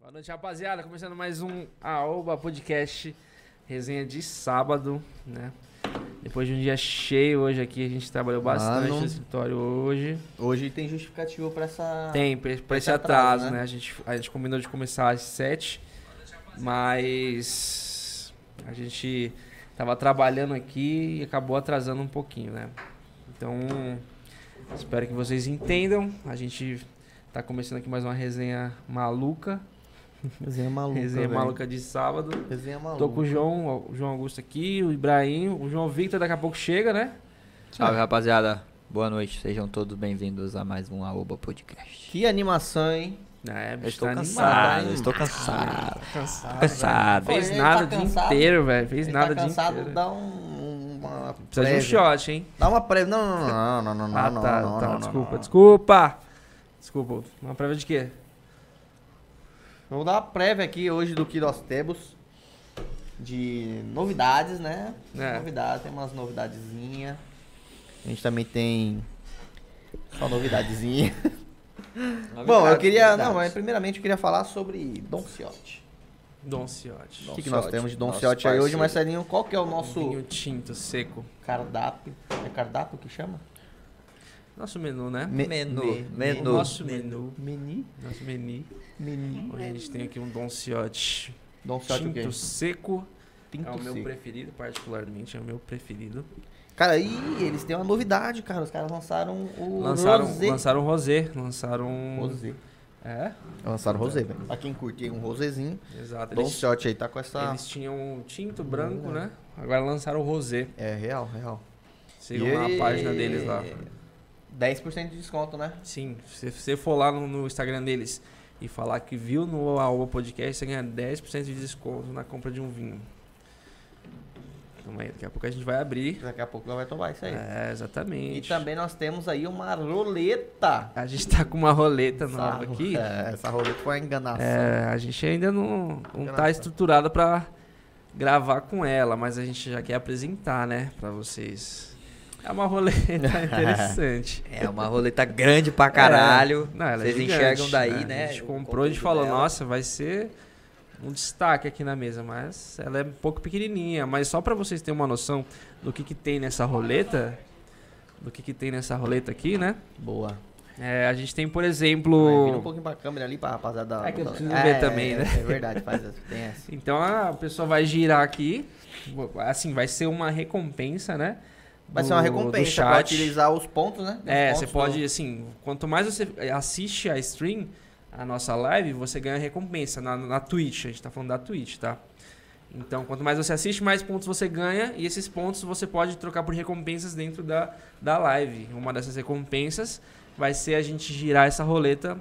Boa noite, rapaziada. Começando mais um Aoba Podcast, resenha de sábado, né? Depois de um dia cheio hoje aqui, a gente trabalhou bastante Mano. no escritório hoje. Hoje tem justificativo pra essa. Tem, pra, pra esse Ah, esse atraso, atraso, né? né? A gente, a gente combinou de começar às 7, mas a gente tava trabalhando aqui e acabou atrasando um pouquinho, né? Então, espero que vocês entendam. A gente tá começando aqui mais uma resenha maluca, Resenha maluca. resenha velho. maluca de sábado. Resenha maluca. Tô com o João, ó, o João Augusto aqui, o Ibrahim, o João Victor daqui a pouco chega, né? Salve, rapaziada. Boa noite. Sejam todos bem-vindos a mais um Aoba Podcast. Que animação, hein? É, bicho, Eu estou tá né? cansado, animado. Tá eu estou cansado. Cansado. Cansado. velho. Fez Ele nada tá o dia cansado. inteiro, velho. Fez Ele nada tá de cansado, inteiro. dá um. Uma Precisa de um prévia. shot, hein? Dá uma prévia. Não, não, não, não, não, não, ah, não, tá, não, tá. não, não, desculpa, não. desculpa. Desculpa. Uma prévia de quê? Vamos dar uma prévia aqui hoje do que nós temos. De novidades, né? É. Novidades, tem umas novidadezinhas. A gente também tem. Só novidadezinha. Bom, eu queria. Não, mas primeiramente eu queria falar sobre Don Ciotti. Don Ciotti. Um O Don que, que nós Ciotti, temos de Don nosso Ciotti aí hoje, parceiro. Marcelinho? Qual que é o nosso Vinho tinto, seco. cardápio? É cardápio que chama? Nosso menu, né? Me- Menu, O menu. Nosso menu. Meni? Nosso menu. Meni. Hoje a gente tem aqui um Don Ciotti Don Ciotti o quê? tinto seco. Tinto é o meu seco. preferido, particularmente. É o meu preferido. Cara, aí eles têm uma novidade, cara. Os caras lançaram o Lançaram, um Rosé. lançaram um rosé. Lançaram... Rosé. É? Lançaram Rosé, velho. Pra quem curtir um Rosézinho, Exato. Don Eles, Ciotti aí tá com essa... eles tinham um Hum, tinto branco, né? Agora lançaram o rosé. É, real, real. Sigam E lá a aí- página deles lá. 10% de desconto, né? Sim, se você for lá no, no Instagram deles e falar que viu no Aoba Podcast, você ganha 10% de desconto na compra de um vinho. Então aí, daqui a pouco a gente vai abrir. Daqui a pouco nós vai tomar isso aí. É, e exatamente. também nós temos aí uma roleta. A gente tá com uma roleta nova Essa- aqui. É, essa roleta foi uma enganação. É, a gente ainda não, não tá Engraçado. estruturada pra gravar com ela, mas a gente já quer apresentar, né, pra vocês. É uma roleta interessante. É uma roleta grande pra caralho. É. Não, ela é Vocês gigante, enxergam daí, A né? gente o comprou e a gente conteúdo falou, dela. nossa, vai ser um destaque aqui na mesa, mas ela é um pouco pequenininha. Mas só pra vocês terem uma noção do que, que tem nessa roleta, do que, que tem nessa roleta aqui, né? Boa. É, a gente tem, por Aí, vira um exemplo... pouquinho pra câmera ali pra rapaziada. É que eu preciso ver também, né? É verdade, faz essa- tem essa. Então a pessoa vai girar aqui, assim, vai ser uma recompensa, né? Vai Do- ser uma do recompensa pra chat. utilizar os pontos, né? Os É, pontos você pode, assim, quanto mais você assiste a stream, a nossa live, você ganha recompensa na, na Twitch. A gente tá falando da Twitch, tá? Então, quanto mais você assiste, mais pontos você ganha. E esses pontos você pode trocar por recompensas dentro da, da live. Uma dessas recompensas vai ser a gente girar essa roleta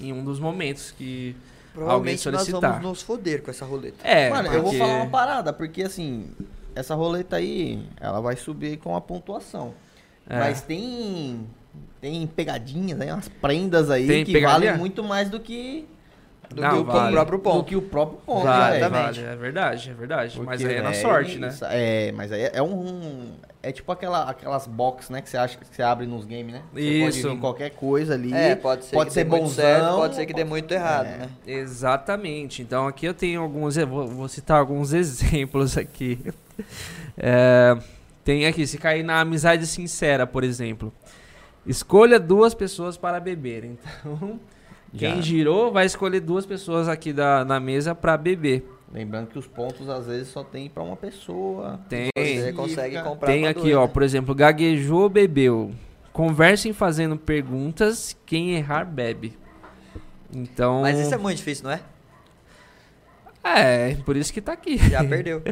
em um dos momentos que. Provavelmente Alguém nós solicitar. vamos nos foder com essa roleta. É, Mano, eu vou porque- falar uma parada, porque assim, essa roleta aí, ela vai subir com a pontuação. É. Mas tem. Tem pegadinhas aí, umas prendas aí Tem que pegadinha? valem muito mais do que. Do Não, que vale. o próprio ponto. Do que o próprio ponto, né? Vale, velho. vale, é verdade, é verdade. Mas Porque, aí é na velho, sorte, né? isso- É, mas aí é, é um, um- É tipo aquela, aquelas box, né? Que você acha que você abre nos games, né? Você Isso. pode vir qualquer coisa ali. É, pode ser pode que ser dê muito bonzão, certo, pode ser que dê pode- muito errado, É. né? Exatamente. Então aqui eu tenho alguns, eu vou, vou citar alguns exemplos aqui. É, tem aqui, se cair na amizade sincera, por exemplo. Escolha duas pessoas para beber. Então, Já. quem girou vai escolher duas pessoas aqui da, na mesa para beber. Lembrando que os pontos às vezes só tem pra uma pessoa. Tem. Você consegue comprar tem uma aqui, doida. ó, por exemplo, gaguejou, bebeu. Conversem fazendo perguntas, quem errar bebe. Então, Mas isso é muito difícil, não é? é, por isso que tá aqui. Já perdeu.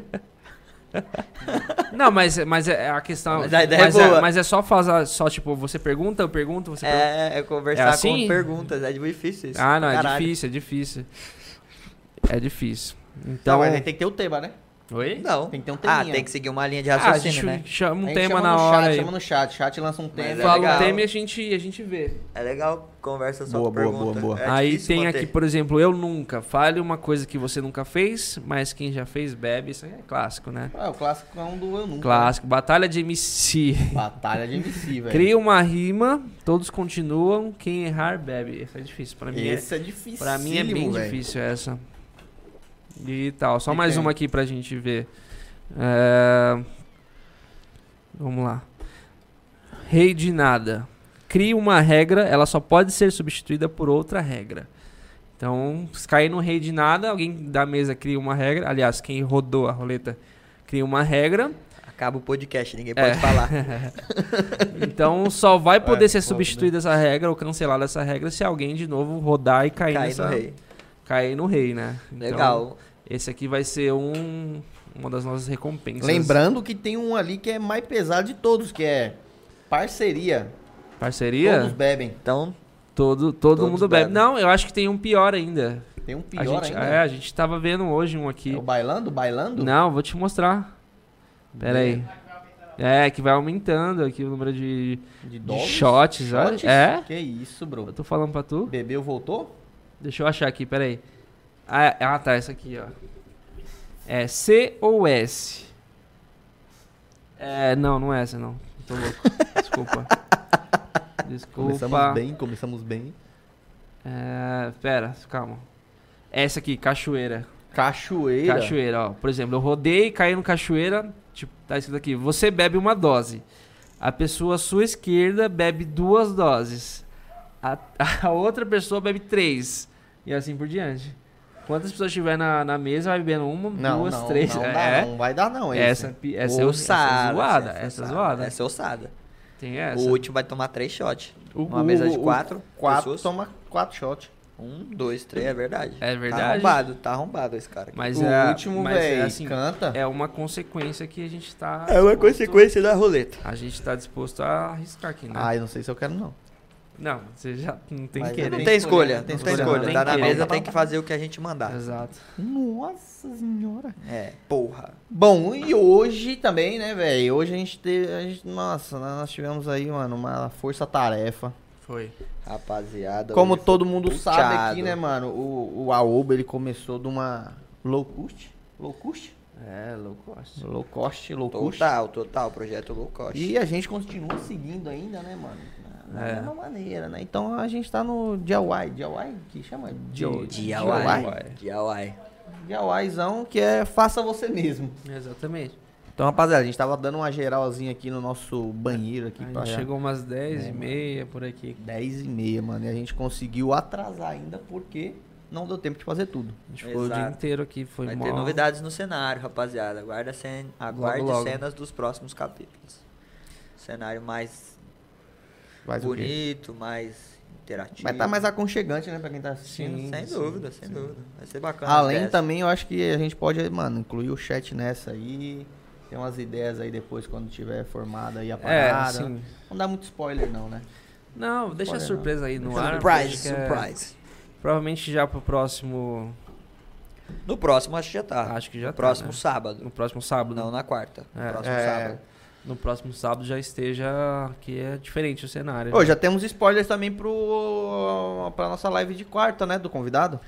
Não, mas, mas é a questão. Mas, Mas a ideia é mas é, boa. mas é só fazer. Só, tipo, você pergunta, eu pergunto, você pergunta. É, é conversar É assim? com perguntas. É difícil isso. Ah, não, pra é caralho. difícil, é difícil. É difícil. Então, Então. mas aí tem que ter o tema, né? Oi? Não, tem que ter um Ah, teminha. tem que seguir uma linha de Ah, a raciocínio, gente né? chama A um gente tema chama na no hora Chat, aí. chama no chat, chat lança um tema. é Fala legal. um tema e a gente, a gente vê. É legal, conversa só Boa, por boa, pergunta. boa, boa. É aí difícil tem manter. aqui, por exemplo, eu nunca. Fale uma coisa que você nunca fez, mas quem já fez bebe. Isso aí é clássico, né? Ah, o clássico é um do Eu Uhum. Nunca. Clássico. Batalha de MC. né? Batalha de MC, velho. Cria uma rima, todos continuam, quem errar bebe. Essa é difícil pra mim. É, Esse é difícil. para mim é bem difícil essa. E tal, só E mais tem. uma aqui pra gente ver. É, Vamos lá. Rei de nada. Cria uma regra, ela só pode ser substituída por outra regra. Então, se cair no rei de nada, alguém da mesa cria uma regra. Aliás, quem rodou a roleta cria uma regra. Acaba o podcast, É. ninguém pode falar. Então só vai poder É, ser foda. substituída essa regra ou cancelada essa regra se alguém de novo rodar e cair, Cai nessa- no rei. cair no rei, né? Então, Legal. Esse aqui vai ser um uma das nossas recompensas. Lembrando que tem um ali que é mais pesado de todos, que é parceria. Todos Parceria? bebem. Então, Todo, todo Todos mundo bebe. bebem. Não, eu acho que tem um pior ainda. Tem um a pior gente, ainda. É, a gente tava vendo hoje um aqui. É o Bailando? Bailando? Não, vou te mostrar. Pera aí. É, que vai aumentando aqui o número de, De de dólares? shots. olha. Shots? É? Que isso, Eu bro. tô falando pra tu. Bebeu, voltou? Deixa eu achar aqui, peraí. Ah, ah, tá, essa aqui, ó. É C ou S? É, não, não é essa, não. Tô louco. Desculpa. Desculpa. bem, começamos bem. É, pera, calma. É Essa aqui, cachoeira. Cachoeira. Cachoeira, ó. Por exemplo, eu rodei e caí no cachoeira. Tipo, tá escrito aqui. Você bebe uma dose. A pessoa à sua esquerda bebe duas doses. A, a outra pessoa bebe três. E assim por diante. Quantas pessoas tiver na, na mesa, vai bebendo uma, Não, duas, não, três. não, dá, é, não vai dar não. esse. essa, pi- essa, é o- essa é ousada, zoada. é Essa é ousada, zoada. Essa é ousada. Tem essa. O último vai tomar três shots. O- Uma o- mesa de o- quatro, Quatro, pessoas. toma quatro shots. Um, dois, três, é verdade. É Tá verdade. arrombado, tá arrombado esse cara. aqui. Mas o é, último, mas é velho, assim, canta. é uma consequência que a gente tá. É uma disposto- consequência da roleta. A gente tá disposto a arriscar aqui, né? Ah, eu não sei se eu quero não. Não, você já não tem Mas que eu querer. Não Tem tem escolha, escolha, tem não tem escolha, escolha. não tem Tá na que- mesa, tem que fazer o que a gente mandar. Exato. Nossa senhora. É, porra. Bom, e hoje também, né, velho? Hoje a gente teve. a gente- nossa, nós tivemos aí, mano, uma força-tarefa. Foi. Rapaziada. Como hoje foi todo mundo sabe puxado. aqui, né, mano? O, o Aoba, ele começou de uma low cost. Low cost? É, louco. acho. Low cost, low cost. Total, total, projeto low cost. E a gente continua seguindo ainda, né, mano? Da É. mesma maneira, né? Então a gente tá no DIY. DIY? Que chama? Di- DIY. DIY. DIYzão, que é faça você mesmo. Exatamente. Então, rapaziada, a gente tava dando uma geralzinha aqui no nosso banheiro aqui. Aí pra- chegou umas 10 É, e meia por aqui. 10 e meia, mano. E a gente conseguiu atrasar ainda porque não deu tempo de fazer tudo. A gente ficou o dia Exato. inteiro aqui. Foi Vai mó... ter novidades no cenário, rapaziada. Aguarda cen... Aguarde logo. cenas dos próximos capítulos. Cenário mais Faz o quê? bonito, mais interativo. Mas tá mais aconchegante, né, pra quem tá assistindo. Sim, Sem sim, dúvida, sem dúvida. Vai ser bacana. Além dessa. também, eu acho que a gente pode, mano, incluir o chat nessa aí. Tem umas ideias aí depois, quando tiver formada aí a É, parada. sim. Não dá muito spoiler, não, né? Não, deixa a Spoiler, surpresa aí no ar. Surprise, porque acho que é- surprise. Provavelmente já pro próximo. No próximo acho que já tá. Acho que já no tá, próximo né? sábado. No próximo sábado. Não na quarta. É. No próximo É. sábado. No próximo sábado já esteja. Que é diferente o cenário. né? Ô, já temos spoilers também pro, pra nossa live de quarta, né, do convidado.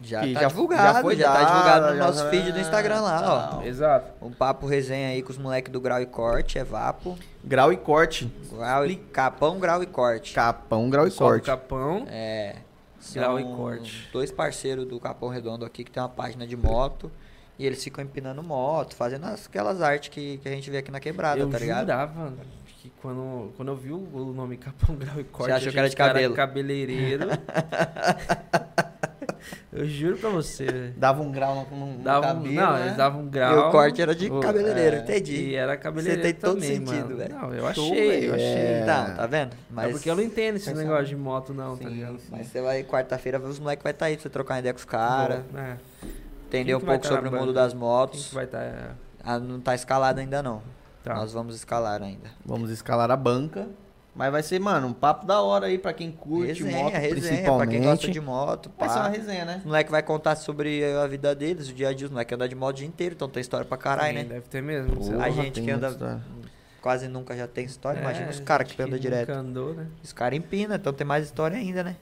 Já Que tá já- divulgado, já já, foi tá dado, divulgado no já- nosso feed do Instagram lá, ó. Exato. Um papo resenha aí com os moleques do Grau e Corte, é Vapo. Grau e corte. Grau e... Capão, Grau e Corte. Capão, grau e Pessoal do corte. Capão. É. Grau e são corte. Dois parceiros do Capão Redondo aqui que tem uma página de moto. E eles ficam empinando moto, fazendo as- aquelas artes que, que a gente vê aqui na quebrada, eu tá ligado? jurava que quando, quando eu vi o, o nome Capão Grau e Corte, achou eu que era achei de o cara cabelo. cabeleireiro. eu juro pra você. velho. Dava um grau no, no- no Dava um, cabelo, não, né? eles davam um E grau. o corte era de o- cabeleireiro, é, E entendi. era cabeleireiro tem todo também, sentido, mano. velho. Não, eu achei, Show, eu velho. achei. É. Então, tá vendo? Mas, É porque eu não entendo esse Pensava- negócio de moto, não, tá Sim, ligado? sim. mas você vai quarta-feira, os moleques vai estar aí pra você trocar uma ideia com os caras, É, entender Quem um que vai pouco tá na sobre o mundo banca? das quem que motos. vai estar. É, Ah, não tá escalado ainda não. tá. Nós vamos escalar ainda. Vamos escalar a banca. Mas vai ser, mano, um papo da hora aí pra quem curte resenha, moto, resenha, principalmente. pra quem gosta de moto, Vai ser uma pá. resenha, né? Os moleques vai contar sobre a vida deles, o dia a dia. Os moleques andam de moto o dia inteiro, então tem história pra caralho, né? Deve ter mesmo. sei lá. a Porra, gente tem que anda muita história. quase nunca já tem história. É, Imagina os caras que gente andam nunca direto. andou, né? Os caras empinam, então tem mais história ainda, né?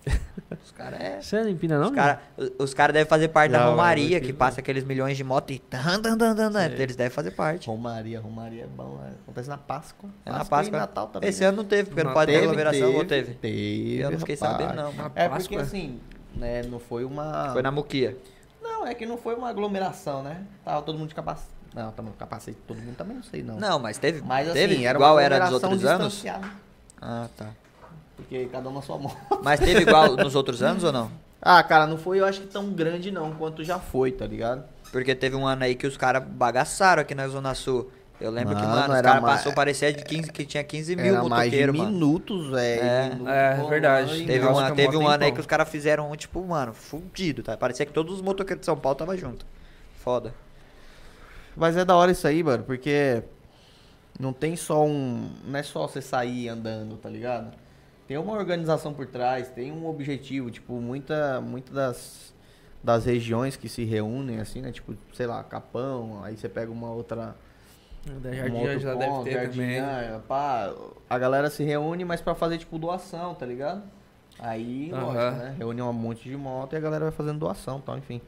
Os caras é. Você não empina não? Os caras cara devem fazer parte da Não, Romaria, eu que empino. passa aqueles milhões de motos e. tan, tan, tan, tan, tan. Sei. Eles devem fazer parte. Romaria, Romaria é bom. né? Acontece na Páscoa. É na e Páscoa. Natal também. né? Esse ano não teve, porque não, Não pode ter teve, aglomeração, ou teve? Teve, Eu não fiquei rapaz. sabendo, não. mano. É Páscoa. porque assim, né, não foi uma... Foi na Muquia. Não, é que não foi uma aglomeração, né? Tava todo mundo de capacete. Não, tava com capacete todo mundo também, não sei não. Não, mas teve. Mas assim, teve, era igual uma era dos aglomeração outros anos? distanciada, Ah, tá. Porque cada um na sua mão. Mas teve igual nos outros anos ou não? Ah, cara, não foi eu acho que tão grande não quanto já foi, tá ligado? Porque teve um ano aí que os caras bagaçaram aqui na Zona Sul. Eu lembro que, Mano, mano, os era caras mais- passou, parecia de 15, que tinha 15 mil Era mais de motoqueiros, mano. minutos, velho. É. É, verdade. Teve, Nossa, um que ano eu teve moro um ano aí tempão. que os caras fizeram um, tipo, mano, fudido, tá? Parecia que todos os motoqueiros de São Paulo tava junto. Foda. Mas é da hora isso aí, mano, porque não tem só um. Não é só você sair andando, tá ligado? Tem uma organização por trás, tem um objetivo, tipo, muita, muita das, das regiões que se reúnem, assim, né? Tipo, sei lá, Capão, aí você pega uma outra. Da um Jardim outro já deve ponto, ter também. Jardinha, pá, a galera se reúne, mas pra fazer, tipo, doação, tá ligado? Aí, Aham. lógico, né? Reúne um monte de moto e a galera vai fazendo doação e tal, enfim.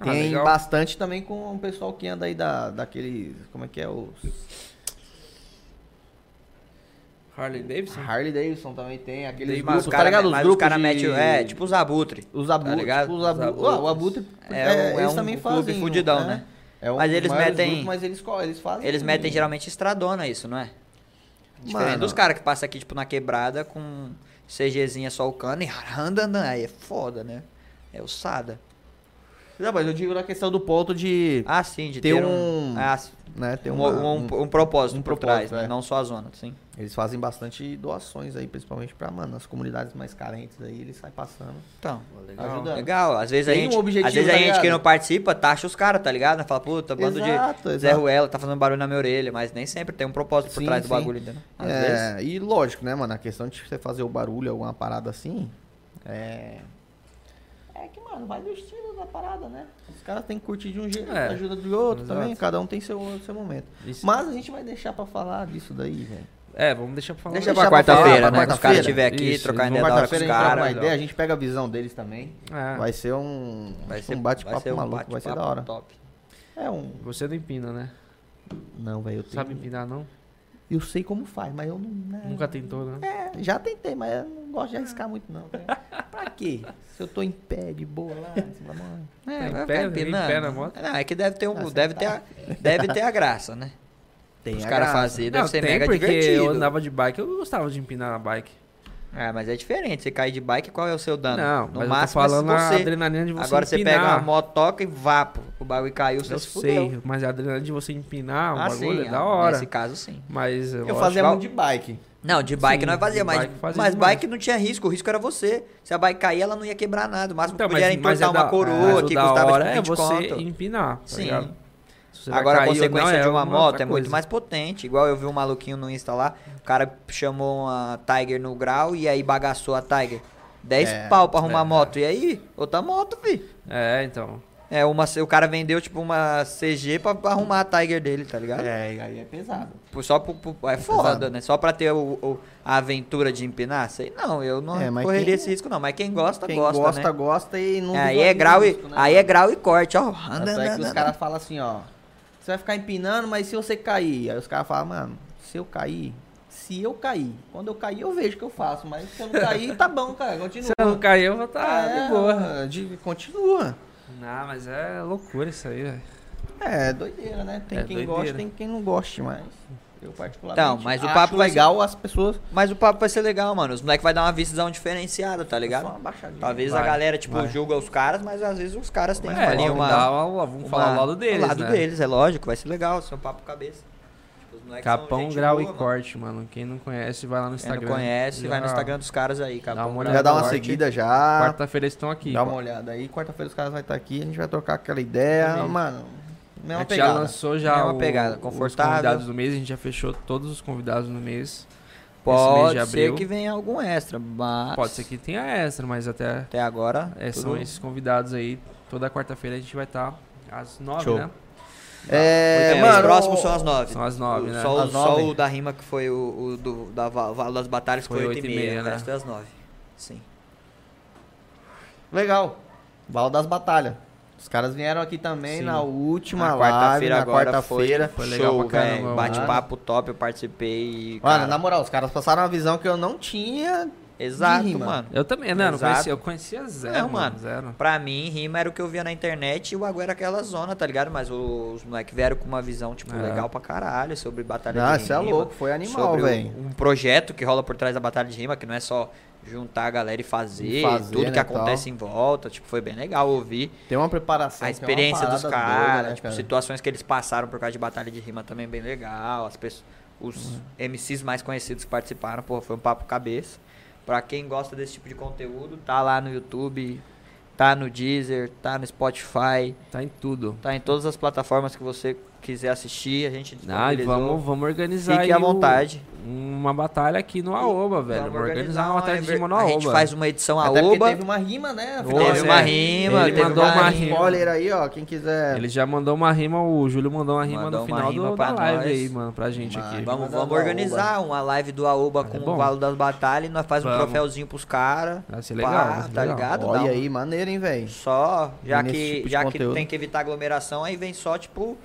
Ah, Tem legal. bastante também com o pessoal que anda aí da, daquele. Como é que é? Os Harley Davidson? Harley Davidson também tem. Aqueles Tem, grupos, os tá ligado? Os mas os grupos. caras de... metem, é, tipo os abutre. Os abutres. ligado? os Os abu... abutres. Ah, o abutre. É um- é um clube fudidão, né? É um Mas dos eles maiores metem- grupos, mas eles, co- eles fazem. Eles metem geralmente estradona isso, não é? Diferente Mano. dos caras que passam aqui, tipo, na quebrada com CGzinha só o cano e randandan. Aí é foda, né? É ossada. Não, mas eu digo na questão do ponto de. Ah, sim, de Ter ter, um- Ah, sim. né, ter um, uma- um- um- um propósito um por propósito, trás, né? é. Não só a zona, sim. Eles fazem bastante doações aí, principalmente pra, mano, as comunidades mais carentes aí, eles saem passando. Então, legal. legal. legal. Às vezes a tá Tem um gente, objetivo, às vezes tá a gente ligado? que não participa taxa os caras, tá ligado? Fala, puta, bando Exato, de Zé exato. Ruela tá fazendo barulho na minha orelha, mas nem sempre tem um propósito por Sim, trás sim. do bagulho, entendeu? Às vezes. é, e lógico, né, mano? A questão de você fazer o barulho, alguma parada assim, é. É que, mano, vai do estilo da parada, né? Os caras têm que curtir de um jeito, É, ajuda de outro exato. também, cada um tem seu, seu momento. Isso. Mas a gente vai deixar pra falar disso daí, velho. É, vamos deixar pra falar. Deixa pra pra quarta-feira, falar, pra né? Quando os caras quarta-feira. estiver aqui, Isso, trocar eles ideia vão da hora com Quarta-feira os a gente troca uma caras. Ah. ideia, a gente pega a visão deles também. É, Vai ser um, um Vai ser vai ser bate-papo um maluco, vai ser da bate-papo hora. Top. É um. Você não empina, né? Não, velho, eu tenho. Sabe empinar, não? Eu sei como faz, mas eu não. né? Nunca tentou, né? É, já tentei, mas eu não gosto de arriscar muito, não. né? pra quê? Se eu tô em pé, de boa lá, em cima da mãe. Tá em É, vai pé, ficar vem em empinando. pé na moto. Não, é que deve ter um, Ah, deve ter, a, deve ter a graça, né? Tem os a caras graça. fazerem, deve não, ser tem, mega porque divertido. eu andava de bike, eu gostava de empinar na bike. É, mas é diferente. Você cair de bike, qual é o seu dano? Não, no mas máximo eu tô falando é se a você. adrenalina de você Agora você empinar. pega uma motoca e vapo. O bagulho caiu, você Eu se fudeu. sei, mas a adrenalina de você empinar, o Ah, bagulho sim, é da ah, hora. Nesse caso, sim. Mas eu, Eu acho- fazia que- é muito de bike. Não, de bike Sim, nós fazia, de mas, bike fazia mas demais. bike não tinha risco, o risco era você. Se a bike cair, ela não ia quebrar nada. O máximo Então, que podia era entortar uma da- mas coroa o que da custava hora tipo 20 é você conto. empinar, tá Sim. ligado? Se você vai Agora a cair ou não, consequência de uma moto outra é muito coisa. mais potente. Igual eu vi um maluquinho no Insta lá, o cara chamou uma Tiger no grau e aí bagaçou a Tiger. 10 É, pau pra arrumar é. a moto. E aí, outra moto, fi. É, então. É, uma, o cara vendeu, tipo, uma CG pra, pra arrumar a Tiger dele, tá ligado? É, aí é pesado. Por- Só pro, pro- é foda, né? Só pra ter o, o- a aventura de empinar, sei. Não, eu não É, mas correria quem- esse risco, não. Mas quem gosta, Quem gosta, gosta, gosta, né? e não. É, aí é grau e, aí é grau e corte, ó. né? Tanto é que os caras falam assim, ó. Você vai ficar empinando, mas se você cair. Aí os caras falam, mano, se eu cair. Se eu cair. Quando eu cair, eu vejo o que eu faço. Mas se eu não cair, tá bom, cara. Continua. Se eu não cair, eu vou estar tá É, de boa. de- continua. Não, mas é loucura isso aí, velho. É, doideira, né? Tem É quem doideira. goste, tem quem não goste, mas eu particularmente Então, mas o acho papo vai ser- legal as pessoas... Mas o papo vai ser legal, mano. Os moleques vai dar uma visão diferenciada, tá Só ligado? uma baixadinha. Talvez a Vai, galera, tipo, vai. julga os caras, mas às vezes os caras têm É, ali vamos, uma. dar uma- vamos falar o lado deles, O lado né? deles, é lógico. Vai ser legal, ser um papo cabeça. Tipo, os moleques são Capão, gente grau boa, e mano. corte, mano. Quem não conhece, vai lá no Quem Instagram. não conhece, vai no Já- Instagram dos caras aí, Capão. uma Grau e olhada. Já dá uma Norte. seguida já, Quarta-feira eles estão aqui. dá uma olhada aí. Quarta-feira os caras vão estar aqui, a gente vai trocar aquela ideia, Beleza. mano. a Mesma gente já pegada. lançou já Mesma o- pegada, os confortável. convidados do mês, a gente já fechou todos os convidados no mês. mês de Pode ser abril. que venha algum extra, mas. Pode ser que tenha extra, mas até Até agora. é, tudo- são esses convidados aí. Toda quarta-feira a gente vai estar às nove, Show. né? É, É, mano, os próximos são as nove. São as nove, O- né? Só, o- As só nove? o da rima que foi o, o do, da va- Vala das Batalhas que Foi foi oito 8 e e meia, meia, o né? resto é às nove. Sim. Legal. Val das Batalhas. Os caras vieram aqui também Sim. na última Na live, quarta-feira na agora quarta-feira. Foi foi, legal show, pra caramba, velho. mano. Bate-papo top, eu participei. e, Mano, cara, na moral, os caras passaram uma visão que eu não tinha. Exato, rima. mano. Eu também, né? Eu Não Exato. conhecia, eu conhecia zero, Não, mano. mano. Zero. Pra mim, rima era o que eu via na internet e o agora era aquela zona, tá ligado? Mas os moleques vieram com uma visão, tipo, É. legal pra caralho sobre batalha Ah, de isso é rima. louco, foi animal, sobre o- velho. Um projeto que rola por trás da batalha de rima, que não é só juntar a galera e fazer, E fazer, tudo né, que acontece em volta. Tipo, foi bem legal ouvir Tem uma preparação. a que é uma experiência dos parada caras, doida, né, tipo, situações que eles passaram por causa de batalha de rima também bem legal. As pessoas, os Uhum. MCs mais conhecidos que participaram, porra, foi um papo cabeça. Pra quem gosta desse tipo de conteúdo, tá lá no YouTube, tá no Deezer, tá no Spotify, Tá em tudo. tá em todas as plataformas que você quiser assistir, a gente Ah, e vamos, vamos organizar Fique aí à o- vontade. uma batalha aqui no Aoba, velho. Vamos organizar uma batalha de rima no A Aoba. gente faz uma edição Até porque Aoba. teve uma rima, né? Nossa, Afinal, é. uma rima, Ele teve mandou uma uma rima. Spoiler aí, ó, quem quiser. Ele já mandou uma rima, o Júlio mandou uma rima um- É. Mandou no uma final rima do, da pra live nós. aí, mano, pra gente Mano, aqui. Vamos, Manda vamos do organizar uma live do Aoba Mas é com bom. o Valo das Batalhas e nós faz um Vamos. troféuzinho pros caras. Vai ser legal, vai ser tá legal. ligado? Dá Olha um- aí, maneiro, hein, velho. Só, já Nesse que tipo de já conteúdo. que tem que evitar aglomeração, aí vem só tipo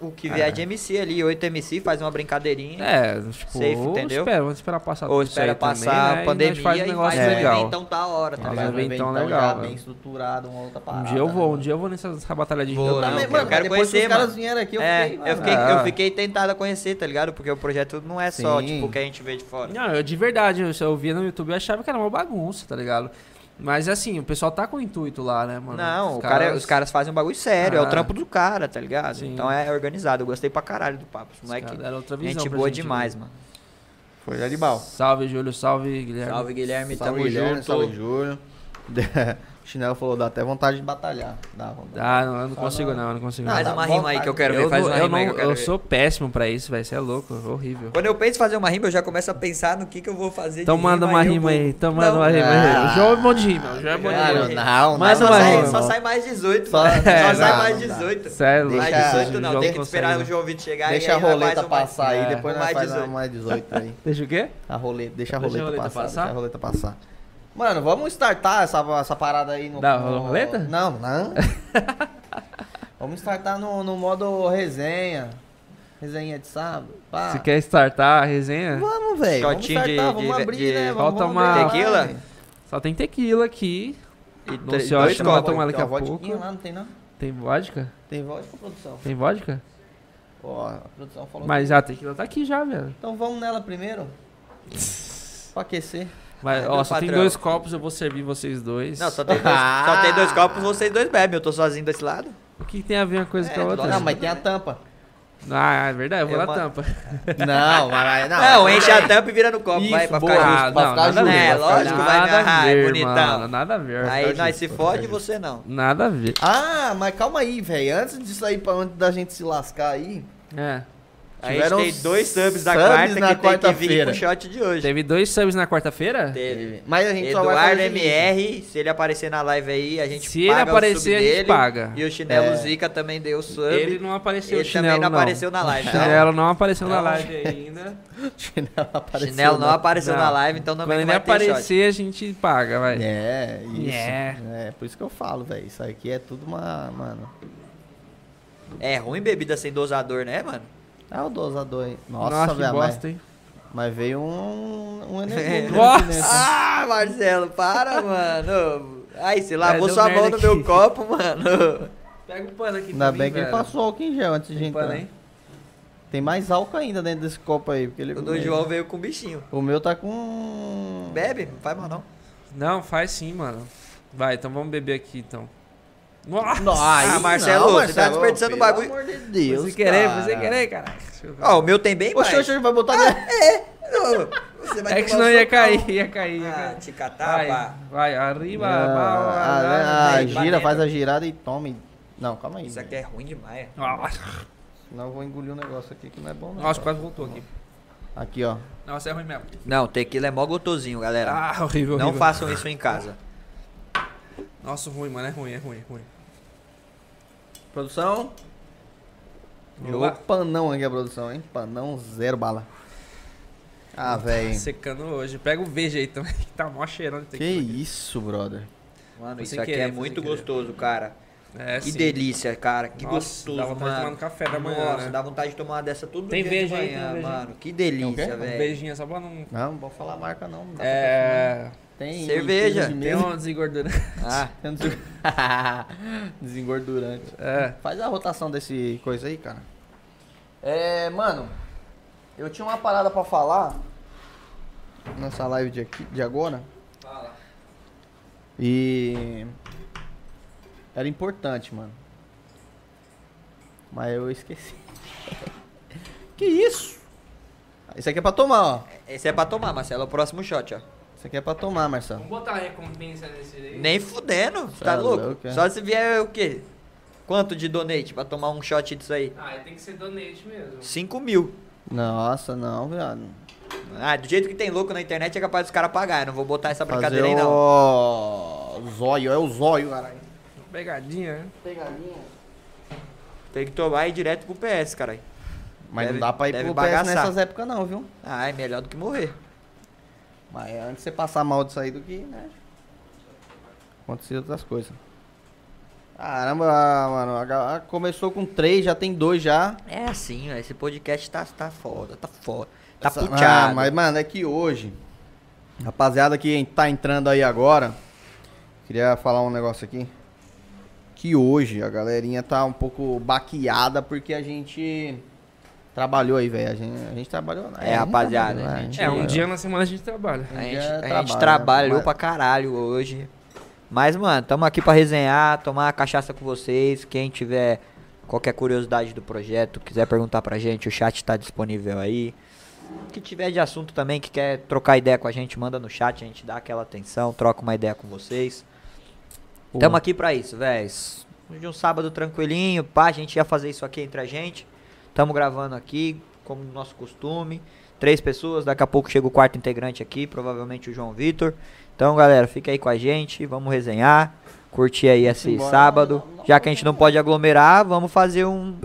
o que vier É. de MC ali, 8 MC, faz uma brincadeirinha. É, tipo, Safe, ou entendeu? espera, vamos esperar passar Ou tudo isso espera aí também, passar né? E a nós pandemia faz um e negócio faz um legal. eventão da hora, tá Faz um ligado? Faz um eventão eventão legal, já velho. bem estruturado, uma outra Um parada. dia eu vou, um né? dia eu vou nessa, nessa batalha de Vou, rima Eu também, Não, mano, eu quero depois que conhecer, os caras mano. vieram aqui, eu É, fiquei, eu mano, fiquei, Ah. eu fiquei tentado a conhecer, tá ligado? Porque o projeto não é só, Sim. tipo, o que a gente vê de fora. Não, eu de verdade, eu, eu via no YouTube, eu achava que era uma bagunça, tá ligado? Mas assim, o pessoal tá com o intuito lá, né, mano? Não, o cara- os caras fazem um bagulho sério, é Ah. o trampo do cara, tá ligado? Sim. Então é organizado. Eu gostei pra caralho do papo. Os moleque, caras deram outra visão gente pra boa gente, demais, né? mano. Foi animal. Salve, Júlio, salve, Guilherme. Salve, Guilherme, Salve, tamo Guilherme, junto. salve, Júlio. o Chinelo falou, dá até vontade de batalhar. Dá vontade. Ah, não, eu não consigo não, eu não consigo Não, não. Faz dá uma rima aí vontade. que Ah, eu quero eu ver, faz não- uma eu rima aí que não- eu quero eu ver. sou péssimo pra isso, velho, você é louco, horrível. Quando eu penso em fazer uma rima, eu já começo a pensar no que, que eu vou fazer Então de manda uma eu rima vou- aí, então manda Não, uma rima aí. Ah. O João é bom de rima, o João é bom de Claro, rima. não, Mais não, Só, uma não, sai, rima. não. só sai mais 18, Só- só, só É, sai não, mais não dá. 18. Você é louco. mais Deixa- 18 não, João tem que esperar o consegue, João Vitor chegar e Deixa aí a nós faz roleta um mais- passar aí, É. depois um nós mais faz uma 18. mais 18 aí. não. Deixa o quê? A roleta, deixa Deixa a a roleta, roleta passar, passar? Deixa a roleta passar. Mano, vamos startar essa, essa parada aí no. Da no- roleta? Não, não. vamos startar no, no modo resenha. Resenha de sábado. Ah. Pá. Você quer startar a resenha? Vamos, velho. Vamos Shotinho startar, de- vamos de- abrir, de- né? Vamos, Falta vamos uma- abrir, vai. Tequila? Só tem tequila aqui. E Não três- sei, eu acho dois que não vai copos. tomar daqui Tem a uma vodquinha pouco. lá, não tem não? Tem vodka? Tem vodka, produção? Tem vodka? Ó, a produção falou Mas a tequila tá aqui já, velho. que- Então vamos nela primeiro. Pra aquecer. Vai, É, ó, meu só tem patrão. dois copos, eu vou servir vocês dois. Não, só tem, dois, só tem dois copos, vocês dois bebem. Eu tô sozinho desse lado. O que tem a ver uma coisa É, com a outra? Não, mas tem a tampa. Ah, é verdade, eu vou na Eu ma- tampa. Não, mas não. é. Não, enche a tampa e vira no copo, Isso, vai, pra boa. ficar Ah, pra ficar nada a justo, ver, é, pra ficar lógico, justo. vai me Nada a agarrar, ver, bonitão. mano, nada a ver. justo. Aí nós justo, se pra fode ficar e você não. Nada a ver. Ah, mas calma aí, velho. Antes disso aí, pra antes da gente se lascar aí. É. Aí a Tiveram gente tem dois subs da subs quarta na que tem que vir quarta-feira. pro shot de hoje. Teve dois subs na quarta-feira? Teve. Mas a gente só vai Eduardo fazer o seguinte. MR, se ele aparecer na live aí, a gente Se ele paga aparecer, o sub a gente dele. paga. E o Chinelo É. Zica também deu sub. Ele não apareceu, Ele o chinelo também não apareceu na live. O tá? chinelo não apareceu na Não. live ainda. Chinelo apareceu. né? Chinelo não apareceu Não. na live, então também Quando ele não vai ter shot. aparecer, a gente paga, vai. É, isso. É. É, por isso que eu falo, velho. Isso aqui é tudo uma. Mano. É ruim bebida sem dosador, né, mano? É o dosador aí. Nossa, Nossa, que velho. Mas, bosta, hein? mas veio um. Um energúmeno Nossa! aqui dentro. Ah, Marcelo, para, mano. Ai, se lavou É, deu sua mão merda no meu aqui. copo, mano. Pega o pano aqui Ainda bem que ele passou né? álcool em gel antes de Tem entrar. pano, hein? Tem mais álcool ainda dentro desse copo aí. Porque ele, O do João veio com bichinho. O meu tá com. Bebe, não faz mal não. Não, faz sim, mano. Vai, então vamos beber aqui, então. Nossa! Ah, Marcelo, você tá desperdiçando pelo bagulho. Amor de Deus, você querer, cara. você querer, Ah, caralho. Deixa eu ver. É Ó, o meu tem bem mais. Oxe, oxe, vai botar. né? Ô, Você vai É que tomar senão o ia seu cair, pau. ia cair. ia Ah, cair. te catar, Vai, pá. vai, arriba, Ah, ah, ah, vai, vai gira, dentro. faz a girada e tome. Não, calma aí. Isso aqui é ruim demais. Nossa, Não, eu vou engolir um negócio aqui que não é bom, não. Nossa, quase voltou aqui. Aqui, ó. Nossa, é ruim mesmo. Não, tequila é mó gotosinho, galera. Ah, horrível, horrível. não façam isso em casa. Nossa, ruim, mano. É ruim, é ruim, é ruim. Produção. Vamos Jogou lá. panão aqui a produção, hein? Panão zero bala. Ah, velho. Tá Secando hoje. Pega o verde aí também, que tá mó cheirando. Que isso, brother. Mano, Foi isso sem aqui querer, é foi muito sem querer. gostoso, cara. É, que sim. delícia, cara. Que Nossa, gostoso, dá vontade de tomar mano. no café da manhã, Nossa, né? dá vontade de tomar dessa todo Tem dia de verde aí, tem manhã, verde aí. mano. Que Tem delícia, o quê? Um velho. Tá beijinho só pra não. Não, não pode falar a marca não. não dá pra É. falar. Tem Cerveja. tem de Tem mesa. uma desengordura. Ah, Tem um deseng- Desengordurante. É. Faz a rotação desse coisa aí, cara. É, mano, eu tinha uma parada pra falar nessa live de, aqui, de agora. E era importante, mano. Mas eu esqueci. que isso? Isso aqui é pra tomar, ó. esse é pra tomar, Marcelo. É o próximo shot, ó. Isso aqui é pra tomar, Marcelo. Vamos botar a recompensa nesse aí. Nem fudendo, Cê tá é louco? louco, é. Só se vier o quê? Quanto de donate pra tomar um shot disso aí? Ah, tem que ser donate mesmo. 5 mil. Nossa, não, viado. Ah, do jeito que tem louco na internet é capaz dos caras pagar. Eu não vou botar essa Fazer brincadeira aí, não. o... zóio, é o zóio, caralho. Pegadinha, né? Pegadinha. Tem que tomar e ir direto pro PS, caralho. Mas Deve- não dá pra ir deve pro PS bagaçar. nessas épocas não, viu? Ah, é melhor do que morrer. Mas é antes de você passar mal disso aí do que, né? Acontecer outras coisas. Caramba, mano, a ga- começou com três, já tem dois já. É assim, ó, esse podcast tá, tá foda, tá foda. Tá Essa- puteado. Ah, mas, mano, é que hoje, rapaziada que tá entrando aí agora, queria falar um negócio aqui. Que hoje a galerinha tá um pouco baqueada porque a gente trabalhou aí, velho. A gente, a gente trabalhou. É, a rapaziada, trabalhou, a né? gente- É, um trabalhou. dia na semana a gente trabalha. A Um gente, dia a gente trabalha, trabalhou mas- pra caralho hoje. Mas, mano, tamo aqui pra resenhar, tomar uma cachaça com vocês. Quem tiver qualquer curiosidade do projeto, quiser perguntar pra gente, o chat tá disponível aí. Que tiver de assunto também, que quer trocar ideia com a gente, manda no chat, a gente dá aquela atenção, troca uma ideia com vocês. Boa. Tamo aqui pra isso, véis. Hoje é um sábado tranquilinho, pá, a gente ia fazer isso aqui entre a gente. Tamo gravando aqui, como nosso costume. Três pessoas, daqui a pouco chega o quarto integrante aqui, provavelmente o João Vitor. Então, galera, fica aí com a gente, vamos resenhar, curtir aí esse Simbora. sábado. Não, não, Já que a gente não pode aglomerar, vamos fazer um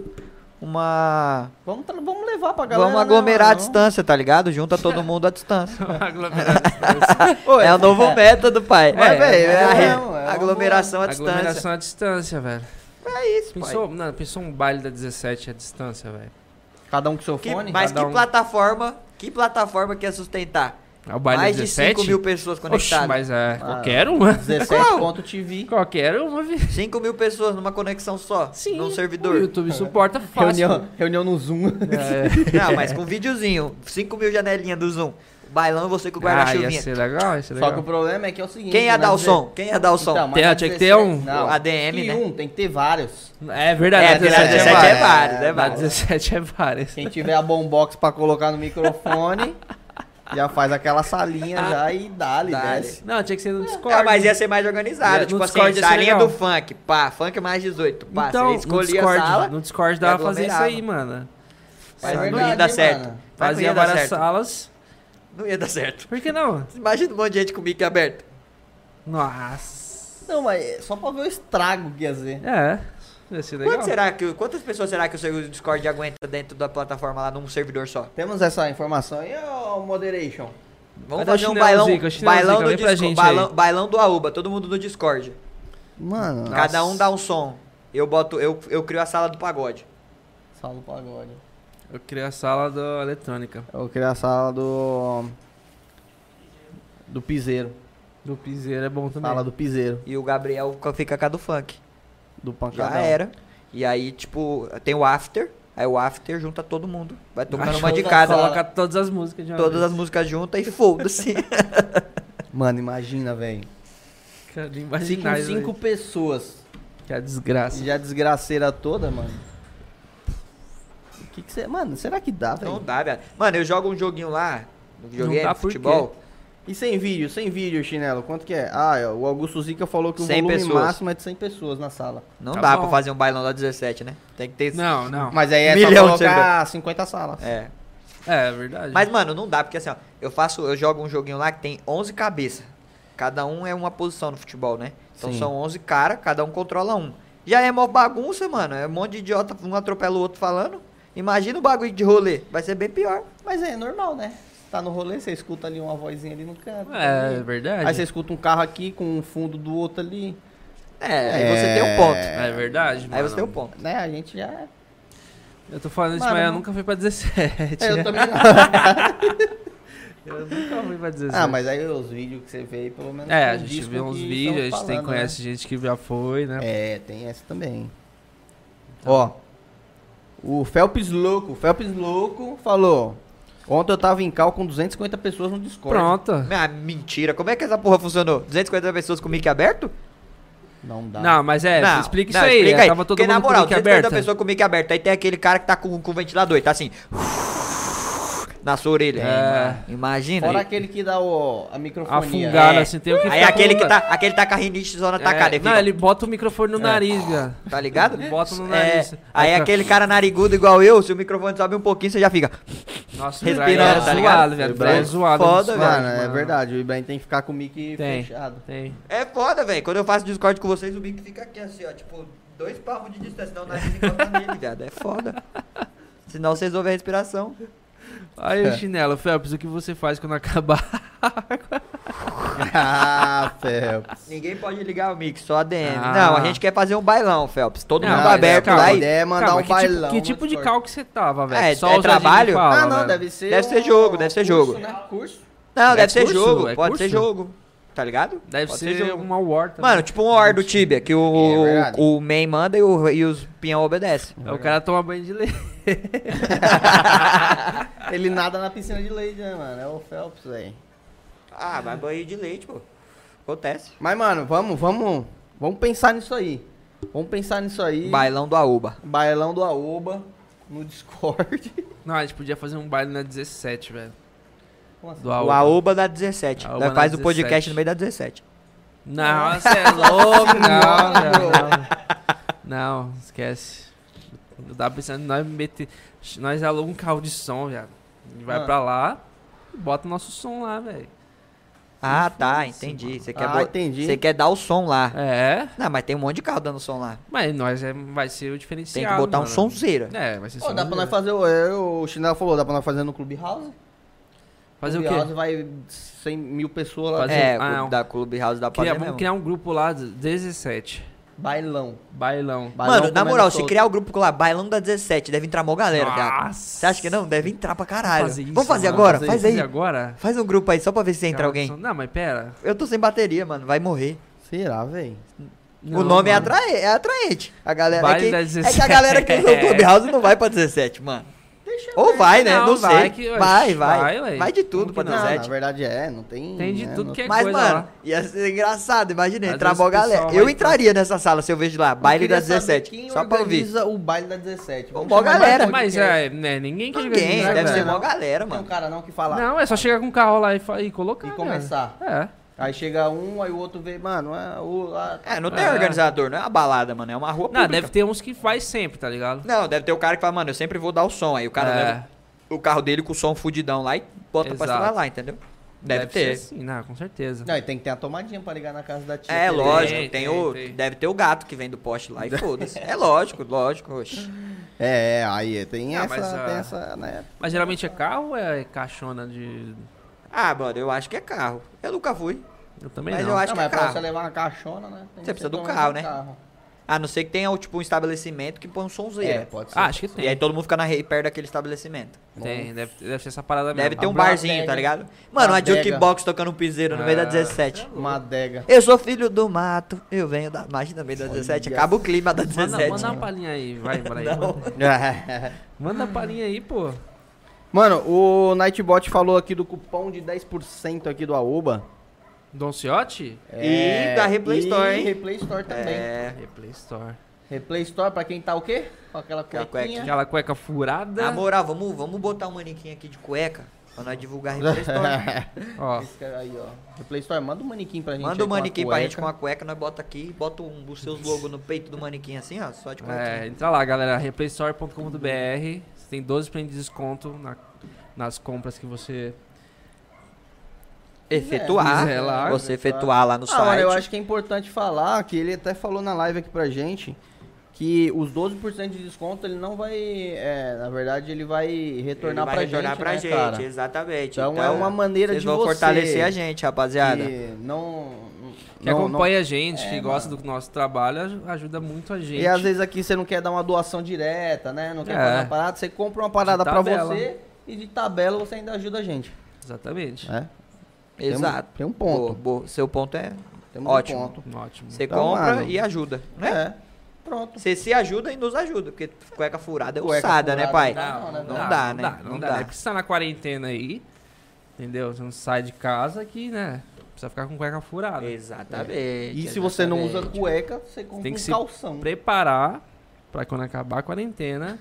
uma Vamos, tra- vamos levar pra galera. Vamos aglomerar né, à mano? distância, tá ligado? Junta todo mundo à distância. Aglomeração. Oi. é o novo método, pai. Mas, velho, é a- mesmo, é uma aglomeração à distância. Aglomeração à distância, velho. É isso, pai. Pensou, não, pensou um baile da 17 à distância, velho. Cada um com seu Que- fone? mas cada que um. plataforma, que plataforma que ia sustentar? É o baile Mais da de 17? 5 mil pessoas Oxi, conectadas. mas é. Ah. Qualquer uma. 17.tv. Qualquer um, uma, vi. 5 mil pessoas numa conexão só, Sim. um num O servidor. YouTube suporta fácil. Ah, Reunião, reunião no Zoom. É. Não, mas com videozinho, 5 mil janelinha do Zoom. Bailão e você com o Ah, ia guarda-chuvinha. ser legal, ia ser Só que legal. o problema é que é o seguinte. Quem ia né, dar o dizer- som? Quem ia dar o som? Então, mas Tem- na tinha que ter um- não, ADM, que né? um, tem que ter vários. É verdade, É, a 17 é 17 é várias. várias. vários, é Na vários. 17 é várias. Quem tiver a bombox pra colocar no microfone, já faz aquela salinha já e dá-lhe, Dá-lhe. desce. Não, tinha que ser no Discord. Ah, mas ia ser mais organizado, Ia- tipo no assim, Discord ia ser salinha legal. do funk, pá, funk mais 18, pá, Então, você no escolhia a sala, Discord, no Discord dava e pra fazer isso aí, aglomerava. mano. mas É não ia verdade, dar hein, certo. mano? Mas não Fazia ia dar várias certo. salas. Não ia dar certo. Por que não? Imagina um monte de gente com o mic aberto. Nossa. Não, mas é só pra ver o estrago que ia ser. É, ia ser legal. Quanto será que, quantas pessoas será que o seu Discord aguenta dentro da plataforma lá num servidor só? Temos essa informação aí, ô Moderation. Vamos Cadê o fazer um Chinelo bailão, Zica? O Chinelo bailão, Zica, do vem pra Disco- gente bailão- aí. bailão do Aúba, todo mundo no Discord. Mano, Nossa. Cada um dá um som. Eu boto, eu, eu crio a sala do pagode. sala do pagode. Eu criei a sala da eletrônica. Eu queria a sala do. Do piseiro. Do piseiro é bom também. Sala do piseiro. E o Gabriel fica- fica com a do funk. Do Já um. pancadão. era. E aí, tipo, tem o after. Aí o after junta todo mundo. Vai tocando Acho uma de que cada. sala- Coloca todas as músicas de uma Todas as vez. músicas juntas e foda-se. Mano, imagina, velho. Cara, de Se com imaginar isso cinco pessoas aí. Que é a desgraça. já desgraceira toda, mano. O que que você. Mano, será que dá, Não velho? dá, velho. Mano, eu jogo um joguinho lá, no videogame, dá por futebol. E sem vídeo, sem vídeo, chinelo, quanto que é? Ah, o Augusto Zica falou que o 100 volume pessoas. máximo é de 100 pessoas na sala. Não Tá dá bom. pra fazer um bailão da 17, né? Tem que ter. Não, não. Mas aí é Milhão de só colocar 50 salas. É. É, é verdade. Mas, mano, não dá, porque assim, ó, eu faço, eu jogo um joguinho lá que tem 11 cabeças. Cada um é uma posição no futebol, né? Então Sim. são 11 caras, cada um controla um. E aí é mó bagunça, mano. É um monte de idiota, um atropela o outro falando. Imagina o bagulho de rolê. Vai ser bem pior. Mas é normal, né? Você Tá no rolê, você escuta ali uma vozinha ali no canto. É, é ali. verdade. Aí você escuta um carro aqui com um fundo do outro ali. É, aí você tem um ponto. É verdade, Aí mano. você tem um ponto. Né? A gente já. Eu tô falando isso, Mano, mas eu não- nunca fui pra 17. É, eu né? também não. Eu nunca fui pra 17. ah, mas aí os vídeos que você vê aí, pelo menos. É, tem a um gente disco vê uns que vídeos, a estamos gente tem, falando, né? conhece gente que já foi, né? Então. É, tem essa também. Ó, o Felps Louco, o Felps Louco falou. Ontem eu tava em cal com 250 pessoas no Discord. Pronto. Ah, mentira. Como é que essa porra funcionou? 250 pessoas com mic aberto? Não dá. Não, mas é, Não, explica não, isso aí. explica Tava todo Porque, mundo na moral, com o mic 250 aberto. pessoas com o mic aberto. Aí tem aquele cara que tá com, com o ventilador. Ele tá assim... Na sua orelha. É. Imagina. Fora aquele que dá o, a microfonia. Afungado, É. assim, tem o que Aí ficar aquele que, afungado. tá, aquele tá com a rinite zona É, atacada, ele não, fica, ele bota o microfone no É. nariz, cara. tá ligado? Bota no É, nariz. aí Fica- aquele cara narigudo igual eu, se o microfone sobe um pouquinho, você já fica. Nossa, respirando, o Brian tá é ligado? zoado, velho. O Brian é Brian é zoado. foda, absurdo, Mano, é mano. verdade. O Ibrahim tem que ficar com o mic Tem. fechado. Tem. É foda, velho. Quando eu faço Discord com vocês, o mic fica aqui assim, ó, tipo, dois palmos de distância, senão o nariz encosta nele, viado. É foda. Senão vocês ouvem a respiração. Aí É. o chinelo, Felps, o que você faz quando acabar? ah, Felps. Ninguém pode ligar o mic, só a DM. Ah. Não, a gente quer fazer um bailão, Phelps. Todo Não, mundo mas aberto calma, lá A e. ideia é mandar Calma, um que tipo- bailão. Que no tipo de Discord. calque você tava, velho? É, Só é os agentes trabalho? falam, Ah, não, né, velho. deve ser. né? Deve ser um jogo, deve ser curso, jogo. Né? Curso. Não, É deve ser curso? jogo, É pode curso? Tá ser jogo. Tá ligado? Deve Pode ser jogo. uma war também. Mano, tipo um or do Tibia, que o, É verdade. o main manda e, o- e os pinhão obedecem. Aí o cara toma banho de leite. Ele nada na piscina de leite, né, mano? É o Felps, velho. Ah, vai banho de leite, pô. Acontece. Mas, mano, vamos, vamos. Vamos pensar nisso aí. Vamos pensar nisso aí. Bailão do Aúba. Bailão do Aoba no Discord. Não, a gente podia fazer um baile na 17, velho. Como assim? Do O Aoba. Aúba da 17. Aoba Nós da faz o 17. podcast no meio da 17. Não, você é louco, não, não, não. Não, esquece. Eu tava pensando em nós meter. Nós alugamos um carro de som, viado. A gente vai Ah. pra lá e bota o nosso som lá, velho. Ah, tá, entendi. Você quer, Ah, bo- entendi. Você quer dar o som lá. É, Não, mas tem um monte de carro dando som lá. mas nós é, vai ser o Tem diferencial. que botar um mano. sonzeira. É, vai ser Pô, dá pra nós fazer. fazer. o- é, O Chinelo falou, dá pra nós fazer no Clube House? um Fazer o quê? vai 100 mil pessoas lá. Fazer- É, Ah, o não. da Clube House da Criar- Padre vamos mesmo. criar um grupo lá, 17. Bailão. Bailão. Bailão Mano, na comendo moral, se solto. criar o grupo lá, Bailão da 17, deve entrar mó galera, cara. Nossa. Você acha que não? Deve entrar pra caralho. Fazer isso, vamos fazer mano. agora? Fazer Faz isso. Fazer aí. agora? Faz um grupo aí, só pra ver se entra Cara, alguém. Não, mas pera. Eu tô sem bateria, mano. Vai morrer. Será, velho? Não, o nome é, mano. atrai é atraente. A galera é Baile que, da é que a galera que usa o Clubhouse não vai pra 17, mano. Ou vai, né? Não, Não, sei. vai que- vai, vai. vai, Vai, ué. de tudo Como pra que Não, na 17. verdade é, não tem. Tem de né, tudo não- que é Mas, coisa mano, lá. ia ser engraçado. Imagina, Às entrar vezes mó o pessoal galera. vai Eu pra- entraria nessa sala se eu vejo lá, baile Eu queria das saber 17. quem Só pra ouvir. organiza o baile da 17. Vamos Mó chamar mais galera. um Mas podcast. é, né, ninguém que Ninguém, organiza, né, deve ser velho. mó galera, Tem um mano. cara não que fala. Não, é só chegar com o carro lá e, fa- e colocar. E cara. começar. É. Aí chega um, aí o outro vem, mano, é, o, a- É, não tem É. organizador, não é uma balada, mano. É uma rua Não, pública. deve ter uns que faz sempre, tá ligado? Não, deve ter o cara que fala, mano, eu sempre vou dar o som. Aí o cara É, leva o carro dele com o som fudidão lá e bota pra Exato. estralar lá, entendeu? Deve, ser ter. assim, não, com certeza. Não, e tem que ter a tomadinha pra ligar na casa da tia. É, Tereza. lógico, tem, tem, o. tem. Deve ter o gato que vem do poste lá e foda-se. É lógico, lógico. oxe. É, é, aí tem Ah, essa, mas, ah, tem essa, né? Mas geralmente é carro ou é caixona de. Ah, mano, eu acho que é carro. Eu nunca fui. Eu também Mas não. eu acho não, que é mas pra carro. você levar uma caixona, né? tem Você que precisa ser do pelo menos carro, um né? A não ser que tenha, tipo, um estabelecimento que põe um É, sonzeiro. pode ser. Ah, acho que tem. e aí todo mundo fica na re... perto daquele estabelecimento. Tem, deve, deve ser essa parada Deve mesmo. ter um Abre uma barzinho, adega. tá ligado? Mano, uma Uma adega. jukebox tocando um piseiro no meio da Ah. 17. Uma adega. Eu sou filho do mato, eu venho da margem da meio da 17. Acaba o clima da Manda, 17. manda uma palhinha aí, vai, bora aí. né? Não. Manda, É. manda uma palhinha aí, pô. Mano, o Nightbot falou aqui do cupom de 10% aqui do Aoba. É, Don Ciotti? E da Replay e Store, hein? Replay Store também. É. Replay Store. Replay Store pra quem tá o quê? Com aquela Aquela cuequinha. Aquela cueca furada. Na moral, vamos, vamos botar um manequim aqui de cueca pra nós divulgar a Replay Store. Ó, Esse cara aí, ó. Replay Store, manda um manequim pra gente. Manda aí um com a manequim pra gente com cueca. uma cueca, nós bota aqui, bota um, os seus logos no peito do manequim assim, ó, É. só de cueca. é, entra lá, galera. Replaystore.com.br. Você tem 12% de desconto na, nas compras que você. Efetuar. Quiser é. lá. é Você efetuar lá no Ah, mano, site. eu acho que é importante falar que ele até falou na live aqui pra gente que os 12% de desconto ele não vai. é, na verdade, ele vai retornar Ele vai pra retornar gente. pra né, gente, cara? exatamente. Então, é uma maneira vocês de vão você fortalecer a gente, rapaziada. Que não. Que não- não- acompanha a gente, É, que gosta do nosso trabalho, aj- ajuda muito a gente. E às vezes aqui você não quer dar uma doação direta, né? Não quer É. fazer uma parada, você compra uma parada De pra tabela. você e de tabela você ainda ajuda a gente. Exatamente. né? Tem um- Exato. Tem um ponto. Boa, boa. Seu ponto é. Temos Ótimo. um ponto. Ótimo. Você Tá compra lá, e ajuda, né? É. Pronto. Você se ajuda e nos ajuda, porque cueca furada é Cueca ossada, né, furada. pai? Não, né, Não dá, né? Não, dá. É porque você tá na quarentena aí, entendeu? Você não sai de casa aqui, né? Precisa ficar com cueca furada. Exatamente. E se você não usa exatamente. cueca, você compra Tem um que se calção. Preparar pra quando acabar a quarentena,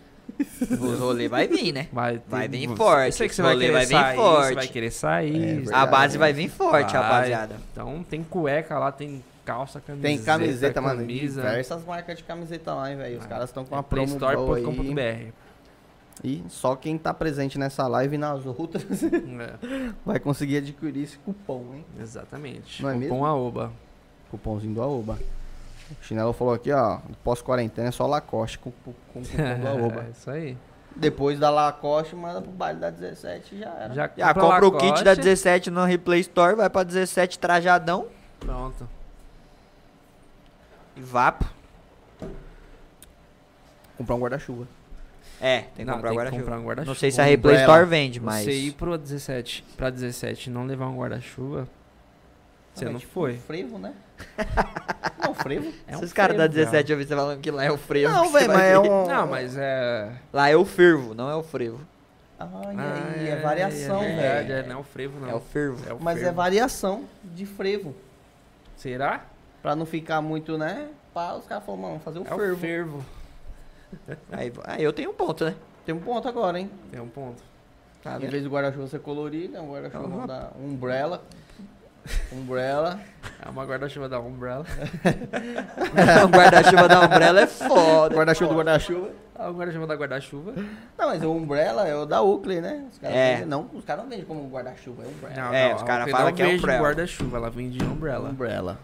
Os rolê vai vir, né? vai ter- Vai vir você- forte, Eu sei que você esse vai rolê querer vai vir sair, forte. você vai querer sair. verdade. A base vai vir forte, Vai. rapaziada. Então tem cueca lá, tem calça, camiseta. Tem camiseta, mano. camisa. É Diversas marcas de camiseta lá, hein, velho. Os caras estão com uma promo boa aí. playstore.com.br. É. E só quem tá presente nessa live e nas outras vai conseguir adquirir esse cupom, hein? Exatamente. Não é Com mesmo? aoba. Cupomzinho do Aoba. O Chinelo falou aqui, ó. Pós-quarentena é só Lacoste com, com, com cupom do É Aoba. isso aí. Depois da Lacoste, manda pro baile da 17 já era. Já um Já ah, compra o kit da 17 no Replay Store, vai pra 17 trajadão Pronto. e vapo. Comprar um guarda-chuva. É, tem que Não, comprar tem que agora. comprar um guarda-chuva. Não sei se a Um Replay umbrella. Store vende, mas. Você ir pro 17, pra 17 e não levar um guarda-chuva, você Ah, é não tipo foi. Um frevo, né? não, frevo. É um Esses caras da frevo, cara. 17 eu vi você falando que lá é o frevo. que Não, velho, você vai mas é ver. um. Não, mas é... Lá é o fervo, não é o frevo. Ai, Ah, aí, é é, variação, velho. verdade, é, não é o frevo, não. É o fervo. É o Mas é frevo. variação de frevo. Será? Pra não ficar muito, né? Pá, os caras falaram, mano, fazer um o É o fervo. fervo. Aí, aí eu tenho um ponto, né? Tem um ponto agora, hein? É um ponto. Tá em vendo? vez do guarda-chuva ser colorido, é um guarda-chuva Uhum. da Umbrella. Umbrella. É uma guarda-chuva da Umbrella. o guarda-chuva da Umbrella é O foda. guarda-chuva do guarda-chuva. É uma guarda-chuva da guarda-chuva. Não, mas o Umbrella é o da Oakley, né? Os caras É. vendem- não, os caras não vendem como guarda-chuva, é Umbrella. É, os cara ela fala não que é vende Umbrella. um guarda-chuva, ela vende Umbrella. Umbrella.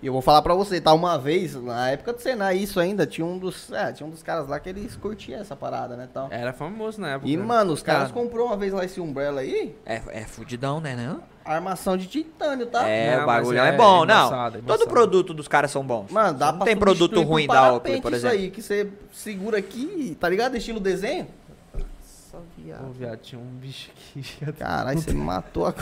E eu vou falar pra você, tá? Uma vez, na época do Senai, isso ainda, tinha um dos, é, tinha um dos caras lá que eles curtiam essa parada, né? É, Tal. Era famoso na época. E, mano, os caras Cara. comprou uma vez lá esse Umbrella aí, É, é fudidão, né? Não? armação de titânio, tá? É, Não, o mas bagulho é, é bom, não. embaçado, embaçado. Todo produto dos caras são bons. Mano, dá não pra tem produto substituir por ruim da Oakley, parapente por isso exemplo. aí, que você segura aqui, tá ligado? Estilo desenho. Nossa, Ô, viado. viado, tinha um bicho aqui. Caralho, você me matou a...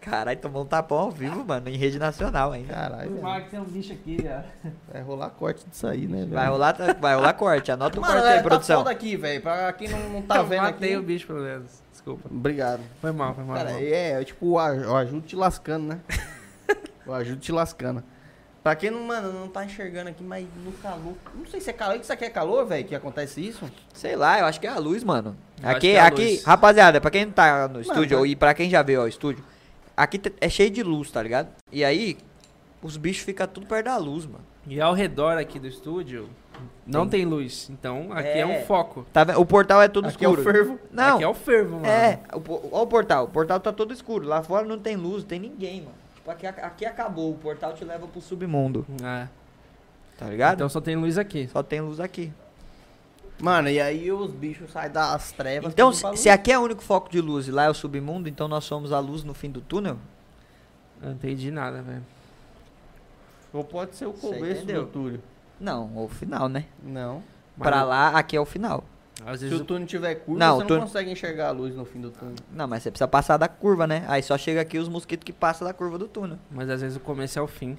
Caralho, tomou um tapão ao vivo, mano, em rede nacional ainda. Caralho, velho. tem um bicho aqui, viado. vai rolar corte disso aí, né, velho? É. Vai rolar, vai rolar corte, anota o Mano, corte um aí, é, tá produção. foda aqui, velho. Pra quem não, não tá eu vendo matei aqui... o bicho, pelo menos. Desculpa. Obrigado. Foi mal, foi mal. Cara, mal. é, é tipo o aj- o ajudo te lascando, né? o ajudo te lascando. Pra quem não, mano, não tá enxergando aqui, mas no calor. Não sei se é calor. Isso aqui é calor, velho, que acontece isso? Sei lá, eu acho que é a luz, mano. Eu acho Aqui, que é a aqui, luz. rapaziada, pra quem não tá no estúdio tá- e pra quem já veio ao estúdio, aqui te- é cheio de luz, tá ligado? E aí, os bichos ficam tudo perto da luz, mano. E ao redor aqui do estúdio, não tem luz. Então aqui é, É. um foco. Tá vendo? O portal é todo aqui escuro. é o fervo. Não. Aqui é o fervo, mano. É, o, po- ó o portal. O portal tá todo escuro. Lá fora não tem luz, não tem ninguém, mano. Tipo, aqui, aqui acabou. O portal te leva pro submundo. É. Tá ligado? Então só tem luz aqui. Só tem luz aqui. Mano, e aí os bichos saem das trevas. Então, tudo pra se, luz. se aqui é o único foco de luz e lá é o submundo, então nós somos a luz no fim do túnel? Eu não entendi nada, velho. Ou pode ser o Você começo entendeu? do túnel. Não, o final, né? Não. Mas pra eu- lá, aqui é o final. Às Se vezes o eu... túnel tiver curto, Não, o você não túnel- consegue enxergar a luz no fim do túnel. Não, mas você precisa passar da curva, né? Aí só chega aqui os mosquitos que passam da curva do túnel. Mas às vezes o começo é o fim.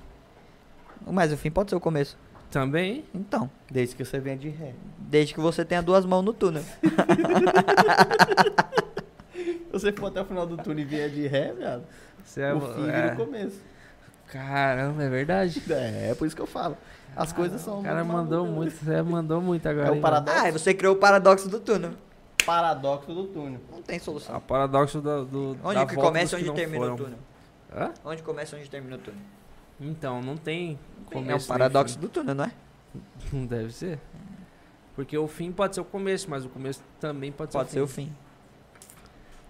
Mas o fim pode ser o começo. Também. Então, Desde que você venha de ré. desde que você tenha duas mãos no túnel. Se você for até o final do túnel e vier de ré, viado, Você é... o fim é. vira o começo. Caramba, é verdade. É, é por isso que eu falo. As Ah, coisas são. O cara muito mandou malucas, né? muito, você mandou muito agora. É o hein, parado- Ah, e você criou o paradoxo do túnel. velho. Paradoxo do túnel. Não mano. tem Ah, solução. o paradoxo do. do Onde da que volta começa dos e onde não termina foram. o túnel? Hã? Onde começa e onde termina o túnel? Então, não tem é o começo. nem paradoxo fim. do túnel, não é? Não deve ser. Porque o fim pode ser o começo, mas o começo também pode, Pode ser o fim. fim.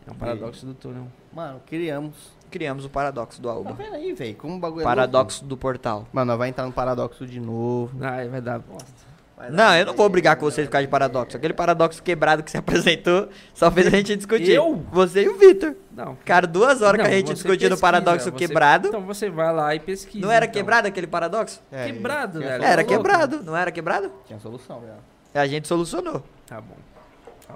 É um paradoxo do túnel. Mano, criamos. Criamos o paradoxo do Tá Alba. vendo aí, velho? Como o bagulho é Paradoxo do portal. louco. Mano, nós vai entrar no paradoxo de novo. Ai, vai dar bosta. Vai Não, dar- eu não vou brigar com você por causa de paradoxo. Aquele paradoxo quebrado que você apresentou só fez a gente discutir. Eu? Você e o Vitor. Não. Cara, duas horas que Não, a gente você discutindo o pesquisa, paradoxo você- quebrado. tá Então você vai lá e pesquisa. não era então. quebrado aquele paradoxo? É, Quebrado, tinha velho. solução. Era louco. quebrado, não era quebrado? Tinha solução, velho. A gente solucionou. Tá bom,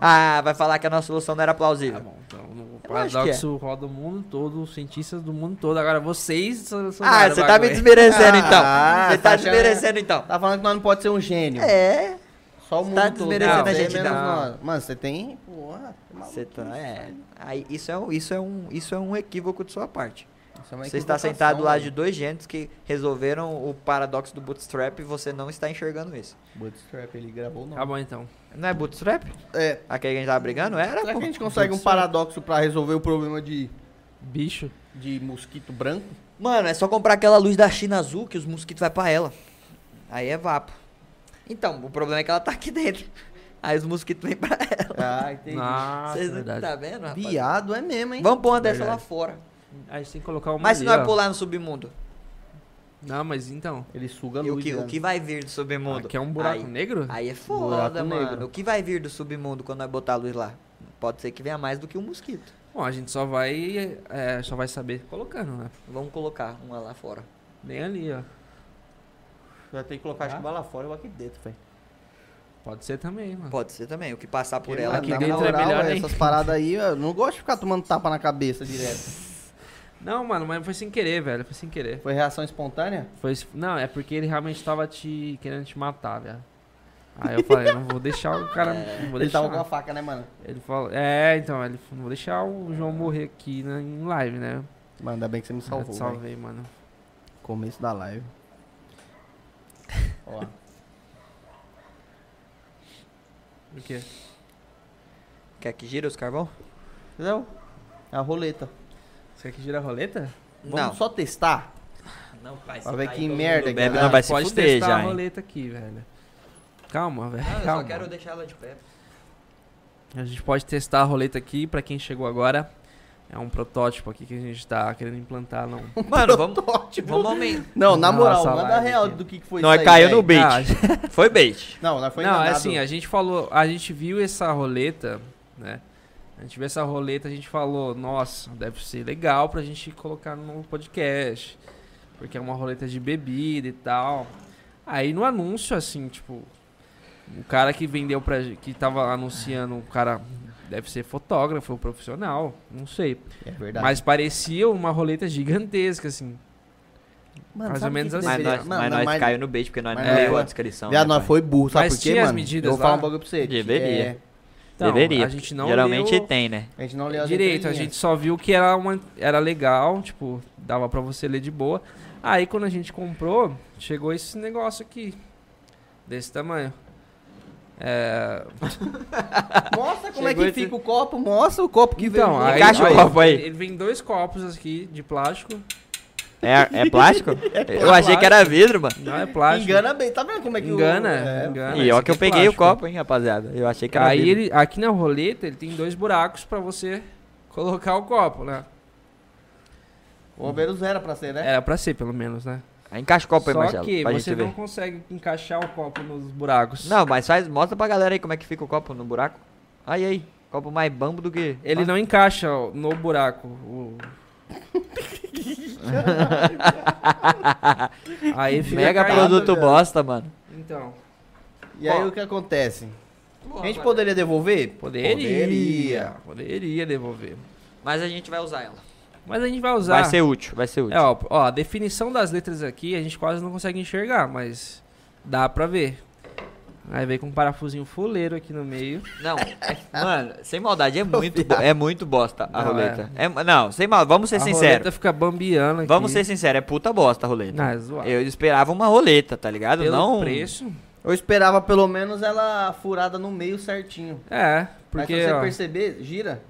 Ah, vai falar que a nossa solução não era tá plausível. bom. Então, o Eu acho que é. paradoxo roda o mundo todo, os cientistas do mundo todo. Agora vocês solucionaram Ah, o você tá me bagulho. Ah, desmerecendo então. Você tá tá achando- desmerecendo então. Tá falando que nós não pode ser um gênio. É. Só o Você mundo tá todo. desmerecendo Não, a você gente, menos não. nós. Mano, você tem... Porra, é maluco Você tá, isso, é. velho. Aí, isso, é um, isso, é um, isso é um equívoco de sua parte. Isso é uma Você está equivocação, sentado do lado de velho. dois gênios que resolveram o paradoxo do bootstrap e você não está enxergando isso. Bootstrap, ele gravou o nome. Tá bom, então. Não é bootstrap? É, Aquele que a gente tava brigando? Era? Será pô. que a gente consegue um paradoxo pra resolver o problema de, Bicho. de mosquito branco? Mano, é só comprar aquela luz da China azul que os mosquitos vai pra ela. Aí é vapo. Então, o problema é que ela tá aqui dentro. Aí os mosquitos vêm pra ela. Ah, entendi. Nossa, é Vocês não verdade. tá vendo, rapaz? Viado é mesmo, hein? Vamos pôr uma dessa Verdade. lá fora. A gente tem que colocar uma Mas se ali, nós ó. pular no submundo, Não, mas então. Ele suga e o luz. que, o né? que vai vir do submundo? Aqui é um buraco Aí- negro? Aí é foda, Buraco mano. negro. O que vai vir do submundo quando nós botar a luz lá? Pode ser que venha mais do que um mosquito. Bom, a gente só vai. é, só vai saber colocando, né? Vamos colocar uma lá fora. Bem ali, ó. Vai ter que colocar acho que vai lá fora e vai aqui dentro, velho. Pode ser também, mano. Pode ser também. O que passar por Porque, ela né? mano, Hum. aqui na dentro é moral, melhor, velho, hein? Essas paradas aí, eu não gosto de ficar tomando tapa na cabeça direto. Não, mano, mas foi sem querer, velho. Foi sem querer. Foi reação espontânea? Foi, não, é porque ele realmente tava te querendo te matar, velho. Aí eu falei, não vou deixar o cara. Não vou Ele deixar. tava com a faca, né, mano? Ele falou. É, então, ele falou, não vou deixar o João morrer aqui na, em live, né? Mano, ainda bem que você me Eu salvou, te velho. salvei, mano. Começo da live. Ó, O quê? Quer que gira os carvão? entendeu? É a roleta. Você quer que gira a roleta? Vamos só testar? Não, pai. Pra ver que merda que bebe vai não dar. vai se Pode fuder testar já, a hein? roleta aqui, velho. Calma, velho. Não, eu É, calma. só quero deixar ela de pé. A gente pode testar a roleta aqui, pra quem chegou agora. É um protótipo aqui que a gente tá querendo implantar, não. Mano, vamos, Protótipo. vamos aumentar. Não, na Nossa, moral, a manda a live real aqui. do que que foi isso Nós aí, caiu velho. no bait. Ah, Foi bait. Não, nós foi não, é enganado. assim, a gente falou, a gente viu essa roleta, né? A gente viu essa roleta, a gente falou, nossa, deve ser legal pra gente colocar no podcast. Porque é uma roleta de bebida e tal. Aí no anúncio, assim, tipo, o cara que vendeu pra gente, que tava anunciando, o cara deve ser fotógrafo, profissional, não sei. É verdade. Mas parecia uma roleta gigantesca, assim. Mano, mais sabe ou o menos que que assim. Mas deveria- nós, Mano, mas não, nós caiu no bait porque nós não mas- leu é. a descrição. Viado, né, nós foi burro, sabe Mas por quê, tinha as mano? medidas Eu vou falar lá? um bagulho pra você. Deveria. É, Então, Deveria. A gente não Geralmente leu... tem, né? a gente não leu as direito, a gente entrelinhas. só viu que era, uma, era legal, tipo, dava pra você ler de boa. Aí quando a gente comprou, chegou esse negócio aqui, desse tamanho. É... Mostra como é Chegou que esse- fica o copo, mostra o copo que Então, veio. aí, Encaixa o aí, copo aí. Ele vem dois copos aqui de plástico, É, é plástico? eu achei que era vidro, mano. não é plástico. Engana bem, tá vendo como é que o- Engana, É, engana. E ó esse que eu aqui é peguei o plástico. copo, hein, rapaziada. Eu achei que era Aí vidro. ele, aqui na roleta, ele tem dois buracos pra você colocar o copo, né? O Roberto zero pra ser, É. né? Era pra ser, pelo menos, né? Aí encaixa o copo aí, Só Marcelo, que pra você gente ver. não consegue encaixar o copo nos buracos. Não, mas faz, mostra pra galera aí como é que fica o copo no buraco. Aí, aí. Copo mais bambo do que. Ele não encaixa ó, no buraco. o- Aí fica Mega caído. produto viado. bosta, mano. Então, E aí o que acontece? A gente Boa, poderia devolver? poderia. Poderia, devolver. Mas a gente vai usar ela. Mas a gente vai usar. Vai ser útil, vai ser útil. É, ó, ó, a definição das letras aqui a gente quase não consegue enxergar, mas dá pra ver. Aí vem com um parafusinho fuleiro aqui no meio. Não, é- mano, sem maldade, é muito, bo- é muito bosta a Não, roleta. É, não, sem mal, vamos ser a sinceros. roleta fica bambiando aqui. Vamos ser sinceros, é puta bosta a roleta. Ah, é zoado. Eu esperava uma roleta, tá ligado? Pelo não. preço. Eu esperava pelo menos ela furada no meio certinho. É, Mas porque se você ó, perceber, gira.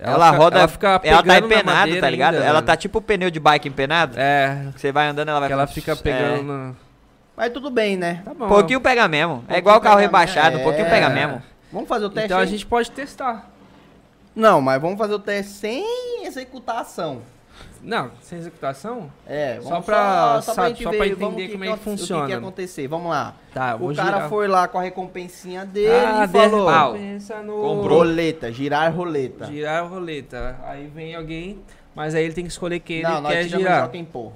Ela, roda. ela fica ela tá pegando na empenada, madeira tá ligado? ainda, ela velho. tá tipo o pneu de bike empenado. É, que Você vai andando, ela vai. que ela fica pegando. na- Mas tudo bem, né? Tá bom. É, pouquinho pega mesmo. É Pouquinho igual carro pega mesmo. rebaixado, um pouquinho É. pega mesmo. Vamos fazer o teste Então a aí? gente pode testar. Não, mas vamos fazer o teste sem executar a ação. Não, sem executação? É, Só vamos pra- só sabe, gente só ver pra vamos entender que como que é que o- O que, funciona. que ia acontecer? Vamos lá. Tá, o vou cara girar. foi lá com a recompensinha dele Ah, e falou... pau. Comprou. Roleta, girar é roleta. Girar a roleta. Aí vem alguém, mas aí ele tem que escolher quem ele não, nós quer tiramos girar. Joaquim Pô.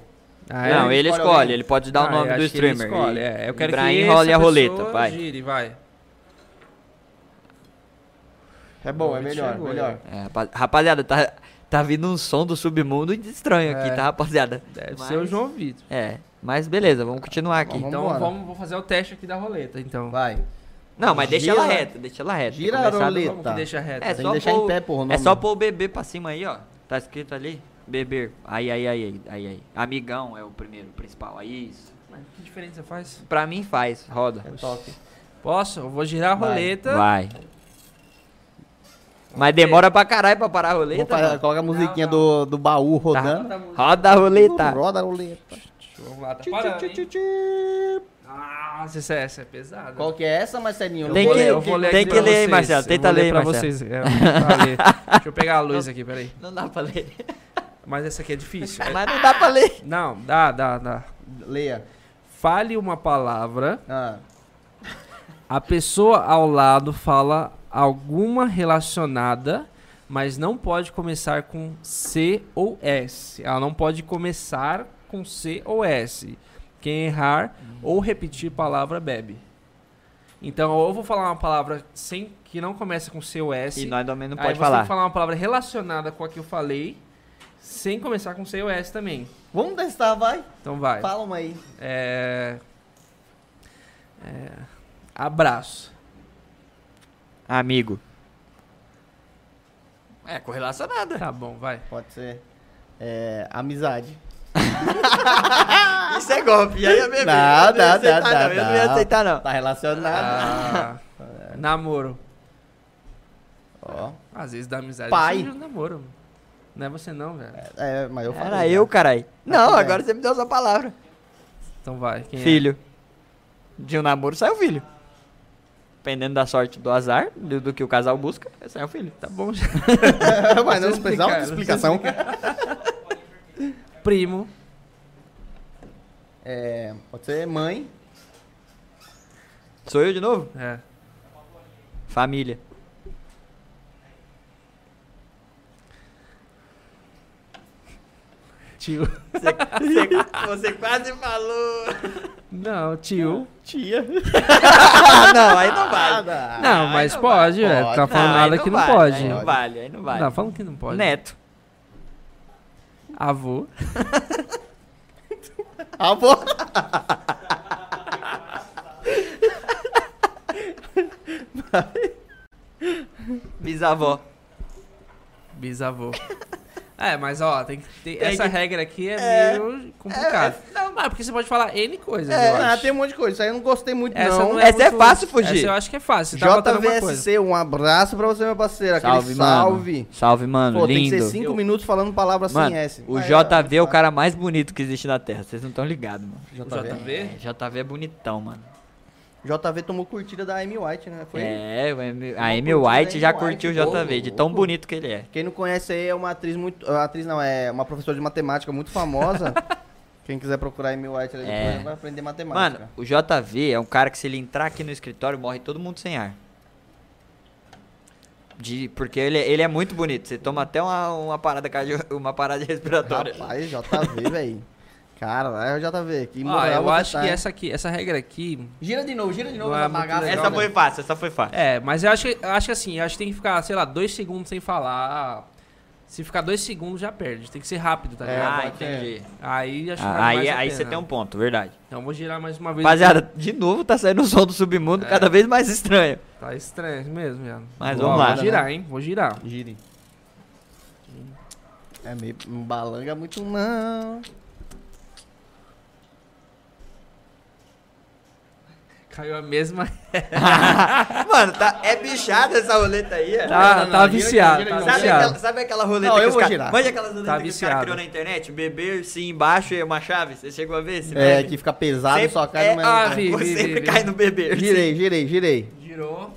Ah, é? não, ele escolhe escolhe, alguém. ele pode dar Ah, o nome eu do acho que ele streamer. escolhe, E- é. Eu quero Ibrahim que role essa a roleta, pessoa vai. Gire, vai. É bom, é Ele melhor, chegou, melhor. É, rapa- rapaziada, tá, tá vindo um som do submundo estranho aqui, É. tá, rapaziada? Deve Mas- ser o João Vitor. É, mas beleza, vamos continuar aqui. Vamos Então embora. vamos, vou fazer o teste aqui da roleta, então. Vai. é Não, mas deixa ela Gira- né? reta, deixa ela reta. Tem gira a começado- roleta. Como que deixa reta? É Tem só que deixar em pôr- pé, porra, o É nome. só pôr o bebê pra cima aí, ó. Tá escrito ali? Beber. Aí, aí, aí, aí, aí, aí. Amigão é o primeiro, o principal. Aí, isso. Mas que diferença faz? Pra mim faz, roda. É toque. Posso? Eu vou girar a Vai. roleta. Vai. Mas demora pra caralho pra parar a Vou roleta. parar- mano. Coloca a musiquinha Não, Do, do baú rodando. Tá, tá, Roda a roleta. Roda a roleta. Vamos lá, tá parando, Tchu, tchu, hein? tchu, tchu. Nossa, essa, essa é pesada. Qual que é essa, Marcelinho? Tem Eu vou que- ler, eu vou ler tem aqui que pra ler, vocês. Marcelo, Eu vou tenta ler, pra Marcelo. vocês. É, pra ler. Deixa eu pegar a luz aqui, peraí. Não dá pra ler. Mas essa aqui é difícil. É- Mas não dá pra ler. Não, dá, dá, dá. Leia. Fale uma palavra, Ah, a pessoa ao lado fala alguma relacionada, mas não pode começar com C ou S. Ela não pode começar com C ou S. Quem errar ou repetir palavra bebe. Então, ou eu vou falar uma palavra sem que não começa com C ou S. E nós também não Aí pode você tem falar. que falar uma palavra relacionada com a que eu falei, sem começar com C ou S também. vamos testar, vai. Então vai. Fala uma aí. É... É... Abraço. Amigo. É, correlacionada. Tá bom, vai. Pode ser. É, amizade. Isso é golpe. Aí é bebê. Dá, eu não ia dá, dá, aceitar, não. dá, Eu não ia dá. aceitar, não. Tá relacionado. Ah, namoro. Ó. Às vezes dá amizade. Pai. surge um namoro. Não é você não, velho. É, mas eu falei. Era já. eu, caralho. Mas Não, tudo agora bem. você me deu a sua palavra. Então vai. Quem é? Filho. De um namoro sai o filho. Dependendo da sorte do azar, do, do que o casal busca, sai o filho. Tá bom. já. mas não Vocês precisava de explicaram, explicação. Primo. É, pode ser mãe. Sou eu de novo? É. Família. Tio. Você, quase falou. Não, tio. Tia. Ah, não, aí não vale. Nada. Não, mas não pode, Ah, vai. velho. Tá Pode. falando aí nada que não vale, pode. Aí não Né? vale, aí não vale. Tá falando que não pode. Neto. Avô. Avô. Bisavó. Bisavô. É, mas ó, tem que ter- Tem essa que- regra aqui é, É. meio complicada. Ah, porque você pode falar N coisas, É, eu acho. ah, tem um monte de coisa. Isso aí eu não gostei muito, Essa não. não essa é fácil fugir. Essa eu acho que é fácil. Você tá botando alguma coisa. JVSC, um abraço pra você, meu parceiro. Aquele salve. mano. Salve, mano. Pô, tem Lindo. que ser cinco Eu- minutos falando palavras Mano, sem S. o Assim, Vai, JV é o vai. cara mais bonito que existe na Terra. Vocês não estão ligados, mano. JV. JV? É, JV é bonitão, mano. JV tomou curtida da Amy White, né? Foi ele. É, o M- a Uma Amy curtida da White já Amy White, curtiu o pô, JV, de tão louco. bonito que ele é. Quem não conhece aí é uma atriz muito. ah, Atriz não, é uma professora de matemática muito famosa. Quem quiser procurar Amy White ali É. depois vai aprender matemática. Mano, o JV é um cara que se ele entrar aqui no escritório, morre todo mundo sem ar. De, porque ele, ele é muito bonito. Você toma até uma, uma, parada, cardio, uma parada respiratória. Rapaz, JV, velho. Cara, é o JV. Que Ó, moral Ah, eu você acho tá, que hein? essa aqui, essa regra aqui. Gira de novo, gira de novo Não é essa muito bagaça. legal, essa né? foi fácil, essa foi fácil. É, mas eu acho que, eu acho que assim, eu acho que tem que ficar, sei lá, dois segundos sem falar. Se ficar dois segundos, já perde. Tem que ser rápido, tá ligado? ah, É, pode ser. entendi. Aí acho que Ah, vale aí mais a aí pena. você tem um ponto, verdade. Então eu vou girar mais uma vez. Rapaziada, de novo tá saindo o som do submundo É. cada vez mais estranho. Tá estranho mesmo, velho. Mas Ó, vamos lá. Vou girar, hein? Vou girar. Gire. É meio não balanga muito não. Caiu a mesma. Mano, tá, é bichada essa roleta aí, Tá, ó. não, não, tá gira, viciado, gira, tá gira, gira. Sabe viciado. aquela, sabe aquela roleta Não, que eu os vou cara- girar. Manja aquelas roletas Tá que os caras viciado. criou na internet? Beber, sim, embaixo é uma chave. Você chegou a ver? Você né? É, bebe? que fica pesado, Sempre- só cai é, no ah, cai. vi, Você vi, sempre sempre cai cai no beber. Girei, girei, girei. Girou.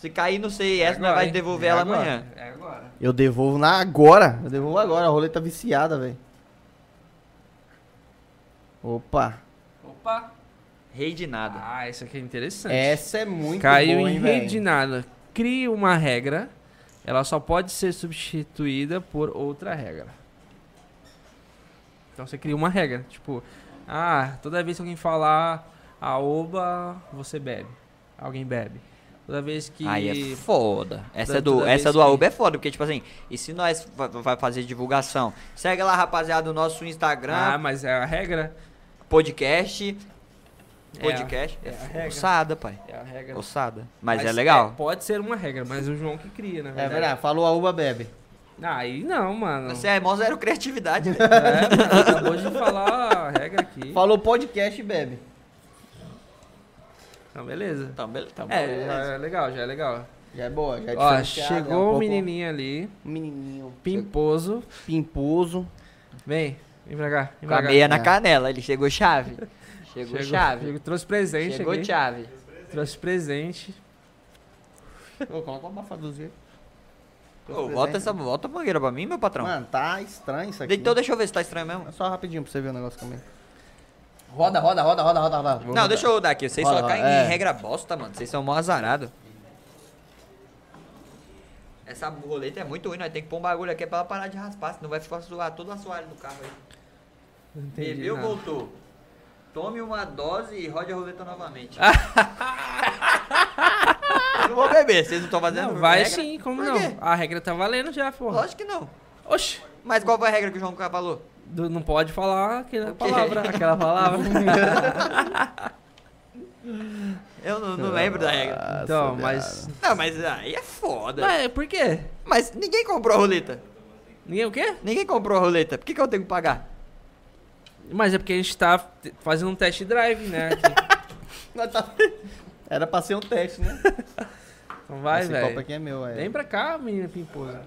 Se cair no CIS, É nós agora, vai hein? devolver É ela agora, amanhã. É agora. Eu devolvo na agora. Eu devolvo agora. A roleta viciada, velho. Opa. Opa! Rei de nada. Ah, isso aqui é interessante. Essa é muito Caiu boa, em hein, rede né? velho? de nada. Cria uma regra, ela só pode ser substituída por outra regra. Então você cria uma regra, tipo, ah, toda vez que alguém falar a oba, você bebe. Alguém bebe. Toda vez que Aí é foda. Essa é do, toda essa vez do que- AUB é foda, porque, tipo assim, e se nós va- vai fazer divulgação? Segue lá, rapaziada, o nosso Instagram, Ah, mas é a regra? podcast. É, Podcast. É, é a f- regra. ossada, pai. É a regra. Ossada. Mas, é legal. pode ser uma regra, mas o João que cria, na É verdade. verdade. Falou a Uba Bebe. Ah, Aí não, mano. Você é mó zero criatividade, né? velho. É, acabou de falar a regra aqui. Falou podcast Bebe. Então, beleza. Então, beleza. Então, É, já é legal, já é legal. Já é boa. Já é Ó, ah, diferenciada, é um chegou o pouco- menininho ali, Um Menininho. pimposo. Pimposo. Vem, vem pra cá. Vem Com a pra cá. meia na É. canela, ele chegou chave. Chegou, Chegou, chave. chegou, trouxe presente chegou aqui. chave. Trouxe presente. Ô, coloca uma abafadozinha. Ô, volta essa volta a mangueira pra mim, meu patrão. Mano, tá estranho isso aqui. então deixa eu ver se tá estranho mesmo. Só rapidinho pra você ver o negócio também. Roda, roda, roda, roda, roda, roda. Vou não, rodar. deixa eu dar aqui. Vocês Roda, só roda, caem é. em regra bosta, mano. Vocês são mó azarado. Essa roleta é muito ruim, nós temos que pôr um bagulho aqui pra ela parar de raspar, senão vai ficar zoar todo o assoalho do carro aí. Não entendi Bebeu, tá nada. voltou. Tome uma dose e rode a roleta novamente. eu não vou beber, vocês não estão fazendo Não, vai regra? sim, como Por não? quê? A regra tá valendo já, porra. Lógico que não. Oxi, Mas qual foi a regra que o João falou? do- não pode falar aquela O quê? palavra, aquela palavra. Eu não, não lembro da regra. então, mas... Não, mas aí é foda. Mas por quê? Mas ninguém comprou a roleta. Ninguém o quê? Ninguém comprou a roleta. Por que, que eu tenho que pagar? Mas é porque a gente tá te- fazendo um test drive, né? aqui. Nós tá- Era pra ser um teste, né? Então vai, Esse copo velho. aqui é meu, é. Vem pra cá, menina pimposa.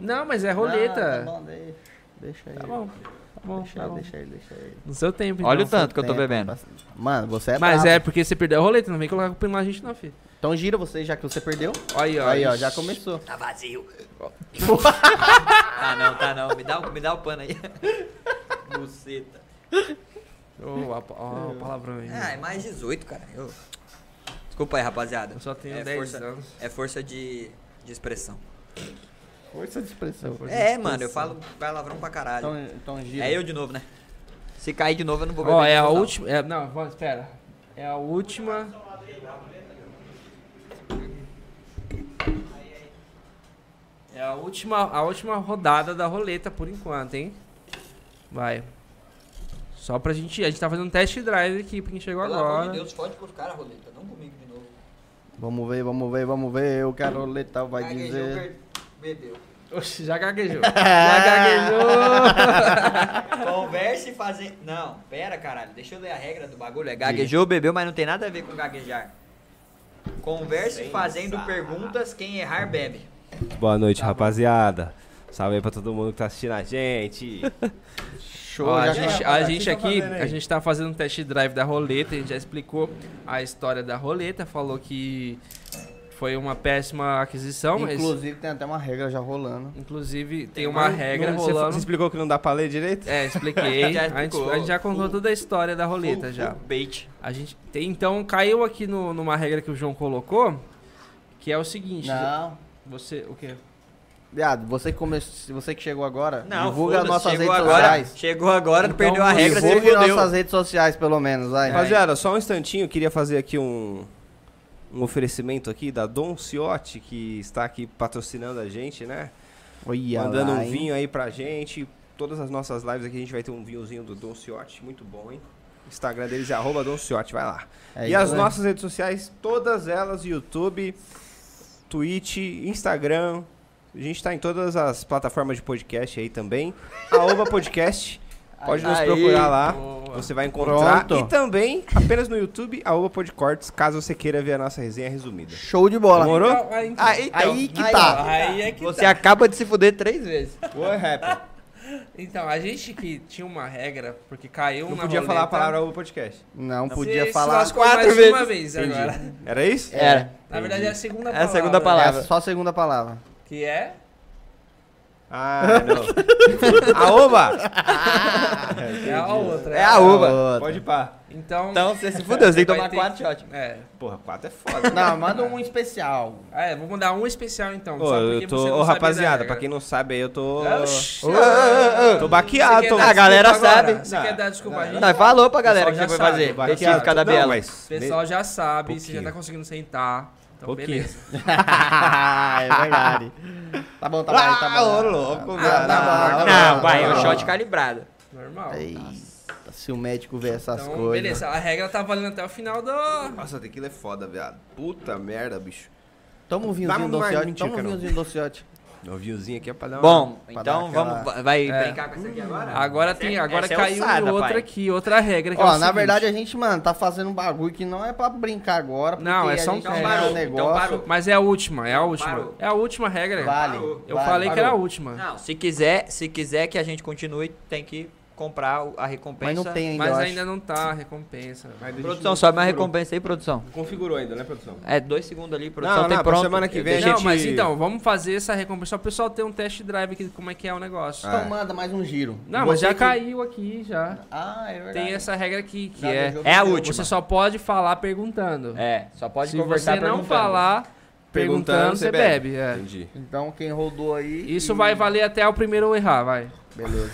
Não, mas é Ah, roleta. tá bom, deixa. Deixa ele. Tá bom, tá bom, deixa, tá ele, bom. deixa ele, deixa ele. No seu tempo, Olha então. o tanto que eu tô Tempo, bebendo. passa- Mano, você é Mas brabo. é porque você perdeu a roleta, não vem colocar culpa na gente não, filho. Então gira você, já que você perdeu. Olha aí, ó. Aí, ó, Ixi. já começou. Tá vazio. tá não, tá não. Me dá, o- me dá o pano aí. Buceta. Ô, a pa- ó, o palavrão aí. Ah, é mais 18, cara. Eu- Desculpa aí, rapaziada. um Eu só tenho é 10 força, anos. É força de, de expressão. Força de expressão. É, mano, eu falo palavrão pra caralho. Então, então gira. É eu de novo, né? Se cair de novo, eu não vou beber. Ó, é de a novo, não. última. é- não, vamos, espera. É a última. É a última, a última rodada da roleta por enquanto, hein? Vai. Só pra gente. A gente tá fazendo um test drive aqui pra quem chegou Pelo amor agora. de Deus, fode pros caras a roleta. Não comigo de novo. Vamos ver, vamos ver, vamos ver. O Caroleta vai Caguejou, dizer. per- Bebeu. Oxe, já gaguejou. já gaguejou. Converse e fazer. Não, pera, caralho. Deixa eu ler a regra do bagulho. É gaguejou, bebeu, mas não tem nada a ver com gaguejar. Converse fazendo perguntas, quem errar bebe. Boa noite, rapaziada. Salve aí pra todo mundo que tá assistindo a gente. Show, Ó, a já gente, acabou. a gente aqui, fazendo aí? a gente tá fazendo um test drive da roleta, a gente já explicou a história da roleta, falou que foi uma péssima aquisição, mas Inclusive tem até uma regra já rolando. inclusive tem uma regra um- Você, rolando. você explicou que não dá pra ler direito? É, expliquei. Já a, gente, explicou. a gente já contou Full- toda a história da roleta já. Bait. A gente tem, então caiu aqui no- numa regra que o João colocou, que é o seguinte, Não. você, o quê? Viado, você que, come... você que chegou agora, Não, divulga foda-se, nossas redes chegou agora, sociais. Chegou agora, Então, perdeu a regra, você divulgue fodeu. nossas redes sociais, pelo menos, vai. Rapaziada, só um instantinho, eu queria fazer aqui um, um oferecimento aqui da Don Ciotti, que está aqui patrocinando a gente, né? Olha Mandando lá, um hein? vinho aí pra gente. Todas as nossas lives aqui a gente vai ter um vinhozinho do Don Ciotti, muito bom, hein? Instagram deles é arroba Don Ciotti, vai lá. É e isso as aí. nossas redes sociais, todas elas, YouTube, Twitch, Instagram. A gente tá em todas as plataformas de podcast aí também. Arroba podcast. Pode nos Aí, procurar lá. boa. Você vai encontrar. Pronto. E também, apenas no YouTube, arroba podcortes, caso você queira ver a nossa resenha resumida. Show de bola. Demorou? Então, aí, então. Aí, então, Aí que tá. Aí é que Você tá. acaba de se fuder três vezes. Boa, rapper. Então, a gente que tinha uma regra, porque caiu Não na podia falar a roleta. palavra arroba podcast. Não, Você podia se falar. lascou quatro é mais vezes. uma vez agora. Era isso? Era. Na verdade é a segunda É a palavra. segunda É, palavra. só a segunda palavra. Que é. Ah, não. Aoba! É a outra. É a uva. Pode ir pá. Então. Então você se fudeu, você tem que Vai tomar ter quatro shots. É. Porra, quatro é foda. Não, manda um especial. Ah, é, vou mandar um especial então. Ô, só porque eu tô, você não ô, sabia da rapaziada, regra. pra quem não sabe aí, eu tô. Ah, oxi. Ô, ô, ô, ô. Tô baqueado. Você Tô... quer dar A galera desculpa sabe. agora? Você Não, quer dar desculpa a gente? Nós falou pra galera O que pessoal foi já sabe, fazer. vai Decide criar. cada Não, bela. mas- O pessoal já sabe, você já Pouquinho. tá conseguindo sentar. Então, Pouquinho. beleza. é verdade. Tá bom, tá bom, tá Ah, ô, bom. louco, Ah, velho. tá bom, tá Não, bom, vai, é tá um bom. shot calibrado. Então, Normal. Eita, tá, se o médico vê essas Então, coisas. beleza. A regra tá valendo até o final do. Nossa, tequila é foda, viado. Puta merda, bicho. Toma um Dá vinhozinho uma- dociote. então, mentira, toma um cara. vinhozinho dociote. Meu vinhozinho aqui é pra dar uma- Bom, Pra então dar aquela- vamos. vai- Vai É. brincar com essa aqui agora? Agora tem, Essa- agora essa é caiu ousada, outra pai. aqui, outra regra. Que é o Ó, na seguinte. verdade a gente, mano, tá fazendo um bagulho que não é pra brincar agora. porque Não, é só a um gente Então tem parou, um então negócio. parou. Mas é a última, é a última. Parou. É a última regra. Vale. Eu vale, falei que era a parou. última. Não, se quiser, se quiser que a gente continue, tem que comprar o- a recompensa. Mas não tem ainda, Mas eu ainda não tá a recompensa. Mas a gente Produção, não sobe uma configurou. recompensa aí, produção. Configurou ainda, né, produção? É, dois segundos ali, produção Não, tem não, pra pronto. semana que vem Deixa- a não, gente- mas então, vamos fazer essa recompensa. Só o pessoal ter um test drive aqui de como é que é o Ah, negócio. Então manda mais um giro. Não, mas Você já que- caiu aqui, já. Ah, é verdade. Tem essa regra aqui, que Nada, é... jogo É a meu. última. Você só pode falar perguntando. É, só pode Se conversar você não perguntando. falar perguntando, você bebe. é. Entendi. Então quem rodou aí. Isso e- vai valer até o primeiro errar, vai. Beleza.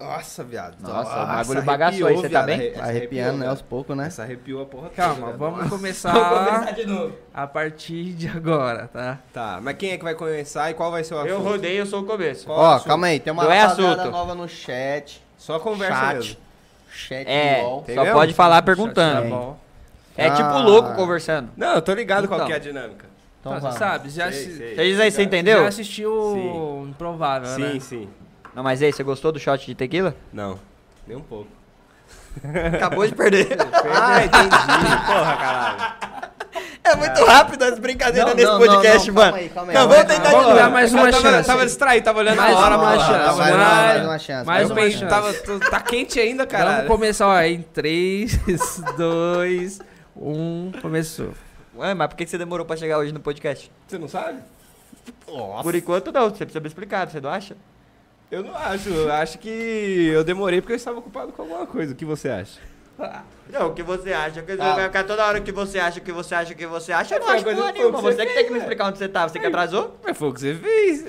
Nossa, viado. Nossa, o bagulho bagaçou aí, você tá bem? Tá é arrepiando, né? Aos poucos, né? Essa arrepiou a porra Calma, vamos começar de novo. a partir de agora, tá? Tá, mas quem é que vai começar e qual vai ser o assunto? Eu rodei, eu sou o começo. Qual Ó, assunto? calma aí, tem uma Não é rapaziada assunto. nova no chat. Só conversa Chat. mesmo. Chat É, do LOL. tem só mesmo? pode falar Tá perguntando. bom. É Ah. tipo louco conversando. Não, eu tô ligado qual Então. que é a dinâmica. Então Então, vamos. você sabe, já, Sei, se- sei. Ah, Você diz aí, você já entendeu? assistiu o Improvável, né? Sim, sim. Não, mas aí, você gostou do shot de tequila? Não, nem um pouco. Acabou de perder. Ah, entendi. Porra, caralho. É muito rápido as brincadeiras Não, nesse não, podcast, não, não, mano. calma aí, calma aí. não, Vamos vamos tentar dar- de vamos novo. dar mais uma eu tava, chance. Tava distraído, tava olhando Mais a hora, uma porra. chance, Tava mais olhando a uma- hora. mais uma chance. mais Eu uma pensei- chance. Tava, tô- tá quente ainda, caralho. Vamos começar, ó, em 3, 2, 1, começou. Ué, mas por que que você demorou pra chegar hoje no podcast? Você não sabe? Por enquanto não, você precisa me explicar, você não acha? Eu não acho. Eu acho que eu demorei porque eu estava ocupado com alguma coisa. O que você acha? Não, o que você acha? Que você Ah. vai ficar toda hora o que você acha, o que você acha, o que você acha. Eu não Foi acho uma coisa porra que foi o nenhuma. que você Você É. que fez, tem que me velho. explicar onde você tava. Você que atrasou? Mas foi o que você fez.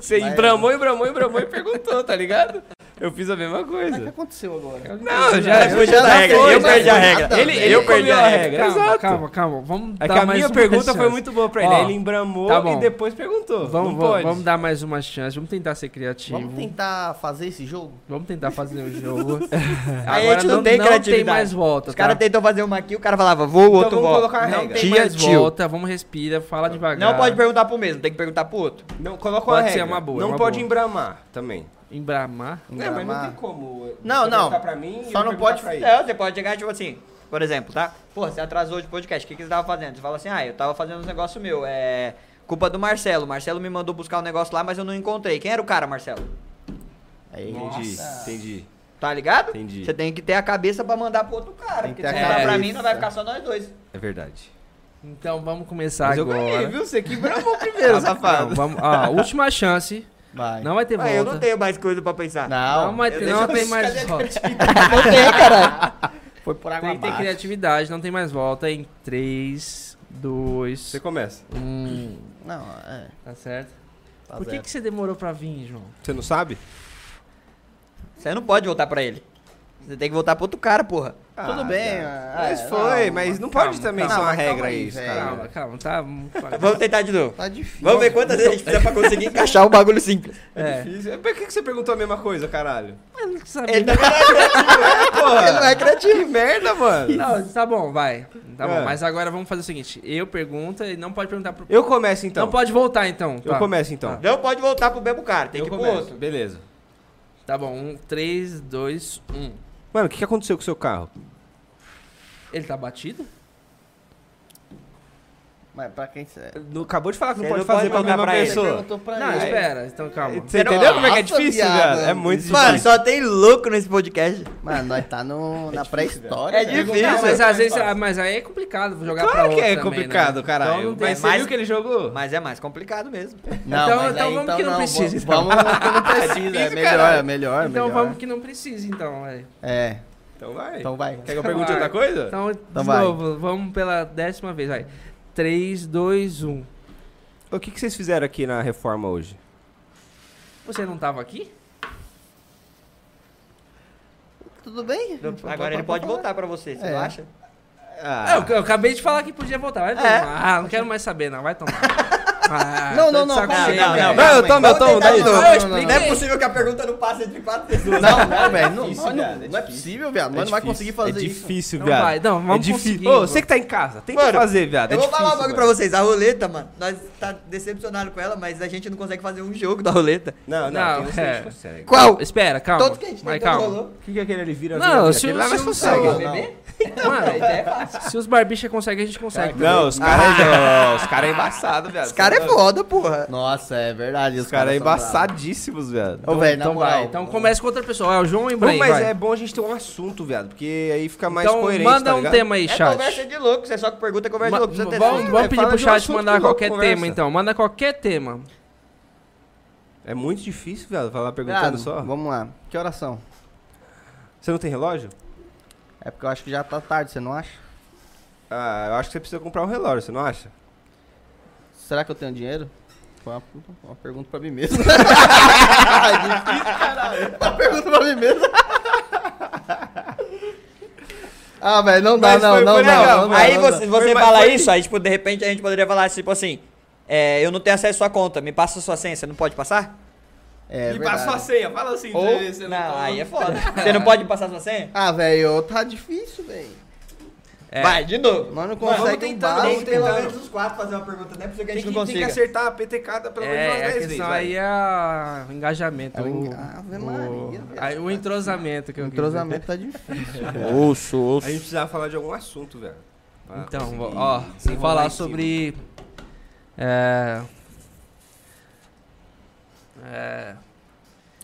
Você Mas- bramou e bramou e bramou e perguntou, tá ligado? Eu fiz a mesma O que coisa. aconteceu agora? Não, Eu eu já, já regra, sei, eu já perdi a sei. regra. Ah, Ele, também. eu comi a regra. Calma, Exato. calma, calma. Vamos É que dar a mais minha uma pergunta chance. foi muito boa pra ele. Ó, ele embramou tá bom. e depois perguntou. Vamos, não vamos, pode. vamos dar mais uma chance, vamos tentar ser criativo. Vamos tentar fazer esse jogo? Vamos tentar fazer o jogo. Aí a gente não tem tem criatividade. mais volta, Os caras tá? tentam fazer uma aqui, o cara falava, vou, o Então outro vamos volta. colocar a Não regra. tem Tia, mais tio. volta, vamos respira, fala devagar. Não pode perguntar pro mesmo, tem que perguntar pro outro. Não, coloca uma Pode regra. ser uma boa, não uma pode boa. embramar também. Embramar. Não, É, mas não Engramar. tem como. Não, você não. perguntar Pra mim, e Só não eu perguntar pode- pra ele. Não, você pode chegar, tipo assim, por exemplo, tá? Pô, você atrasou de podcast, o que, que você tava fazendo? Você fala assim, ah, eu tava fazendo uns negócios meu, é. Culpa do Marcelo. Marcelo me mandou buscar um negócio lá, mas eu não encontrei. Quem era o cara, Marcelo? Aí, Entendi, entendi. Tá ligado? Entendi. Você tem que ter a cabeça pra mandar pro outro cara. Tem que Porque ter se a mandar pra cabeça. mim, não vai ficar só nós dois. É verdade. Então vamos começar Mas eu agora. Ah, ganhei, viu? Você que bramou primeiro, Não, safado. vamos, ó, última chance. Ah, vai. Não vai ter volta. Mas eu não tenho mais coisa pra pensar. Não, Não, mas Eu não deixo tem os mais volta. não tem, caralho. Foi por água Tem que ter abaixo. criatividade, não tem mais volta. Em 3, 2, Você começa. 1. Não, é. Tá certo? Tá Por que, certo. que você demorou pra vir, João? Você não sabe? Você não pode voltar pra ele. Você tem que voltar pro outro cara, porra. Tudo bem, cara. ah, Mas é, foi, não, mas tá não calma, pode também calma, ser uma calma regra aí, isso, velho. cara. Calma, calma, tá? Vamos parar. Vamos tentar de novo. Tá difícil. Vamos ver quantas vezes a gente precisa pra conseguir encaixar o bagulho simples. É É. difícil. Por que que você perguntou a mesma coisa, caralho? Eu não sabia. Ele também não é criativo. Ele não é criativo. Que merda, mano. Não, tá bom, vai. Tá É. bom, mas agora vamos fazer o seguinte. Eu pergunto e não pode perguntar pro... Eu começo então. Não pode voltar, então. Eu tá. começo então. Não pode voltar pro mesmo cara, tem Eu Ah, que ir pro começo. outro. Beleza. Tá bom, um, 3, 2, 1. Mano, o que que aconteceu com o seu carro? Ele tá batido? Mas pra quem sabe. Não- Acabou de falar que não Você pode não pode fazer com a mandar mesma pra ele. pessoa. perguntou pra Não, ele. espera. Então calma. Você entendeu como é que é difícil, Nossa, velho? É viado. muito Mano, difícil. só tem louco nesse podcast. Mano, nós tá no, na pré-história. É né? difícil. Não, mas às vezes, ah, mas aí é complicado jogar pra Claro outro que é também, né? complicado, caralho. Então, não tem- Mas- Você viu que ele jogou? Mas é mais complicado mesmo. Não, Então- mas então aí, vamos que não precisa, então. Vamos, vamos que não precisa. é Difícil, melhor, é caralho. melhor, é então melhor. vamos que não precisa, então. velho. É, Então vai. então vai. Quer que eu pergunte outra coisa? Então, Então de vai. novo, vamos pela décima vez, vai. um. 3, 2, 1. O que, que vocês fizeram aqui na reforma hoje? Você não tava aqui? Tudo bem? Agora ele pode voltar pra você, você É. não acha? Ah, eu, eu acabei de falar que podia voltar. Vai tomar. Ah, não quero mais saber, não. Vai tomar. Ah, Não, tô não, de não, saco calma, cheio, não, velho. não. Não, eu tomo, eu Vamos tomo, tentar dá de isso. novo. Não, eu não, expliquei. Não é possível que a pergunta não passe de quatro pessoas. Não, não, velho. Não, difícil, mano, cara, é não é difícil. possível, viado. Mano, não vai conseguir fazer É isso. difícil, Não viado. vai, não, é vamos conseguir, difícil. Ô, mano. você que tá em casa, tem que Mano, fazer, viado. É eu vou difícil, falar um bagulho pra mano. vocês. A roleta, mano, nós tá decepcionado com ela, mas a gente não consegue fazer um jogo da roleta. Não, não, Não, tem uns que é. a gente consegue. Qual? Espera, calma. Todos que a gente Vai, tentou calma. rolou. O que, que é aquele ali vira? Não, vira? se, Aquele lá se, nós se, consegue. os- Não. mano, se os barbixas conseguem, a gente consegue. Não, os caras é, os cara é embaçado, viado. Tá Os caras é foda, porra. Nossa, é verdade. Os caras é são bravos. embaçadíssimos, viado. Ô, velho, é, na então moral. vai. Então começa com outra pessoa. É o João e Bom, Bray, mas vai. é bom a gente ter um assunto, viado, porque aí fica mais então coerente, manda tá um ligado? tema aí, É chat. conversa de louco, você só que pergunta é conversa Ma- de louco. Precisa ter vamos assunto, vamos né? pedir Fala pro de um chat assunto mandar que louco qualquer conversa. tema, então. Manda qualquer tema. É muito difícil, viado, falar perguntando Viado, só. Vamos lá. Que oração? Você não tem relógio? É porque eu acho que já tá tarde, você não acha? Ah, eu acho que você precisa comprar um relógio, você não acha? Será que eu tenho dinheiro? Foi uma, uma pergunta pra mim mesmo. uma pergunta pra mim mesmo. ah, velho, não dá, Mas não, foi- não, foi não, legal. não, não. Aí não você, dá. você Foi- fala foi- isso, aí tipo, de repente a gente poderia falar tipo assim, é, eu não tenho acesso à sua conta, me passa a sua senha, você não pode passar? É, Me verdade. passa a senha, fala assim. Ou, você não, tá- aí é foda. Você não pode me passar a sua senha? Ah, velho, tá difícil, velho. É. Vai, de novo. Nós não Mano, vamos conseguimos um tentando, básico. vamos tentando. os quatro fazer uma pergunta, não é possível que Tem que, tem que acertar a pentecada pelo menos É, umas a 10 vezes. questão vai. aí é a- o engajamento. É o o- en- Ave Maria, o- velho. aí o entrosamento que O eu quis dizer. entrosamento tá difícil. Ouço, A gente precisava falar de algum assunto, velho. Ah. pra Então, conseguir ó, vou desenrolar falar em cima. sobre. É. É.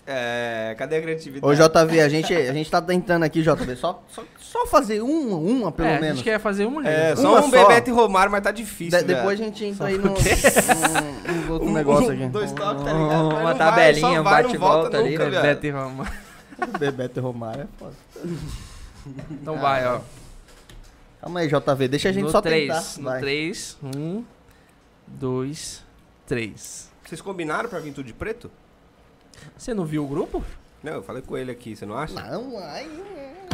É, cadê a criatividade? Ô, JV, a gente, a gente tá tentando aqui, JV, só, só, só fazer uma, uma pelo é, a menos. gente quer fazer um livro. É, Uma só só. um Bebeto e Romário, mas tá De- difícil, velho. depois a gente entra aí no, num- num outro Um- negócio um- aqui. Dois toques, tá ligado? Mas Uma não vai, tabelinha, só um vai, não bate-volta volta ali, nunca, né? velho. Beto e Roma. Bebeto e Romário é foda. Então Ah, vai, ó. Calma aí, JV, deixa a gente no só três, tentar. No um, vai. 3. 1, 2, 3. Vocês combinaram pra vir tudo de preto? Você não viu o grupo? Não, eu falei com ele aqui, você não acha? Não, aí...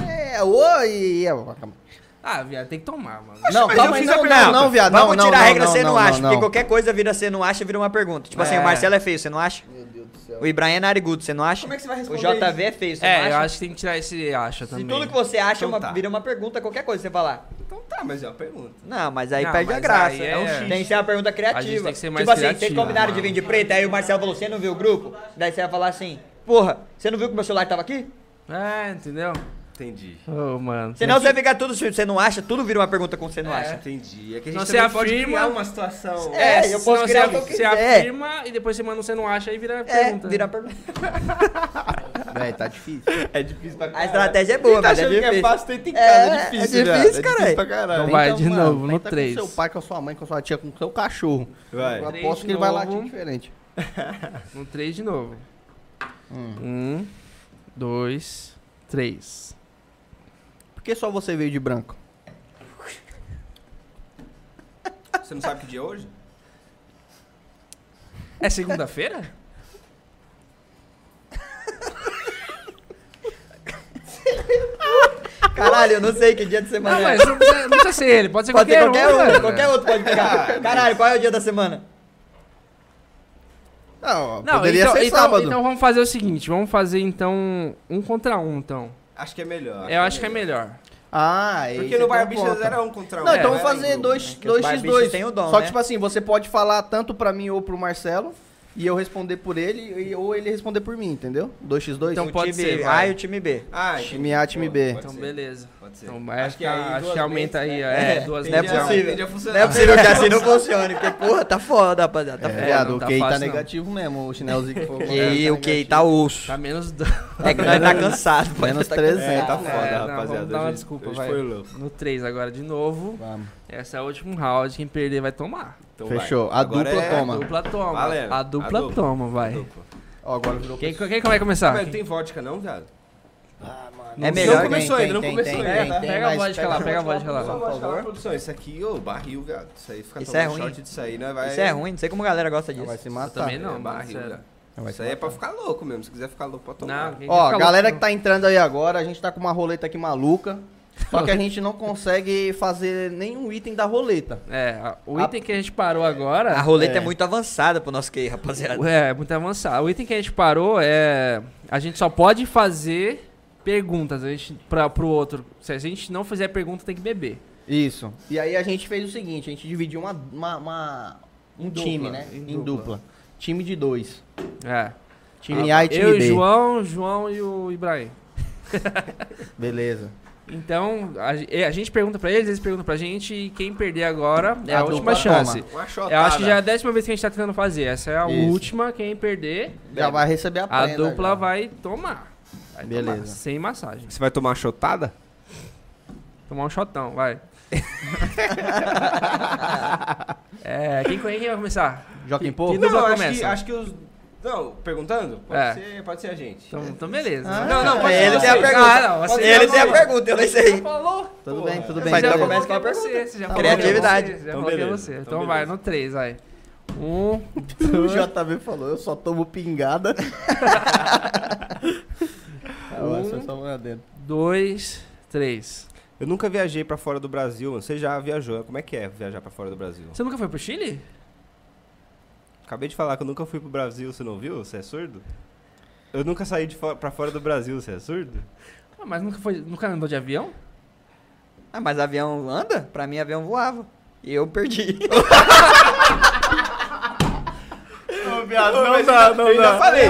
É, oi... é, ó, calma. Ah, viado, tem que tomar, mano. Não, mas eu calma aí, fiz não, a não, pergunta. não, viado, não, Vamos não, tirar a não, regra, não, você não, não, acha, não. porque qualquer coisa vira você não acha, vira uma pergunta. Tipo assim, É. o Marcelo é feio, você não acha? Meu Deus do céu. O Ibrahim é narigudo, você não acha? Como é que você vai responder O JV é feio, você É, eu não acha? acho que tem que tirar esse acha Se também. tudo que você acha é Então uma- tá. vira uma pergunta, qualquer coisa que você falar. Então tá, mas é uma pergunta. Não, mas aí Não, perde a mas graça. aí é- Tem que ser uma pergunta criativa. A gente tem que ser mais tipo assim, vocês criativo, combinaram de mano. vir de preto, aí o Marcelo falou, você não viu o grupo? Daí você vai falar assim, porra, você não viu que meu celular tava aqui? É, entendeu? Entendi. Ô, mano. Senão você vai ficar tudo, se você não acha, tudo vira uma pergunta como você não acha. Entendi. É que a gente Então você também pode afirma- criar uma situação... É, eu posso senão criar você, o que eu Você quiser. afirma e depois você manda um você não acha e vira É, pergunta. né? vira pergunta. Véi, tá difícil. É difícil pra A caralho. estratégia é boa, Quem tá mas é achando que é difícil. fácil, tenta em casa, é É, difícil, é velho. difícil, caralho. pra caralho. Então vai, de novo, no tenta três. com seu pai, com a sua mãe, com a sua tia, com o seu cachorro. É. Eu Vai. Três aposto que de ele vai novo. latir diferente. No 3 Um de novo. Hum. Um, dois, três. Por que só você veio de branco? Você não sabe que dia é hoje? É segunda-feira? Caralho, eu não sei que dia de não, semana é. mas não precisa, não precisa ser ele, pode ser Pode ser qualquer, qualquer um. outro, cara. qualquer outro pode ficar. Caralho, qual é o dia da semana? um. Não, Não, poderia então, ser então, sábado. então vamos fazer o seguinte, vamos fazer então um contra um, então. Acho que é melhor. Eu acho que é melhor. Ah, esse Porque tem no uma Barbixas conta. era um contra um. Não, É, então não vamos era fazer em grupo. É 2x2. que os barbichos têm o dom, Só né? que, tipo assim, você pode falar tanto pra mim ou pro Marcelo, e eu responder por ele, e- ou ele responder por mim, entendeu? 2x2. Então o pode time tá ser, A vai. e o time B. Ah, Time A, time pô, B. pode Então, ser, beleza. Pode ser. Então, vai ficar- acho que, duas aumenta vezes, aí, né? é, duas tende vezes. a- não é possível. tende a Não funcionar. é possível que assim não funcione, porque, porra, tá foda, rapaziada. Tá É, É, foda. viado, não o tá QI tá fácil, não. negativo mesmo, o chinelzinho que foi E colocado aí, o que? negativo. Tá osso. Tá menos do- É que nós tá cansado. pô, Menos nós tá 13. É, tá cansado. foda, É, não, rapaziada. vamos dar uma Hoje- desculpa, hoje vai. foi louco. no 3 agora de novo. Vamos. Essa é o último round. Quem perder vai tomar. Então vai. Fechou. A Agora dupla é- A toma. dupla toma. Valendo. A dupla A dupla. toma, vai. Dupla. Ó, agora virou Quem, quem, quem vai começar? Mas não Quem- tem vodka não, viado? Ah, mano. É melhor Tem, começou tem, ainda, não tem, começou tem, ainda. tem, tem, Pega a mas vodka lá, pega a vodka lá. Por favor. Produção, isso aqui, ô, barril, viado. Isso aí fica Isso tomando é ruim. shot disso aí, né? Vai... Isso é ruim, não sei como a galera gosta Ela disso. Vai se Eu matar. também não, É mano, barril, sério. viado. Ela vai Isso se aí é matar. pra ficar louco mesmo. Se quiser ficar louco, pode tomar. Não, quem Ó, fica galera louco, que tá entrando aí agora, a gente tá com uma roleta aqui maluca. Só que a gente não consegue fazer nenhum item da roleta. não. É, a- o A- item que a gente parou agora. A roleta é. É. muito avançada pro nosso QI, rapaziada. É, é muito avançado. O item que a gente parou é. A gente só pode fazer perguntas a gente, pra, pro outro. Se a gente não fizer pergunta, tem que beber. Isso. E aí a gente fez o seguinte, a gente dividiu uma, uma- uma- um Em time, dupla, né? em Em, dupla. dupla. Time de dois. É. Time Ah, A e time Eu B. e João, João e o Ibrahim. Beleza. Então, a, ge- é, a gente pergunta pra eles, eles perguntam pra gente, e quem perder agora é a, A última dupla chance. toma. Uma Eu acho que já é a shotada. décima vez que a gente tá tentando fazer. Essa é a Isso. última, quem perder, Já vai receber a a prenda. dupla já. vai tomar. Vai tomar, Beleza. sem massagem. Você vai tomar uma shotada? Tomar um shotão, vai. é, quem, quem vai começar? Joga em Que- pouco? que dupla acho começa? que, acho que os... Não, perguntando? Pode, É. ser, pode ser a gente. Então, então beleza. Ah, não, não, pode Mas ser ele você. tem a pergunta. Ah, não, você ele já tem a falou. pergunta, eu não Você já sei. falou. Tudo Porra. bem, tudo Você bem. já então falou que começa com a é você, você já falou que é você, Criatividade. você já Então, falou que é beleza. você. Então, Então vai, beleza. no 3, vai. Um, O JB falou, eu só tomo pingada. ah, Um. ué, só toma lá dentro. dois, três. Eu nunca viajei pra fora do Brasil, mano. Você já viajou. Como é que é viajar pra fora do Brasil? Você nunca foi pro Chile? Acabei de falar que eu nunca fui pro Brasil, você não viu? Você é surdo? Eu nunca saí de fo pra fora do Brasil, você é surdo? Ah, mas nunca, foi, nunca andou de avião? Ah, mas avião anda? Pra mim, avião voava. E eu perdi. não dá, não dá. falei.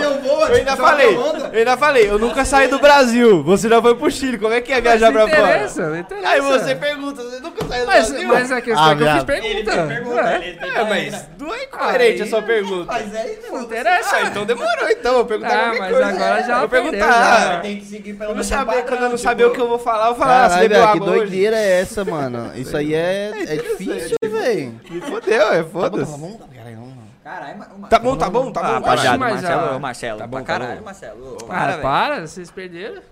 Eu ainda falei. Eu ainda falei, eu nunca saí do Brasil. Você já foi pro Chile. Como é que é viajar Mas não pra fora? interessa, Não interessa. Aí você pergunta, você nunca saiu do Mas, Brasil? mas a questão Ah, é que eu fiz viado. pergunta. Ué, É, mas não é incoerente a sua pergunta. Mas é isso. não interessa. Ah, então demorou, então. Eu vou perguntar Ah, qualquer mas coisa. agora já Eu vou aprendeu, perguntar. já. Tipo, Tem que seguir Eu pelo tipo, não saber, quando eu não saber o que eu vou falar, eu vou falar, ah, você Caralho, bebeu velho, que água hoje. doideira é essa, mano? Isso aí é, é difícil, velho. Me fodeu, é tá foda-se. Caralho, mas... Tá bom, tá bom, tá bom. Ah, rapaziada, mas Marcelo, a- ô, Marcelo. Tá Tá bom, bom, tá caralho, bom. Marcelo. ô, Para, velho. Ah, para, vocês perderam.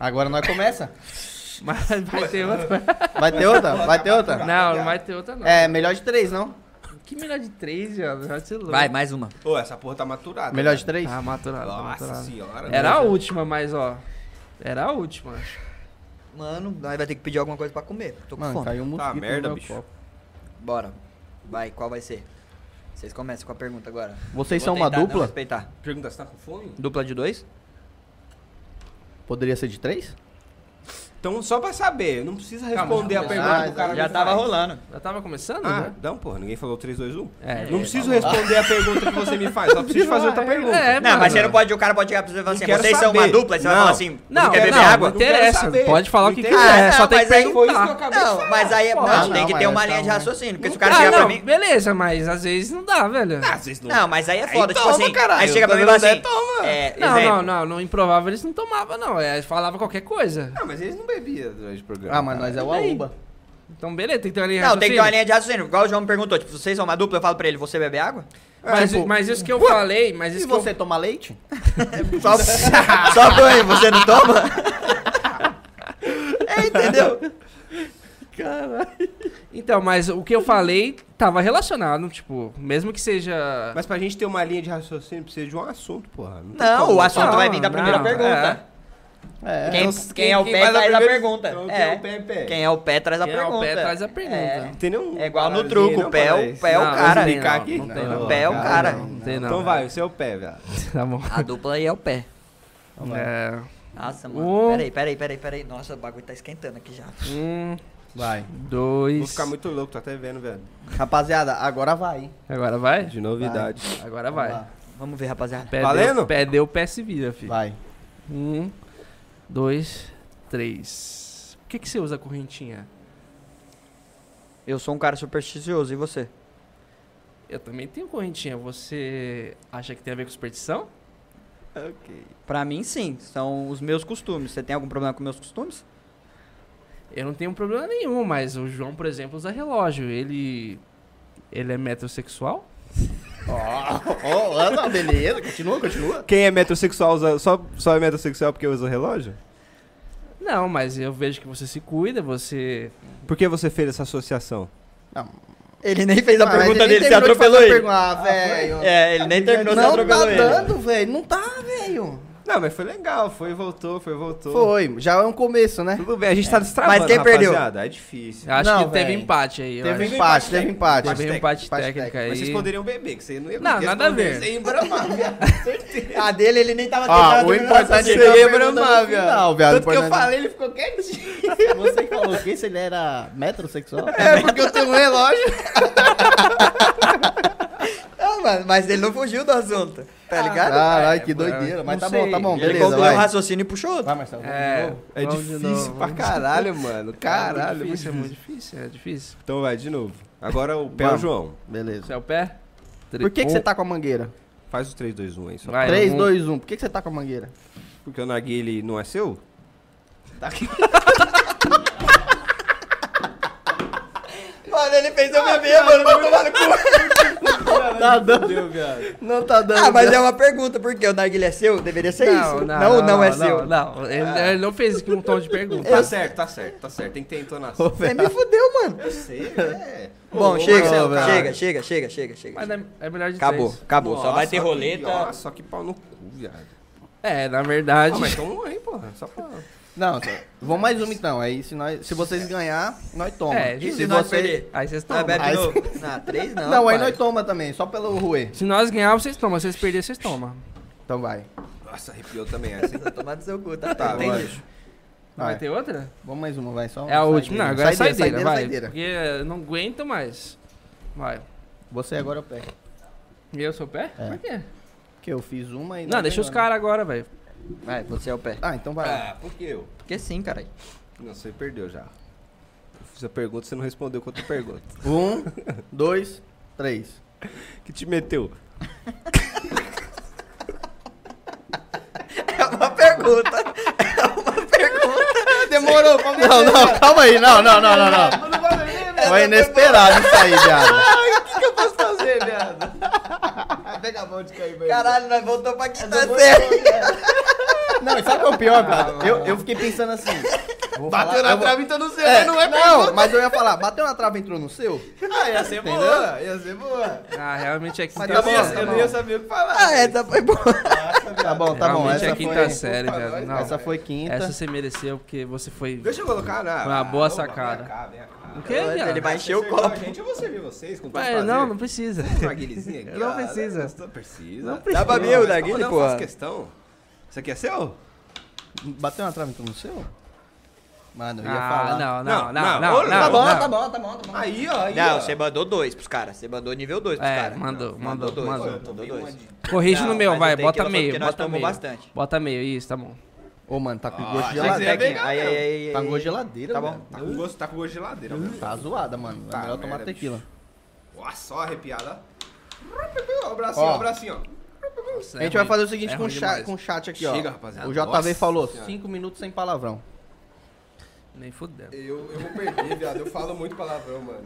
Agora nós começa. Mas vai ter outra. Vai ter outra? Vai ter outra? Não, não vai ter outra, não. É, melhor de três, não? Que melhor de três, viado. Já te louco. Vai, mais uma. Ô, essa porra tá maturada. Melhor de velho. três? Tá maturado, tá Nossa maturado. senhora. né? Era a última, mas ó. Era a última. Mano, nós vai ter que pedir alguma coisa pra comer. Tô com Mano, fome. caiu um Tá mosquito merda, no meu bicho. copo. Bora. Vai, qual vai ser? Vocês começam com a pergunta agora. Vocês Eu são vou uma tentar não dupla? respeitar. Pergunta, você tá com fome? Dupla de dois? Poderia ser de três? Então, só pra saber, não precisa Calma, responder já a começou. pergunta Ah, do cara. Já que tava faz. rolando. Já tava começando, Ah, né? não, porra, ninguém falou 3, 2, 1. É. não preciso responder a pergunta que você me faz, só preciso fazer outra pergunta. É, Não, mas mano. você não pode, o cara pode chegar pra você e falar Não assim, quero vocês são uma saber. dupla, e você vai Não. falar assim, Não, não quer não, beber não, água? não quero interessa. saber. Pode falar o que Não interessa. quiser, Ah, é, só tem que mas aí- perguntar. Não, mas aí, é- Pô, não, não, tem que mas ter uma tá linha de bom. raciocínio, porque se o cara Ah, chegar pra não, mim... beleza, mas às vezes não dá, velho. Ah, vocês não... Não, mas aí é Aí foda, tipo toma, assim, caralho. aí chega pra mim e Quando fala não assim, der, toma. é, Ah, Não, exemplo, não, não, no improvável eles não tomavam, não. É, falava qualquer coisa. Ah, mas eles não bebiam durante o programa. Ah, mas nós é o Peraí. Aúba. Então, beleza, tem que ter uma linha de Não, tem que ter uma raciocínio. linha de raciocínio, igual o João me perguntou, tipo, vocês são uma dupla, eu falo pra ele, você bebe água? Mas, Tipo, mas isso que eu falei, mas E isso você que toma leite? Só, só banho, você não toma? É, entendeu? eu... Então, mas o que eu falei tava relacionado, tipo, mesmo que seja... Mas pra gente ter uma linha de raciocínio, precisa de um assunto, porra. tem Não, como. o assunto Não, vai vir da primeira não, pergunta. É. Quem, Então, quem é o quem pé faz a traz a primeira- pergunta. Então, quem é o É. pé, é pé. Quem é o pé traz a Quem é o pergunta. pé traz a pergunta. É. Não tem nenhum É igual no baralhozinho, truco, não, o pé é parece. o pé é Não, o cara. não, Explicar não, aqui? não tem, Não, não. o pé é o Não, cara. Não tem, não. né? Então vai, o seu pé, velho. Tá bom. A dupla aí é o pé. É... Nossa, Um. mano. Peraí, peraí, peraí, peraí. Nossa, o bagulho tá esquentando aqui já. Um, Vai. Dois. Vou ficar muito louco, tô até vendo, velho. Rapaziada, agora vai, hein? Agora vai? De novidade. Agora vai. Vamos Vamos ver, rapaziada. Perdeu, Valendo? Perdeu o PS Vida, filho. lá. Vai. Um, dois, três. Por que, que você usa a correntinha? Eu sou um cara supersticioso, e você? Eu também tenho correntinha. Você acha que tem a ver com superstição? Pra mim, sim. São os meus costumes. Você tem algum problema com meus costumes? Eu não tenho problema nenhum, mas o João, por exemplo, usa relógio. Ele. Ele é metrosexual? Ó, ó, ó, beleza. Continua, continua. Quem é metrosexual usa, só, só é metrosexual porque usa relógio? Não, mas eu vejo que você se cuida, você. Por que você fez essa associação? Ele nem fez a Ah, mas pergunta ele dele, nem você terminou de fazer atropelou a ele. pergunta. Ah, velho. É, ele nem terminou, você Não atropelou tá ele. dando, velho. Não tá, velho. Não, mas foi legal, foi, voltou, foi, voltou. Foi, já é um começo, né? Tudo bem, a gente tá destravando, Mas quem perdeu? rapaziada, É difícil. Eu Acho Não, que teve véi. empate aí. eu Teve um acho. empate, teve empate. Teve um empate, Empate técnica aí. Mas vocês poderiam beber, que você não ia Não, ia nada a responder, ver. Você ia embramar, viado. A dele, ele nem tava Ah, tentando o terminar importante essa é pergunta. ele bramar, viado. Não, viado. é Tanto que eu falei, ele ficou quieto. Você que falou que se ele era metrosexual? É, porque eu tenho um relógio. Não, mano, mas ele não fugiu do assunto. Tá ligado? Caralho, que É, doideira. Mas não tá sei. bom, tá Ele bom, ele um beleza, concluiu o vai. raciocínio e puxou outro. Vai, Marcelo. vamos de É, novo? É vamos de difícil novo, pra vamos de caralho, Tá mano. Caralho. É muito difícil, é muito muito difícil, é difícil. Então vai, de novo. Agora o pé é o Vamos. João. Beleza. Você é o pé? Tre- Por que, que um- você tá com a mangueira? Faz o 3, 2, 1 aí. Só. Vai, 3, um. 2, 1. Por que, que você tá com a mangueira? Porque o narguile não é seu? Mano, ele fez eu beber, mano, vai tomar no cu. Tá dando. Não tá dando. Ah, mas viado. é uma pergunta, porque o narguilé é seu? Deveria ser isso. ou é seu. Não, ele, ele não fez aqui um tom de pergunta. Tá certo, tá certo, tá certo. Tem que ter é- entonação. Você me fudeu, mano. Eu sei, é. Bom, chega, Marcelo, cara. chega, chega, chega, chega, chega. Mas é, é melhor de Acabou, três. acabou. só Nossa, vai ter que- roleta. Nossa, que pau no cu, viado. É, na verdade. Ah, mas então aí, porra. Só pra... Não, tá. vamos mais uma então. Aí se, nós, se vocês ganhar, nós toma. É, se E se se nós você... perder? Aí vocês tomam. Ah, bebe de Aí- novo. Ah, três não. Não, aí pai. nós toma também, só pelo Rue. Se nós ganharmos, vocês tomam. Se vocês perderem, vocês tomam. Então vai. Nossa, arrepiou também essa. hein? Vai tomar do seu cu, tá? Tá, Entendi. lógico. Não vai Vai. ter outra? Vamos mais uma, vai. Só é a uma última. Não, agora é saideira, vai. saideira. Porque eu não aguento mais. Vai. Você agora é o pé. E eu sou o pé? É. Por quê? Que eu fiz uma e Não, deixa os ganhou, né? caras agora, velho. Vai, você é o pé. Ah, então vai. lá. Ah, por que eu? Porque sim, caralho. Não, você perdeu já. Eu fiz a pergunta, você não respondeu com outra pergunta. Um, dois, três. Que te meteu? É uma pergunta. É uma pergunta. Demorou, Não, não, calma aí. Não, não, não, não, não. Foi inesperado isso aí, viado. Fazer, viado. Pega a mão de cair, Caralho, nós voltamos pra quem tá certo. Não, e sabe qual é o pior, cara? Eu, eu fiquei pensando assim. vou falar- eu vou- então não sei, É, não é Não, mas eu ia falar, bateu na trava, entrou no seu? Ah, ia ser boa, ia ser boa. Ah, realmente é quinta Mas tá bom, eu, tá não ia, eu série. não bom. ia saber o que falar. Ah, essa foi boa. Tá bom, tá bom. Realmente Essa é quinta foi, série, Opa, velho. nós- Não, essa foi quinta. essa você mereceu porque você foi... Deixa eu colocar na. Foi uma boa Opa, sacada. Vem cá, vem cá. O quê, viado? Ele vai encher o Você copo. serviu a Gente, eu vou servir vocês com todo Mas prazer. não, não precisa. Uma guilhezinha aqui, Não ó. precisa. Não precisa. Não precisa. Dá pra mim Não, o da da guilha, guilha, porra. Não faço questão. Isso aqui é seu? Bateu na trava, entrou no seu? Mano, eu ia Ah, não, falar. não, Não, não, não, não. olha, não, Tá bom, não. tá bom, tá bom, tá bom. Aí, ó. Aí, Não, ó. você mandou dois pros caras. Você mandou nível dois pros É, caras. mandou, mandou, dois. mandou. mandou Tomei dois. uma de- Corrige Não, no meu, mas eu vai. tenho que Bota falar meio, porque nós bota tomamos meio. bastante. Então, Bota meio, isso, tá bom. Ô, mano, tá com gosto de Ah, achei que você ia geladeira. pegar, Ai, ai, não. ai, Tá ai, com ai. gosto de geladeira, Tá mano. bom. Tá com gosto, tá com gosto de geladeira. velho. Tá zoada, mano. É Tá, melhor tomar merda, tequila. Ó, só arrepiada. Ó, o bracinho, Ó. ó, o bracinho, ó. É A gente vai fazer o É seguinte com, o chat, com o com chat aqui, ó. Chega, rapaziada. O JV Nossa falou Senhora. 5 minutos sem palavrão. Nem fudendo. Eu, eu vou perder, viado. Eu falo muito palavrão, mano.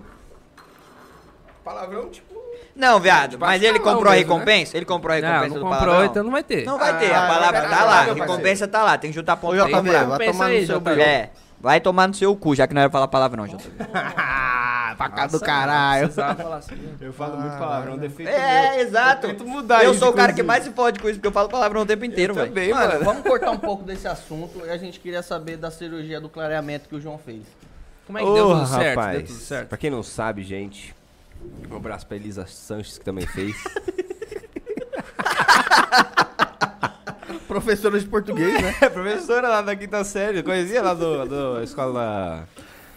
Palavrão, tipo. Não, viado, mas acho ele que não comprou a mesmo, né? recompensa? Ele comprou a Não, recompensa não do comprou, palavrão? então não vai ter. Não vai ter, a Ah, palavra não, tá não, lá, a não, parceiro. recompensa tá lá, tem que juntar ponto Ô, pra Tem JV, comprar. vai recompensa tomar no aí, seu JV. brilho. É, vai tomar no seu cu, já que não era falar palavrão, JV. pra cá do Nossa, caralho. precisava falar assim. Eu falo muito palavrão, defeito. É, exato. Eu tento mudar Eu isso, sou o cara que inclusive. mais se fode com isso, porque eu falo palavrão o tempo inteiro, velho. Também, Mano, mano. vamos cortar um pouco desse assunto e a gente queria saber da cirurgia do clareamento que o João fez. Como é que deu Ô, tudo certo? rapaz, Deu tudo certo. Pra quem não sabe, gente, um abraço pra Elisa Sanches, que também fez. Professora de português, né? é, professora lá da quinta série, conhecia lá do, do escola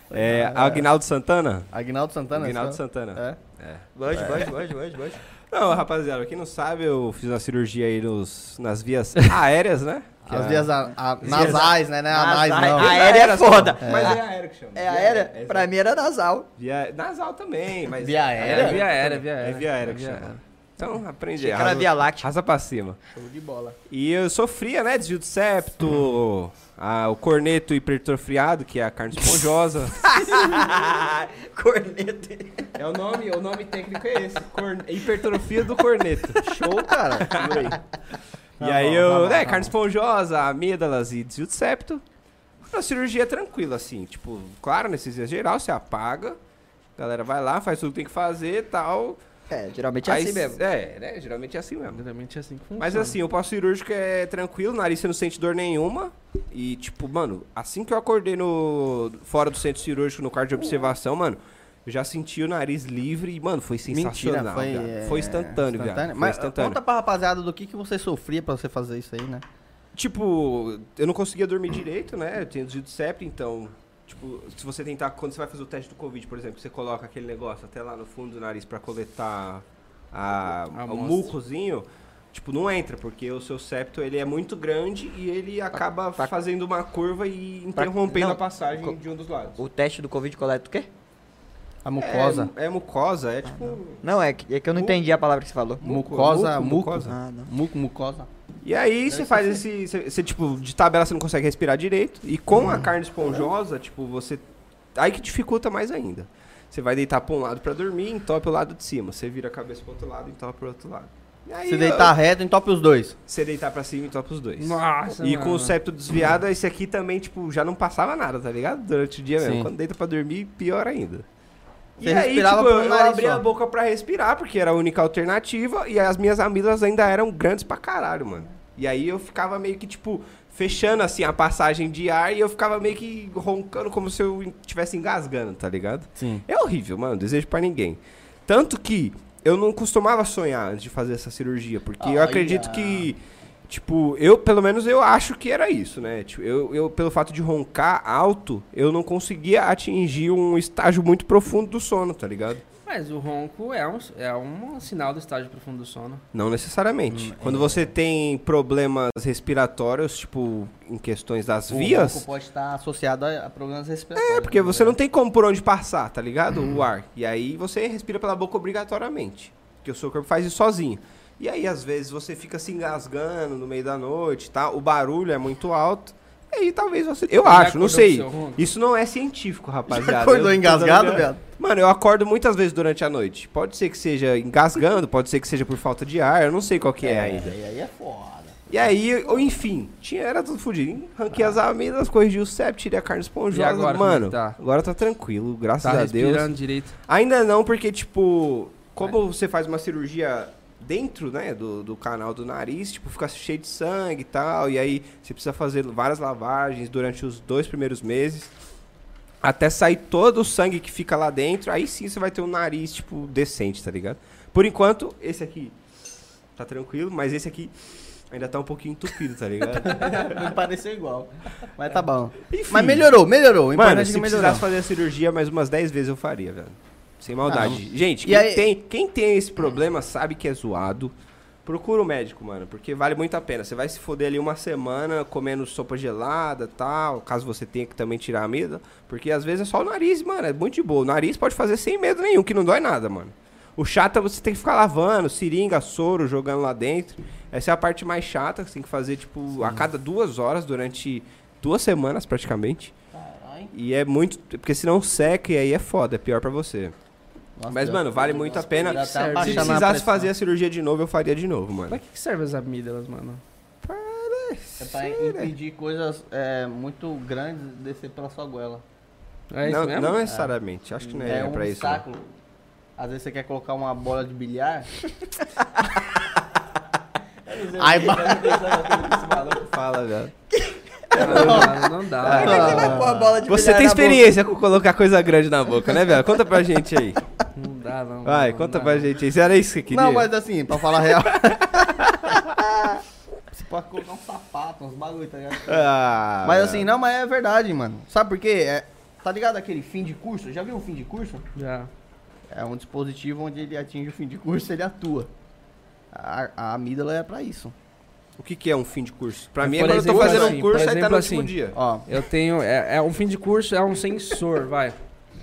É, Agnaldo Santana? Agnaldo Santana? Agnaldo só? Santana. É? É. Bande, bande, bande, bande, bande. Não, rapaziada, pra quem não sabe, eu fiz uma cirurgia aí nos, nas vias aéreas, né? Que As é- vias a, a, nasais, né? Não é anais, Nasais. não. Aérea é foda. Mas é aérea que chama. É via aérea? exato. pra mim era nasal. Via... Nasal também, mas... Via aérea? É via aérea, via aérea. É via aérea que chama. Então, aprende. Achei que era arrasa- Via Láctea. Arrasa pra cima. Show de bola. E eu sofria, né? Desvio de septo, a- o corneto hipertrofiado, que é a carne esponjosa. Corneta. é o nome, o nome técnico é esse. hipertrofia do corneto. Show, cara. e Tá aí bom, eu, tá bom, né, tá carne esponjosa, amígdalas e desvio de septo. Uma cirurgia tranquila, assim, tipo, claro, anestesia geral, você apaga, a galera vai lá, faz tudo que tem que fazer e tal. É, geralmente é Aí assim c- mesmo. É, né, geralmente é assim mesmo. Geralmente é assim que funciona. Mas assim, o pós-cirúrgico é tranquilo, o nariz você não sente dor nenhuma. E, tipo, mano, assim que eu acordei no. fora do centro cirúrgico, no quarto de observação, mano, eu já senti o nariz livre e, mano, foi Mentira, sensacional. foi, viado. é, foi instantâneo, viado. Foi Mas instantâneo. conta pra rapaziada do que, que você sofria pra você fazer isso aí, né? Tipo, eu não conseguia dormir direito, né? Eu tenho desvio de septo, então. Tipo, se você tentar. Quando você vai fazer o teste do Covid, por exemplo, você coloca aquele negócio até lá no fundo do nariz pra coletar a, A o amostra. mucozinho. Tipo, não entra, porque o seu septo ele é muito grande e ele acaba pra- fazendo uma curva e pra- interrompendo não, a passagem co- de um dos lados. O teste do Covid coleta o quê? A mucosa. É, é mucosa, é tipo. Não, é que, é que eu não Mu- entendi a palavra que você falou. muco- mucosa, muco- muco. mucosa. Ah, não. Muco, mucosa. E aí você faz esse. Você, você, tipo, de tabela você não consegue respirar direito. E com a carne esponjosa, tipo, você. Aí que dificulta mais ainda. Você vai deitar pra um lado pra dormir, entope o lado de cima. Você vira a cabeça pro outro lado, entope pro outro lado. E aí, Se ó, deitar reto, entope os dois. Você deitar pra cima, entope os dois. Nossa, E com mano. o septo desviado, esse aqui também, tipo, já não passava nada, tá ligado? Durante o dia mesmo. Sim. Quando deita pra dormir, pior ainda. Você e aí, tipo, respirava eu, pelo eu nariz abri só. a boca pra respirar, porque era a única alternativa, e as minhas amígdalas ainda eram grandes pra caralho, mano. E aí eu ficava meio que, tipo, fechando, assim, a passagem de ar, e eu ficava meio que roncando, como se eu estivesse engasgando, tá ligado? Sim. É horrível, mano, desejo pra ninguém. Tanto que eu não costumava sonhar antes de fazer essa cirurgia, porque eu Olha. acredito que, tipo, eu, pelo menos eu acho que era isso, né? Tipo, eu, eu, pelo fato de roncar alto, eu não conseguia atingir um estágio muito profundo do sono, tá ligado? Mas o ronco é um, é um sinal do estágio profundo do sono. Não necessariamente. Hum, é. Quando você tem problemas respiratórios, tipo, em questões das O vias, muco pode estar associado a a problemas respiratórios. é porque você não tem como por onde passar, tá ligado? O ar. E aí você respira pela boca obrigatoriamente. Porque o seu corpo faz isso sozinho. E aí, às vezes, você fica se engasgando no meio da noite, tá? O barulho é muito alto. E aí talvez você. Eu Já acho, não acordou sei. com seu ronco? Isso não é científico, rapaziada. Acordou Eu tô engasgado, dando- viado? Mano, eu acordo muitas vezes durante a noite. Pode ser que seja engasgando, pode ser que seja por falta de ar, eu não sei qual que é, ainda. E aí é foda. E aí, ou enfim, tinha, era tudo fodido. Ranquei as amêndoas, corrigi o septo, tirei a carne esponjosa. Ah. E agora, como mano, é que tá? agora tá tranquilo, graças Tá a Deus. respirando direito. Ainda não, porque, tipo, como você faz uma cirurgia dentro, né, do, do canal do nariz, tipo, fica cheio de sangue e tal, e aí você precisa fazer várias lavagens durante os dois primeiros meses, até sair todo o sangue que fica lá dentro, aí sim você vai ter um nariz, tipo, decente, tá ligado? Por enquanto, esse aqui tá tranquilo, mas esse aqui ainda tá um pouquinho entupido, tá ligado? Não pareceu igual. Mas tá bom. Enfim. Mas melhorou, melhorou. O importante Mano, é se que melhorou. precisasse fazer a cirurgia mais umas 10 vezes eu faria, velho. Sem maldade. Gente, Ah, E quem, aí- tem, quem tem esse problema sabe que é zoado. Procura o médico, mano, porque vale muito a pena. Você vai se foder ali uma semana comendo sopa gelada tal, caso você tenha que também tirar a amida, porque às vezes é só o nariz, mano, é muito de boa. O nariz pode fazer sem medo nenhum, que não dói nada, mano. O chato é você ter que ficar lavando, seringa, soro, jogando lá dentro. Essa é a parte mais chata, que você tem que fazer, tipo, a cada duas horas, durante duas semanas praticamente. Caralho. E é muito. Porque senão seca e aí é foda, é pior pra você. Nossa, Mas, já- mano, vale muito a já pena. tá Se Serve. abaixando a precisasse pressão. fazer a cirurgia de novo, eu faria de novo, mano. Pra que, que servem as amígdalas, mano? É pra impedir coisas é, muito grandes descer pela sua goela. É isso não, mesmo? não necessariamente, acho que não é, um pra isso. não. obstáculo. Às vezes você quer colocar uma bola de bilhar. Ai, Fala, velho. é. Não, mano, não dá. Como Ah. é que vai pôr a bola de Você bilhar tem na boca? experiência com colocar coisa grande na boca, né, velho? Conta pra gente aí. Não dá, não. Vai, não conta dá, pra não. gente aí. Se era isso que você queria. Não, mas assim, pra falar a real. você pode colocar um sapato, uns bagulho, tá ligado? Ah, Mas velho. assim, não, mas é verdade, mano. Sabe por quê? É, Tá ligado aquele fim de curso? Já viu um fim de curso? Já. É um dispositivo onde ele atinge o fim de curso, ele atua. A, a amígdala é pra isso. O que, que é um fim de curso? Pra Por mim, é quando eu tô exemplo, fazendo assim, um por curso, aí tá exemplo, no último assim, dia. Ó, Eu tenho. É, é um fim de curso, é um sensor, vai.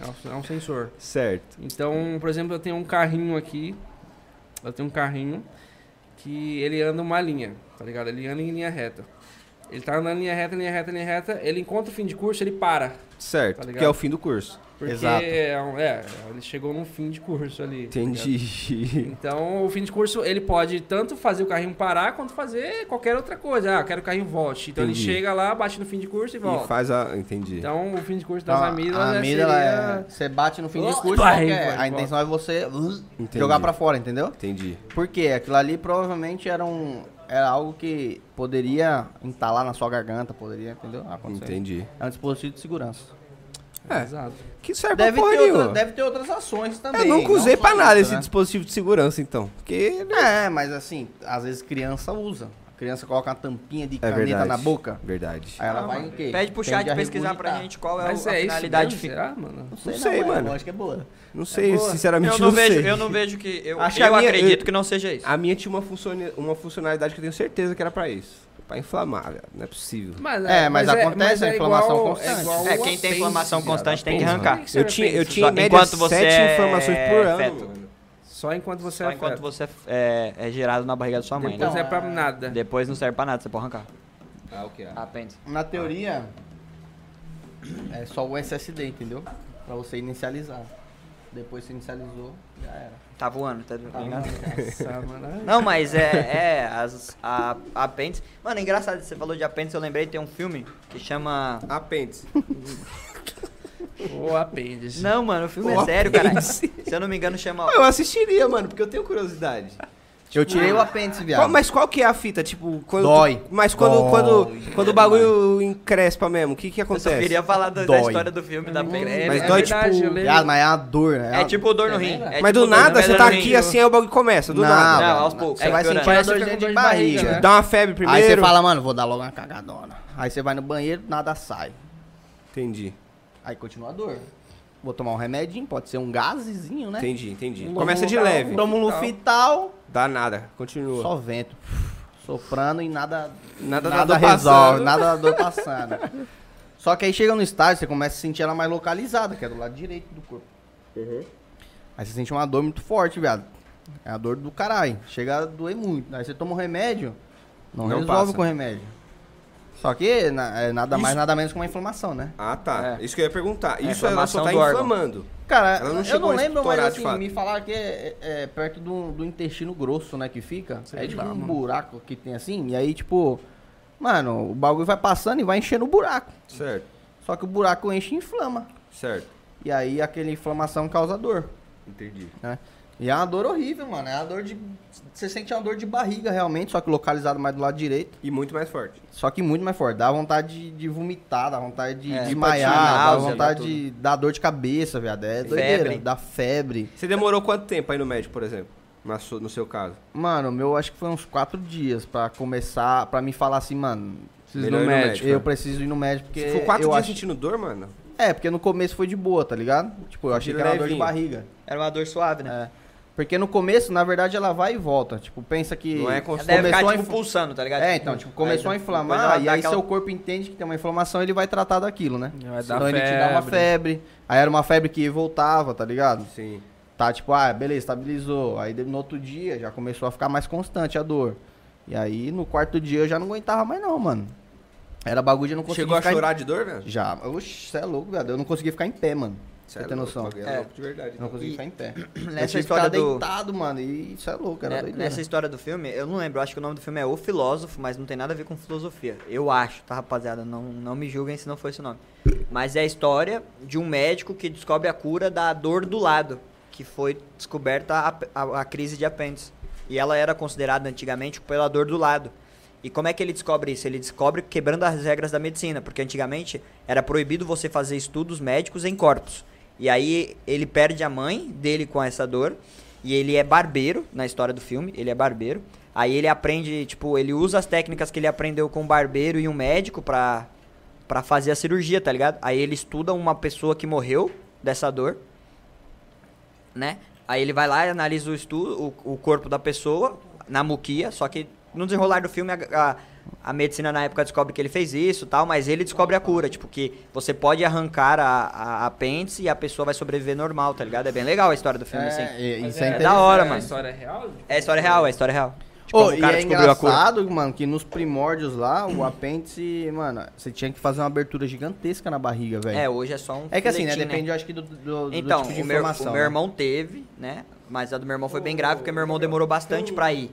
É um- é um sensor. Certo. Então, por exemplo, eu tenho um carrinho aqui. Eu tenho um carrinho que ele anda uma linha, tá ligado? Ele anda em linha reta. Ele tá andando em linha reta, linha reta, linha reta. Ele encontra o fim de curso, ele para. Certo. Tá ligado? que é o fim do curso. Porque Exato. É, um- é, ele chegou num fim de curso ali. tá ligado? Entendi. Então, o fim de curso, ele pode tanto fazer o carrinho parar, quanto fazer qualquer outra coisa. Ah, eu quero que o carrinho volte. Então, Entendi. ele chega lá, bate no fim de curso e E volta. faz a. Entendi. Tá Então, o fim de curso então, das a- amígdalas a né, amígdala é. seria... Você bate no fim de Oh, curso, vai, qualquer- vai, a vai. intenção é você uh, Entendi. jogar pra fora, entendeu? Entendi. Porque aquilo ali provavelmente era um. Era algo que poderia entalar na sua garganta, poderia, entendeu? Acontecer. Entendi. É um dispositivo de segurança. É. Exato. Que serve Deve pra porra ter, outra- nenhuma. deve ter outras ações também. Eu nunca usei não só pra nada isso, esse né? dispositivo de segurança, então. Porque. É, mas assim, às vezes criança usa. A criança coloca uma tampinha de É caneta verdade. na boca. É Verdade. Aí ela vai em quê? Pede pro Tende chat a pesquisar pra regurgitar. gente qual é o- Mas a é isso finalidade mesmo? final. Será, mano? Não sei, é, mano. Eu acho que é boa. Não sei, boa. sinceramente, Eu não, vejo, sei. eu não vecho que. Eu, Acho que eu a minha- acredito eu- que não seja isso. A minha tinha uma, funcione- uma funcionalidade que eu tenho certeza que era pra isso. Pra inflamar, velho. Não é possível. Mas, É, mas acontece a inflamação constante. É, quem tem inflamação constante tem que arrancar. Por que que Eu você tinha, eu pensa? tinha em Só média enquanto você sete é inflamações por ano. feto. mano. Só enquanto você Só é enquanto feto. você é, é gerado na barriga da sua mãe. Depois Então, é pra é- nada. né? Depois não serve pra nada, você pode arrancar. Ah, o que é? Apêndice. Na teoria, é só o SSD, entendeu? Pra você inicializar. Depois você inicializou, já era. Tá voando, tá ligado? Nossa, mano. Não, mas é, é as, a, a apêndice. Mano, é engraçado, você falou de apêndice, eu lembrei, tem um filme que chama. Apêndice. Ou apêndice. Não, mano, o filme O é sério, cara. Se eu não me engano, chama. Eu assistiria, mano, porque eu tenho curiosidade. Eu tirei o apêndice, viado. Qual- mas qual que é a fita? Tipo, quando. Dói. tu- mas quando, Dói. quando, quando o bagulho encrespa mesmo, o que que Eu só acontece? queria falar do- da Dói. história do filme Hum, da apêndice. Mas é dói, verdade, tipo, eu lembro. Viado, mas é uma dor. É, É uma- tipo dor no Você rim. lembra? é mas tipo do dor no- nada é você dor tá no aqui rim. assim, aí o bagulho começa, do Não, nada. Tipo, Não, velho. aos poucos. Você vai vai piorando. sentir a Parece que fica dorzinha com de dor de barriga, barriga. né? Dá uma febre primeiro. Aí você fala, mano, vou dar logo uma cagadona. Aí você vai no banheiro, nada sai. Entendi, Aí continua a dor. Vou tomar um remedinho, pode ser um gasezinho, né? entendi, entendi. Um Começa de lobo- leve. Toma um lufital, Dá nada, continua. só vento. Soprando e nada. Nada da nada dor resolve, passando. nada da dor passando. Só que aí chega no estágio, você começa a sentir ela mais localizada, que é do lado direito do corpo. Uhum. Aí você sente uma dor muito forte, viado. É a dor do caralho. Chega a doer muito. Aí você toma um remédio, não, Não resolve passa. com o remédio. Só que na- é nada mais, Isso- nada menos que uma inflamação, né? Ah, tá. É. Isso que eu ia perguntar. É Isso ela só inflamação tá do órgão. inflamando. Cara, Ela não eu chegou não a lembro, mas estourar, de assim, fato. me falaram que é, é- é perto do, do intestino grosso, né, que fica. Sei é tipo lá, um mano. buraco que tem assim, e aí, tipo, mano, o bagulho vai passando e vai enchendo o buraco. Certo, Só que o buraco enche e inflama. certo. E aí aquela inflamação causa dor, Entendi. né? E é uma dor horrível, mano. É uma dor de. Você sente uma dor de barriga realmente, só que localizado mais do lado direito. E muito mais forte. Só que muito mais forte. Dá vontade de, de vomitar, dá vontade de É, de tipo, desmaiar, de dá náusea, dá vontade de dar dor de cabeça, viado. É doideira. Febre. Dá febre. Você demorou quanto tempo aí no médico, por exemplo? Na su- no seu caso? Mano, o meu acho que foi uns quatro dias pra começar, pra me falar assim, mano, Preciso Melhor do ir no médico. eu preciso ir no médico porque Você ficou quatro eu dias acho- sentindo dor, mano? É, porque no começo foi de boa, tá ligado? Tipo, eu achei que era uma dor de levinho. barriga. Era uma dor suave, né? É. Porque no começo, na verdade, ela vai e volta. Tipo, pensa que Não é Ela constante. deve ficar, começou a tipo, inf- pulsando, tá ligado? É, então, tipo, começou aí a depois ela inflamar e dá aí é aquela- seu corpo entende que tem uma inflamação, ele vai tratar daquilo, né? Vai dar Então ele te dá uma febre. Aí era uma febre que voltava, tá ligado? Sim. Tá tipo, ah, beleza, estabilizou. Aí de- no outro dia já começou a ficar mais constante a dor. E aí no quarto dia eu já não aguentava mais não, mano. Era bagulho de eu não conseguir Chegou a ficar em- chorar de dor, velho? Já. Oxe, cê é louco, velho. Eu não conseguia ficar em pé, mano. Você tem noção? É. louco de verdade. Eu não então. conseguia E- ficar em pé. eu Nessa tive que ficar história do. deitado, mano. E isso é louco, era né- doideira. Nessa história do filme, eu não lembro, eu acho que o nome do filme é O Filósofo, mas não tem nada a ver com filosofia. Eu acho, tá, rapaziada? Não, não me julguem se não foi esse o nome. Mas é a história de um médico que descobre a cura da dor do lado, que foi descoberta a, a- a crise de apêndice. E ela era considerada antigamente pela dor do lado. E como é que ele descobre isso? Ele descobre quebrando as regras da medicina, porque antigamente era proibido você fazer estudos médicos em corpos. E aí ele perde a mãe dele com essa dor, e ele é barbeiro na história do filme, ele é barbeiro. Aí ele aprende, tipo, ele usa as técnicas que ele aprendeu com o barbeiro e um médico um pra, pra pra fazer a cirurgia, tá ligado? Aí ele estuda uma pessoa que morreu dessa dor, né? Aí ele vai lá e analisa o, estudo, o, o corpo da pessoa na muquia, só que no desenrolar do filme a, a, a medicina na época descobre que ele fez isso e tal, mas ele descobre a cura, tipo, que você pode arrancar a, a apêndice e a pessoa vai sobreviver normal, tá ligado? É bem legal a história do filme, assim. É, e- Mas isso é, da interessante. hora, é mano. A história é real? É história real, é história real. Tipo, Ô, como e é a cura. engraçado, mano, que nos primórdios lá, o apêndice, mano, você tinha que fazer uma abertura gigantesca na barriga, velho. É, hoje é só um É que assim, né? filetinho, Depende, eu acho que do, do- do Então, tipo de o, meu, informação. o meu irmão teve, né? Mas a do meu irmão foi bem grave, porque meu irmão demorou bastante pra ir.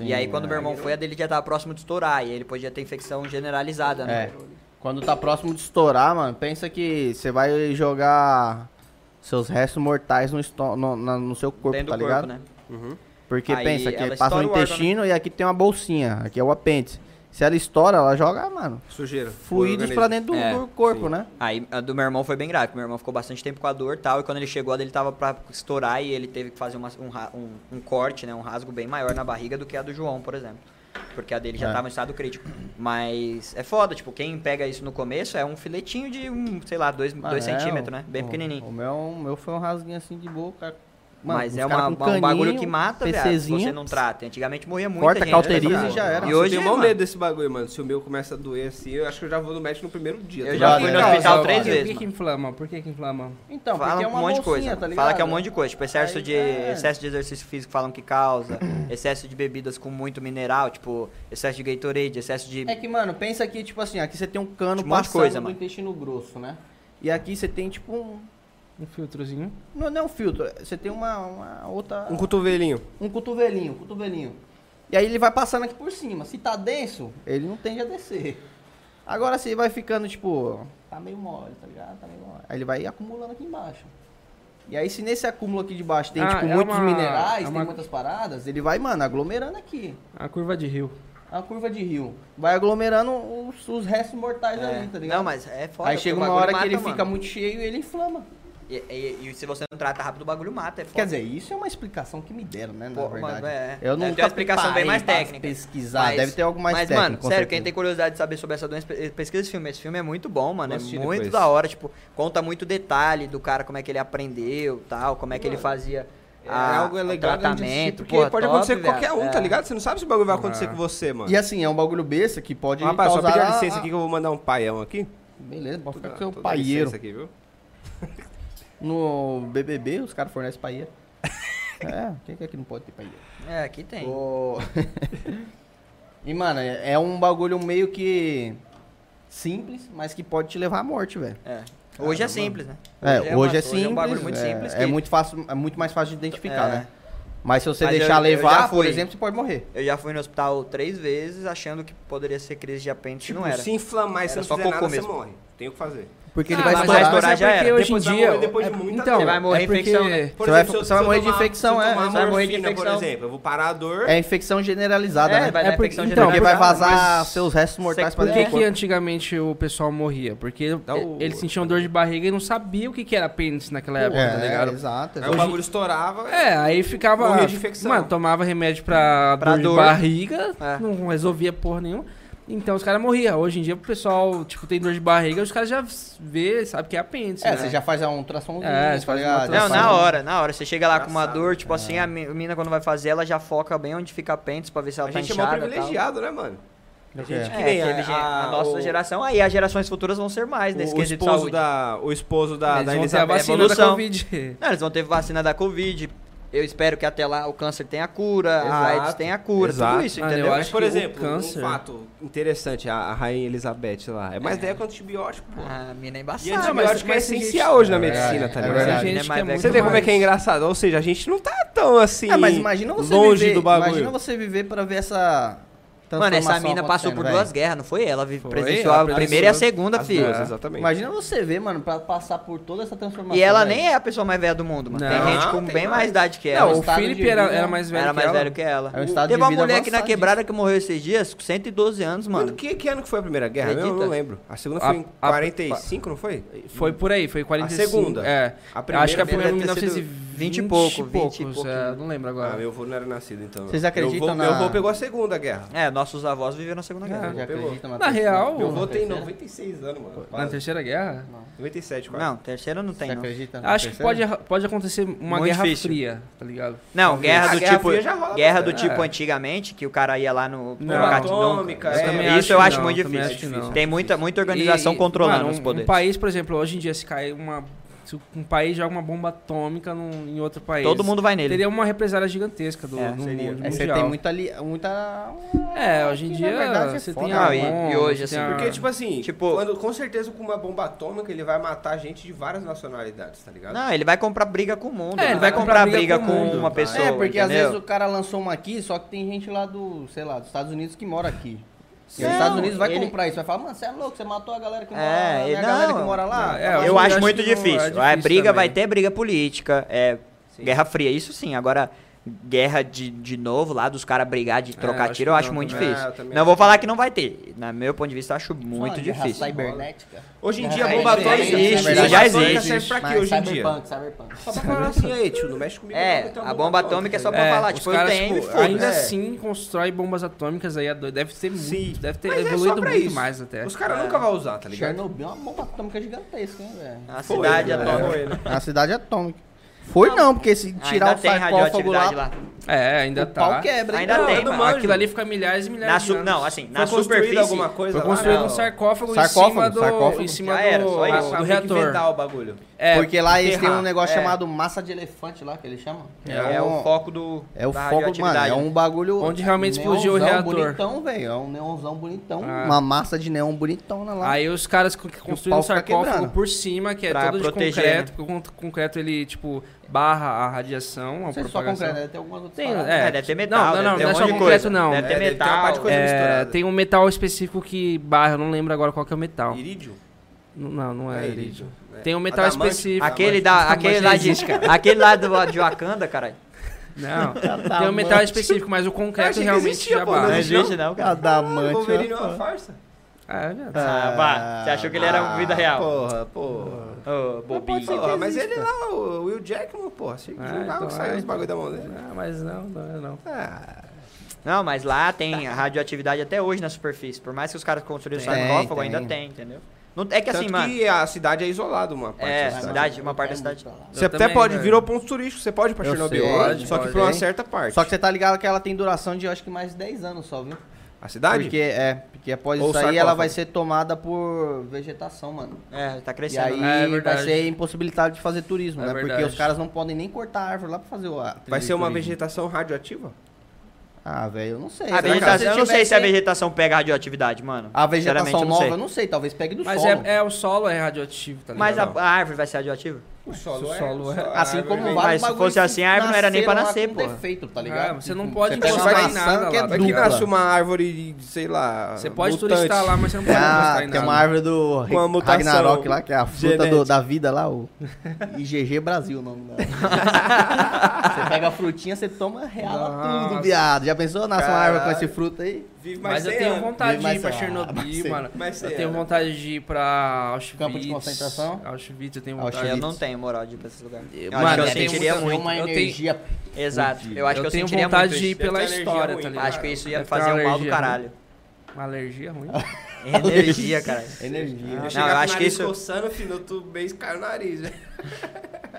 e aí, é. quando meu irmão foi, a dele já tava próximo de estourar. E ele podia ter infecção generalizada, né? É. Quando tá próximo de estourar, mano, pensa que você vai jogar seus restos mortais no, esto- no, na- no seu corpo, Dentro tá do ligado? corpo, né? Uhum. Porque Aí pensa que ela passa estoura no o órgão, né? intestino e aqui tem uma bolsinha, aqui é o apêndice. Se ela estoura, ela joga, mano, Sujeira. fluidos pra dentro do, É, do corpo, sim. né? Aí a do meu irmão foi bem grave, porque meu irmão ficou bastante tempo com a dor e tal, e quando ele chegou a dele tava pra estourar e ele teve que fazer uma- um, ra- um- um corte, né? Um rasgo bem maior na barriga do que a do João, por exemplo. Porque a dele já É. tava em estado crítico. Mas é foda, tipo, quem pega isso no começo é um filetinho de, um, sei lá, dois, Mano, dois é, centímetros, né? Bem o- pequenininho. O meu, o meu foi um rasguinho assim de boca. Mas os é cara uma- com uma- um bagulho caninho, que mata, velho, se PCzinho. você não trata. Antigamente morria muita Corta, gente. cauteriza dessa e já porra. era. E Nossa, hoje, é, eu tenho maior mano, medo desse bagulho, mano. Se o meu começa a doer assim, eu acho que eu já vou no médico no primeiro dia. Eu tá já ligado? fui no Não, hospital já, três Por que vezes, que mano. inflama? Por que que inflama? Então, Fala porque é um uma monte de bolsinha, coisa. tá ligado? fala que é um monte de coisa. Tipo, excesso, Aí de, é. excesso de exercício físico falam que causa. excesso de bebidas com muito mineral, tipo, excesso de Gatorade, excesso de. É que, mano, pensa que, tipo assim, aqui você tem um cano Um monte de passando coisa, do mano. intestino grosso, né? E aqui você tem, tipo, um... Um filtrozinho. Não, não é um filtro, você tem uma, uma outra... Um cotovelinho. Um cotovelinho, um cotovelinho. E aí ele vai passando aqui por cima. Se tá denso, ele não tende a descer. Agora se vai ficando, tipo, tá meio mole, tá ligado? Tá meio mole. Aí ele vai acumulando aqui embaixo. E aí se nesse acúmulo aqui de baixo tem, Ah, tipo, é muitos uma- minerais, é tem uma- muitas paradas, ele vai, mano, aglomerando aqui. A curva de rio. A curva de rio. Vai aglomerando os, os restos mortais É. ali, tá ligado? Não, mas é foda. Aí porque chega o uma bagulho hora mata, que ele mano. fica muito cheio e ele inflama. E, e- e se você não trata rápido, o bagulho mata. É foda. Quer dizer, isso é uma explicação que me deram, né? Na Pô, verdade. mas é. Eu Deve não ter uma explicação bem mais técnica. Pesquisar, Mas- deve ter algo mais Mas, técnico. mano, com sério, certeza. quem tem curiosidade de saber sobre essa doença, pe- pesquisa esse filme. Esse filme é muito bom, mano. Vou É assistir muito depois. da hora. Tipo, conta muito detalhe do cara, como é que ele aprendeu tal, como é que ele fazia. É a- algo é o legal de assistir, tratamento. porque porra, pode top, acontecer com velho. qualquer um, É. tá ligado? Você não sabe se o bagulho vai acontecer Ah. com você, mano. E assim, é um bagulho besta que pode Rapaz, só causar... pedir a a- licença aqui que eu vou mandar um paião aqui. Ah, Beleza, pode ficar com Tô seu dando um paieiro. licença Aqui, viu? No BBB, os caras fornecem paieiro. é, o que que é que não pode ter paieiro? É, aqui tem. Ô, e, mano, é é um bagulho meio que simples, mas que pode te levar à morte, velho. É. Hoje é simples, né? É, uma- hoje é um simples, bagulho muito é- simples. é, que muito fácil, é muito mais fácil de identificar, É. né? Mas se você Mas eu- deixar eu já levar, por fui. exemplo, você pode morrer. Eu já fui no hospital três vezes achando que poderia ser crise de apêndice, não era. Se inflamar e se Era não só fizer nada, cocô você mesmo. morre. Tem o que fazer. Porque ele ele vai vai Ah, mas estourar. estourar. estourar já Ah, é porque era. hoje em Depois vai dia... morrer depois de é- muita então, dor. Você vai morrer é porque- infecção, né? Por Você vai- se eu- você se eu vai morrer de tomar- infecção, se eu é, tomar você vai morrer de morfina, por infecção. exemplo, eu vou parar a dor. É infecção generalizada, né? É, vai dar É porque- infecção então, generalizada. Porque vai vazar mas- seus restos mortais Você- pra Por que, dentro que do corpo. antigamente o pessoal morria? Porque Dá o- eles sentiam dor de barriga e não sabia o que, que era pênis naquela época, tá É, ligado? exato. um Aí o bagulho estourava. É, aí ficava. Morria de infecção. Mano, tomava remédio pra, Pra dor, dor. de barriga, É. não resolvia porra nenhuma. Então os caras morriam. Hoje em dia o pessoal, tipo, tem dor de barriga, os caras já vê, sabe que é apêndice. É, assim, né? você já faz um ultrassom. É, você faz um Não, ultrassom. na hora, na hora. Você chega lá com uma Engraçado, dor, tipo né? assim, a mi- mina quando vai fazer, ela já foca bem onde fica a pênis pra ver se ela A tá gente é mó inchada e tal. privilegiado, né, mano? A gente É, que nem teve a, gente- a a- nossa o- geração, aí as gerações futuras vão ser mais nesse O, o quesito de esposo saúde. da, o esposo da, Eles da vão ter a Elizabeth. vacina evolução. da Covid. Não, eles vão ter vacina da Covid. Eu espero que até lá o câncer tenha cura, a Exato. AIDS tenha cura, Exato. tudo isso, Mano, eu entendeu? acho Mas, por que o exemplo, câncer- é um fato interessante, a, a rainha Elizabeth lá. É mais é. com antibiótico, pô. A mina é assim, E embaçada. mas- antibiótico é mas tem essencial gente- hoje na É medicina, verdade, tá é ligado? verdade. Tem gente que é Mas Você muito vê como é mais. que é engraçado. Ou seja, a gente não tá tão assim. É, mas imagina você longe viver, do bagulho. Imagina você viver pra ver essa Mano, essa transformação mina assim, passou por acontecendo, duas velho. guerras, não foi ela? vi- Foi, Presenciou ela a primeira e a presenciou segunda, As filho. duas, exatamente. Imagina você ver, mano, pra passar por toda essa transformação. E ela velho. nem é a pessoa mais velha do mundo, mano. Não, tem gente com tem bem mais mais. idade que ela. Não, o estado de Felipe vida era, era mais velho era que mais ela. velho que ela. É um estado Teve de uma vida né? mulher aqui na avançadíssimo. quebrada que morreu esses dias, com 112 anos, Mano, mano. que, que ano que foi a Primeira Guerra? Eu não Acredita? lembro. A segunda A- foi em a- 45, não foi? Foi por aí, foi 45. segunda. É. A primeira Acho que a deve primeira foi em ter sido- 1920 Vinte e pouco, vinte e poucos, pouquinho. é, não lembro Ah, agora. meu avô não era nascido, então. Vocês Meu acreditam vô- na- Meu avô pegou a Segunda Guerra. É, nossos avós viveram a Segunda Ah, Guerra. Já pegou. acredita Na real, Meu avô na tem terceira? 96 anos, mano. Na Quase. Terceira Guerra? Não. 97, quase. Não, terceira não tem, Você não. acredita na Acho que pode, terceira? pode acontecer uma Muito guerra difícil. fria, tá ligado? Não, Talvez. guerra Ah, do Guerra tipo. Fria já rola Guerra do bastante. tipo É. antigamente, que o cara ia lá no. Não, no Cat- atômica, no- é. Eu também Isso acho eu que acho não, muito também difícil. acho que não. Tem muita, muita organização controlando mano, os um- poderes. Um país, por exemplo, hoje em dia, se cair uma. Se um país joga uma bomba atômica num- em outro país. Todo mundo vai nele. Teria uma represália gigantesca do, É, no seria. mundo É, você mundial. tem muita. Li... muita... É, hoje em que, na dia verdade, é você foda. tem Não, a e- e ONU, hoje, você assim, tem a- Porque, tipo assim, Tipo- quando- com certeza com uma bomba atômica ele vai matar gente de várias nacionalidades, tá ligado? Não, ele vai comprar briga com o mundo. É, ele vai comprar briga com, o mundo. tá. uma pessoa. é, porque às entendeu? vezes o cara lançou uma aqui, só que tem gente lá do, sei lá, dos Estados Unidos que mora aqui. E os Não, Estados Unidos vai ele- comprar isso, vai falar, mano, você é louco, você matou a galera que mora É, lá, ele- a galera que não, mora lá. não, tá é, Eu Eu acho acho muito que não- é difícil. difícil É, briga vai também. ter briga política, é Sim. guerra fria, isso sim. Agora, guerra de, de novo lá, dos caras brigar de trocar acho tiro, que eu acho não muito também. difícil. É, eu também não acho vou que falar que não vai ter. Na meu ponto de vista, eu acho Fala muito de guerra difícil. Cibernética. Hoje em Guerra dia a bomba cibernética, atômica existe, a isso bomba já atômica existe. serve pra quê Mas é hoje em dia? Cyberpunk, cyberpunk. Tá Só pra falar assim, aí, tio, não mexe comigo. É, não, eu tenho a bomba atômica é só pra É, falar, os tipo, eu caras, tenho. e tipo, foda-se. ainda É. assim constrói bombas atômicas aí, a doido. deve ter Sim. muito, deve ter Mas é só evoluído pra muito isso. mais até. Os caras nunca vão usar, tá ligado? Chernobyl é uma bomba atômica gigantesca, hein, velho? A cidade né? atômica. Foi, né? A cidade atômica. Foi não, porque se tirar ainda o tem sarcófago radioatividade lá, lá. É, ainda o tá. pau quebra. hein? Ainda Não, tem, é do mas- manjo. aquilo ali fica milhares e milhares Na de su- anos. Não, assim, na Foi construída superfície. alguma coisa Foi lá? construído Não. um sarcófago, Sarcófago, em cima do, sarcófago. Em cima Já era, do, do só isso. Sabe que reator. inventar um. o bagulho. É, Porque lá eles têm enterrar. um negócio É. chamado massa de elefante lá, que eles chamam. um É, o foco do. É o da foco, mano, radioatividade, é né? um bagulho... Onde realmente explodiu o neonzão reator. bonitão, velho. É um neonzão bonitão. Ah. Uma massa de neon bonitona lá. Aí os caras con- construíram pau um fica sarcófago quebrando. por cima, que é Pra todo proteger, de concreto, porque o con- concreto ele, tipo, barra a radiação, a não sei se só propagação. concreto, né? deve ter algumas outras Tem, paradas. é. É, deve ter metal. Não, não, não, deve ter não é um só monte de concreto, coisa. não. Deve ter É, deve ter uma metal. parte de coisa É, misturada. tem um metal específico que barra, eu não lembro agora qual que é o metal. Irídio? Não, Não, não é, irídio. É. Tem um metal Adamante? específico. Aquele, da, aquele, lá de, aquele lá do, de Wakanda, caralho. Não, Tá tem um metal específico, mas o concreto achei que realmente existia, já pô, barra. né? Não É. existe, existe não, cara. Ah, o Adamante. Wolverine é ó. uma farsa. É, velho. Ah, vá. Você achou que ele era um vida real? Porra, porra. Ô, bobinho. Porra, mas ele lá, o Will Jackman, porra, achei que Ah, jogava então que saiu é, os bagulho da mão dele. Ah, mas não, não é não. Ah, Não, mas lá tem a radioatividade até hoje na superfície. Por mais que os caras construíram o Tem, sarcófago, tem. ainda tem, entendeu? Não, é que Então, tanto assim, mano. que a cidade é isolada, uma parte É, Vai, da cidade. cidade, mano, uma parte eu da quero muito cidade. pra lá. Você até também, pode, velho. virou ponto turístico, você pode ir pra Eu Chernobyl, sei, hoje, só pode, que pra uma hein? certa parte. Só que você tá ligado que ela tem duração de, acho que mais 10 anos só, viu? A cidade? Porque, é, porque após Ou isso aí ela sarcófago. vai ser tomada por vegetação, mano. É, tá E crescendo. aí né? É vai verdade. ser impossibilitado de fazer turismo, É né? Porque verdade. os caras não podem nem cortar a árvore lá pra fazer o a trilha Vai de ser uma turismo. vegetação radioativa? Ah, velho, eu não sei. A Será que vegetação, eu não sei se a tivesse- vegetação pega radioatividade, mano. A Sinceramente, vegetação eu nova, sei. eu não sei, talvez pegue do Mas solo. é, é, o solo é radioativo, tá Mas a, ligado? a árvore vai ser radioativa? O o solo é- Assim como vários vai- vai. Mas se bagulhos fosse assim, a árvore não era nem pra nasceram lá nascer, com porra. defeito, tá ligado? Ah, você não Tipo, pode pega uma encostar em nada maçã que é lá, vai Vai que dupla. nasce uma árvore, de, sei lá. Você pode mutante. turistar lá, mas você não pode Ah, encostar em tem nada. uma árvore do Com a mutação Ragnarok lá, que é a fruta genética. do- da vida lá, o IGG Brasil o nome dela. você pega a frutinha, você toma, reala Nossa. tudo, viado. Já pensou? Nasce uma árvore com Caralho. esse fruto aí? Vive mais Mas eu cem tenho anos. vontade de Mas ir pra sei lá, mas Chernobyl, sei. mano. Mas sei Eu tenho lá. vontade de ir pra Auschwitz. Campo de concentração? Auschwitz, eu tenho Auschwitz. vontade. Eu não tenho moral de ir pra esses lugares. Eu- Eu mano, acho que eu eu tenho sentiria muita- muito. Uma eu tenho- energia... Exato. Eu acho Eu que eu tenho sentiria vontade muito de ir isso. Deve pela ter energia história, ruim, tá ligado? Acho que isso ia Deve ter uma fazer um mal do alergia caralho. ruim. Uma alergia ruim? É Energia, cara. Energia. Eu Não, chegava eu Ah, com o acho que nariz isso- coçando, filho, no outro mês caiu o nariz, né?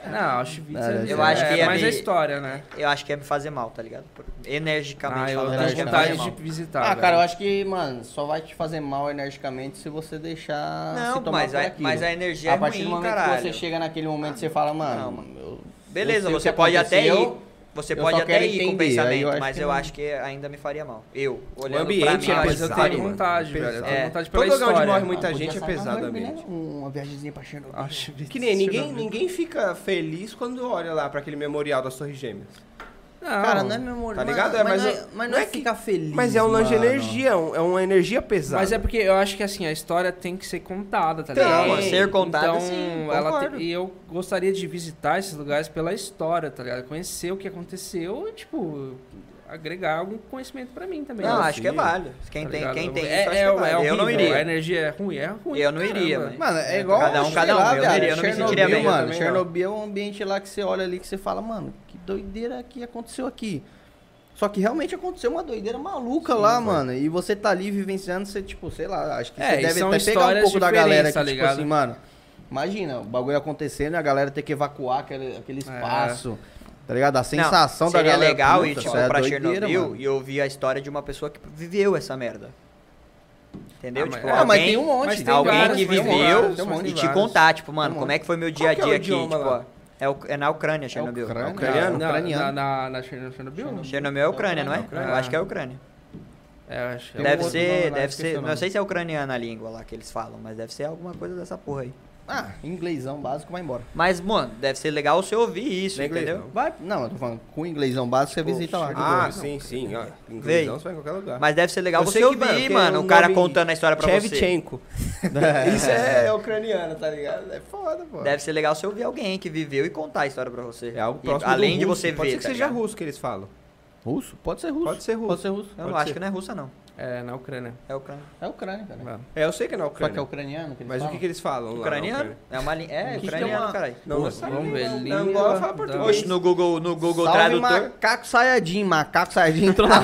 Não, Auschwitz Cara, é, eu é acho que ia mais me- a história, né? Eu acho que ia me fazer mal, tá ligado? Por- Energicamente Ah, eu falando, acho que tenho ia é me vai vontade fazer mal. de mal. visitar. Ah, velho. cara, eu acho que, mano, só vai te fazer mal energicamente se você deixar se Não, tomar mas por a, aquilo. mas a energia A é partir ruim, do momento caralho. que você chega naquele momento, você fala, Não, mano... mano. eu- eu Beleza, sei o você que pode até ir. aconteceu, Ah, Você eu pode só até quero ir com entender, aí pensamento, eu acho mas que eu não- tipo, acho que ainda me faria mal. Eu, olhando ambiente pra Ah, mim, é mas eu acho- pesado, tenho mano. vontade, velho. Eu É. tenho vontade Todo pela lugar onde história. morre muita Podia gente sair é na pesado o vibe, né? ambiente. Uma viagemzinha pra Chernobyl. Auschwitz. Que nem ninguém, Chernobyl. ninguém fica feliz quando olha lá pra aquele memorial das Torres Gêmeas. Não, Cara, não é memória. Tá ligado? Mas, mas, É, mas não é- eu- mas não não é é que- ficar feliz. Mas é um lance de mano. energia, é um- é uma energia pesada. Mas é porque eu acho que assim, a história tem que ser contada, tá Tem, ligado? mano, ser contada, então, sim, ela concordo. tem- E eu gostaria de visitar esses lugares pela história, tá ligado? Conhecer o que aconteceu e, tipo, agregar algum conhecimento pra mim também. Não, Tá acho que é assim, sim. válido. Quem tem, ligado? quem tem é, isso, acho é, que é válido. é eu não horrível, A iria. energia é ruim, é ruim. Eu não iria, caramba. mano. Mano, é igual. cada um, sei cada um. lá, Eu viado, iria, eu não me Chernobyl, sentiria bem. Mano, Também não. Chernobyl é um ambiente lá que você olha ali que você fala, mano, que doideira que aconteceu aqui. Só que realmente aconteceu uma doideira maluca lá, mano. E você tá ali vivenciando, você, tipo, sei lá, acho que É, você e deve são até pegar um histórias pouco da diferentes, galera que, tá tipo ligado? assim, mano. Imagina, o bagulho acontecendo e a galera ter que evacuar aquele, aquele espaço. Tá ligado? A sensação É. não, da seria galera. legal puta, ir tipo, isso é pra doideira, Chernobyl mano. e ouvir a história de uma pessoa que viveu essa merda. Entendeu? Ah, mas- tipo, ah, mas alguém, tem um monte, mas tem alguém vários, que mas tem viveu um vários, tem e vários. te contar, tipo, mano, Tem um como é que foi meu dia Qual a que é o dia aqui? idioma Tipo, lá? ó, é, o- é na Ucrânia, Chernobyl. Ucrânia? Ucraniano? Na- Ucraniano. Na, na, na Chernobyl? Chernobyl? Chernobyl é Ucrânia, não é? Ucrânia. Eu acho que é Ucrânia. É, acho que é Deve um outro ser, nome lá, deve esqueci ser. o Não nome. sei se é ucraniana a língua lá que eles falam, mas deve ser alguma coisa dessa porra aí. Ah, inglêsão básico vai embora. Mas, mano, deve ser legal você ouvir isso, Não é inglês, entendeu? Vai, não, eu tô falando, com inglêsão básico você visita lá. Ah, sim, sim. Ah, inglesão, você vai em qualquer lugar. Mas deve ser legal Eu você sei que, ouvir, mano, mano, tem um o cara nome- contando a história pra você. Shevchenko. Isso é ucraniano, tá ligado? É foda, pô. Deve ser legal você ouvir alguém que viveu e contar a história pra você. É algo E próximo Além do de russo. você Pode ver. ser que tá seja ligado? russo que eles falam. Russo? Pode ser russo. Pode ser russo. Pode ser russo. Eu Pode não acho ser. que não é russa, não. É, na Ucrânia. É ucraniano. É Ucrânia, cara. Vai. É, eu sei que é na Só que é Ucrânia. ucraniano que eles Mas o que, falam? que eles falam lá na Ucraniano? Ucrânia? É uma língua. É, Que que ucraniano, é uma- caralho. Não, não Vamos sabe. ver, não. língua Na Angola fala da- português. Oxe, no Google, no Google Salve Tradutor. macaco Sayajin, macaco Sayajin entrou na...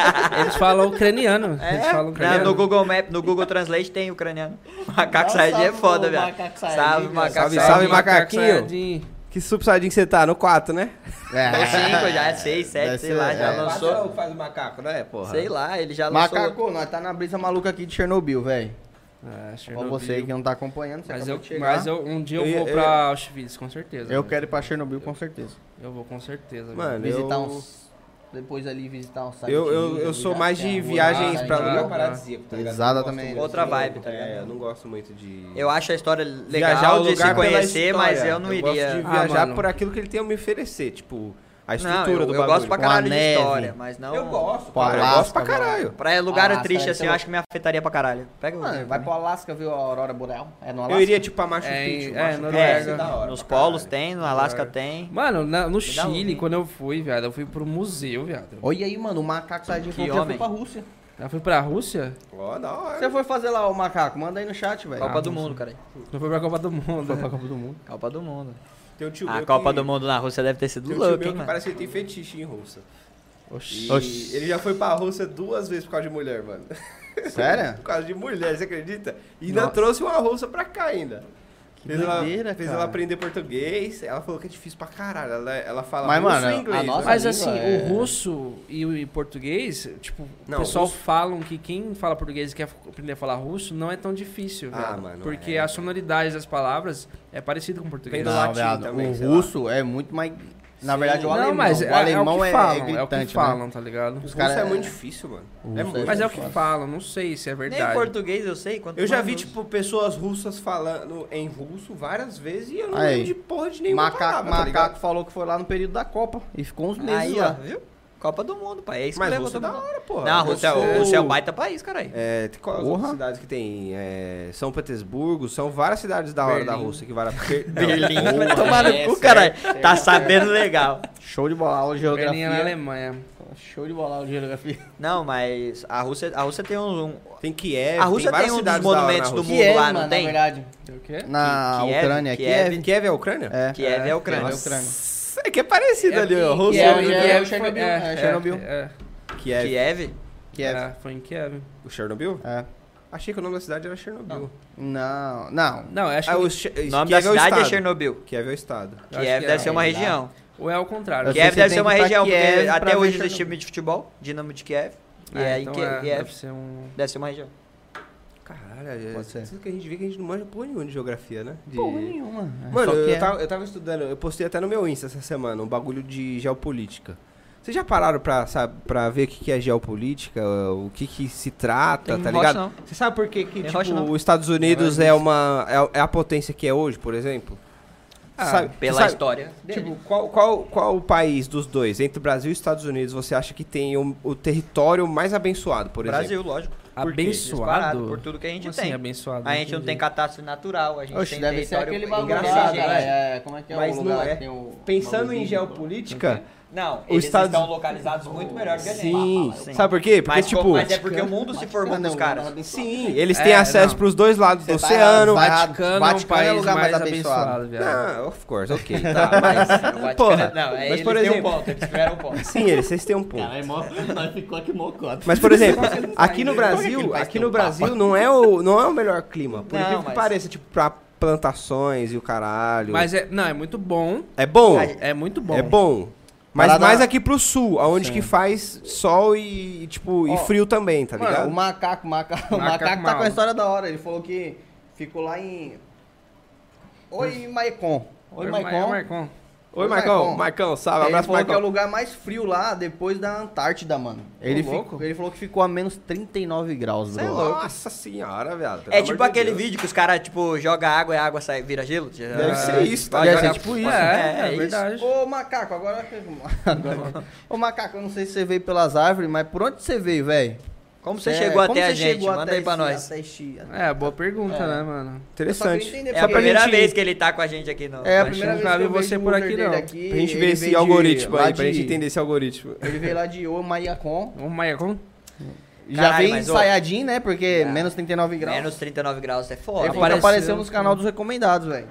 Eles falam ucraniano. Eles falam É? Não, ucraniano. no Google Map, no Google Translate tem ucraniano. Macaco Saiyajin é salve foda, pro velho. macaco Saiyajin, Salve, velho. macaco é Salve, salve, Saiyajin. macaquinho. Saiyajin. Que subsadinho que você tá? No 4, né? É 5, já é 6, 7, Deve sei ser, lá, já é. Quatro é lançou. o que faz o macaco, né, porra? Sei lá, ele já lançou. Macaco, nós tá na brisa maluca aqui de Chernobyl, velho. Ah, Pra Chernobyl. você É, que não tá acompanhando, você Mas acabou eu, de chegar. mas eu, um dia eu, Eu ia- vou eu pra Auschwitz, com certeza. Eu velho. quero ir pra Chernobyl com certeza. Eu vou com certeza. Mano, Visitar eu... uns... Depois ali visitar uns sites. Eu, eu, eu sou mais de viagens lá, pra lá, lugar lá. paradisíaco, tá ligado? Exada Eu não gosto também. muito Outra de- vibe, tá ligado? É, eu não gosto muito de... Eu acho a história viajar legal o de lugar se pela conhecer, mas história. eu não gosto iria. de Ah, viajar mano. por aquilo que ele tem a me oferecer, tipo, a estrutura Não, eu, do eu bagulho. gosto pra Com a caralho de neve. história, mas não. Eu gosto, Ah, Pra cara, eu Alasca, gosto pra caralho. Pra lugar Alasca, triste, deve assim, ser eu louco. acho que me afetaria pra caralho. Pega o. Mano, vai pro Alasca ver a Aurora Boreal. É no Alasca? Eu iria, tipo, pra Machu É, Picchu. é, Machu Picchu Noruega. ser da hora um Nos pra caralho. polos tem, no Alasca tem. Mano, na- no dá um Chile, link. quando eu fui, viado, eu fui pro museu, viado. Olha aí, mano, o macaco Sayajin Que falou que já foi homem. pra Rússia. Eu fui pra Rússia? Ó, da Você hora. foi fazer lá o macaco? Manda aí no chat, velho. Copa Ah, do Mundo, cara. Não foi pra Copa do Mundo. Foi pra Copa do Mundo. Copa do Mundo. Tem um tio A meu Copa que- do Mundo na Rússia deve ter sido Tem um tio louca, meu hein, que mano. parece que ele tem fetiche em russa. E Oxi. ele já foi pra Rússia duas vezes por causa de mulher, mano. Sério? Por causa de mulher, você acredita? E ainda Nossa. trouxe uma russa pra cá ainda. Que fez doideira, ela, fez cara. ela aprender português, ela falou que é difícil pra caralho. Ela, ela fala Mas, russo mano, e inglês. a nossa- né? Mas língua assim, é- o russo e o e português, tipo, Não, o pessoal russo- falam que quem fala português e quer aprender a falar russo não é tão difícil, Ah, viado. mano, porque é. a sonoridade das palavras é parecida com o português. Vem do latim também, Ah, o sei russo é muito mais... Na verdade, o não, alemão, mas o é, alemão é, é, o que falam, é, o que gritante, né? falam, tá ligado? Os Russo cara- é muito difícil, mano. Russo É é muito Mas é o que difícil. falam, não sei se é Nem verdade. português eu sei. quanto Eu já mais vi, russo. tipo, pessoas russas falando em russo várias vezes e eu não Aí. lembro de porra de nenhuma Macaco, palavra, tá macaco ligado? falou que foi lá no período da Copa e ficou uns meses Aí, ó, lá. viu? Copa do Mundo, pai. É isso Mas que russo é da leva todo mundo. hora, porra. Não, Rússia, é- Russo- Rússia é um baita país, caralho. É, tem qual as Porra. outras cidades que tem? É, São Petersburgo, são várias cidades da hora da Berlim. Rússia que vale a pena. Berlim, vai tomar no cu, caralho. Tá sabendo legal. Show de bola, aula de Berlim é na geografia. Alemanha. Show de bola, aula de geografia. Não, mas a Rússia, a Rússia tem um. um- Tem Kiev, A Rússia tem várias tem um dos cidades da hora monumentos na do Rússia. mundo lá, não tem? é, na verdade. É O quê? Na Kiev, Ucrânia, Kiev. Kiev. Kiev é a Ucrânia? É. Kiev é, a Ucrânia. Nossa. Ucrânia. Nossa, É que é parecido ali, ó. Rússia. Kiev, em é Kiev, Chernobyl, foi- é Chernobyl. É, Kiev. Kiev? Kiev. é, foi em Kiev. O Chernobyl? É. Achei que o nome da cidade era Chernobyl. Não, não. Não, acho Ah, que... o Che- O nome Kiev da cidade é, estado. Chernobyl. Kiev é o estado. acho Kiev que deve é, ser uma lá. região. Ou é ao contrário. Eu sei Kiev que deve tem ser uma que ir pra região, Kiev porque pra até ver hoje existe Chernobyl. time de futebol, Dinamo de Kiev. E É, é em então Ki- é, deve Kiev. ser um... Deve ser uma região. Caralho, é Pode ser. tudo que a gente vê que a gente não manja porra nenhuma de geografia, né? De- Porra nenhuma. É Mano, só eu, Kiev. tava, eu tava estudando, eu postei até no meu Insta essa semana um bagulho de geopolítica. Vocês já pararam pra, sabe, pra ver o que, que é geopolítica, o que, que se trata, Tem tá rocha, ligado? não. Você sabe por que, que Tem rocha, tipo, não. os Estados Unidos é, uma, é, é a potência que é hoje, por exemplo? Ah, Sabe- Pela sabe- história. Tipo, qual, qual, qual o país dos dois, entre o Brasil e os Estados Unidos, você acha que tem o, o território mais abençoado, por exemplo? Brasil, lógico. Por quê? Abençoado? Disparado, por tudo que a gente Como assim, tem. abençoado? A gente não tem catástrofe natural, a gente Oxe, tem deve ser território aquele bagulho lá, engraçado, cara. né? É, como é que é Mas o não lugar é. que tem o... Pensando em bagulhozinho? geopolítica, Não, Os eles Estados- estão localizados muito melhor que a gente. Sim. Sim. Sabe por quê? Porque, Mas, tipo. co- mas é porque o mundo se formou dos caras. Sim, eles têm É, acesso não. pros dois lados do Você tá oceano. errado, Vaticano, é um Vaticano é o país lugar mais mais abençoado, viado. Ah, of course, ok. Tá, mas. O Vaticano é- Porra. Não, é, mas, eles por têm um exemplo. ponto, eles tiveram um ponto. Sim, eles, vocês têm um ponto. Cara, é mó, nós ficou aqui mocota. Mas, por exemplo, Como aqui no é que ele Brasil, faz aqui teu no Brasil não é o, não é o melhor clima. Por Não, incrível que mas- pareça, tipo, pra plantações e o caralho. Mas é, não, é muito bom. é bom, Ai, É muito bom. é bom. Mas Parada- mais aqui pro sul, aonde Sim. que faz sol e, tipo, e Ó, frio também, tá Mano, ligado? o macaco, o macaco, o Macaco macaco tá mal. com a história da hora. Ele falou que ficou lá em. Oi, Maicon. Oi, Maicon. Maicon. Oi, Marcão. Marcão. Marcão, salve. Ele Ah, um Abraço, falou que é o Marcão. lugar mais frio lá depois da Antártida, mano. Ele, fi- louco. ele falou que ficou a menos 39 graus, Cê é bro. louco. Nossa senhora, viado. pelo É amor tipo de aquele Deus. vídeo que os caras, tipo, joga água e a água sai, vira gelo. Ah, Deve ser isso, tá Vai ligado? jogar- É tipo isso. É, É é, isso. verdade. Ô macaco, agora. agora... Ô macaco, eu não sei se você veio pelas árvores, mas por onde você veio, velho? Como você chegou até a gente? É, chegou Manda até aí pra esse- nós. até este- É, boa pergunta, né, mano? Eu só Interessante. queria entender É a porque- primeira gente- vez que ele tá com a gente aqui no. É a Mas primeira eu vez nunca que eu vi vejo você o por Uber aqui, dele não. aqui, Pra gente ele ver veio esse de- algoritmo lá aí, pra de- gente entender esse algoritmo. Ele veio lá de Omaiacon. Ô, Maicon. Já Caralho, veio mas, ô, ensaiadinho, né? Porque menos 39 graus. Menos 39 graus é Ele foda. falou que apareceu- apareceu nos canal dos recomendados, velho.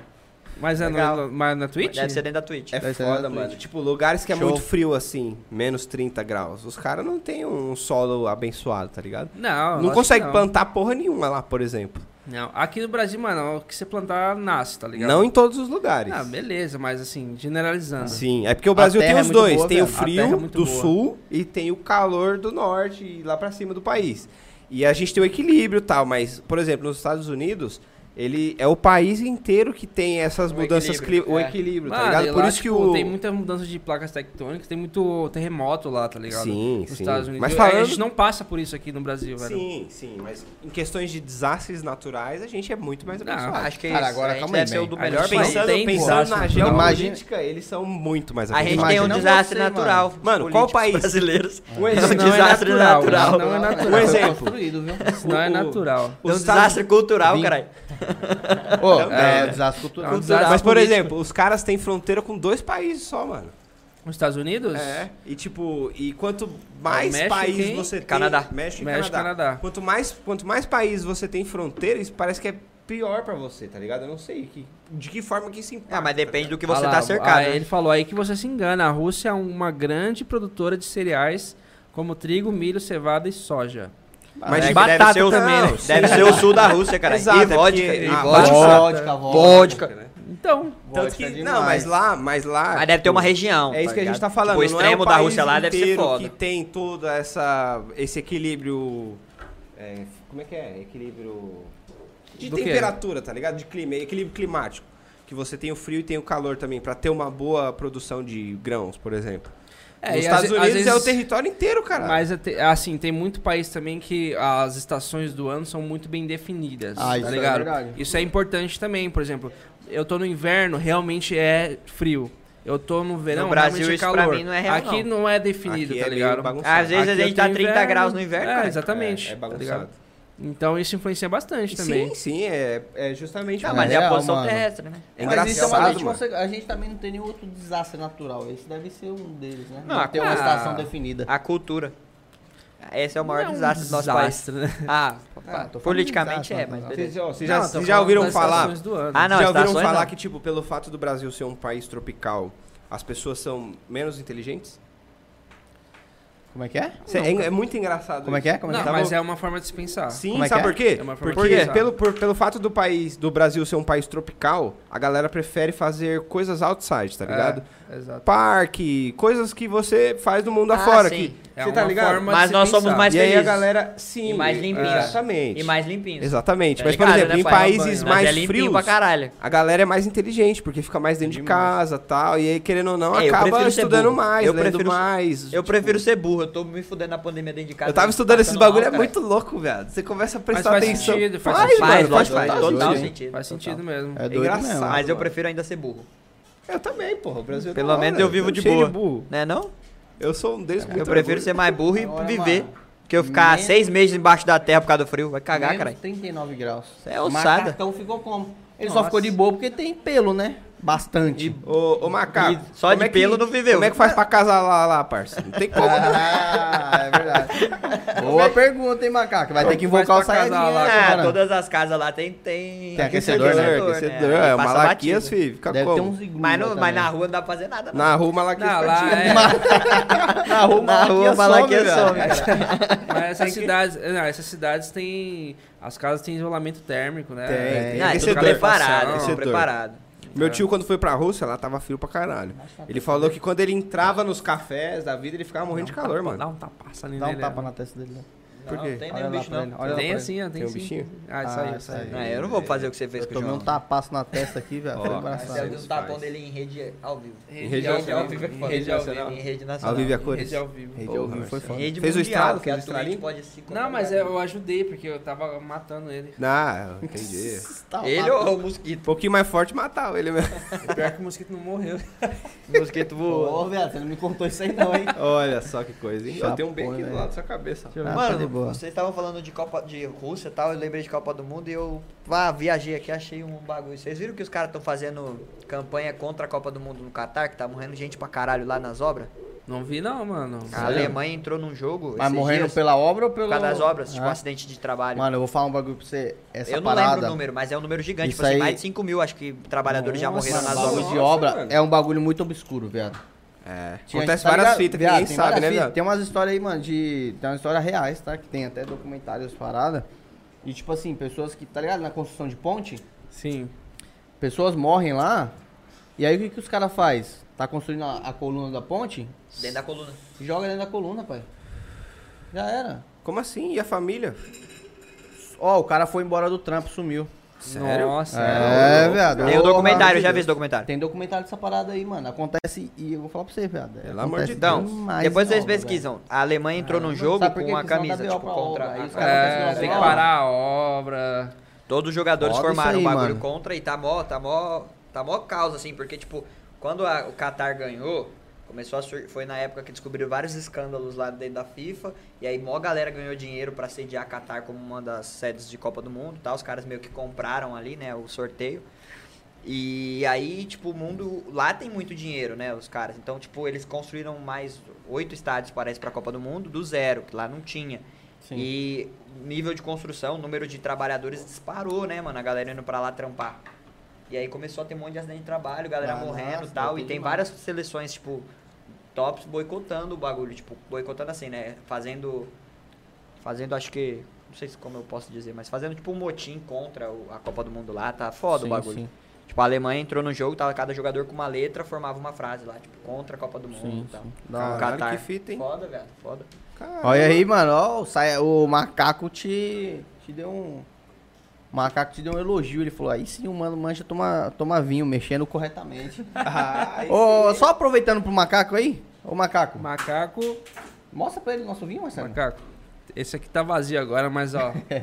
Mas é Legal. no, mas na Twitch? Deve ser dentro da Twitch. É Deve ser foda, na mano. Tipo, lugares que é Show. muito frio assim, menos 30 graus. Os caras não tem um solo abençoado, tá ligado? Não, não lógico consegue que plantar porra nenhuma lá, por exemplo. Não, aqui no Brasil, mano, o que você plantar nasce, tá ligado? Não em todos os lugares. Ah, beleza, mas assim, generalizando. Sim, é porque o A Brasil tem terra é os muito dois. boa, tem o velho. A terra é frio muito do boa. sul e tem o calor do norte e lá pra cima do país. E a gente tem o equilíbrio e tal, mas, por exemplo, nos Estados Unidos, ele é o país inteiro que tem essas O mudanças, cli- equilíbrio, o é. equilíbrio, Mano, tá e ligado? Por lá, isso que tipo, o... Tem muita mudança de placas tectônicas, tem muito terremoto lá, tá ligado? Sim, Nos sim. Estados Unidos. Mas Eu- A falando- gente não passa por isso aqui no Brasil, velho. Sim, sim, mas em questões de desastres naturais, a gente é muito mais Não, abençoado. Acho que é Cara, isso. agora, a gente calma aí, deve ser o man. do A melhor gente país. não pensando, tem pensando na desastre né? natural. geopolítica, eles são muito mais A gente tem um Imagina desastre você, mano. natural. Mano, qual Políticos país? brasileiros. Um É um exemplo. Não é desastre natural, natural. não é Nossa, natural. velho, Um foi exemplo. Construído, viu? Isso não é O- natural. É um Os Estados- desastre cultural, Vim. caralho. Ô, Também, é, né? desastre cultural. É um desastre. Mas, por político. exemplo, os caras têm fronteira com dois países só, mano. Nos Estados Unidos? É. E, tipo, e quanto mais México países e- você tem... Canadá. México e México e Canadá. Canadá. Quanto mais, quanto mais países você tem fronteira, isso parece que é pior pra você, tá ligado? Eu não sei que, de que forma que isso impacta. Ah, mas depende do que Ah você lá, tá cercado. Aí né? ele falou aí que você se engana. A Rússia é uma grande produtora de cereais como trigo, milho, cevada e soja. Mas É que batata deve ser o- também, né? Não, Deve ser o sul da Rússia, cara. Exato, e é vodka. porque- e Ah, vodka. vodka. Vodka. né? Então, Tanto Vodka é que, não, demais. mas lá, mas lá... Mas deve ter uma região. É isso que a gente ligado? tá falando. Tipo, o não é extremo da país Rússia lá deve ser inteiro foda. que é tem todo essa, esse equilíbrio... é, como é que é? Equilíbrio... De Do quê? temperatura, tá ligado? De clima, equilíbrio climático. Que você tem o frio e tem o calor também, pra ter uma boa produção de grãos, por exemplo. É, Nos e Estados às- às Unidos é o vezes- território inteiro, cara. mas é te- assim, tem muito país também que as estações do ano são muito bem definidas. Ah, tá isso é ligado? verdade. isso é importante também, por exemplo. Eu tô no inverno, realmente é frio. Eu tô no verão, No Brasil, realmente é isso calor. pra mim não é real, Aqui não, é definido, Aqui tá é meio ligado? bagunçado. Às vezes Aqui a eu gente tá tenho 30 inverno. graus no inverno, É, cara. exatamente. É, é tá ligado? bagunçado. Então isso influencia bastante também. Ah, Sim, sim, é, é justamente... Não, por mas isso. é, a real, posição mano. terrestre, né? É Mas isso é uma engraçado, gente mano. consegue- a gente também não tem nenhum outro desastre natural. Esse deve ser um deles, né? Não, Não, tem a- uma estação definida. A cultura. Esse é o Não maior um desastre do nosso país. desastre, né? Ah, Ah, tô falando politicamente desastre, é, mas mas não. beleza. Vocês, ó, vocês Não, já, tô vocês falando já ouviram das falar... estações do ano. Ah, não, já ouviram estações falar não. que, tipo, pelo fato do Brasil ser um país tropical, as pessoas são menos inteligentes? Como é que é? Cê- é, é muito engraçado. Como é que é? Como é Não, que Tá mas bom. é uma forma de se pensar. Sim, Como é que sabe é? por quê? É uma forma de Porque pensar. pelo, por- pelo fato do país, do Brasil ser um país tropical, a galera prefere fazer coisas outside, tá ligado? É, exato. Parque, coisas que você faz no mundo Ah, afora. sim. Que, É você tá uma ligado? forma Mas de nós pensar. somos mais e aí a felizes. galera, sim. E mais limpinhos. Exatamente. E mais limpinhos. Exatamente. Tá Mas, por ligado, exemplo, né, em pai? Mas Mas países é mais limpinho frios, pra caralho. a galera é mais inteligente, porque fica mais dentro de casa tal. E aí, querendo ou não, É, eu acaba prefiro ser estudando burro. mais, Eu lendo prefiro- mais. Eu tipo, prefiro ser burro, eu tô me fudendo na pandemia dentro de casa. né? Tá Eu tava estudando esses passando mal, bagulho, é cara. muito louco, velho. Você começa a Mas prestar faz atenção. sentido, faz, Faz, sentido. mano, Faz, faz lógico, faz, total total sentido. sentido. Faz total. sentido mesmo. É É doido mesmo. engraçado. Mas eu mano. prefiro ainda ser burro. Eu também, porra. O Brasil é Pelo da hora, menos eu vivo tô de cheio boa. burro. Né não? Eu sou um deles com Eu muito prefiro orgulho. ser mais burro e Agora, viver. mano, Que eu ficar menos- seis meses embaixo da terra por causa do frio. Vai cagar, Menos caralho. 39 graus. é ousada. Então ficou como? Ele Nossa. só ficou de boa porque tem pelo, né? Bastante. Ô, ô Macaco. E só como de é que- pelo não viveu. Como é que faz pra casar lá, lá, parça? Não tem como. né? Ah, é verdade. Boa pergunta, hein, macaco? Vai ter que invocar o né, Mas pra casar saiadinha lá. lá, Ah, cara. todas as casas lá tem. Tem, Tem aquecedor, né? Aquecedor, Aí passa é. Malaquias, batido. filho. Fica Deve ter como? uns iglus Mas, lá não, mas também. na rua não dá pra fazer nada, não. Na rua, Malaquias Não, lá fica é. é. Na rua, Na malaquia rua, Malaquias some, some, velho. um Mas essas cidades. Não, essas cidades têm. As casas têm isolamento térmico, né? Tem, tem. Não, eles estão Aquecedor. preparados, eles Aquecedor. estão preparados. É. Meu tio, quando foi pra Rússia, lá tava frio pra caralho. Ele falou que quando ele entrava nos cafés da vida, ele ficava morrendo de calor, mano. Dá um tapaço ali Dá um nele, tapa né? na testa dele. né? Por quê? Não, tem Olha nenhum lá bicho, pra ele, não. olha lá Tem pra assim, ó, tem, Tem um sim. bichinho? Ah, isso Ah, aí, isso isso aí. aí. Não, eu não vou fazer o que você fez Eu com o tomei um João. tapaço na testa aqui, velho. Foi Ó, Esse é engraçado. o Faz. tapão dele em rede ao vivo. Em rede nacional. é Em foda. rede ao vivo. Em Em rede um nacional. Ao vivo é e a cores. Rede ao vivo. Rede Porra, ao vivo foi Marcelo. foda. Rede Fez o mundial, estralo, que a fez o Twitch estralinho? pode se um Não, mas eu, eu ajudei, porque eu tava matando ele. Ah, entendi. Tá Ele lá. ou o mosquito? Um pouquinho mais forte matava ele mesmo. Pior que o mosquito não morreu. O mosquito voou. Ô, velho, você não me contou isso aí não, hein? Olha só que coisa, hein? Eu Chapou, tenho um bem aqui né? do lado da sua cabeça. Ah, tá de Mano, boa. vocês estavam falando de Copa de Rússia e tal, eu lembrei de Copa do Mundo e eu ah, viajei aqui achei um bagulho. Vocês viram que os caras estão fazendo campanha contra a Copa do Mundo no Catar, que tá morrendo gente pra caralho lá nas obras? Não vi não, mano. A Alemanha entrou num jogo. Mas esses morrendo dias, pela obra ou pelo... por causa das obras, tipo Ah. acidente de trabalho. Mano, eu vou falar um bagulho pra você. Essa eu não parada... lembro o número, mas é um número gigante. Isso Tipo assim, aí- mais de 5 mil, acho que, trabalhadores já morreram mano, nas bagulho obras. de Nossa, obra mano. é um bagulho muito obscuro, viado. É. Tinha- Acontece tá várias ligado? fitas que Viado, ninguém tem sabe, várias né, fitas. viado? Tem umas histórias aí, mano, de. Tem umas histórias reais, tá? Que tem até documentários paradas. E tipo assim, pessoas que, tá ligado? Na construção de ponte, Sim. pessoas morrem lá. E aí o que, que os caras faz? Tá construindo a, a coluna da ponte, Dentro da coluna. joga dentro da coluna, pai. Já era. Como assim? E a família? Ó, o cara foi embora do trampo, sumiu. Sério? Nossa. É, viado. Tem o documentário, já vi esse documentário. Tem documentário dessa parada aí, mano. Acontece, e eu vou falar pra você, viado. Pelo amor de acontece Então, demais depois em vocês obra, pesquisam. A Alemanha entrou num jogo Sabe por com que uma que eles não camisa, dão tipo, BO pra contra. obra? Aí os a- caras É, É, não tem que ó. parar a obra. Todos os jogadores Foda formaram isso aí, um bagulho mano. contra e tá mó, tá mó, tá mó causa, assim, porque, tipo, quando a- o Qatar ganhou, começou a sur... foi na época que descobriram vários escândalos lá dentro da FIFA, e aí mó galera ganhou dinheiro pra sediar a Qatar como uma das sedes de Copa do Mundo, tá? Os caras meio que compraram ali, né, o sorteio. E aí, tipo, o mundo. Lá tem muito dinheiro, né? Os caras. Então, tipo, eles construíram mais oito estádios, parece, pra Copa do Mundo, do zero, que lá não tinha. Sim. E nível de construção, número de trabalhadores disparou, né, mano? A galera indo pra lá trampar. E aí começou a ter um monte de acidente de trabalho, galera Ah, morrendo nossa, e tal. tem E tem demais. várias seleções, tipo, tops boicotando o bagulho. Tipo, boicotando assim, né? Fazendo. Fazendo, acho que. Não sei se como eu posso dizer, mas fazendo tipo um motim contra o- a Copa do Mundo lá, tá foda Sim, o bagulho. sim. Tipo, a Alemanha entrou no jogo, tava cada jogador com uma letra, formava uma frase lá, tipo, contra a Copa do Mundo Sim, e tal. sim. Da hora. Então, Caralho, que fita, hein? Foda, velho, foda. Caralho. Olha aí, mano, ó, o, saia- o macaco te, te deu um. O macaco te deu um elogio. Ele falou: aí sim, o mano mancha toma, toma vinho, mexendo corretamente. Ai, Ô, só aproveitando pro macaco aí. Ô, macaco, Macaco. mostra pra ele o nosso vinho, Marcelo. Macaco. Esse aqui tá vazio agora, mas ó. Pra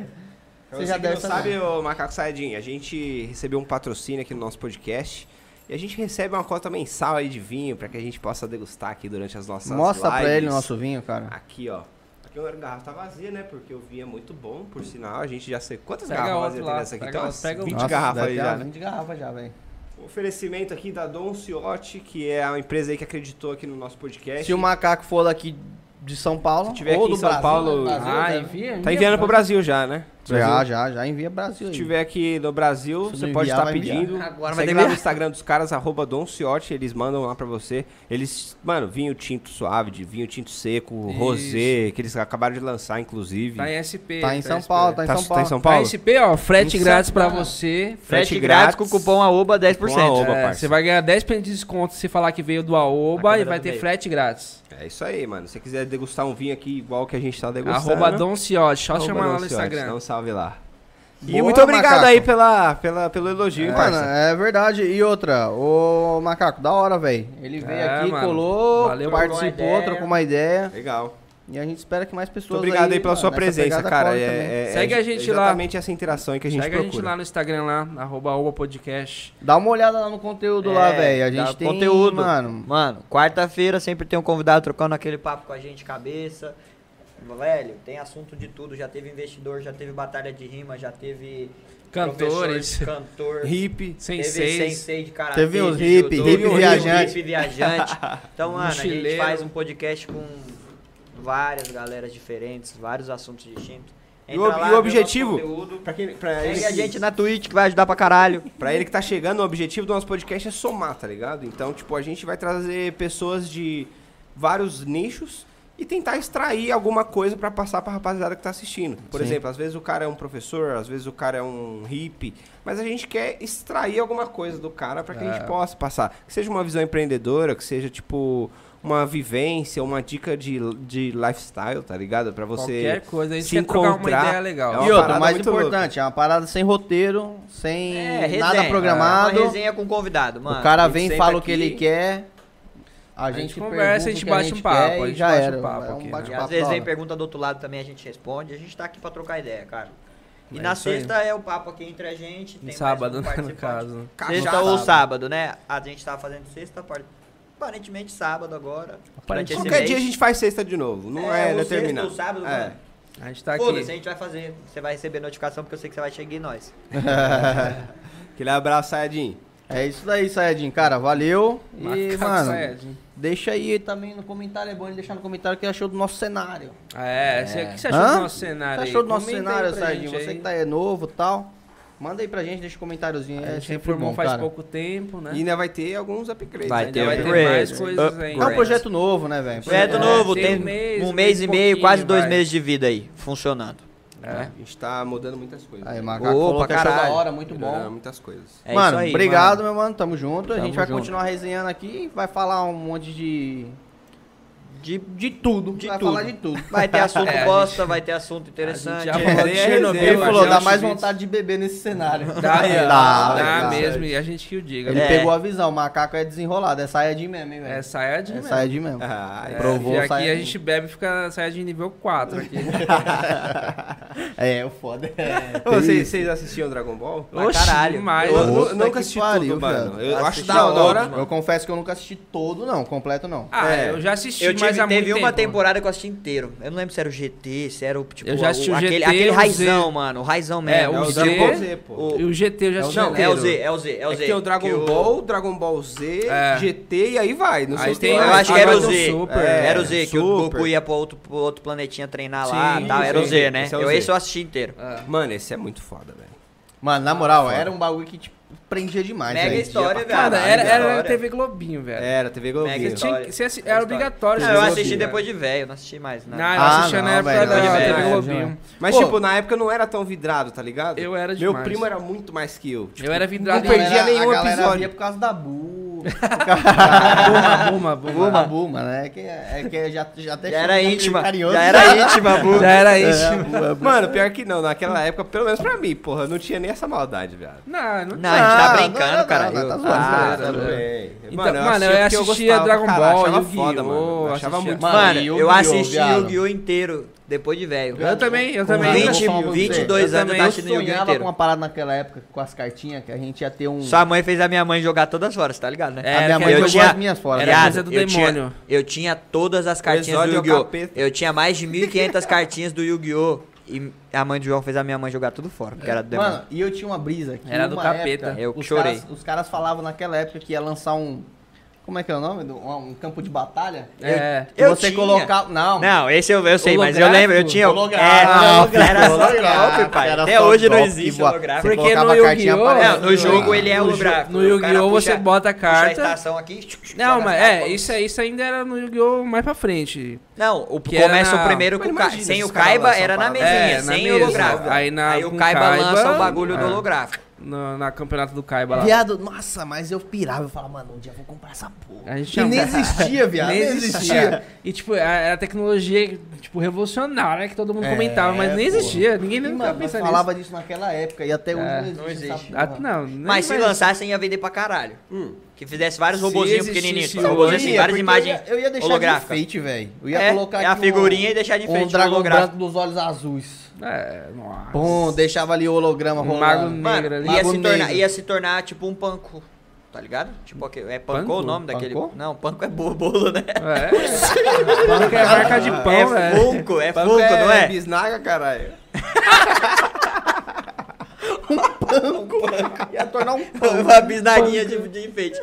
Você Você já já deve não saber. sabe, ô Macaco Saiyajin, a gente recebeu um patrocínio aqui no nosso podcast e a gente recebe uma cota mensal aí de vinho pra que a gente possa degustar aqui durante as nossas Mostra lives. pra ele o nosso vinho, cara. Aqui, ó. Aqui a garrafa tá vazia, né? Porque o vinho é muito bom, por sinal. A gente já sei quantas Pega garrafas outro vazias lá, tem nessa aqui. pega Tem outro, umas pega outro. 20 Nossa, garrafas deve aí ter né? já, umas né? 20 garrafas já, velho. Um oferecimento aqui da Don Ciotti, que é a empresa aí que acreditou aqui no nosso podcast. Se o macaco for daqui de São Paulo, Se tiver ou aqui do em São Brasil, Paulo- né? Brasil, Ah, né? envia. Tá enviando pro Brasil já, né? Já, Brasil. já, já envia Brasil Se aí. tiver aqui no Brasil, Se você não pode enviar, estar vai enviar. pedindo. Agora vai Segue ter lá no que- Instagram dos caras, arroba Don Ciotti, eles mandam lá pra você. Eles, mano, vinho tinto suave, de vinho tinto seco, Isso. rosé, que eles acabaram de lançar, inclusive. Tá em SP. Tá em São Paulo, tá em Tá- São tá em Paulo. São Tá Paulo? em SP, ó. Frete Em São grátis pra Paulo. você. Frete, Frete grátis grátis. com o cupom AOBA 10%. Com AOBA. Oba, É, parça. Você vai ganhar 10% de desconto se falar que veio do Aoba Na e câmera vai do ter meio. frete grátis. É isso aí, mano. Se você quiser degustar um vinho aqui igual que a gente tá degustando. Arroba Dom Ciotti. Só arroba chamar Don lá no Ciotti, Dá Instagram. um salve lá. e Boa, muito obrigado macaco. aí pela, pela, pelo elogio, hein, Mano, É, né? parça. é verdade. E outra, o macaco, da hora, velho. Ele veio É, aqui, mano. colou, Valeu, participou, trocou uma ideia. trocou uma ideia. Legal. E a gente espera que mais pessoas. Muito obrigado aí, pela mano, sua nessa presença, pegada cara. colhem É- também. é- Segue é a gente lá. Exatamente essa interação aí que a gente Segue a gente procura. lá no Instagram lá, arroba Aoba Podcast. Dá uma olhada lá no conteúdo lá, É, velho. A dá gente tem. conteúdo. Mano. Mano, quarta-feira sempre tem um convidado trocando aquele papo com a gente, cabeça. Velho, tem assunto de tudo. Já teve investidor, já teve batalha de rima, já teve Cantores. professor, cantor, Hip. Senseis. Teve sensei de karatê, Teve uns de hippie, judô, hippie teve um viajante. hippie viajante. Então, mano, a gente Mochileiro. faz um podcast com várias galeras diferentes, vários assuntos distintos. E o ob- e o vê objetivo? nosso conteúdo. Pra, quem, pra, ele, Segue a gente na Twitch que vai ajudar pra caralho. pra ele que tá chegando, o objetivo do nosso podcast é somar, tá ligado? Então, tipo, a gente vai trazer pessoas de vários nichos e tentar extrair alguma coisa pra passar pra rapaziada que tá assistindo. Por Sim. exemplo, às vezes o cara é um professor, às vezes o cara é um hippie, mas a gente quer extrair alguma coisa do cara pra que a gente É. possa passar. Que seja uma visão empreendedora, que seja, tipo, uma vivência, uma dica de, de lifestyle, tá ligado? Pra você... Qualquer coisa, a gente se quer trocar uma encontrar. ideia É legal. uma E outra, parada mais muito louca. É, importante, é uma parada sem roteiro, sem É, resenha. nada programado. É uma resenha com convidado, mano. o cara A gente vem e senta fala o que aqui ele quer. A A gente, gente conversa, pergunta a gente o que bate um papo, quer a e gente já bate um era. papo é um aqui, né? E bate-papo às vezes da vem hora. pergunta do outro lado também, a gente responde. A gente tá aqui pra trocar ideia, cara. E É na isso aí. sexta é o papo aqui entre a gente. Tem Um mais um sábado, né, no participante. caso. Sexta ou sábado, né? A gente tava fazendo sexta, par- aparentemente sábado agora. durante esse Qualquer mês. dia a gente faz sexta de novo, não é, ou sexta determinado. ou sábado, É. mano. A gente tá Foda-se, a aqui. gente vai fazer. Você vai receber notificação porque eu sei que você vai chegar em nós. Aquele abraço, Sayajin. É isso daí, Sayajin. Cara, valeu. E, Macaco mano, Sayajin. deixa aí também no comentário. É bom ele deixar no comentário o que achou do nosso cenário. Ah, É, cê- o que você achou Hã? do nosso cenário O aí? que achou do nosso Comenta aí cenário, pra Sayajin? gente Você aí. que tá aí novo e tal. Manda aí pra gente, deixa um comentáriozinho. A É gente sempre reformou bom, faz cara. pouco tempo, né? E ainda vai ter alguns upgrades. Vai né? Ainda ter vai upgrade, ter mais coisas upgrade. É um ainda. projeto novo, né, velho? Projeto É, novo, tem tem, um mês, um um mês e mês meio, pouquinho, quase dois vai. meses de vida aí, funcionando. É. A gente tá mudando muitas coisas. Aí, né? Macaco Opa, falou que achou da caralho. hora, muito Melhorando bom. muitas coisas. É mano, isso aí, obrigado, mano. meu mano. Tamo junto. a Tamo gente vai junto. continuar resenhando aqui. Vai falar um monte de. De, de tudo. De vai tudo. falar de tudo. Vai ter assunto É, a bosta, vai ter assunto A interessante. gente já falou de Resenha, Chernobyl. resenha, Ele falou, Fazer dá um mais chivite. vontade de beber nesse cenário. Dá, Dá, dá, dá. mesmo, e a gente que o diga. Ele É. pegou a visão, o macaco é desenrolado, é saia de meme, hein, velho. É Sayajin É mesmo. saia de meme. Ah, É, Provou e o aqui a Sayajin. gente bebe e fica Sayajin nível 4 aqui. É, o foda. É. Ô, Vocês vocês assistiam Dragon Ball? Pra caralho. demais. Eu, mano. nu- Puta que nunca assisti pariu, tudo, mano. cara. Eu acho Assisti da todos, hora. Eu confesso que eu nunca assisti todo, não, completo não. Ah, É. eu já assisti, Eu tive, mas há teve muito uma tempo. temporada que eu assisti inteiro. Eu não lembro se era o GT, se era o tipo Eu já assisti o aquele, GT, aquele o Z. raizão, mano. O raizão mesmo. É, o Z. Dragon Ball Z, pô. O- E o GT eu já assisti Não, é o inteiro. Z, é o Z, é o É Z. que tem o Dragon Que o- Ball, Dragon Ball Z, É. GT e aí vai. Não sei Aí o que tem- Eu mais. Ah, acho que era o mas Z. o Super. É, era o Z, que o Super. Goku ia pro outro, pro outro planetinha treinar lá Sim, e tal. Era o sim. Z, né? Esse é o eu, Z. esse eu assisti inteiro. É. Mano, esse é muito foda, velho. Mano, na moral, era um bagulho que tipo, prendia demais, Mega velho. história, velho. Cara, era, era História. TV Globinho, velho. Era, TV Mega Globinho. Você tinha que- você assi- era História. obrigatório. né? Não, você eu assistir, assisti velho. depois de velho, não assisti mais Não, nada. eu Ah, assistia na não, época velho, da não, da velho, TV não, Globinho. Mas, Pô. tipo, na época eu não era tão vidrado, tá ligado? Eu era Meu demais. primo era muito mais que eu. Tipo, Eu era Não vidrado em perdia perdia nenhum nenhum a galera episódio. Via por causa da Bu. Buma, Buma, Buma, Buma. Buma, né? É que, é que já, já até Já chama era de íntima. carinhoso. Já era íntima, Bu. Já era É, a isso. Bu, a Bu. Mano, pior que não, naquela época, pelo menos pra mim, porra, não tinha nem essa maldade, viado. Não, Não, a gente tá Não, brincando, não, não, cara. não, Eu- tá zoando, Ah, tá zoando. tudo tudo bem. Então, mano, eu porque assistia gostava pra Dragon caralho, Ball, achava Yu-Gi-Oh! foda, mano. Eu Achava assistia- muito Mano, Mano, Yu-Gi-Oh, eu assisti viado. Yu-Gi-Oh! inteiro, depois de velho. Eu também, eu Com também. vinte- Eu vou falar pra você. 22 Eu anos eu também. tava Eu assistindo Yu-Gi-Oh! sonhava com uma inteiro. parada naquela época com as cartinhas que a gente ia ter um. Sua mãe fez a minha mãe jogar todas as horas, tá ligado, né? É, minha mãe jogou as minhas fora, era Viado, coisa do eu tinha- demônio. eu tinha todas as cartinhas do Exódio é o Yu-Gi-Oh! capeta. Eu tinha mais de 1.500 cartinhas do Yu-Gi-Oh! E a mãe do João fez a minha mãe jogar tudo fora, porque era do demônio. Mano, e eu tinha uma brisa que Era do uma capeta. época, Eu os chorei. Caras, os caras falavam naquela época que ia lançar um. Como é que é o nome? Do- Um, um campo de batalha? É. Que você colocar. Não. Não, esse eu, eu sei, mas eu Holográfico? lembro, eu tinha. Holográfico. É, não, era só Holográfico, golpe, pai. era Até só hoje não golpe, existe boa. holográfico. Você Porque colocava no a cartinha Yu-Gi-Oh! aparecendo. Não, no jogo Ah. ele é No holográfico. jo- O no cara Yu-Gi-Oh! puxa- você bota a puxa carta. estação aqui. Não, joga mas as é, cartas. isso, aí- isso ainda era no Yu-Gi-Oh! mais pra frente. Não, o, Que era começa na- o primeiro Mas com o Kaiba. imagina Sem os o caras Kaiba lançam era na a mesinha, parada. É, na sem mesa. holográfico. Aí na- Aí o com Kaiba, Kaiba- lança o bagulho do É. holográfico. No, na campeonato do Kaiba lá. Viado, nossa, mas eu pirava. Eu falava, mano, um dia eu vou comprar essa porra. A gente E nem chamava- existia, viado. nem existia. E, tipo, era tecnologia, tipo, revolucionária que todo mundo comentava, mas nem É, porra. existia. Ninguém E, nunca mano, mas pensava nisso. falava disso naquela época e até hoje É. não Não existe. essa existe. porra. Ah, não, nem Mas se mais- lançassem ia vender pra caralho. Hum. Que fizesse vários Se robozinhos existisse pequenininhos. hoje- Robozinhos assim, Ia, várias é porque imagens Eu ia, eu ia deixar de holográficas. enfeite, velho. Eu ia É, colocar é a aqui figurinha e deixar de um, enfeite um o dragão holográfico. branco dos olhos azuis. É, nossa. Bom, deixava ali o holograma Um mago rolando. negro Mano, ali. ia Mago se, tornar, negro. ia se tornar tipo um panko. Tá ligado? Tipo, ok, é panko Panko? o nome daquele. Panko? Não, panko é bo- bolo, né? É. Pão que é marca de pão, é velho. funko, é Banco funko, não é? bisnaga, caralho. Um Ia tornar um pão. Uma bisnaguinha de, de enfeite.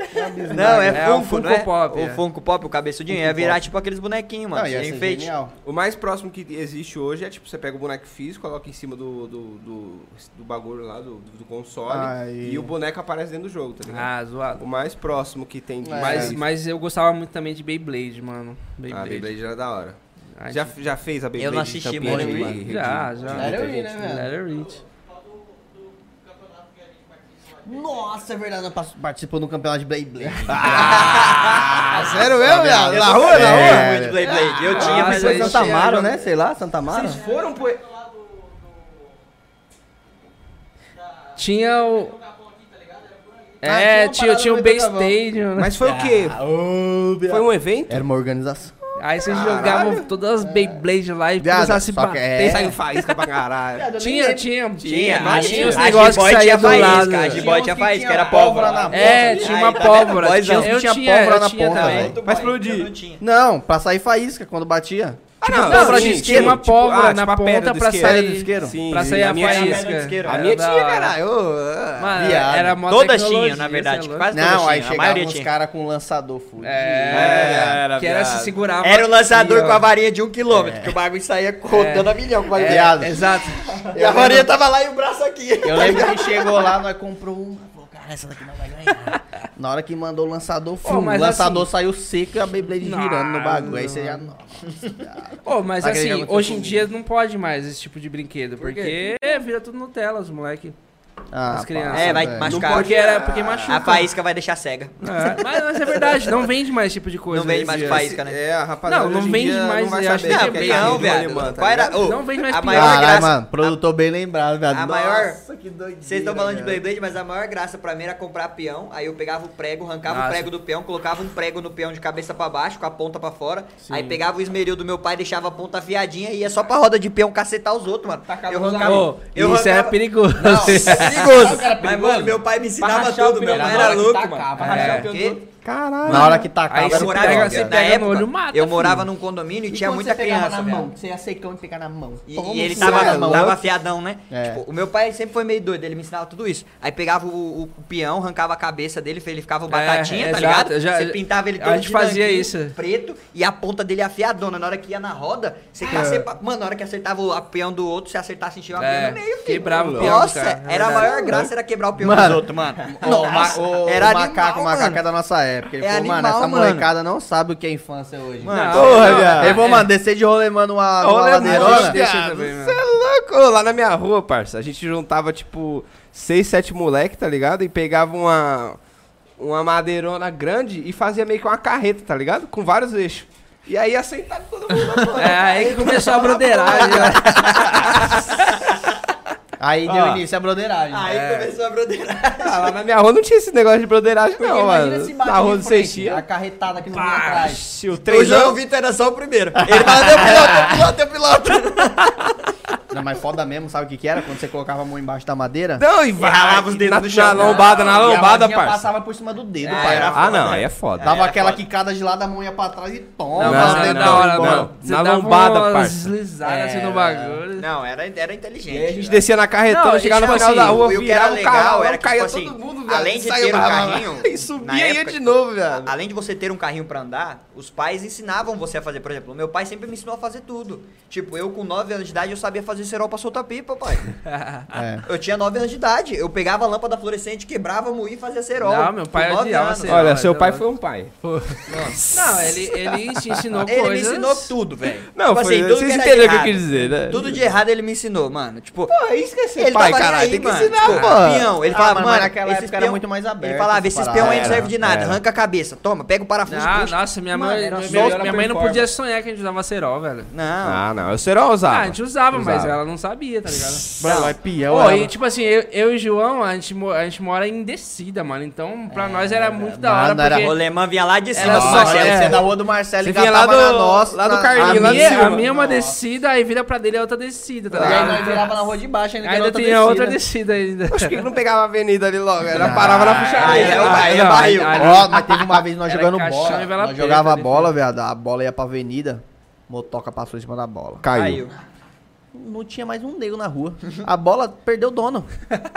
Não, é, É Funko, o Funko não é? Pop, O é. Funko Pop, o cabeçudinho. Funko Ia virar Pop. tipo aqueles bonequinhos, mano. Não, ia de ser enfeite. genial. O mais próximo que existe hoje é tipo, você pega o boneco físico, coloca em cima do, do, do, do bagulho lá, do, do console, Aí. e o boneco aparece dentro do jogo, tá ligado? Ah, zoado. O mais próximo que tem de. É. Mas, mas eu gostava muito também de Beyblade, mano. Ah, Beyblade. Beyblade era da hora. Ai, Já, já fez a Beyblade? não assisti, Champions mano. League, Já, Ridículo. já. Let it be, né, velho? Let it reach. Nossa, é verdade, nós pass- participou do campeonato de Beyblade. Ah, sério mesmo, viado? Na Eu rua, na não rua? gosto muito de Blade Blade. Eu tinha, Ah, mas isso eu aí Foi tinha- Santa Amaro, né? Sei lá, Santa Amaro. Vocês foram pro. Tinha o. Ah, É, tinha tinha, uma tinha parada o no Bay meio do Stadium, né? Mas foi o quê? Foi um evento? Era uma organização. Aí vocês jogavam todas as Beyblade lá e Viado, começavam a se só que é- bater. Saiu faísca pra caralho. Tinha, tinha, tinha. Mas tinha os A negócios que G-Boy saía tinha do faísca, lado. a velho. G-Boy tinha faísca, que era tinha pólvora pólvora. na boca. É, tinha Aí, uma tá vendo? pólvora. Tinha, Boyzão. eu Tinha tinha, pólvora na eu tinha ponta, também. velho. Mas explodir. Não, pra sair faísca quando batia. Ah, Tipo, não, sim, tinha uma pólvora na tipo, a ponta pedra do pra isqueiro. sair- do isqueiro. Sim, Pra sim. sair A a minha tinha- era do faísca. isqueiro. A minha tinha, caralho. caralho. Mano, Viado. era mó Todas tecnologia, tinham, na cê verdade. é louco. Quase todas Não, aí tinham. A chegavam maioria os tinha. caras com um lançador fudido. É, Era, que era viado. se segurava. Era o lançador aqui, ó. com a varinha de um quilômetro, que o bagulho saía rodando a milhão com a É, varinha. viado. Exato. E é. a varinha tava lá e o braço aqui. Eu lembro que chegou lá, nós comprou uma. Falou, cara, essa daqui não vai ganhar. Na hora que mandou o lançador, fum, o mas assim- lançador saiu seco e a Beyblade Não. girando no bagulho. Aí você já. Nossa, Ô, mas Aquele assim, jogo que hoje eu em fui. dia não pode mais esse tipo de brinquedo, quê? porque é, vira tudo Nutella, os moleque. Ah, As crianças. passa, É, vai velho. machucar. Porque era porque machuca. A faísca vai deixar cega. É, mas, mas é verdade, não vende mais esse tipo de coisa. Não vende hoje em mais dia. faísca. né? É, a rapaziada. Não, não hoje em vende dia mais, Não vai eu acho saber que o é que é bem- carrinho não, do viado. alemão, tá Qual era- ligado? ô, Não vende mais a piada. maior Caralho, graça- mano. Produtor bem lembrado, viado. a maior- Nossa, que doideira. Vocês estão falando de velho. Beyblade, mas a maior graça pra mim era comprar peão. Aí eu pegava o prego, arrancava Nossa. o prego do peão, colocava um prego no peão de cabeça pra baixo, com a ponta pra fora. Sim. Aí pegava o esmeril do meu pai, deixava a ponta afiadinha e ia só pra roda de peão cacetar os outros, Tá mano. eu arrancava. Ô, eu isso era arrancava- perigoso. é perigoso. Mas, perigoso. mano, meu pai me Pra ensinava rachar o tudo. Meu peão, pai na era hora que louco, tacava, mano. rachar É. o peão Porque Caralho. Na hora que tacava, um Aí eu você morava, pega- assim, na você pega no época, olho, mata, eu filho. morava num condomínio E e, tinha quando muita você pegava criança, na velho. mão, você ia secão e pegar na mão. E, Toma e ele um tava, soco na mão. tava afiadão, né? É. Tipo, o meu pai sempre foi meio doido, ele me ensinava tudo isso. Aí pegava o, o- o peão, arrancava a cabeça dele, ele ficava o batatinha, É, tá exato, ligado? eu já- você pintava ele a todo gente de fazia branquinho, isso. preto e a ponta dele afiadona. Na hora que ia na roda, você É. caceta. Mano, na hora que acertava o a peão do outro, você acertasse e tinha uma É, peão no meio, filho. quebrava o peão, Nossa, cara, é era a verdade. maior graça, era quebrar o peão Mano, dos outros, mano. Ô, Nossa, ma- ô, era o macaco, animal, o macaco mano. é da nossa época. Ele É falou, mano, animal, essa mano. molecada não sabe o que é infância hoje. Não, Porra, não, viado. Ele falou, mano, descer de rolemando uma, uma Olha, deixa ladeirona. viado, também, cê é louco. Lá na minha rua, parça, a gente juntava, tipo, seis, sete moleque, tá ligado? E pegava uma, uma madeirona grande e fazia meio que uma carreta, tá ligado? Com vários eixos. E aí ia sentado todo mundo. na porra. É, aí que começou a broderagem. ó. Aí Ó. deu início a é. broderagem. Aí começou a broderagem. Ah, lá na minha rua não tinha esse negócio de broderagem, Porque não, imagina mano. se bate Na de rua do frente, Seixinha. A carretada que não vinha atrás. O O três João anos. Vitor era só o primeiro. Ele falava, deu piloto, deu piloto, deu piloto. Não, mas foda mesmo, sabe o que que era? Quando você colocava a mão embaixo da madeira, Não, e ralava os dedos na, no chão. Na lombada, na Ah, e a lombada, rodinha parça. passava por cima do dedo, Ah, pai. era Ah, não, aí é foda. Dava era aquela foda. quicada de lado, a mão ia pra trás e toma. né, Não, Não, mas então, não, era da não, hora, não. mano. Você dava umas deslizada É. assim no bagulho. Não, era, era E aí a inteligente. A gente descia na carretona, Não, chegava no tipo final da assim, rua, e o que era virava o legal carro, era era que, caía tipo assim, todo mundo, velho, além de saía ter o lá, carrinho, E na subia e ia época- de novo, velho. Além de você ter um carrinho pra andar, os pais ensinavam você a fazer. Por exemplo, meu pai sempre me ensinou a fazer tudo. Tipo, eu com 9 anos de idade, eu sabia fazer cerol pra soltar pipa, pai. É. Eu tinha 9 anos de idade. Eu pegava a lâmpada fluorescente, quebrava, moía e fazia cerol. Não, meu pai Com nove odiava anos. cerol. Olha, Olha, seu seu pai pai foi um pai. Não, ele, ele te ensinou Ele me coisas. ensinou tudo, velho. Tipo assim, Não, foi- tudo vocês que era entenderam o que eu errado. quis dizer, né? Tudo de errado ele me ensinou, mano. Tipo, isso que é ser Ele pai, tava nem caralho. aí, Tem que mano. ensinar, Tipo, mano. peão, ele Ah, falava, mas mano, naquela esses época era peão- muito mais aberto. Ele "Ah, falava, essa esses parada. peão aí não Era, serve de nada, era. arranca a cabeça, toma, pega o parafuso, Ah, puxa. nossa, minha Mano, mãe, era minha, só os- minha mãe não podia sonhar que a gente usava cerol, velho. Não, Ah, não, eu será ousado. Ah, a gente usava, mas Usava. ela não sabia, tá ligado? Mano, é peão, Pô, era- e tipo assim, eu, eu e o João, a gente, mo- a gente mora em descida, mano. Então, pra nós era muito da hora, mano, era porque... o Lemã vinha lá de cima, Era Nossa, do só- Marcelo. é. Você é da rua do Marcelo Você vinha lá engatava na do- nossa. lá do na- Carlinho, A lá do minha, cima. a minha é uma Nossa. descida, aí vira pra dele é outra descida, tá E aí ligado? nós virava na rua de baixo, ainda, Ainda tem a outra descida ainda. Acho que ele não pegava a avenida ali logo, Ah, ela parava na Aí puxaria. é o aí é Não, barril. aí- Ó, mas teve uma vez nós Era jogando caixão bola. e vela Nós preta jogava ali, bola, viado. A bola ia pra avenida, motoca passou em cima da bola. Caiu. Não tinha mais um nego na rua. A bola perdeu o dono.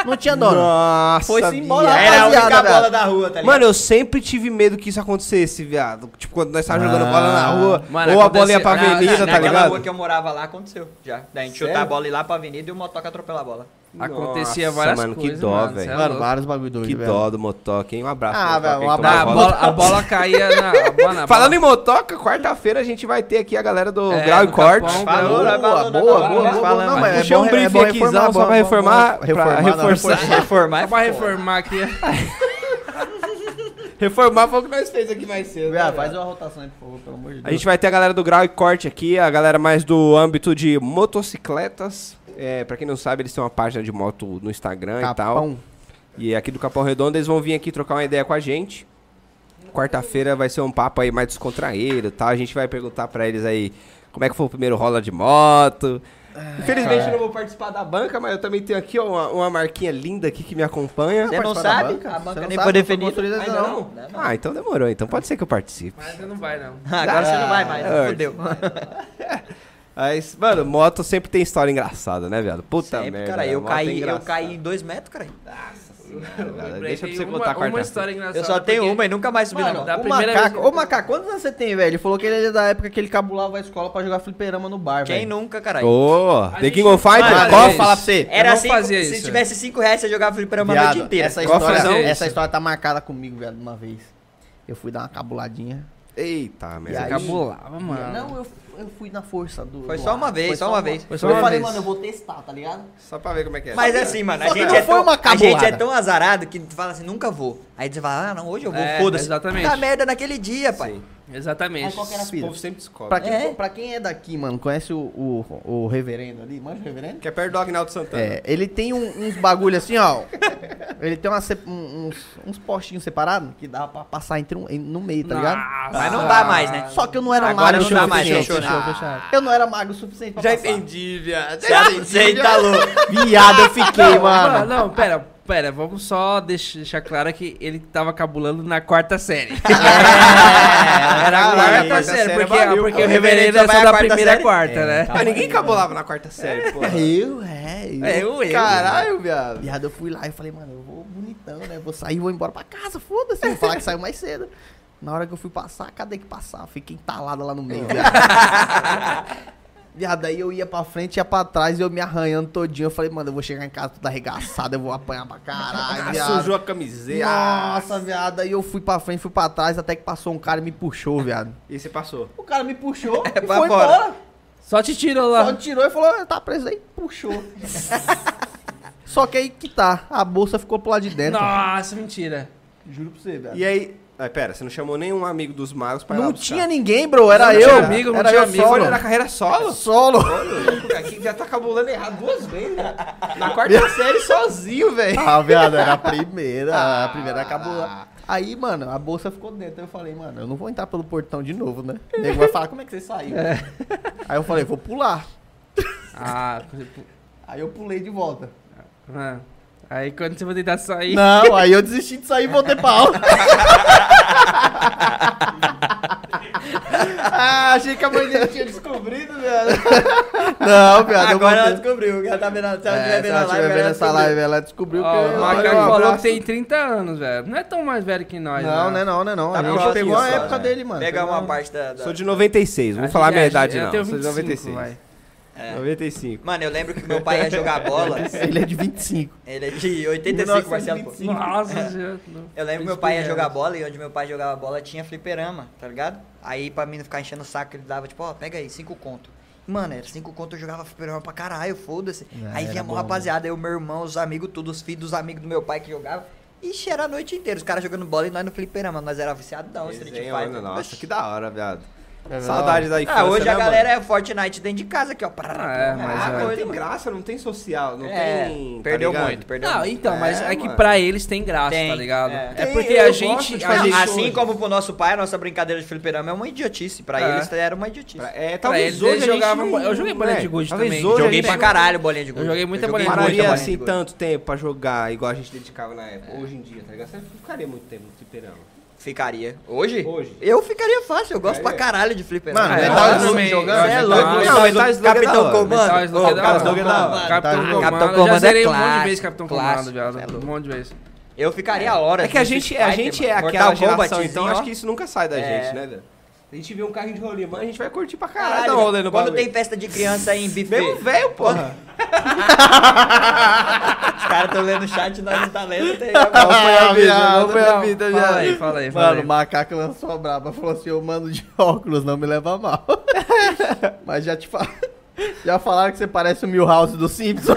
Não tinha dono. Nossa, Foi-se embora, viado. Era a única rapaziada, bola velho. da rua, tá ligado? Mano, eu sempre tive medo que isso acontecesse, viado. Tipo, quando nós estávamos jogando Ah. bola na rua, Mano, ou acontece- a Ah, bola ia pra na- na- avenida, tá Naquela ligado? rua que eu morava lá, aconteceu. Já. Da gente chutar Sério? a bola e ir lá pra avenida e o motoca atropelar a bola. Acontecia Nossa, várias mano, que coisas. dó, cê velho. é Mano, louco. vários bagulho doido, Que velho. dó do motoca, hein? Um abraço. Ah, pro Motoca, velho, um hein? Tomou Ah, a abraço. bola, a bola caía na. A bola, a bola- Falando em motoca, quarta-feira a gente vai ter aqui a galera do É, Grau e do Corte. Capão, Boa, Falou, boa, vai boa, falando, vai boa, falando, boa, vai boa. falando. Não, mas é Puxei um bom, re- é briefing bom aqui, reformar, só bom, pra bom, né? reformar, bom. pra não, reforçar. Reformar é Só pra foda. reformar aqui. Reformar foi o que nós fez aqui mais cedo. tá Viado, Ah, faz uma rotação aí, por favor, pelo amor de Deus. A gente vai ter a galera do Grau e Corte aqui, a galera mais do âmbito de motocicletas. É, pra quem não sabe, eles têm uma página de moto no Instagram e tal. Capão. E aqui do Capão Redondo eles vão vir aqui trocar uma ideia com a gente. Quarta-feira vai ser um papo aí mais descontraído, tá? A gente vai perguntar pra eles aí como é que foi o primeiro rola de moto. É, Infelizmente é. eu não vou participar da banca, mas eu também tenho aqui ó, uma, uma marquinha linda aqui que me acompanha. Você não Participar da sabe? banca? A Você banca não sabe, nem foi não foi definida. construída Ainda ainda não. né? Ainda não. Ah, então demorou, então pode ser que eu participe. Mas você não vai, não. Agora você não vai mais. Ah, Fudeu. Mas, mano, moto sempre tem história engraçada, né, velho? Puta Sempre, merda. cara. Eu moto é caí, eu engraçada. caí em dois metros, cara. Lembrei, Deixa pra tem você uma, contar a uma quarta-feira. história engraçada. Eu só tenho porque- uma e nunca mais subi na Mano, moto. da O primeira macaco, vez que- ô macaco, quantos anos você tem, velho? Ele falou que ele é da época que ele cabulava a escola pra jogar fliperama no bar, Quem velho. nunca, caralho? Ô, The gente- King of Fighters, Mano, qual? é isso. falar pra você. eu Era não cinco, fazia se isso. tivesse 5 reais, você jogava fliperama É a noite Viado, inteira. Essa é Qual história, fazia essa isso? história tá marcada comigo, velho, de uma vez. Eu fui dar uma cabuladinha. Eita, E merda. aí? Cabulava, mano. Não, eu, eu fui na força do. Foi do só ar. uma vez, só uma vez. Foi só eu uma falei, vez. mano, eu vou testar, tá ligado? Só pra ver como é que é. Mas assim, mano, a Só que gente, não é foi tão, uma a gente é cabulada. tão azarado que tu fala assim, nunca vou. Aí tu fala, ah, não, hoje eu vou, É, foda-se. exatamente. Tá merda naquele dia, pai. Sim. Exatamente. Aí qual que era a O fita? povo sempre descobre. Pra quem, É. pra quem é daqui, mano, conhece o, o, o reverendo ali? Manja o reverendo? Que é perto do Agnaldo Santana. É, ele tem um- uns bagulho assim, ó. ele tem uma se- um- uns, uns postinhos separados que dá pra passar entre um, em- no meio, tá ligado? Nossa. Ah, Mas não dá mais, né? Só que eu não era Agora magro não dá o mais, suficiente. fechou, fechou, Eu não era magro o suficiente pra passar. viado. Já entendi, tá louco. Viado, eu fiquei, Não, mano, mano. não, pera, pera, vamos só deix- deixar claro que ele tava cabulando na quarta série. era quarta, caralho, É, tá quarta série, série porque, valeu. porque O o reverendo reverendo é vai só à da quarta primeira à série. quarta, né? Ah, ninguém cabulava na quarta série, pô. Eu, é, eu. né? É, eu, eu. Caralho, viado. Viado, eu fui lá e falei, mano, eu vou bonitão, né? Vou sair, vou embora pra casa, foda-se. Vou falar que saiu mais cedo. Na hora que eu fui passar, cadê que passar? Fiquei entalado lá no meio, viado. Viado, aí eu ia pra frente, ia pra trás, eu me arranhando todinho. Eu falei, mano, eu vou chegar em casa tudo arregaçado, eu vou apanhar pra caralho, Ah, viado. sujou a camiseta. Nossa, viado, aí eu fui pra frente, fui pra trás, até que passou um cara e me puxou, viado. E você passou. O cara me puxou É, e pra foi fora. embora. Só te tirou Só lá. tirou e falou, tá preso aí, puxou. Só que aí que tá, a bolsa ficou pro lado de então. dentro. Nossa, mentira. Juro pra você, velho. E aí... Ah, pera, você não chamou nenhum amigo dos magos pra ir lá Não buscar. tinha ninguém, bro, era Não eu. tinha amigo, não era tinha eu amigo. Foi solo. na carreira solo? Solo. Aqui já tá cabulando errado duas vezes, né? Na quarta série sozinho, velho. Ah, viado, era a primeira, a primeira acabou lá. Aí, mano, a bolsa ficou dentro. Aí eu falei, mano, eu não vou entrar pelo portão de novo, né? O nego vai falar, como é que você saiu? Aí eu falei, vou pular. Ah, Aí eu pulei de volta. ah, aí quando você vai tentar sair. Não, aí eu desisti de sair e voltei pra aula. Ah, achei que a mãe dele tinha descobrido, velho. Não, viado, eu Agora ela voltei. descobriu. Ela tá vendo, se ela É, tiver se vendo a ela live, estiver ela vendo essa descobriu. live, ela descobriu que... Ó, o eu Macaco abraço. falou que tem 30 anos, velho. Não é tão mais né? velho que nós, Não, né, não é não, não é não. Tá a gente próximo pegou a só, época né? dele, mano. Pega Pegou uma a- parte da... da- Sou de 96, vou Acho falar a que minha é- idade, eu não. tenho Sou de 96. 25, vai. 95. Mano, eu lembro que meu pai ia jogar bola. Ele é de 25. Ele é de 85, Marcelo. pô. 1925. Nossa, gente. Eu lembro que meu é pai ia jogar bola e onde meu pai jogava bola tinha fliperama, tá ligado? Aí pra mim não ficar enchendo o saco, ele dava tipo, ó, pega aí, cinco conto. Mano, era cinco conto, eu jogava fliperama pra caralho, foda-se. É, aí era vinha bom, uma rapaziada, eu, meu irmão, os amigos, todos os filhos dos amigos do meu pai que jogavam. Ixi, era a noite inteira, os caras jogando bola e nós no fliperama, nós era viciadão, É um Street Desenho, Fighter. mano, Oxi. Nossa, que da hora, viado. É Saudade da infância. Ah, hoje a né, galera é Fortnite dentro de casa aqui, ó. Ah, é, mano? mas Ah, é. não coisa, tem mano. graça, não tem social, não É, tem. tá perdeu ligado? muito, perdeu Não, muito. então, mas É, é, que mano. pra eles tem graça, tá Tem, ligado? é. É, Tem, porque eu a gosto gente. de A fazer gente Não, isso assim hoje. como pro nosso pai, a nossa brincadeira de fliperama é uma idiotice. Pra É. eles era uma idiotice. Pra- É, Pra talvez eles, hoje eles a gente jogavam não- bo- eu joguei bolinha de é, gude talvez também. hoje a Joguei gente pra não caralho bolinha de Eu gude. joguei muita bolinha de gude Pararia bolinha de assim gude. É. tanto tempo pra jogar igual a gente dedicava na época, hoje em dia, tá ligado? Você não ficaria muito tempo no fliperama. Ficaria. Hoje? Hoje. Eu ficaria fácil, eu gosto pra Ficaria. caralho de fliperama. Mano, Ah, é, Metal eu Slug também. jogando? Cê é Metal louco. Slug- Não, Metal mas Slug é da Capitão hora. Comando. Metal Slug Ô, é da Capitão hora. Comando. Mano, Capitão tá- Comando. Capitão Já Comando zerei é um monte de clássico, vezes Capitão clássico, Comando, viado. cê é Um louco. monte de vezes. Eu ficaria a hora. É que a gente, a gente é aquela geração, então acho que isso nunca sai da assim, É. gente, né, velho? Se a gente vê um carrinho de rolimã, a gente vai curtir pra caralho. Caralho, dar um rolê no quando bagulho. tem festa de criança em buffet, Mesmo velho, porra. os caras tão lendo o chat, nós não tá lendo, tem... Qual foi a vida? Qual foi a Não, vida, Fala aí, viado? fala aí, fala Mano, o aí. macaco lançou a braba, falou assim, eu mando de óculos, não me leva a mal. Mas já te falo. Já falaram que você parece o Milhouse do Simpsons.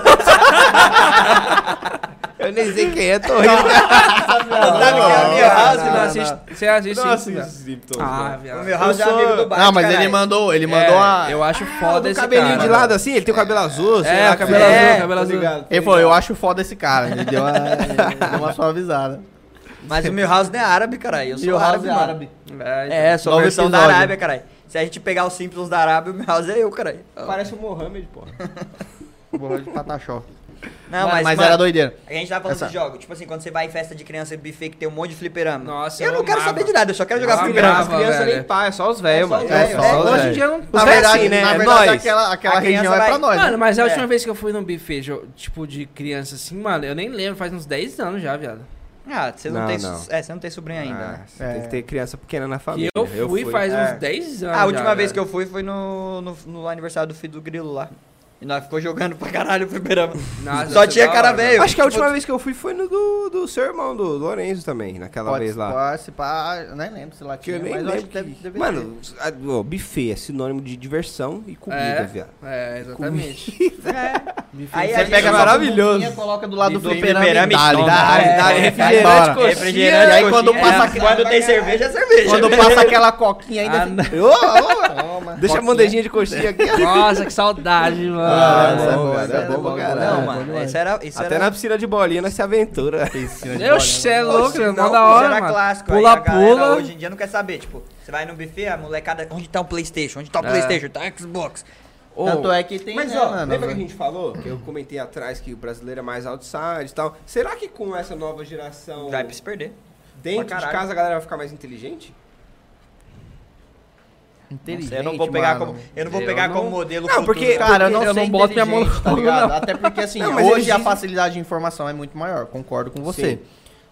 Eu nem sei quem é, tô rindo. sabe quem é o Milhouse? Você não assiste- Você assiste Nossa, isso, velho. esses Simpsons, Ah, mano. O viado. Milhouse é Eu sou- amigo do Bart, Não, mas caralho. ele mandou, ele É, mandou a... Eu acho foda do esse cabelinho cara, de velho. lado assim, ele tem o cabelo azul, sei É, lá, cabelo cara. azul, É, cabelo tô azul. ligado, tô Ele falou, ligado. eu acho foda esse cara. Ele deu uma, ele deu uma suavizada. Mas o Milhouse não é árabe, caralho. Eu sou árabe, mano. É, então. É, sou a Novo versão da episódio. Arábia, caralho. Se a gente pegar os Simpsons da Arábia, o Milhouse é eu, caralho. Parece o Mohamed, porra. Borrou de patachó. Não, mas mas, mas mano, era doideira. A gente tava falando Essa- de jogo. Tipo assim, quando você vai em festa de criança e buffet que tem um monte de fliperama. Nossa, eu eu não quero amava. saber de nada, eu só quero jogar Eu fliperama. amava. crianças velho. nem pá, é só os velhos, mano. os velhos, os é, velhos. Hoje em dia não. Na Na verdade, verdade, né? na É verdade nós. aquela, aquela A criança região é vai- pra nós. Mano, Mano, mas a última É. vez que eu fui num buffet, jo- tipo, de criança assim, mano, eu nem lembro, faz uns 10 anos já, viado. Ah, você não, Não, tem. não. É, você não tem sobrinho Ah, ainda. você É. tem que ter criança pequena na Que família. eu fui, faz É. uns 10 anos. a última vez que eu fui foi no, no, no aniversário do filho do Grilo lá. E nós ficou jogando pra caralho o fliperama. eu. Só tinha cara velho. Acho que a Tipo, última vez que eu fui foi no do, do seu irmão, do Lorenzo também, naquela vez lá. se pá, eu nem lembro se lá Que tinha, eu nem mas eu lembro. acho que deve, que- deve ter. Mano, a- ó, buffet é sinônimo de diversão e comida, É, viado. é, exatamente. É. Buffet Aí de a Você pega gente vai- essa maravilhoso. bombinha, coloca do lado do do fliperama fliperama e dá-lhe, e dá-lhe, toma. dá-lhe, É, refrigerante, coxinha. refrigerante, E aí quando coxinha. passa É, quando tem cerveja, é cerveja. Quando passa aquela coquinha ainda... Ah, fica- não. Ô, ô, Toma. deixa a bandejinha de coxinha aqui. Nossa, que saudade, mano. Ah, isso isso é é bom, bom, cara, isso é é bom bom pra pra caralho. Não, caralho. mano, isso era. Isso Até era... na piscina de bolinha nós se aventura. Meu cê é louco, Não, mano. pô, Mó da hora, isso era mano. clássico. aí Pula, a galera pula. Hoje em dia não quer saber. Tipo, você vai no buffet, a molecada. Onde tá o PlayStation? Onde tá o É. PlayStation? Tá o Xbox. Ô, Tanto é que tem, Mas né, ó, mano? lembra que a gente falou? Que eu comentei atrás que o brasileiro é mais outside e tal. Será que com essa nova geração Vai pra se perder. dentro pra de caralho. casa a galera vai ficar mais inteligente? Inteligente, eu não vou pegar mano. como, eu não vou Eu pegar não- como modelo. Não, futuro. porque- Cara, eu não Eu sei não boto minha mão no inteligente, tá fogo, ligado? não. Até porque, assim, Não, mas eles hoje a dizem- facilidade de informação é muito maior, concordo com você. Sim.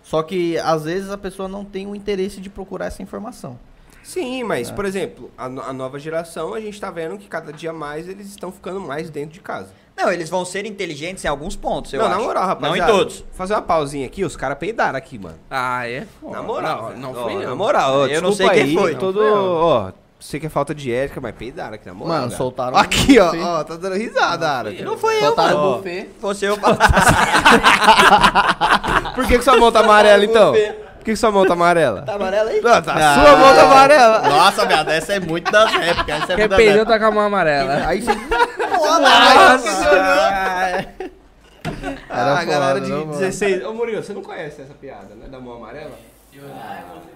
Só que, às vezes, a pessoa não tem o interesse de procurar essa informação. Sim, mas, por exemplo, a, no- a nova geração, a gente tá vendo que cada dia mais eles estão ficando mais dentro de casa. Não, eles vão ser inteligentes em alguns pontos, eu não, acho. na moral, rapaziada. Não em todos. Fazer uma pausinha aqui, os caras peidaram aqui, mano. Ah, é? foda. na moral. Não, não ó, fui eu. Na moral, ó, Eu não desculpa sei quem aí, foi. Não Todo, fui eu. ó, sei que é falta de ética, mas peidaram aqui, na moral. Mano, velho. soltaram Aqui, um ó, buffet. ó, tá dando risada, Ara. fui eu. Não foi eu, Soltaram o mano. buffet. Fosse eu falar. Ó, Por que, que sua mão tá amarela, então? Por que, que sua mão tá amarela? Tá amarelo aí? Não, tá Ah. sua mão tá amarela. Nossa, viado, essa é muito das épocas. Essa é Quem muito das perdeu épocas. tá com a mão amarela. Aí você... tá, Ah, é. Era Ah, a galera foda, de não, mano. 16. Ô Murilo, você não conhece essa piada, né? Da mão amarela? Eu não.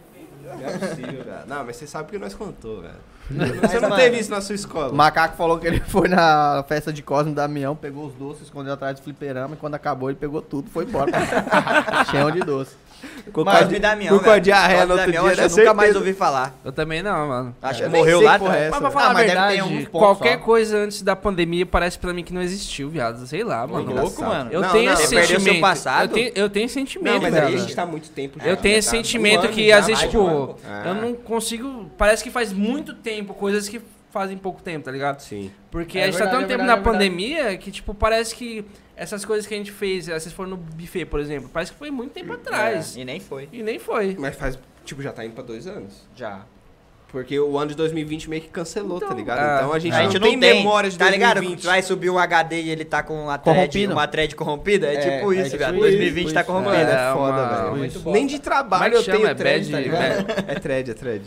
Não é possível, velho. Não, mas você sabe que nós contou, velho. Você não mano- teve isso na sua escola. O macaco falou que ele foi na festa de Cosme Damião, pegou os doces, escondeu atrás do fliperama e quando acabou ele pegou tudo, foi embora. Cheio de doce. Ficou com a Mas di- de Damião. ficou com a velho. diarreia Cosme no outro Damião, dia, acho né? que Eu nunca mais Certeza. ouvi falar. Eu também não, mano. Acho Eu que nem morreu sei lá. que porra é atrás. essa, Mas pra falar Ah, a mas deve ter verdade, alguns pontos qualquer só. coisa antes da pandemia parece pra mim que não existiu, viado. Sei lá, mano. louco, mano. Eu Não, tenho não, esse você perdeu sentimento. seu passado? Eu tenho, eu tenho esse Não, sentimento, mas né? viado. aí a gente tá há muito tempo já. Eu tenho né, esse tá? Um sentimento ano que já, às vezes, mais de tipo, um ano, pô. É. eu não consigo. Parece que faz muito tempo coisas que fazem pouco tempo, tá ligado? Sim. Porque É a gente tá verdade, tanto é tempo verdade, na é verdade. pandemia que, tipo, parece que essas coisas que a gente fez, eh, vocês foram no buffet, por exemplo, parece que foi muito É. tempo atrás. E nem foi. E nem foi. Mas faz, tipo, já tá indo pra dois anos. Já. Porque o ano de 2020 meio que cancelou, tá ligado? ah, então a gente, A gente não tem, memória de tá ligado? 2020. Vai subir um HD e ele tá com uma thread, Corrompido. uma thread corrompida? É, É, tipo é isso, tipo velho. isso, 2020 tipo tá isso. corrompido. É, é foda, uma- velho. muito Nem de trabalho Como é eu que tenho chama? É thread, bad- tá ligado? É thread, é thread.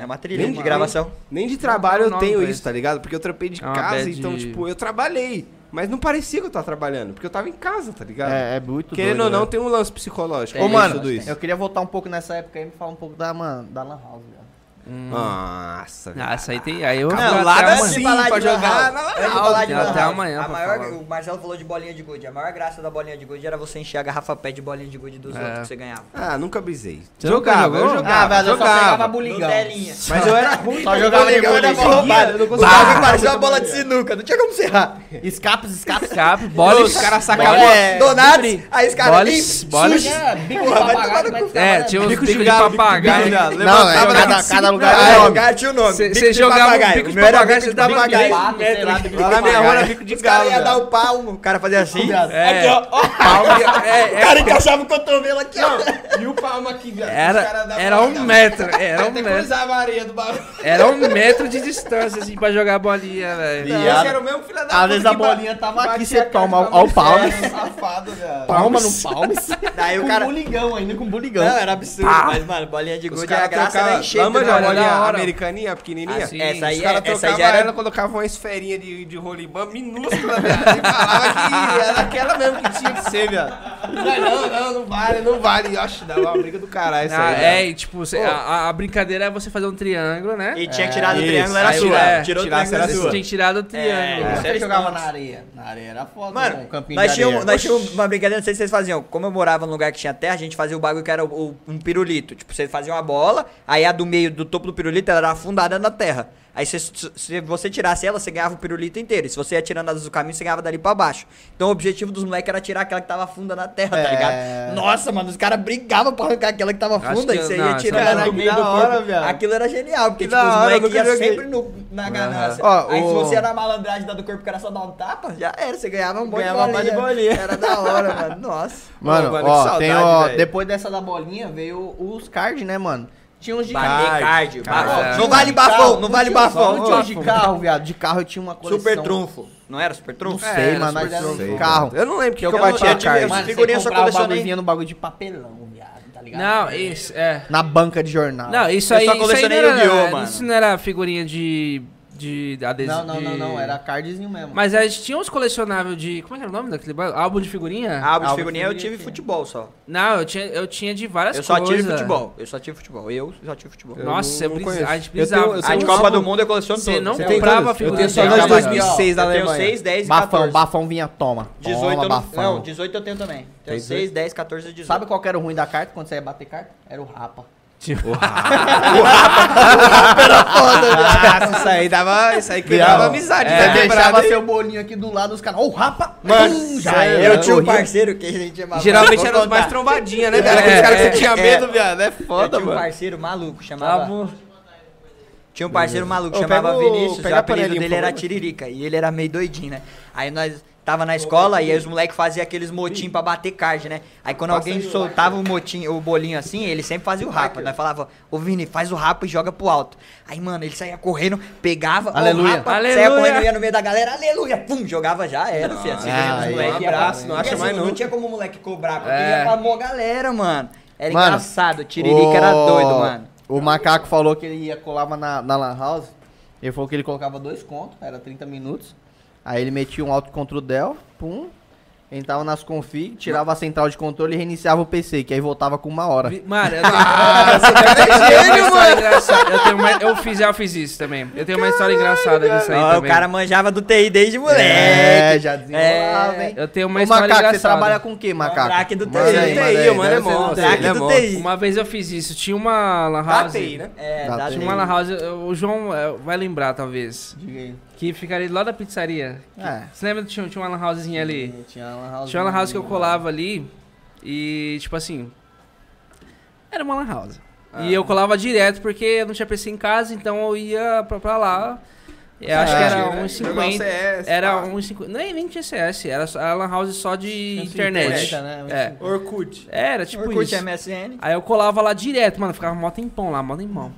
É uma trilha Nem de uma- gravação. Nem de Não, trabalho não, eu tenho não, isso, isso. tá ligado? Porque eu trampei de É uma casa, bad- então, tipo, eu trabalhei. Mas não parecia que eu tava trabalhando, porque eu tava em casa, tá ligado? É, é muito Querendo doido, ou não, né? tem um lance psicológico. Tem É Ô, Ô, mano, mano, tudo isso. eu queria voltar um pouco nessa época aí e me falar um pouco da, mano, da Lan House, velho. Nossa, Ah, velho. essa aí tem. Aí eu Hum. Não, é assim. vou até lá dá amanhã. sim pra jogar na antes de Lan falar de House. Lan Até House, amanhã a pra maior- falar. O Marcelo falou de bolinha de gude. A maior graça da bolinha de gude era você encher a garrafa pé de bolinha de gude dos É. outros que você ganhava. Ah, nunca brisei. Você jogava, nunca jogou? eu jogava, Ah, velho, eu só pegava jogava. buligão. Nutelinha. Mas eu era ruim. Só jogava eu ligão, era né? mal roubado, eu não Pá, conseguia. parecia uma bola de sinuca, não tinha como você errar. Escapes, escapes. Escape, bola, os caras sacavam. É, Donatos, aí os caras... Boles, Ih, boles. sushi. É, bico né? Porra, vai tomar no cu. É, tinha uns Bico bicos de de galo, bico de papagaio. galo. Não, é, Levantava cada, de cada lugar Ah, é o nome. lugar tinha o nome. Cê- Bico cê de jogava um papagaio. bico de O meu era papagaio, bico cê de né, dava papagaio. três Pato, sei lá, bico de Lá na minha rua era papagaio. bico de Os caras galo. iam dar velho. o palmo, o cara fazia tá assim. É. Aqui, ó, ó. é, O cara encaixava o cotovelo aqui, ó. E o palmo aqui, velho. Os caras Era, davam- era um davam- metro, era um Até metro. cruzava a areia do bagulho. Era um metro de distância, assim, pra jogar bolinha, velho. Esse era o mesmo filho da puta Às vezes a que ba- bolinha tava aqui, que batia você a cara toma de uma ao mulher, palmo. um Safado, velho. Palma no né? palmes. Daí o cara... Com buligão ainda, com buligão. Não, era absurdo, mas, mano, bolinha de Os gude, a caras graça era trocavam. encher. né, Lama de mano? mano? Era bolinha da hora. americaninha, pequenininha. Ah, sim. Essa aí, Os é- essa caras aí trocavam já era ela, colocavam uma esferinha de, de rolibã minúscula, velho. E falava que era aquela mesmo que tinha que ser, velho. Não, não, não, não vale, não vale. Oxe, dá uma briga do caralho isso Ah, aí. é, velho. e, tipo, cê- a, a brincadeira é você fazer um triângulo, né? E tinha que tirar do isso. triângulo, era Aí sua. é, Tirou do tirasse triângulo, era era Você sua. tinha que tirar do triângulo. É. Você Era jogava estonto. na areia. Na areia era foda. né? Mano, um campinho nós de areia. tínhamos, nós tínhamos uma brincadeira, não sei se vocês faziam. Como eu morava num lugar que tinha terra, a gente fazia o bagulho que era o- o- um pirulito. Tipo, você fazia uma bola, aí a do meio, do topo do pirulito, ela era afundada na terra. Aí você- se você tirasse ela, você ganhava o pirulito inteiro. E se você ia tirando as do caminho, você ganhava dali pra baixo. Então o objetivo dos moleques era tirar aquela que tava funda na terra, tá É. ligado? Nossa, mano, os caras brigavam pra arrancar aquela que tava Acho funda que e você eu- não, ia essa tirando eu ela não do meio do lembro. Da hora, corpo. viado. Aquilo era genial, porque tipo, Que da os hora, eu moleques nunca iam joguei. sempre no- na ganância. Ó, Aí se o- você era a malandragem da do corpo, que era só dar um tapa, já era, você ganhava um monte Ganhava de, bolinha. um monte de bolinha. Era da hora, mano. Nossa. Mano, Ô, mano, ó, que saudade, tem, ó, velho. depois dessa da bolinha veio os cards, né, mano? Tinha uns de Bater Card, cardio. card. bafão. É. Não vale bafão, não vale bafão. Não tinha uns de carro, viado. De carro eu tinha uma coleção. Super trunfo. Não era super Não trunfo? sei, É, super mano. Nós era Sei, um mano. carro. Eu não lembro que eu, Eu não- batia eu tive- eu card. tive- Mano, figurinha figurinha eu só só comprava o colecionei. bagulhozinho no bagulho de papelão, viado, tá ligado? Não, isso, é. Na banca de jornal. Não, isso Eu aí, isso só aí não colecionei era, Yu-Gi-Oh, mano. isso não era figurinha de, de adesivo. não, não, não, não, era cardzinho mesmo. Mas aí tinha uns colecionáveis de... Como é que era o nome daquele ba- Álbum de figurinha? Álbum de Álbum de figurinha eu figurinha tive tinha. futebol só. Não, eu tinha, eu tinha de várias Eu só coisas. tive futebol. Eu só tive futebol. Eu só tive futebol. Eu Nossa, não eu brisa- conheço. a gente Eu tenho- brisava. eu A tenho de um Copa álbum- do Mundo eu coleciono Você todos. não Você tem comprava todas? Eu figurinha. tenho só de dois de álbum. 2006 da Eu tenho Alemanha. 6, 10 e Bafão, 14. bafão vinha, toma. 18 toma, eu não, bafão. não, 18 eu tenho também. Tenho Tem 6, 10, 14 e 18. Sabe qual que era o ruim da carta quando você ia bater carta? Era o rapa. Nossa, Ah, isso aí dava. Isso aí quebrava Viado. É. amizade. Você né, quebrava deixava seu bolinho aqui do lado, os caras, ô rapa! Mano, Hum, já era. eu tinha um Corria. parceiro que a gente chamava. Geralmente Vou eram os mais contar. trombadinha, né, cara? Aqueles É, caras que é, você tinha é. medo, viado. É foda, eu tinha um mano. Tá parceiro maluco, chamava. Álbum- Tinha um parceiro maluco, Ô, chamava pega o- Vinícius, e pega o a apelido panelinha, dele por era favor. Tiririca, e ele era meio doidinho, né? Aí nós tava na escola e aí os moleques faziam aqueles motim pra bater card, né? Aí quando alguém soltava o motim, o bolinho assim, ele sempre fazia o rapa. Nós falava, ô Vini, faz o rapa e joga pro alto. Aí, mano, ele saía correndo, pegava o Aleluia. rapa, Aleluia. saía correndo, ia no meio da galera, aleluia, pum, jogava já, era, filho. Assim, Ah, os aí, moleques um ia pra- abraço, não Porque, acha mais, não. Não tinha como o moleque cobrar, porque É. ia pra mó galera, mano. Era Mano, engraçado, Tiririca era o- doido, mano. O macaco falou que ele ia colava na, na Lan House. Ele falou que ele colocava dois contos, era 30 minutos. Aí ele metia um alto contra o Dell, pum. Entrava nas config, tirava a central de controle e reiniciava o PC, que aí voltava com uma hora. Vi- Mano, eu tenho, Ah, É eu tenho uma história engraçada. Eu, tenho uma- eu fiz, já fiz isso também. Eu tenho uma história engraçada disso aí Ó, o também. cara manjava do TI desde moleque. É, já desenrolava, hein? Eu tenho uma Ô, história macaco, engraçada. você trabalha com o quê, macaco? craque do Manda TI, aí, TI, manda aí, mano, é deve ser bom, do TI. Zé. Ele Craque é do bom. TI. Uma vez eu fiz isso. Tinha uma Tá lan house. Datei, né? É, Dá dá TI. Tinha uma lan house. O João eh, vai lembrar, talvez. Diga aí. Que ficaria lá da pizzaria. É. Você lembra? Tinha, tinha uma lan housezinha ali. Tinha uma lan house. Tinha uma lan house que eu colava ali e, tipo assim, era uma lan house. E eu colava direto porque eu não tinha PC em casa, então eu ia pra, pra lá. Eu acho que era Jogar um uns 50. CS, Era um pá. uns 50. Nem, nem tinha CS, era só- era lan house só de internet. internet, né? É. Orkut. Era tipo Orkut é isso. MSN. Aí eu colava lá direto, mano, ficava mó tempão lá, mó tempão.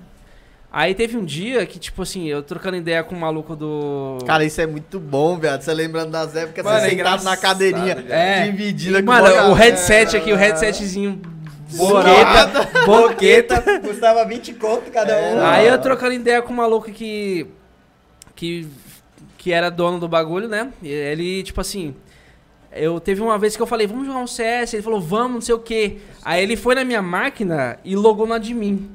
Aí teve um dia que, tipo assim, eu trocando ideia com o maluco do. Cara, isso é muito bom, velho. Você lembrando das épocas, Mano, você é sentado na engraçado, cadeirinha, velho. É. dividida E, com mano, bola- o headset aqui, o headsetzinho. é Boqueta. Boqueta. Custava 20 conto cada É. um. Aí eu trocando ideia com um maluco que. que. que era dono do bagulho, né? E Ele, tipo assim. Eu teve uma vez que eu falei, vamos jogar um CS, ele falou, vamos, não sei o quê. Aí ele foi na minha máquina e logou na de mim.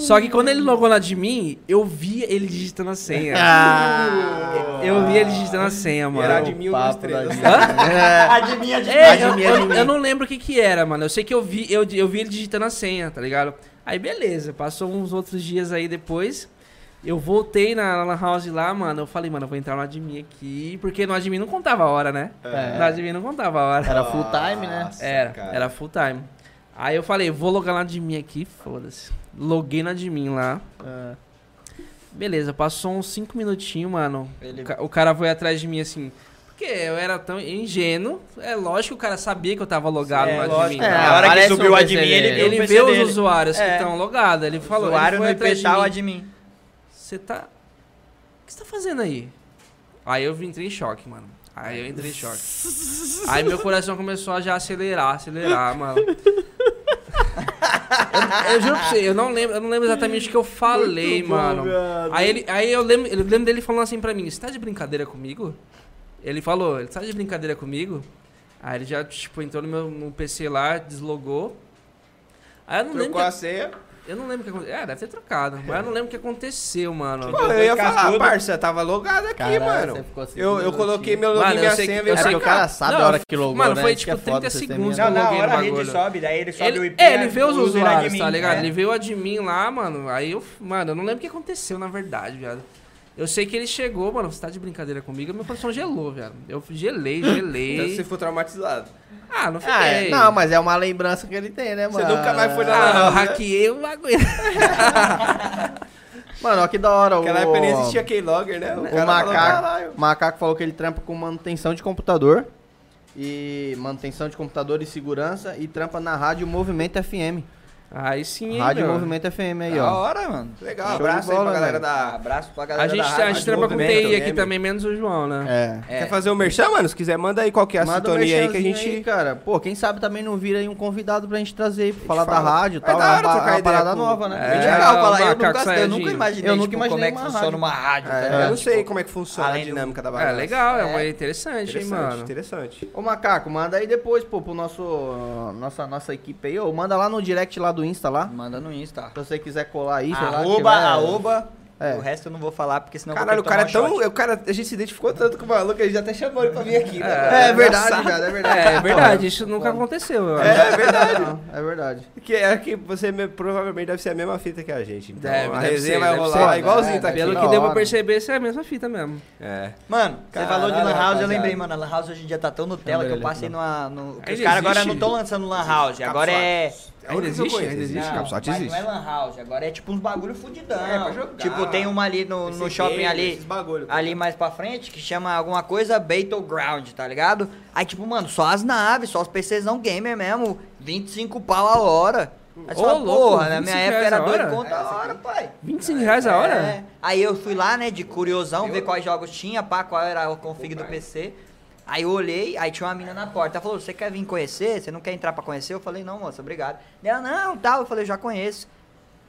Só que quando ele logou lá de mim, eu vi ele digitando a senha. Ah! eu vi ele digitando a senha, mano. Era de mil é Papo estrelas. da gente. Hã? Adivinha, adivinha. É, eu, Admin, eu- admin. eu não lembro o que que era, mano. Eu sei que eu vi, eu, eu vi ele digitando a senha, tá ligado? Aí beleza, passou uns outros dias aí depois. Eu voltei na Lan House lá, mano. Eu falei, mano, eu vou entrar no admin aqui. Porque no admin não contava a hora, né? É. No admin não contava a hora. Era full time, né? Nossa, Era, cara. era full time. Aí eu falei, vou logar no admin aqui, foda-se. Loguei no admin lá. Ah. Beleza, passou uns 5 minutinhos, mano. Ele- O, ca- o cara foi atrás de mim assim. Porque eu era tão ingênuo. É lógico que o cara sabia que eu tava logado É, no admin. lógico. tá? É, Na hora que aparece subiu um o admin, PC ele dele. viu o Ele PC vê os dele. usuários que É. estão logados. Ele falou. usuário ele no foi atrás IPTAL, de mim. admin. Você tá. O que você tá fazendo aí? Aí eu entrei em choque, mano. Aí eu entrei em choque. Aí meu coração começou a já acelerar, acelerar, mano. Eu, eu juro pra você, eu não lembro, eu não lembro exatamente o que eu falei, mano. Aí, ele, aí eu, lembro, eu lembro dele falando assim pra mim, você tá de brincadeira comigo? Ele falou, ele tá de brincadeira comigo? Aí ele já, tipo, entrou no meu no PC lá, deslogou. Aí eu não lembro. Trocou a senha. que- eu não lembro o que aconteceu. É, deve ter trocado. Mas eu não lembro o que aconteceu, mano. Pô, eu ia falar, Cascudo. ah, parça, tava logado aqui, Caralho, você mano. ficou assim, Eu, eu minutinho. coloquei meu login e Mano, eu minha sei que- senha. eu É veio sei porque pra o que- cá. cara sabe Não, a hora que logou, mano, né? foi Isso tipo que é foda, 30 você tem segundos. mesmo. Eu Não, na loguei no hora a rede bagulho. sobe, daí ele sobe o Ele, IP. é, ele vê os usa o usuários, admin, tá ligado? né? Ele vê o admin lá, mano. Aí eu, mano, eu não lembro o que aconteceu, na verdade, viado. Eu sei que ele chegou, mano, você tá de brincadeira comigo, meu coração gelou, viado. Eu gelei, Então você gelei. foi traumatizado. Ah, não fiquei. Ah, é. Não, mas é uma lembrança que ele tem, né, Você mano? nunca mais foi na- Ah, eu hackeei o bagulho. Mano, olha que da hora. Naquela o... época nem existia Keylogger, né? O cara falou, macaco, "Caralho". o macaco falou que ele trampa com manutenção de computador. E manutenção de computador e segurança. E trampa na rádio Movimento FM. Aí sim, hein, rádio meu. Movimento FM aí, Da ó. hora, mano. Legal, Show de abraço aí bola, pra galera velho. da... Abraço pra galera A gente, tá, da a rádio. gente trampa com Movimento, TI aqui meme. também, menos o João, né? É. É. Quer fazer o merchan, mano? Se quiser, manda aí qual que é a Manda um sintonia aí que a merchanzinho gente... aí, cara. Pô, quem sabe também não vira aí um convidado pra gente trazer aí pra falar da fala. rádio e É tal. É da hora uma, ba- trocar uma ideia parada com- nova, né? É É, legal falar, eu macaco nunca, gastei, eu nunca saiadinho. imaginei Eu nunca tipo, como imaginei é que uma funciona rádio. uma rádio. tá É, ligado? eu não Tipo, sei como é que funciona a além do- dinâmica da É bagaça. legal, é, É. uma interessante, hein, Interessante, mano. interessante. Ô Macaco, manda aí depois, pô, pro nosso, nossa, nossa equipe aí, ou manda lá no direct lá do Insta lá. Tipo, Manda no Insta. Se você quiser colar aí, sei é lá. Arroba, tiver- arroba. É. O resto eu não vou falar, porque senão eu vou Caralho, o ter que cara é tomar um tão... shot. O cara, a gente se identificou tanto com o maluco, ele já até chamou ele pra vir aqui, né? É. É, cara? verdade, cara, é verdade. É, é verdade, isso nunca aconteceu, eu acho. É verdade. É verdade. Que é que você me- provavelmente deve ser a mesma fita que a gente. Então Deve, a deve resenha ser, vai deve rolar ser. igualzinho É, tá aqui. Pelo da que deu pra hora. perceber, isso é a mesma fita mesmo. É. Mano, você Caralho, falou de Lan House, eu rapaziada. lembrei, mano. A Lan House hoje em dia tá tão Nutella que eu passei numa. No... que Os Ainda caras agora existe? não estão lançando Lan House, agora é. É o único que eu existe? conheço, Ainda existe? existe? Não, Capsote mas não é existe. Lan House, agora é tipo uns bagulho fudidão. É, pra jogar. Tipo, tem uma ali no, no Esse shopping game, ali, esses bagulho, tá cara. ali mais pra frente, que chama alguma coisa Battleground, tá ligado? Aí tipo, mano, só as naves, só os PCs não gamer mesmo, 25 pau a hora. Aí você Ô, fala, louco, porra, na 25 minha época reais era a doido hora? conto a hora, pai. 25 reais a hora? É. Aí eu fui lá, né, de curiosão, ver quais jogos tinha, pá, qual era o config do PC. Aí eu olhei, aí tinha uma mina na porta. Ela falou, você quer vir conhecer? Você não quer entrar pra conhecer? Eu falei, não, moça, obrigado. Ela, não, tal. Eu falei, já conheço.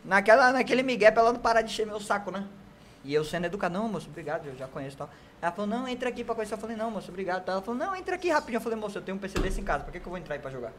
Naquela, naquele migué pra ela não parar de encher meu saco, né? E eu sendo educado, não, moço, obrigado, eu já conheço e tal. Ela falou, não, entra aqui pra conhecer. Eu falei, não, moço, obrigado. tal. Ela falou, não, entra aqui rapidinho. Eu falei, moço, eu tenho um PC desse em casa, pra que, que eu vou entrar aí pra jogar?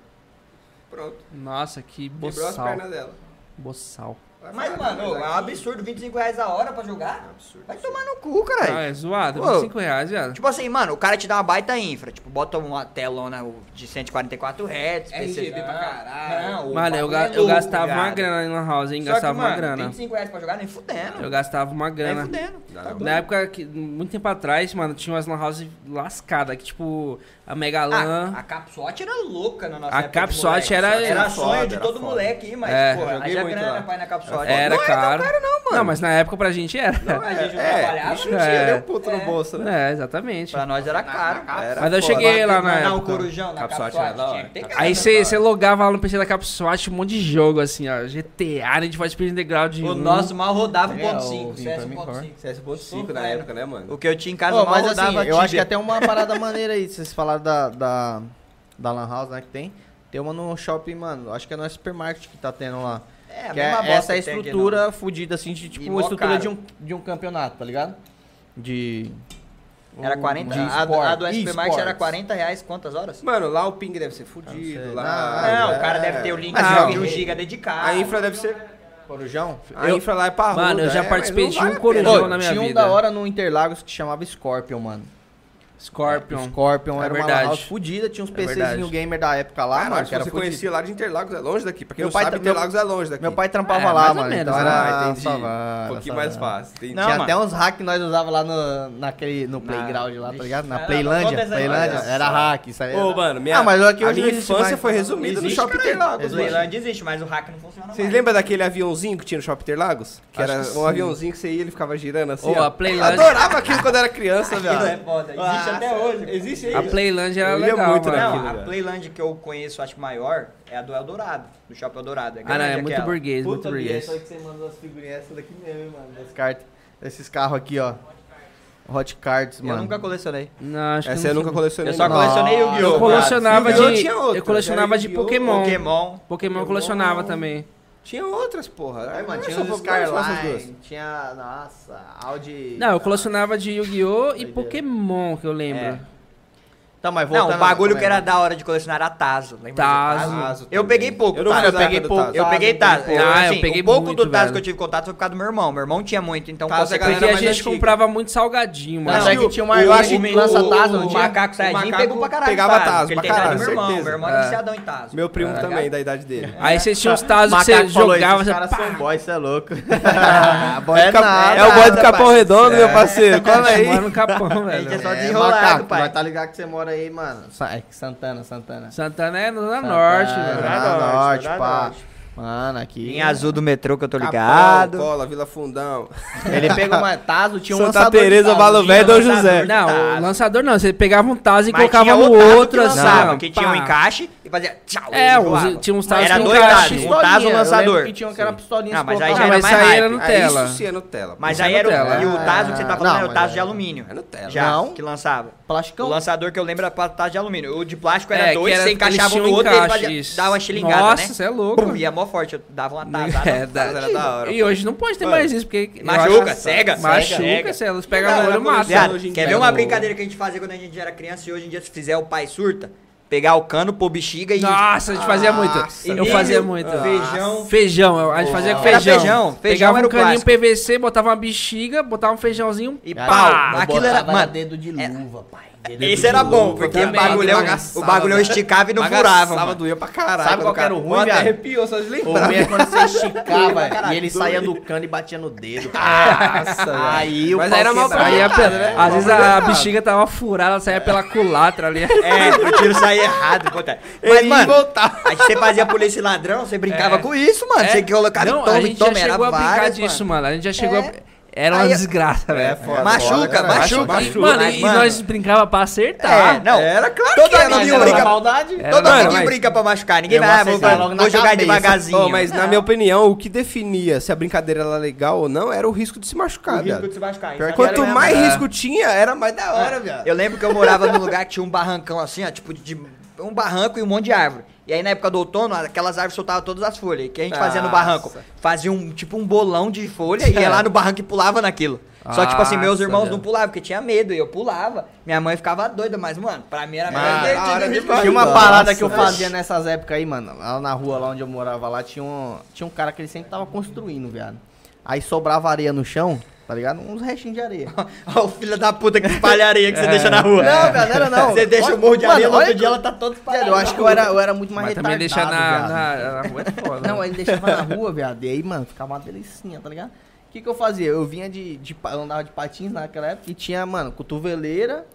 Pronto. Nossa, que Quebrou as boçal. pernas dela. Boçal. Vai Mas, falar, mano, mas é um aqui- absurdo, 25 reais a hora pra jogar? Absurdo. Vai tomar no cu, caralho. Ah, é zoado, Pô. 25 reais, viado. Tipo assim, mano, o cara te dá uma baita infra. Tipo, bota uma telona de 144 Hz, RGB pra caralho. Não, o Mano, eu, bagulho ga- é eu louco, gastava uma viado. grana em Lan House, hein? Só que, Gastava uma mano, grana. 25 reais pra jogar, nem fudendo. Eu gastava uma nem grana. fudendo. Dá Tá não. doido. Na época, que, muito tempo atrás, mano, tinha umas Lan House lascadas, que tipo, a Mega Lan. Ah, a Capswatch era louca na nossa A época de Capswatch moleque. era- Era era sonho foda, de era todo foda. moleque, mas, É. porra, Joguei haja muito grana, lá. pai, na Capswatch. era Não é caro. tão caro não, mano. Não, mas na época pra gente era. A gente não É, trabalhava, bicho, não não tinha É. nem um puto no bolso, né? É, exatamente. Pra nós era caro. Era Mas eu foda. cheguei lá na Não, o época. Corujão, na Capswatch Capswatch. era da tinha hora. que ter grana, Aí você mano. logava lá no PC da Capswatch um monte de jogo, assim, ó. GTA, Need for Speed Underground um, de O nosso mal rodava Tá É, o 1.5, Vim pra mim, CS 1.5. CS.5 na época, né, mano? O que eu tinha em casa Ô, mal mas assim, rodava eu acho que Tibia. até uma parada maneira aí, vocês falaram da, da, da Lan House, né, que tem. Tem uma no shopping, mano, acho que é no supermarket que tá tendo lá. É, a que mesma é bosta essa que tem aqui, estrutura fudida, assim, de E tipo, mó uma estrutura caro. de um, de um campeonato, tá ligado? De... não. Era 40 de a, do- esporte. a do Supermarket era Esportes. 40 reais quantas horas? Mano, lá o ping deve ser Não sei. fudido. Não, Lá. não, é. o cara deve ter o link Mas de não. alguém, um giga dedicado. A infra deve ser. Corujão? A Eu- infra lá é parruda. Mano, eu já é, mas participei não de vale um a coro- pena. Ô, na minha tinha um vida. da hora no Interlagos que chamava Scorpion, mano. Scorpion. Scorpion É era uma verdade. É lan house fodida, tinha uns PCzinho verdade. gamer da época lá, Caralho, mano, se que era você fudido. conhecia lá de Interlagos, é longe daqui. Pra quem Meu não pai sabe, tá- meu- Interlagos é longe daqui. Meu pai trampava É, lá, mais ou mano, menos, então né? era Ah, entendi. savana, um pouquinho savana. mais fácil. Entendi. Não, tinha mano. até uns hack que nós usava lá no, naquele, no playground lá, tá Vixe, ligado? Na era- Playlândia, todas as Playlândia, lojas. era hack, isso aí Ô, era- mano, minha, Ah, mas aqui a hoje minha não existe infância mais. foi resumida no Existe, Shopping caralho. Interlagos. O mano. Leilândia existe, mas o hack não funciona Vocês mais. lembram daquele aviãozinho que tinha no Shopping Interlagos? Que Acho era que um sim. aviãozinho que você ia e ele ficava girando assim. Ô, ó. a Playlândia- Eu adorava aquilo quando era criança, Aquilo é velho. foda. Existe Ah, até hoje. Existe A Playland era Eu ia legal, muito mano. naquilo. Não, velho. a Playland que eu conheço, acho que maior, é a do Eldorado, do Shopping Eldorado. Ah, não, é grande muito aquela. burguês, muito burguês. que você manda as figurinhas essa daqui mesmo, hein, mano. Esse cart, esses carros aqui, ó. Hot cards, Eu mano. nunca colecionei. Não, acho que Essa eu nunca colecionei. Eu só não. cole- colecionei Nossa. Yu-Gi-Oh! Eu colecionava Yu-Gi-Oh! de. tinha outra, Eu colecionava era de Yu-Gi-Oh! Pokémon. Pokémon. Pokémon. eu colecionava também. Tinha outras, porra. É, mano, Eu tinha sou os popular, eu faço essas duas. Skyline, tinha, nossa, Audi... Não, eu colecionava de Yu-Gi-Oh! e Doideira. É. Pokémon, que eu lembro. Tá, mas Não, voltando... o bagulho que era também, da hora de colecionar era Tazo. Lembra de Tazo. Eu peguei pouco. Eu não Tazo. mano. fui eu peguei da- pouco. do Eu peguei Tazo. Ah, eu assim, peguei o pouco muito, do Tazo velho. que eu tive contato foi por causa do meu irmão. Meu irmão tinha muito, então Tazo é consequentemente- Porque galera a mais gente antiga. comprava muito salgadinho, Mas mano. Não, é que tinha uma arminha acho que que lança o- tazo, não O tinha? macaco saiyajin macaco pegou pra caralho. pegava Tazo, Tazo porque pra ele tava caralho, do meu irmão. certeza. Meu irmão é É. viciadão em Tazo. Meu primo Tá também, ligado? da idade dele. Aí vocês tinham os tazos que você Macaco falou isso, jogava. Os Você... caras são boys, cê é louco. Boy do Cap- nada, é o boy do rapaz. Capão Redondo, meu parceiro. Cola aí. Mora no Capão, velho. É só É, desenrolado, macaco, pai. Vai tá ligado que você mora aí, mano. Sa- É que Santana, Santana. Santana é na Zona Santana, Norte, Zona velho. Ah, tá. Norte, Zona pá. Tá Norte. Mano, aqui. Em azul do metrô que eu tô Capão, ligado. Cola, Vila Fundão. Ele pegou uma Tazo, tinha um Santa lançador de Teresa, tazo. Valo Tinha Velho, um Dom lançador José. né? de Não, tazo. o lançador não. Você pegava um tazo e Mas colocava tinha no o Tazo outro, que assim. lançava, ó, que tinha um pá. encaixe e fazia tchau. É, e uns- voava. tinha uns Mas Tazos Era com dois encaixe. Tazos, um Pistolinha, Tazo eu lembro lançador. que tinha aquela pistolinha Não, mas aí colocava- já Ah, era mas mais isso aí hype. era Nutella. É, isso sim é Nutella. Mas Isso aí é era. Nutella. E o Tazo que você tá Não, falando era o mas Tazo de é- alumínio. É Nutella. Já, Não. que lançava. O Plasticão. lançador que eu lembro era pra Tazo de alumínio. O de plástico É, era que dois, era- você eles encaixava um tinham no outro e ele encaixe, fazia- isso. dava uma xilingada, Nossa, né? você é louco. Pum, ia mó forte, eu dava uma tazada. É, da- Era da hora. E hoje não pode ter mais isso, porque. eu Machuca, acho- cega, Machuca, é cega. se elas pegam no Não, olho, não, mata. viado. Viado, hoje em quer dia ver uma no- brincadeira que a gente fazia quando a gente era criança e hoje em dia se fizer o pai surta? Pegar o cano, pôr bexiga e... Nossa, a gente fazia muito. Nossa, eu milho, fazia muito. Feijão. Feijão, a gente fazia com Era feijão. feijão, feijão Pegava era um o caninho clássico. PVC, botava uma bexiga, botava um feijãozinho E e Cara, pau. eu Aquilo era... botava Mano, dedo de é- luva, pai. Dedo esse de era luva. bom, porque o também, bagulho, eu- o bagaçava, bagulho eu né? esticava e não furava, Bagaçava, mano. doía pra caralho. Sabe qual que era o ruim, Até viado? arrepiou só de O lembrar. ruim é quando você esticava e ele Caralho, saía doido. do cano e batia no dedo. Nossa, Aí o Mas pau era mal quebrava. É Aí a, Aproveitado, né? Às vezes a Aproveitado. bexiga tava furada, saía pela culatra ali. É, o tiro saía errado, puta. Mas, Ele ia mano, voltar. aí você fazia polícia e ladrão, você brincava É. com isso, mano. Você colocava não, e toma, a e gente toma, já era chegou a brincar várias, disso, mano. mano. A gente já chegou É. a... Era uma Aí- desgraça, velho. É foda. Machuca, Foda, machuca. E, machuca. mano, Mas, e mano- nós brincava pra acertar. É, não. Era claro Todo que era, Mas amiguinho era brinca- uma maldade. Era Todo Mano, amiguinho mas- brinca pra machucar. Ninguém Eu vai, ah, vou, acertei logo na vou jogar cabeça. devagarzinho. Ô, mas na minha opinião, o que definia se a brincadeira era legal ou não era o risco de se machucar, viado. se machucar. Pior que Quanto Era mais mesmo. risco tinha, era mais da É. hora, viado. Eu lembro que eu morava num lugar que tinha um barrancão assim, ó, tipo de um barranco e um monte de árvore. E aí na época do outono, aquelas árvores soltavam todas as folhas. E o que a gente fazia no Nossa. barranco? Fazia um tipo um bolão de folha e ia lá no barranco e pulava naquilo. Só que, tipo assim, meus Nossa, irmãos não velho. pulavam, porque tinha medo, e eu pulava. Minha mãe ficava doida, mas, mano, pra mim era Mas- mais Ah, era divertido. demais. Tinha uma Nossa, parada que eu velho. fazia nessas épocas aí, mano. Lá na rua, lá onde eu morava, lá tinha um, tinha um cara que ele sempre tava construindo, viado. Aí sobrava areia no chão, tá ligado? Uns restinhos de areia. É. Olha o filho da puta que espalha areia que você deixa na rua. Não, velho, não era não. Você deixa Olha- o morro de mano, areia, no outro olha- dia ela tá toda espalhada. Viado, eu acho que eu era, eu era muito mais Mas também retardado, deixar na, viado. na, na rua é foda. Não, aí ele deixava na rua, viado. E aí, mano, ficava uma delicinha, tá ligado? O que, que eu fazia? Eu vinha de, de. pa- Eu andava de patins naquela época e tinha, mano, cotoveleira,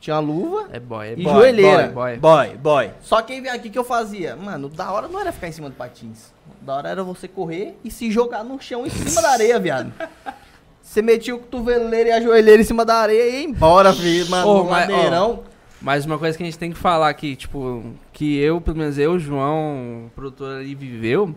tinha luva. É boy, é E boy, joelheira. boy, boy. Boy, boy. Só que aí, viado, o que, que eu fazia? Mano, da hora não era ficar em cima do patins. Da hora era você correr e se jogar no chão em cima da areia, viado. Você metia o cotoveleiro e a joelheira em cima da areia e ia embora, filho, mano. Ô, no mas, ó, madeirão. Mas uma coisa que a gente tem que falar aqui, tipo, que eu, pelo menos eu, o João, o produtor ali, viveu,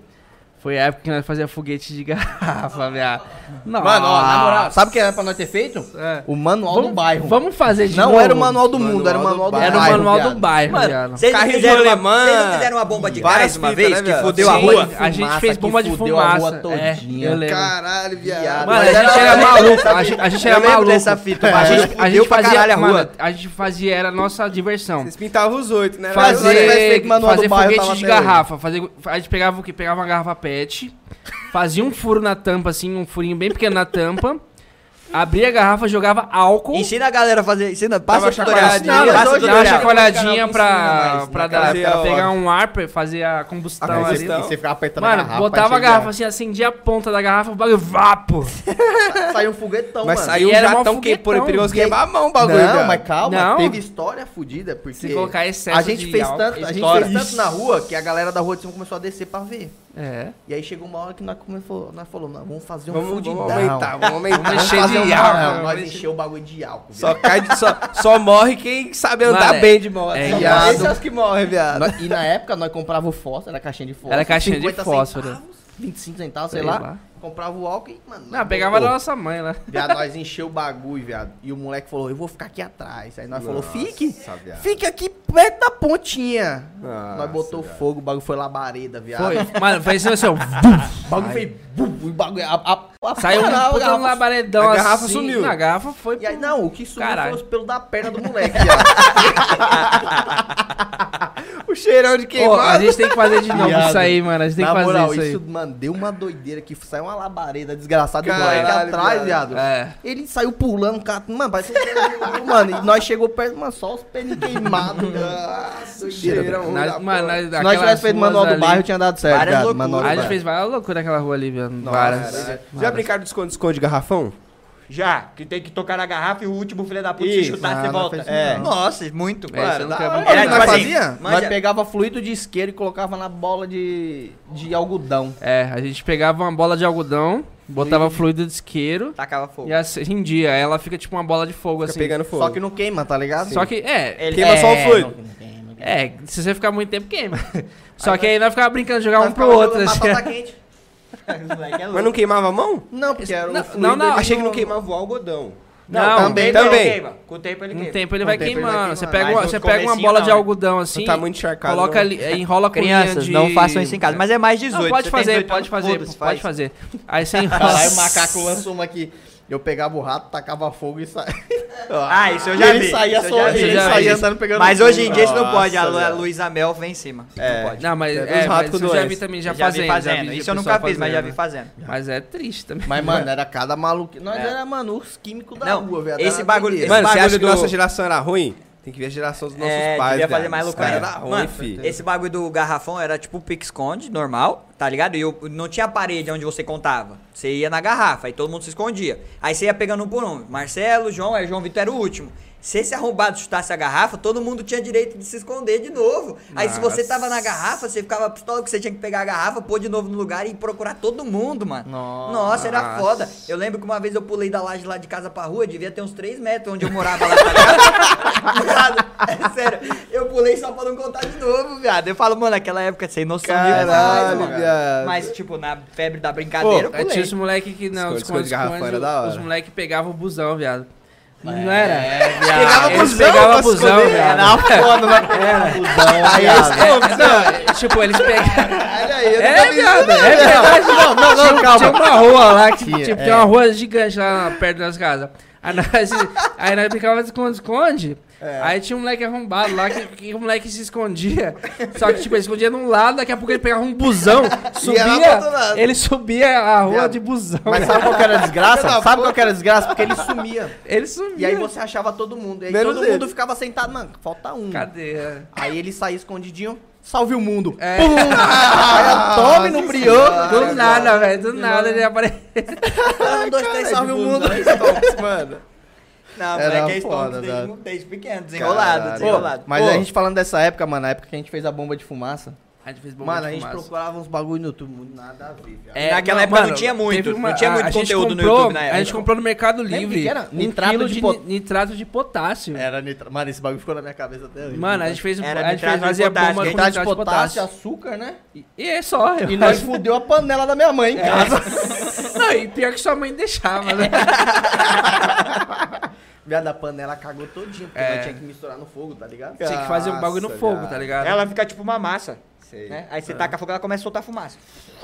foi a época que nós fazia foguete de garrafa, viado. Mano, ó, na moral, sabe o que era pra nós ter feito? Ah. É. O manual do bairro. Vamos fazer de não novo? era o manual do mundo, Manual era o manual do, do Era o bairro, manual viado. do bairro, Mano, viado. vocês não Carrinho de fizeram uma- alemã. vocês não fizeram uma bomba de Várias gás uma fitas, vez né, que viado? fudeu a Sim, rua? A gente Fumaça fez que bomba de fudeu a rua fumaça. é, todinha. eu lembro. Caralho, Viado. viado. Mano, a Mas gente era- era maluco, a gente, a gente Eu era lembro maluco. dessa fita, mas a a gente gente, a fudeu gente pra fazia, caralho a rua. mano, a gente fazia, era a nossa diversão. Vocês pintavam os oito, né? Fazia- Era- tivesse Fazer, feito manual do fazer bairro, eu foguete tava de até hoje. garrafa, fazer, a gente pegava o que? Pegava uma garrafa pet, fazia um furo na tampa, assim, um furinho bem pequeno na tampa, abria a garrafa, jogava álcool, Ensina a galera a fazer. Ensina, passa o Tava tutorial. chacoalhado, Não, né? passa o Hoje- dá uma tutorial. chacoalhadinha Não pra, ensina mais, pra, né? não dar, fazia pra a pegar hora. um ar, pra fazer a combustão Ah, Aí ali. você, então- e você fica apertando Mano, a garrafa. botava a aí chega- garrafa assim, acendia a ponta da garrafa, o bagulho vapo. Saiu um foguetão, Mas mano. saiu um E já era mó jatão que por foguetão. perigoso Porque- queimar a mão o bagulho. Não, velho. mas calma, Não. teve história fodida, porque Se colocar excesso a gente de fez álcool, tanto, a gente estoura. fez tanto na rua que a galera da rua de cima começou a descer pra ver. É. E aí chegou uma hora que nós começou, nós falou, não, vamos fazer um Vamos, food vamos down. aumentar, vamos aumentar. Vamos encher Fazer um de down. álcool. né? nós encheu o bagulho de álcool. Só, viado. cai de- só, só morre quem sabe andar Mano, bem de moto. é Só- engraçado. Esses são os que morrem, viado. Nós- e na época nós comprava o fósforo, era caixinha de fósforo. Era caixinha de 50 fósforo. Centavos, 25 centavos, sei, lá. Comprava o álcool e, mano... Não, pegava pô, da nossa mãe lá. Viado, nós encheu o bagulho, viado. E o moleque falou, eu vou ficar aqui atrás. Aí nós falou, Nossa, fique, viado. fique aqui perto da pontinha. Nossa, nós botou viado. fogo, o bagulho foi labareda, viado. Foi. Mano, foi assim, assim, ó. O bagulho foi... bum, o bagulho... A, a, a- Saiu um a- a- puta a- um labaredão a garrafa assim. sumiu. Não, A garrafa foi E aí, pro- não, o que sumiu Caralho. foi os pelos da perna do moleque, viado. O cheirão de Ô, a queimado. gente tem que fazer de novo Viado. isso aí, mano. A gente tem que Na fazer moral, isso aí. isso, mano, deu uma doideira que saiu uma labareda desgraçada do Caralho, moleque atrás, viado. viado. É. Ele saiu pulando, cara. Mano, parece um. mano, e nós chegou perto, mano, só os pelos queimados. Nossa, cheirão. cheirão. Nós- da mano, nós- um Se nós aquelas tivesse feito ruas manual do ali- bairro, tinha dado certo, Várias viado. loucuras. Manual do A gente bairro. fez várias loucuras naquela rua ali, velho. Várias. Caralho. Já brincaram de esconde-esconde garrafão? Já, que tem que tocar na garrafa e o último filho da puta se Isso. chutar, Ah, tá, você não volta. fez isso É. não. Nossa, muito, É, isso eu mano. nunca da brinquei. hora. Sabe Era o que tipo nós assim, fazia? Nós manja- pegava fluido de isqueiro e colocava na bola de, de algodão. É, a gente pegava uma bola de algodão, botava fluido de isqueiro Tacava fogo. e acendia. Aí Ela fica tipo uma bola de fogo Fica assim. pegando fogo. Só que não queima, tá ligado? Só que, é, Ele- Queima só o fluido. é, se você ficar muito tempo, queima. Só que aí nós ficava brincando de jogar um pro Nós outro. ficava assim. jogando batata quente. Os moleque é Mas louco. não queimava a mão? Não, porque era um Não, o fluido. não, não. Achei que não queimava o algodão. Não, também Com o tempo também. ele queima. Com o tempo ele Um queima. tempo ele Com vai o tempo ele vai queimando. queimando. Você pega, Mas uma, no você pega uma comecinho bola não, de né? algodão assim, não tá muito encharcado. coloca não. ali, é, enrola com linha Crianças, de... não façam isso em casa. Mas é mais 18. Não, pode você tem fazer, 18 pode anos, fazer, foda-se, pode faz. fazer. Aí você enrola. Caralho, o macaco lançou uma aqui. Eu pegava o rato, tacava fogo e saía. Ah, isso eu já ele vi, Saía isso eu só, já vi, ele isso eu já saía vi. andando pegando Mas fogo. hoje em dia isso não Nossa, pode. A Lu- a viado. Luísa Mel vem em cima. É. Não pode. Não, mas, Os é, ratos mas com eu já vi doença. também, já, vi fazendo, já vi Isso eu pessoal nunca fiz, mas já fazendo, vi né? fazendo. Mas é triste também. Mas, mano, era cada maluco. Nós É. era, mano, os químicos da Não, rua, viado. esse era bagulho- doideira. esse Mano, você bagulho acha que do- nossa geração era ruim? Tem que ver a geração dos nossos é, pais. devia fazer velho. mais Os loucura. caras era ruim, Mano, fi. esse bagulho do garrafão era tipo pique-esconde, normal, tá ligado? E eu, não tinha parede onde você contava. Você ia na garrafa, aí todo mundo se escondia. Aí você ia pegando um por um. Marcelo, João, aí João Vitor era o último. Se esse arrombado chutasse a garrafa, todo mundo tinha direito de se esconder de novo. Aí se você tava na garrafa, você ficava pistola que você tinha que pegar a garrafa, pôr de novo no lugar e procurar todo mundo, mano. Nossa. Nossa, era foda. Eu lembro que uma vez eu pulei da laje lá de casa pra rua, devia ter uns 3 metros onde eu morava lá, tá ligado? Viado, é sério. Eu pulei só pra não contar de novo, viado. Eu falo, mano, aquela época sem noção Caralho, demais, mano. viado. Mas, tipo, na febre da É, brincadeira, eu tinha pulei. os moleque que não, Esconde, esconde, esconde esconde, garrafa, era da hora. os moleque pegava o busão, viado. Não era? É, viado. Ah, Pegava Eles busão pegavam pra busão, esconder. viado. Era foda, né? Era. Aí É, não, tipo, eles pegavam... Olha aí, eu É, nunca vi isso, né? viado, não, é viado. verdade. Não, não, não, Tinha calma. uma rua lá que Tinha, tipo, é. tem uma rua gigante lá perto das casas. Aí nós, aí nós brincava de esconde-esconde. É. Aí tinha um moleque arrombado lá que, que o moleque se escondia. Só que, tipo, ele escondia num lado, daqui a pouco ele pegava um busão, pro outro subia. lado. Ele subia a rua Viado. de busão. Mas sabe qual que era a desgraça? Sabe qual que era a desgraça? Porque ele sumia. Ele subia. E aí você achava todo mundo. E aí Menos todo ele. mundo ficava sentado, mano, falta um. Cadê? Aí ele saía escondidinho, salve o mundo. É. Pum! Ah, Tome no brioco. Do nada, velho. Do nada ele apareceu. Um, dois, três, salve o mundo. mano. Não, Era moleque, é foda, stonks desde, velho. desde pequeno, desenrolado, Caralho. desenrolado. mas é a Pô. gente falando dessa época, mano, a época que a gente fez a bomba de fumaça. A gente fez bomba mano, de a gente fumaça. procurava uns bagulho no YouTube, nada a ver, velho. É, Naquela época não tinha muito, teve não tinha muito a gente conteúdo no comprou- YouTube na época. A gente comprou no Mercado o Livre que era? um Nitrato quilo de de, pot- ni- nitrato de potássio. Era nitra... Mano, esse bagulho ficou na minha cabeça até hoje. Mano, a gente fez, um Era a gente nitrato fez de fazia potássio, bomba com nitrato nitrato de potássio. açúcar, né? E e é só. eu E nós acho. fudeu a panela da minha É. mãe em casa. Não, e pior que sua mãe deixava, né? Viado, a panela cagou todinha, porque É. nós tinha que misturar no fogo, tá ligado? Tinha que fazer um bagulho no Nossa, fogo, viado. tá ligado? Ela fica tipo uma massa, Sei. né? Aí você taca fogo, ela começa a soltar fumaça.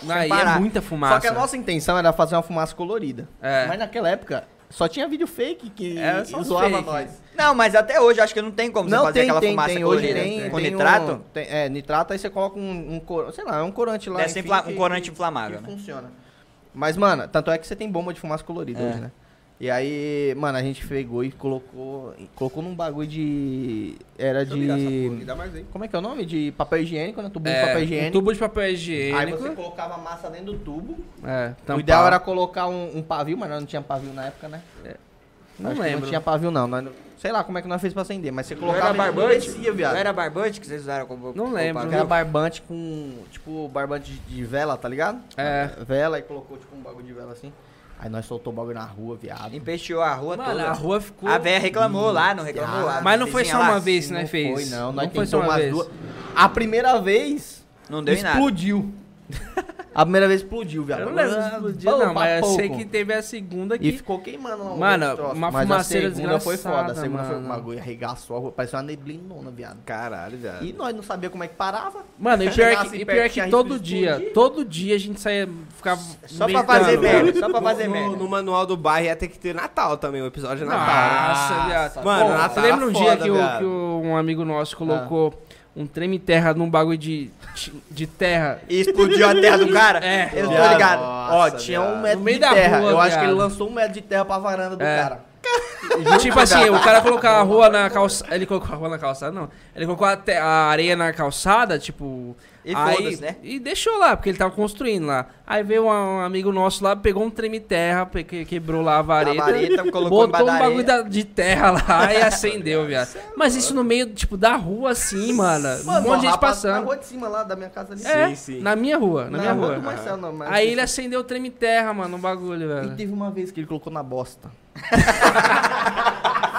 Não, e é parar. muita Só fumaça. que a nossa intenção era fazer uma fumaça colorida. É. Mas naquela época, Só tinha vídeo fake que É, só os zoava fake. nós. Não, mas até hoje acho que não tem como você fazer aquela fumaça colorida com né? tem um- nitrato. tem- é, nitrato, aí você coloca um, um cor- sei lá, é um corante lá. Deve ser enfim, infla- que- um corante que- inflamável, que né? funciona. Mas, mano, tanto é que você tem bomba de fumaça colorida É. hoje, né? E aí, mano, a gente pegou e colocou, e colocou num bagulho de... Era Deixa eu virar essa porra de... aqui, dá mais um- aí. Como é que é o nome? De papel higiênico, né? Tubo de É, papel um higiênico. tubo de papel Aí higiênico. você colocava a massa dentro do tubo. É, O tampar. ideal era colocar um, um pavio, mas nós não tinha pavio na época, né? Não Acho que lembro. Não tinha pavio, não. Nós não- Sei lá como é que nós fez pra acender, mas você Não colocava... era e não barbante? descia, Não viado. era barbante que vocês usaram como. Não como lembro. Era papel? barbante com, tipo, barbante de- de vela, tá ligado? É. Vela e colocou, tipo, um bagulho de vela assim. Aí nós soltou o bagulho na rua, viado. Empesteou a rua Mano, toda. a rua ficou. A véia reclamou lá, não reclamou Ah, lá. Mas não foi vizinha só lá. uma vez que Não nós né, fez. foi, não. Nós não foi só tentou uma umas vez. duas. A primeira vez, Não deu em nada. explodiu. a primeira vez explodiu, viado. Eu não lembro se Ah, Tá explodiu, pouco não, a mas eu sei pouco. que teve a segunda E que. ficou queimando lá. o Mano, outro troço. uma Mas fumaceira a segunda foi foda. A desgraçada, segunda foi um mano. bagulho, arregaçou a rua. Parecia uma neblinona, viado. Caralho, velho. E nós não sabia como é que parava. Mano, e pior Chegasse que, e perto, pior tinha que risco todo de dia, explodir. todo dia a gente saía, ficava. Só pra inventando. fazer merda, só pra No- fazer no, merda. Ah, no manual do bairro ia ter que ter Natal também, o episódio de Natal. Nossa, viado. Mano, Pô, Natal lembra um foda, dia que, o- viado. que o- um amigo nosso colocou um treme terra num bagulho de, de terra? E explodiu a terra do cara? É. Eu tô Viado, ligado. Ó, tinha viado. um No metro meio de da terra. rua, Eu acho que ele viado. lançou um metro de terra pra varanda do É. cara. tipo assim, o cara colocou a rua na calçada. Ele colocou a rua na calçada, não. Ele colocou a, te- a areia na calçada, tipo. E aí, foda-se, né? E deixou lá, porque ele tava construindo lá. Aí veio um, um amigo nosso lá, pegou um treme terra, pe- que- quebrou lá a vareta. A vareta Botou colocou embaixo da um bagulho areia. da- de terra lá e acendeu, viado. Mas isso no meio, tipo, da rua assim, mano. um monte de gente rapaz, Na passando. rua de cima lá da minha casa ali. É, Sim, sim. na minha rua, na, minha rua. do Marcelo, não, mas- Aí ele acendeu o treme terra, mano, o bagulho, E velho. teve uma vez que ele colocou na bosta.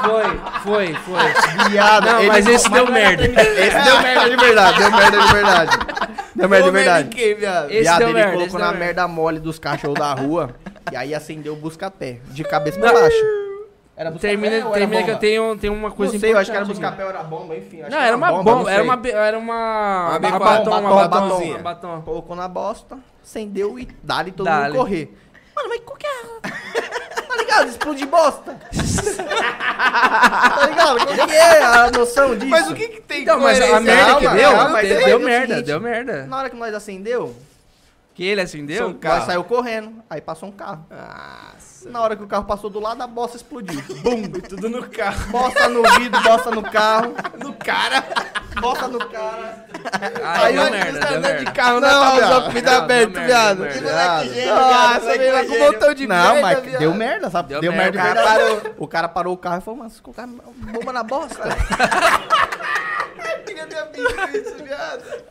Foi, foi, foi. Viado, Não, ele- mas esse deu não era merda. É. treme- Esse deu merda de verdade, deu merda de verdade. Deu merda de verdade. Esse Viado, deu ele merda, esse colocou deu na merda. merda mole dos cachorros da rua e aí acendeu o busca-pé, de cabeça pra baixo. Era Termina, ou era termina que bomba? eu tenho, tenho uma coisa não sei, eu acho que era importante aqui. busca-pé ou era bomba, enfim. acho Não, que era uma bomba, não era sei. uma be- era uma Uma uma batom, batom, uma batom, batom, batomzinha. uma batom. Colocou na bosta, acendeu e dali todo Dale. mundo correr. Mano, mas qual que é? a- tá ligado? Explodir bosta. tá ligado? Qual que é a noção disso? Mas o que que tem Não, Então, mas a coerência? merda que calma, deu, calma, deu, mas deu é o merda, seguinte. deu merda. Na hora que nós acendeu, Que ele assim, acendeu? São nós Um Carro. saiu correndo, aí passou um carro. Na hora que o carro passou do lado, a bosta explodiu. Bum! Tudo no carro. Bosta no vidro, bosta no carro, No cara. bosta no cara. Ah, deu eu- merda, eu- deu merda. carro, não, não, Deu não, merda, deu merda. Nossa, veio com um montão de não, merda. mas deu merda, sabe? Deu Deu, merda, merda, o de cara verdade. O cara parou o carro e falou, mano, vocês colocaram bomba na bosta.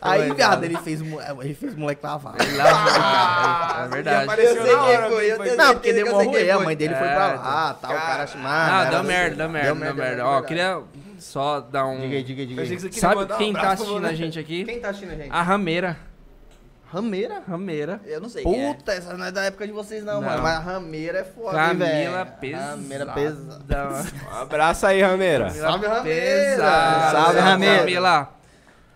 Aí, viado, ele fez, mo- ele fez o moleque lavar. Ah, É verdade. Apareceu na hora. Não, porque demorou ele, a mãe dele É, foi pra lá, tal, o cara né? chamava. Ah, deu merda, deu merda, deu merda. Ó, queria só dar um Diga aí, diga aí, diga aí. Sabe quem tá assistindo a gente aqui? Quem tá assistindo, gente? A Rameira. Rameira? Rameira. Eu não sei. quem é. Puta, essa não é da época de vocês não, Não. mano. Mas a rameira é foda, hein, velho. Camila pesada. Rameira é pesada. Um abraço aí, Rameira. Salve, Rameira. Pesada. Salve, Rameira. Camila.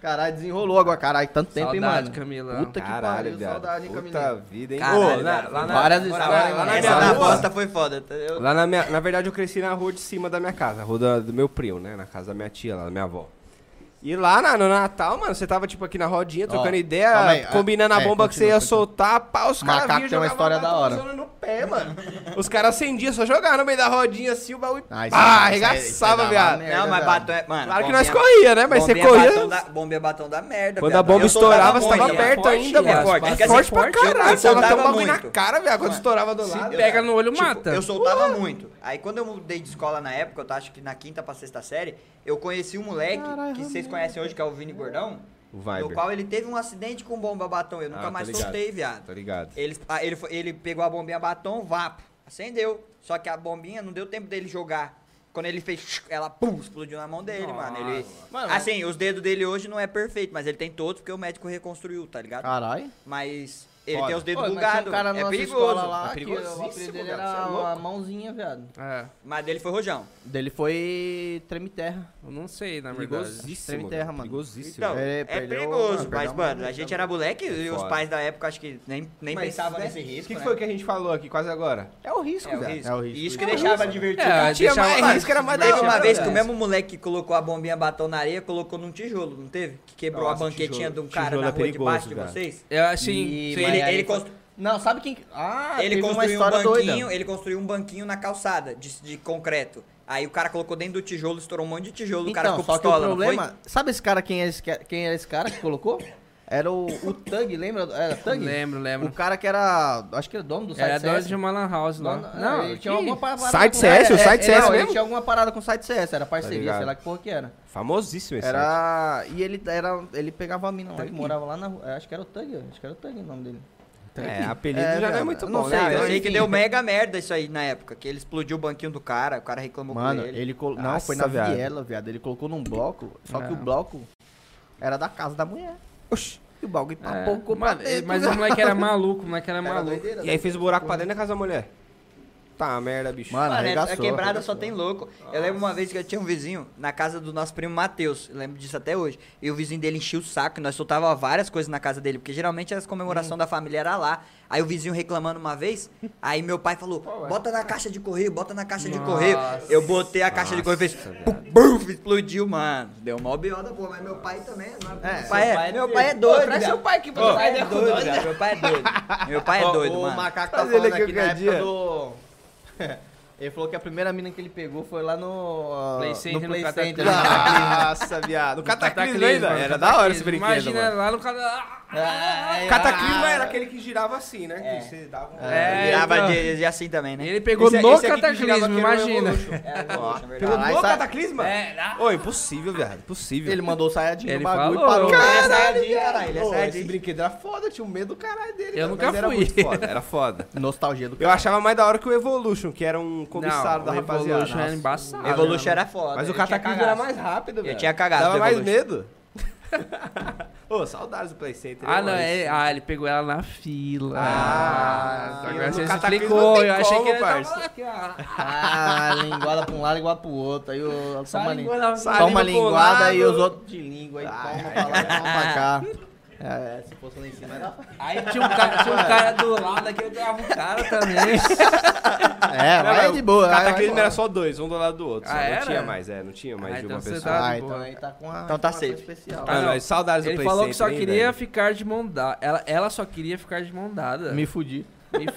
Caralho, desenrolou agora, caralho. Tanto tempo, hein, Saudade, mano. Camila. Puta que pariu, viado. saudade, hein, Puta Camila. vida, hein? Caralho, Ô, na- velho. né? lá na- Várias lá- histórias, lá hein, na mano. minha Essa é da rua- bosta foi foda. tá? Eu- Lá na minha, na verdade eu cresci na rua de cima da minha casa, a rua da- do meu primo, né? Na casa da minha tia, lá da minha avó. E lá na- no Natal, mano, você tava tipo aqui na rodinha, trocando ideia, calma aí, ah, combinando a é, bomba que você ia continua, continua. soltar, pá, os caras Macaco tem uma história tá da hora. no pé, mano. os caras acendiam, só jogavam no meio da rodinha assim, o baú e Ah, isso- isso aí- isso pá, aí dá arregaçava, uma viado. merda. Não, mas velho. batom é. Mano, Claro que bombinha- nós corria, né? Mas você bombinha corria... Batom da, bomba é batom da merda. Quando viado. a bomba Eu soltava estourava, você bomba, tava é viado. perto forte, ainda, viado. velho. Forte, Quer quer ser assim, Forte pra forte, caralho, você soltava tava um bagulho na muito. cara, velho, quando estourava do Se lado. pega no olho, Tipo, mata. Eu soltava muito. Aí quando eu mudei de escola na época, eu acho que na quinta pra sexta série, eu conheci um moleque que vocês conhecem hoje, que é o Vini Gordão, O no qual ele teve um acidente com bomba batom. Eu Ah, nunca tô mais ligado. soltei, viado. Tá ligado. Ele, ah, ele, foi- ele pegou a bombinha batom, vapo, acendeu. Só que a bombinha não deu tempo dele jogar. Quando ele fez, ela pum, explodiu na mão dele, mano. Ele, Mano, assim, os dedos dele hoje não é perfeito, mas ele tem todos porque o médico reconstruiu, tá ligado? Caralho. Mas Ele Ah. Foda. tem os dedos Pô, mas tinha bugados. um cara na é nossa perigoso. escola lá, É que perigosíssimo, o apelido dele cara, era você é louco. a mãozinha, viado. É, Mas dele foi rojão. Dele foi treme terra. eu não sei, na verdade. É, Treme Perigosíssimo. terra, velho, mano. Perigosíssimo. Então, velho. É, é, perdeu- perigoso. ah, mas, perdeu a mano, mão, a gente era é moleque e os foda. pais da época acho que nem, nem Mas, pensavam né, nesse risco. O que né? foi que a gente falou aqui quase agora? É o risco, É o velho. risco. É o risco. E isso que É o deixava risco. divertido. É, Não tinha Deixava- mais risco, era mais da Teve hora, é uma vez velho. que o mesmo moleque que colocou a bombinha batom na areia, colocou num tijolo, não teve? Que quebrou Nossa, a banquetinha tijolo- de um cara tijolo na é rua perigoso, debaixo de cara. vocês? Eu acho que. E- sim. mas Ele, aí ele, foi- constru- Não, sabe quem. Ah, ele teve uma construiu um história banquinho, doida. ele construiu um banquinho na calçada de, de concreto. Aí o cara colocou dentro do tijolo, estourou um monte de tijolo, o cara Então, ficou só que o pistola, não foi? problema. Sabe esse cara quem era esse, ca- quem era esse cara que colocou? Era o, o Tug, lembra? Era Tug? Lembro, lembro. O cara que era. Acho que era dono do site Era dono CS. de uma lan house lá. Dono- é, não, ele que- tinha alguma parada. Site com- CS? é, O é, site é, CS não, Ele mesmo? Tá tinha alguma parada com o site CS, era parceria, ligado. sei lá que porra que era. Famosíssimo esse. site. Era. E ele era. Ele pegava a mina lá, Tug? que morava lá na rua. é, Acho que era o Tug, acho que era o Tug o nome dele. É, apelido É, já não é velho, muito não bom, sei, né? Eu sei enfim. que deu mega merda isso aí na época, que ele explodiu o banquinho do cara, o cara reclamou Mano, com ele. ele, colocou. Não, Nossa, foi na viado. viela, viado. Ele colocou num bloco, só que o Não. bloco era da casa da mulher. Oxi. E o bagulho É, papocou pra mano, dentro. né? mas o moleque era maluco, o moleque era Era maluco. doideira, E aí fez o buraco pra dentro da casa da mulher. Tá, merda, bicho. Mano, Mano, a arregaçou, quebrada só arregaçou. tem louco. Eu lembro uma vez que eu tinha um vizinho na casa do nosso primo Matheus. Eu lembro disso até hoje. E o vizinho dele enchia o saco. e Nós soltava várias coisas na casa dele. Porque geralmente as comemorações Hum. da família era lá. Aí o vizinho reclamando uma vez. Aí meu pai falou: bota na caixa de correio, bota na caixa de correio. Eu botei a caixa de correio e fez. Bum, bum, explodiu, mano. Deu mó biota, pô. Mas meu pai também. mano, É, meu, pai seu é, pai é meu doido. pai é doido. Pô, traz viado. seu pai aqui pra Meu nós, pai é né, com doido, nós, viado. Meu pai é doido. Meu pai é Ó, doido, O mano. macaco tá Mas ele falando aqui aqui na qualquer época dia. do... ele falou que a primeira mina que ele pegou foi lá no... ah, Play Center, no no Play Cataclismo. Center. Nossa, viado. O tá cataclismo mano, ainda. Tá Era cataclismo. da hora esse brinquedo. Imagina mano. lá no cara. Ah, O ah, cataclismo era aquele que girava assim, né? Que você dava um... É, Virava então. de, de assim também, né? Ele pegou Esse- é- no esse aqui que girava cataclismo, que era o imagina. É, Evolution. É, Ó, é Pegou verdade. Caralho, no sabe- cataclismo? Ô, impossível, viado. Impossível. Ele mandou o saiadinho Ele no bagulho falou. e parou. Ele é sardinha, caralho. Ele é Ô, esse sardinha. brinquedo era foda, eu tinha um medo do caralho dele. Eu mano, nunca mas Era fui. muito foda, era foda. Nostalgia do Eu achava mais da hora que o Evolution, que era um Não, cobiçado da o rapaziada. Evolution era Nossa. embaçado. Evolution né, era foda. Mas o eu tá tinha cataclismo era cagaço. mais rápido, velho. tinha cagado Dava do mais Evolution. medo. Ô, saudades do Play Center. Ah, hein, não, mano? é, ah, ele pegou ela na fila. Ah, Só que fila agora do você cataclismo explicou. não tem Eu achei como, que ele tava parça. lá, aqui, ó. Ah, linguada pra um lado, igual pro outro. Aí o... Só Toma, a lin- língua na- toma uma Saliva pro linguada e lado. os outros de língua. Aí toma pra lá, toma pra cá. É, se fosse lá em cima, era... Aí tinha um cara, tinha um cara do lado aqui, eu dava um cara também. É, Não, vai mas de boa. O vai- vai cataclismo embora. era só dois, um do lado do outro. só. Ah, não era? tinha mais, é, não tinha mais Ah, de então uma você pessoa. tá- Ah, de então boa. aí tá com a... Então tá com a ação safe. Especial. Tá. Ah, não, saudades do Ele Play falou que Center, só hein, queria velho. ficar de mão dada. Ela, ela só queria ficar de mão dada. Me, Me fudi.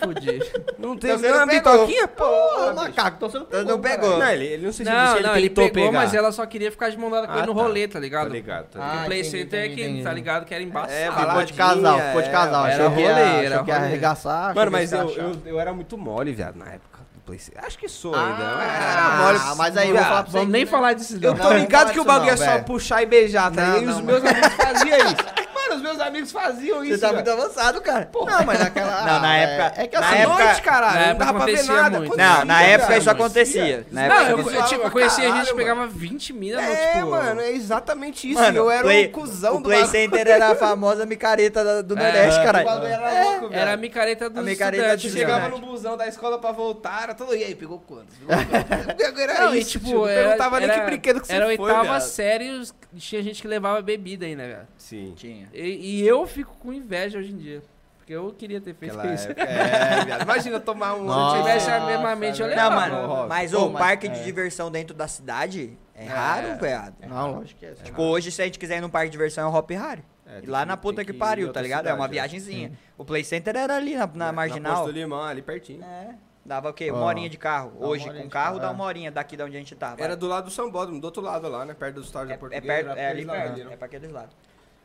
fudi. Não tem Então você não, não a pegou. bitoquinha, Ô, porra. macaco, então você não pegou. não pegou. Não, ele, ele não sei se ele disse não, que não, ele ele tentou pegou, pegar. mas ela só queria ficar de mão dada com ele Ah, no tá. rolê, tá Tá ligado? ligado, tá Ah, ligado. Porque o Play entendi, Center é entendi, que, entendi. tá ligado, que era embaçado. É, Ah, ficou de Baladinha, casal, ficou de é, casal. era achei que ia, rolê, achei era que ia rolê. arregaçar. achei Mano, que mas ia eu, achar. eu, eu era muito mole, viado, na época do PlayStation. Acho que sou ainda. eu Ah, Era mole. mas aí eu vou falar pra você. Vamos nem falar disso, não. Eu tô não ligado fala que o isso bagulho não, é só velho. puxar e beijar, tá? Não, ligado? e os não, meus amigos faziam isso. Mano, os meus amigos faziam Você isso. tá velho. muito avançado, cara. Não, mas naquela. Não, na ah, época- É, é que na assim, à época- noite, caralho, na não época dava pra ver acontecia nada. muito. Quando Não, na via, época cara, isso mano, acontecia. Na Não, época eu, isso eu, é tipo, pra eu conhecia caralho, gente que mano. pegava 20 minas, É, tipo... mano, é exatamente isso. Mano, eu era Play- um cuzão o do Play bagulho. Center era a famosa micareta da- do Nordeste, o bagulho caralho. É, era louco, velho. Era a micareta dos A micareta estudantes. de né? Chegava no busão da escola pra voltar, era todo. E aí, pegou quantos? Pegou quantos?" Era Não, e isso, tipo, tio, não era, perguntava nem era, que brinquedo que você Era foi, oitava viado. série e os- tinha gente que levava bebida ainda, velho. Sim. Tinha. E, e eu fico com inveja hoje em dia. Porque eu queria ter feito Aquela isso. época. É, viado. Imagina tomar um. Se Nossa. eu tivesse a mesma mente, eu velho. levava. Não, mano, mano, mas Pô, o mas- parque de é. diversão dentro da cidade é raro, velho. Não, lógico que é. Tipo, hoje, se a gente quiser ir num parque de diversão, é o Hop Harry. É, E tem lá que- na puta tem que, que ir em pariu, outra tá ligado? é uma cidade, é. viagenzinha. O Play Center era ali na, na Na marginal. Posto do Limão, ali pertinho. É, dava o quê? Ó. Uma horinha de carro. uma Hoje, horinha com de carro, carro, dá é. uma horinha daqui da onde a gente tava. Era do lado do Sambódromo, do outro lado lá, né? Perto do estádio é, da Portuguesa. perto, era é pra ali eles lá, perto, né? é pra aqueles lados.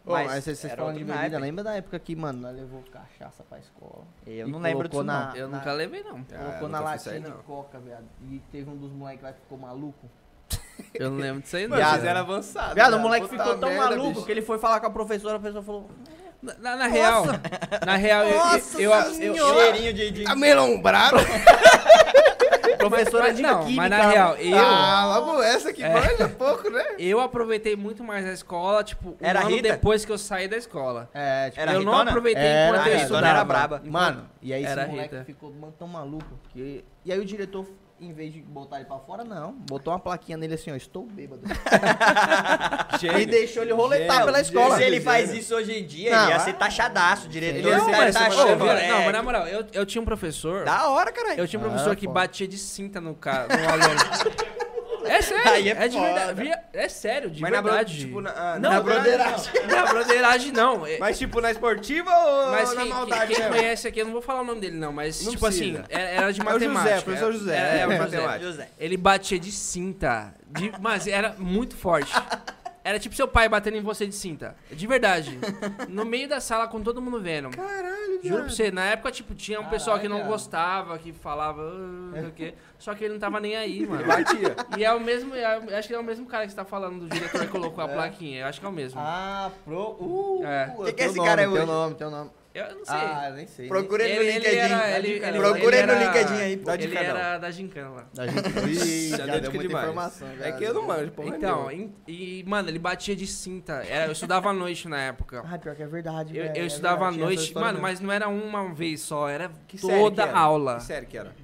Ô, mas vocês vocês era falam de outro bebida, naipe. lembra da época que, mano, nós levou cachaça pra escola. Eu E não lembro colocou disso, na- não. Eu na- nunca levei, não. Ah, Colocou eu na nunca fiz isso latinha aí, de não. coca, viado. E teve um dos moleques lá que ficou maluco. Eu não lembro disso aí, não. Mano, Viado. vocês eram avançados. Viado, o né? moleque Puta ficou tão merda, maluco bicho. que ele foi falar com a professora, a professora falou. Na, na- na real, na real, eu- eu, eu, eu, Cheirinho de... de- Tá melombrado. Professora mas de não, química. mas na real, eu, Ah, vamos essa que manja pouco, né? eu aproveitei muito mais a escola, tipo, um Era ano Rita? depois que eu saí da escola. É, tipo, Era eu não Ritona? aproveitei Era enquanto eu Ritona, estudava. era braba. Mano, e aí Era esse moleque Rita. ficou mano, tão maluco. Que... E aí o diretor, em vez de botar ele pra fora, não. Botou uma plaquinha nele assim, ó, estou bêbado. e deixou ele roletar Gênio, pela escola. Se ele faz isso hoje em dia, Não, ele ia ah, ser taxadaço, diretor. é Não, um esse cara mas, tá mas- achando, não, moleque. mas na moral, eu, eu tinha um professor. Da hora, caralho. Eu tinha um Ah, professor que pô. batia de cinta no, ca... no aluno. É sério, Aí é, é de foda. verdade. via- É sério, de Mas na bro- verdade. tipo, na- não, na broderagem. Na broderagem, não. É- Mas tipo, na esportiva ou Mas na quem, maldade quem- quem mesmo? conhece aqui, eu não vou falar o nome dele, não, mas Não tipo precisa. assim, era, era de É o José, matemática. professor José, Era, era é, o José. matemática. José. Ele batia de cinta. de- mas era muito forte. Era tipo seu pai batendo em você de cinta. De verdade. No meio da sala com todo mundo vendo. Caralho, Juro pra você, na época, tipo, tinha um pessoal que não Caralho. gostava, que falava. "Ah, não sei o quê", Só que ele não tava nem aí, mano. Batia. E é o mesmo. é- acho que é o mesmo cara que você tá falando do diretor que colocou a plaquinha. Eu acho que é o mesmo. Ah, pro... Uh, É. pô, Que que teu esse nome, cara é Teu hoje? nome, teu nome. Eu não sei. Ah, nem sei. Procura ele, no LinkedIn. era- ele- ele- Procura ele ele no era- Linkedin aí, pô. Dá de Ele canal. era da Gincana lá. A gente... Ih, Já já deu deu dica muita demais. informação. É já que eu não deu. manjo, porra. então, nenhuma. em- e, mano, ele batia de cinta. Era- eu estudava à noite na época. Ah, pior que é verdade, Eu, velho, eu é estudava à verdade, tinha essa noite. história Mano, mesmo. mas não era uma vez só, era Que série que toda era? aula. Que sério que era?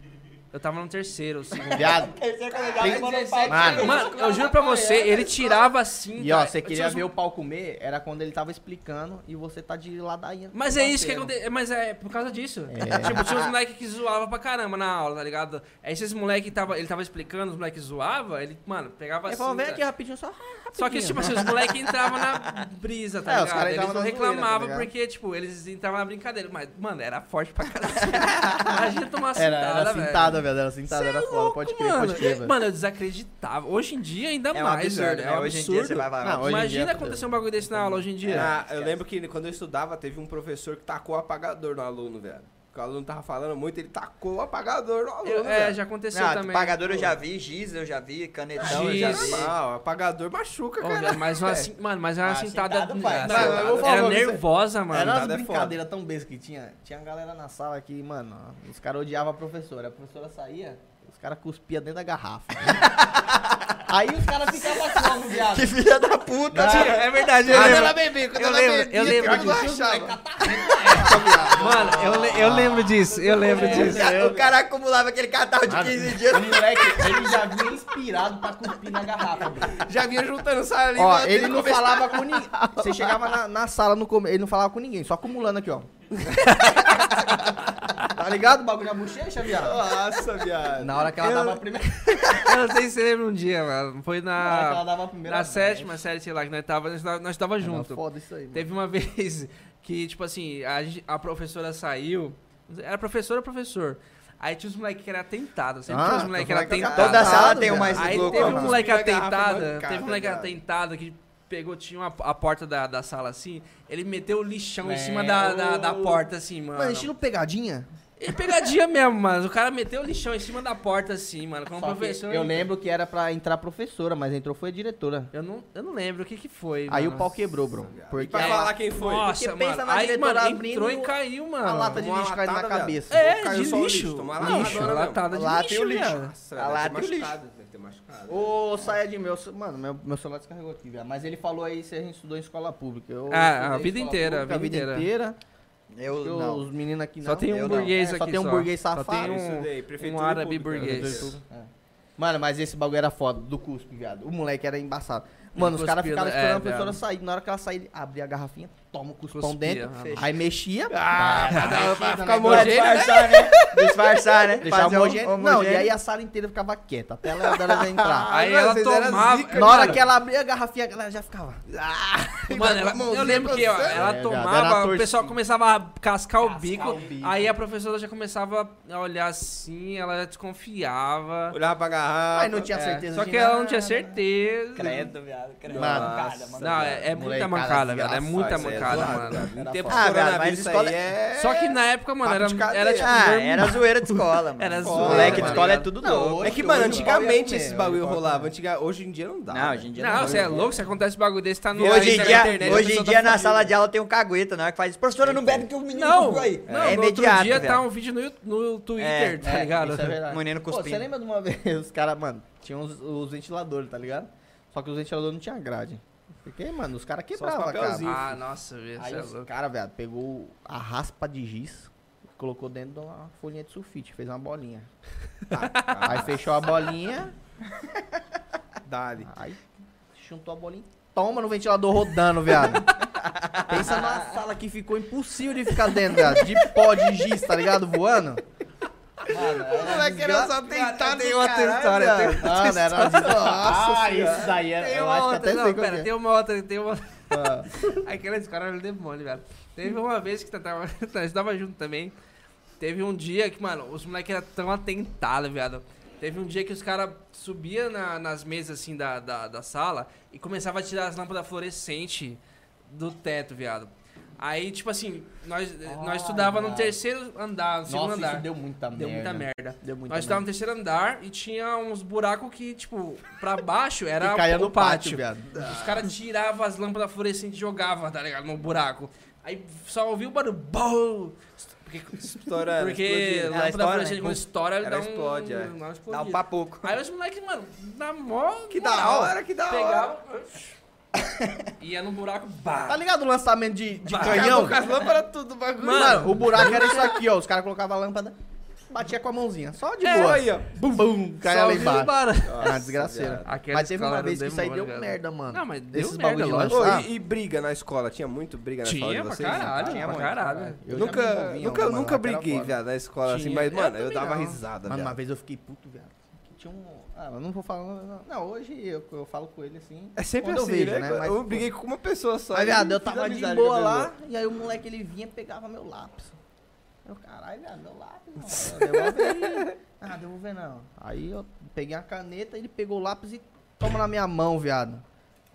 Eu tava no terceiro, segundo. Viado. um Mano, mano, eu juro pra você, ele tirava a cinta. E ó, você Então, queria Tinha um ver uns- o pau comer, era quando ele tava explicando e você tá de ladainha. Mas é isso que Batendo. acontece. Mas é por causa disso. É. Tipo, tinha uns moleques que zoavam pra caramba na aula, tá ligado? Aí esses moleques tava. Ele tava explicando, os moleques zoavam, ele, mano, pegava a Ele cinta. falou, vem aqui rapidinho, só Só que, tipo assim, os moleques entravam na brisa, tá É, os ligado? caras Eles não entravam na zoeira, tá reclamavam ligado? porque, tipo, eles entravam na brincadeira. Mas, mano, era forte pra caralho. Imagina tomar cintada, Era, era velho. cintada, velho. Era cintada, Cê é era foda. louco, Pode crer, mano. pode crer, velho. Mano, eu desacreditava. Hoje em dia, ainda É um mais, absurdo, velho. É um né? Hoje em dia você absurdo. vai vai, vai. Não, hoje em dia é Tá Imagina fudeu. acontecer um bagulho desse na aula hoje em dia. Ah, eu lembro que quando eu estudava, teve um professor que tacou o apagador no aluno, velho. Porque o aluno tava falando muito, ele tacou o apagador no aluno, Eu- é, velho. já aconteceu Ah, Não, também. pagador eu já vi, giz eu já vi, canetão eu já Giz. vi. Normal, apagador machuca, Ô, cara. velho, mas uma, cin- mano, mas é uma assim, Ah, cintada. cintada vai, Ah, não, eu vou falar era pra você. nervosa, mano. Era nada, umas é foda. brincadeiras tão bestas que tinha. Tinha uma galera na sala que, mano, ó, os caras odiavam a professora. A professora saía, os caras cuspiam dentro da garrafa. Aí os caras ficavam como, viado. Que filha da puta, Ah, tio. É verdade, eu eu lembro. lembro. bebia, Eu lembro- eu lembro pior que disso. tinha os moleque Mano, eu, le- eu lembro disso, eu lembro É. disso. O cara acumulava aquele catarro de 15 dias. O moleque, ele já vinha inspirado pra cuspir na garrafa, bro. Já vinha juntando saliva. Ó, antes ele de não começar. falava com ninguém. Você chegava na, na sala no começo, ele não falava com ninguém, só acumulando aqui, ó. tá ligado? O bagulho na bochecha, viado. Nossa, viado. Na hora que ela Eu- dava a primeira. Eu não sei se você lembra um dia, mano. Foi Na hora que ela na, dava a primeira. na sétima série, sei lá, que nós tava, nós tava, nós tava Era junto. Foda isso aí. mano. Teve uma vez que, tipo assim, a, gente- a professora saiu. Era professora ou professor? Aí tinha uns moleque que era atentado. Sempre tinha uns Ah, moleque os que era moleque atentado. atentado, Toda sala viado. tem um mais Aí louco. teve um mano. moleque Cuspiu na garrafa atentado, bancada, teve um moleque cara. atentado que pegou, tinha uma, a porta da, da sala assim, ele meteu o lixão em É. cima da, da, da porta assim, mano. Mano, estilo pegadinha. E É pegadinha mesmo, mano. O cara meteu o lixão em cima da porta assim, mano, como Só que professor. Eu lembro que era pra entrar professora, mas entrou foi a diretora. Eu não, eu não lembro o que que foi. Aí mano. o pau quebrou, bro. E Porque pra a, falar quem foi? Nossa, Porque pensa mano. na Aí, diretora mano, abrindo entrou e caiu, mano. a lata de uma lixo cai na latada, cabeça. É, de Caiu só o lixo. lixo, tomou a Lixo, lavadora latada de mesmo. Lata e lixo, o lixo. velho. Nossa, Ah, lá velho, deve ter tem o machucado, deve ter machucado. Ô, saia de meu. Mano, meu, meu celular descarregou aqui, velho. Mas ele falou aí se a gente estudou em escola pública. Eu Ah, estudei a em vida escola inteira, a pública, vida inteira. Eu Eu- não. Os meninos aqui não. Só tem um eu não. burguês É, aqui Só tem um só. burguês Só safado. Ah, tem um- Isso daí, prefeitura árabe pública. burguês. Mano, mas esse bagulho era foda, do cuspe, viado. O moleque era embaçado. Mano, os Cuspia, caras né? ficavam esperando É, a professora viado. sair. Na hora que ela sair, ele abria a garrafinha, toma o cuspão Cuspia, dentro, mano. aí mexia. pra- pra ficar Pra homogêneo, né? disfarçar, né? Disfarçar, né? Deixava Fazer um homogêneo. Não, e homogêneo. aí a sala inteira ficava quieta, até ela ela já entrar. Aí mano, ela vocês eram tomava. zica, Na hora Mano, que ela abria a garrafinha, a galera já ficava. Mano, ela- eu lembro que ó, ela É, viado, era tomava, a o pessoal torcida. começava a cascar o bico, bico. aí a professora já começava a olhar assim, ela já desconfiava. Olhava pra garrafa. Aí não tinha É, certeza Só de que ela não nada. tinha certeza. Credo, viado. mancada, credo. Mano. Mancada, Nossa. Não, é, é muita Molecada mancada, velho. É desgraçada, muita isso aí é mancada, zoado, Tá mano. Em tempos Ah, Ah, velho, velho, mas escola é... Só que na época, mano, Papo era, de cadeia. era tipo. Ah, normal. era zoeira de escola, mano. Era zoeira, Moleque de mano. escola é tudo Não, louco. É que, mano, Hoje o pau ia antigamente comer, esse hoje bagulho o pau rolava. ia Antiga... Hoje em dia não dá. Não, velho. hoje em dia Não, você é louco, se acontece um bagulho desse, tá no Hoje tá em na dia, internet, a hoje em pessoa tá dia na falando. sala de aula tem um cagueta na hora que faz isso. Professora, não bebe que o menino Não, cuspiu aí. não, é no imediato, outro dia tá velho. um vídeo no, Yu- no Twitter, É, tá ligado? Isso é verdade. Menino Pô, cuspindo. você lembra de uma vez, os caras, mano, tinham os, os ventiladores, tá ligado? Só que os ventiladores não tinham grade. Porque, mano, os caras quebravam, a cara. papelzinhos. ah, nossa, velho, Aí você é os louco. caras, velho, pegou a raspa de giz, colocou dentro de uma folhinha de sulfite, fez uma bolinha. Tá. aí fechou a bolinha, Dali. aí juntou a bolinha. Toma no ventilador rodando, viado. Pensa numa sala que ficou impossível de ficar dentro, viado. De pó de giz, tá ligado? Voando. Mano, O moleque era só tentar do tem outra caralho, história, tem viado. Mano, era Nossa, Ah, isso aí era. Tem eu uma acho que outra, até não, sei qual que pera, é. tem uma outra, tem uma Ah, Aqueles caras eram demônio, velho. Teve uma vez que tava, nós tava junto também. Teve um dia que, mano, os moleques eram tão atentados, viado. Teve um dia que os caras subiam nas mesas, assim, da, da, da sala e começava a tirar as lâmpadas fluorescentes do teto, viado. Aí, tipo assim, nós, nós estudava no viado. terceiro andar, no segundo Nossa, andar. isso deu muita merda. Deu muita merda. Deu muita Nós estávamos no merda. terceiro andar e tinha uns buracos que, tipo, pra baixo era Que caía o no pátio. pátio, viado. Os caras tiravam as lâmpadas fluorescentes e jogavam, tá ligado? No buraco. Aí só ouvia o barulho. Bom! Porque, Estourando, porque explodindo. lâmpada estoura, fluorescente né? quando estoura, Ela dá um, explode, é. dá uma Dá um explodida. papuco. Aí os moleques, mano, na mó Que da moral, hora, que da hora. Pegava, ia no buraco, Tá bah! ligado o lançamento de, de Bah. canhão? Acabou com as lâmpadas tudo, bagulho. Mano, o buraco era isso aqui, ó. Os caras colocavam a lâmpada, batia com a mãozinha. Só de É, boa. aí, ó. Bum, bum, caía Só lá ouvia o embaixo. barulho. Ah, desgraceira. viado. Aquela Mas teve escola uma era vez que isso aí demônio, deu cara. merda, mano. Não, mas deu Desses merda, bagulho de lógico. Ô, lançar. e, e briga na escola? Tinha muito briga na escola Tinha de pra vocês? caralho, Tá. Tinha pra muito, caralho. Eu já me nunca, envolvi em nunca, alguma, nunca mas era briguei, foda. viado, na escola, assim, Tinha. mas, Eu mano, eu, também dava não. risada, Mano, uma viado. vez eu fiquei puto, viado. Que Tinha um... Ah, eu não vou falar... Não, não, hoje eu, eu falo com ele assim... É sempre quando assim, eu vejo, né? né? Eu Mas, pô, briguei com uma pessoa só. Aí, e viado, Tá eu fiz tava de amizade boa com a lá, pessoa. e aí o moleque ele vinha e pegava meu lápis. Eu, caralho, viado, meu lápis, mano. Devolve aí. Ah, devolver não. Aí eu peguei a caneta, ele pegou o lápis e toma na minha mão, viado.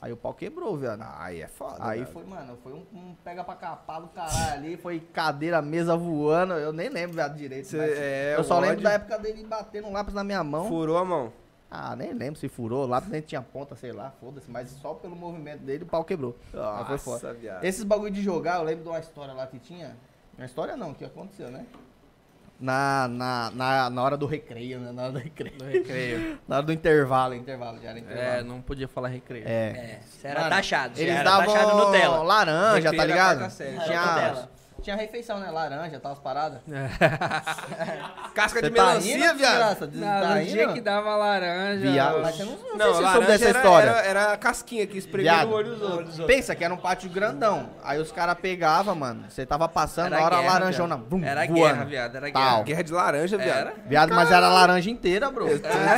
Aí o pau quebrou, viado. Aí é foda, Aí viado. foi, mano, foi um, um pega pra capar do caralho ali, foi cadeira, mesa voando, eu nem lembro, viado, direito. Cê- mas é, eu o só lembro ódio da época dele batendo um lápis na minha mão. Furou a mão. Ah, nem lembro se furou, o lápis nem tinha ponta, sei lá, foda-se, mas só pelo movimento dele o pau quebrou. Ah, Aí Ah, foi foda. viado. Esses bagulho de jogar, eu lembro de uma história lá que tinha. Uma história não, que aconteceu, né? Na, na, na, na hora do recreio, né? Na hora do recreio. No recreio. Na hora do intervalo, intervalo, já era É, intervalo. não podia falar recreio. É. É, você era Mano, taxado. você Eles era davam taxado Nutella. laranja, Recreio tá era ligado? quarta série. Tinha, Nutella. tinha refeição, né? Laranja, tal, as paradas. É. Casca de Você tá melancia, indo, viado. desgraça? assim, Não, Tá no dia indo? que dava laranja. Viado. Mas você não, não, sei se você soube laranja dessa era- história. Era, era a casquinha que espremia Viado. no olho dos outros. Pensa que era um pátio grandão. Aí os caras pegavam, mano. Você tava passando, Era na hora guerra, laranjona. viado. Vum, Era voando. guerra, viado, era Tal. guerra. Guerra é de laranja, Era. viado. Viado, mas era laranja inteira, bro. É. Eu Tô entendendo, né?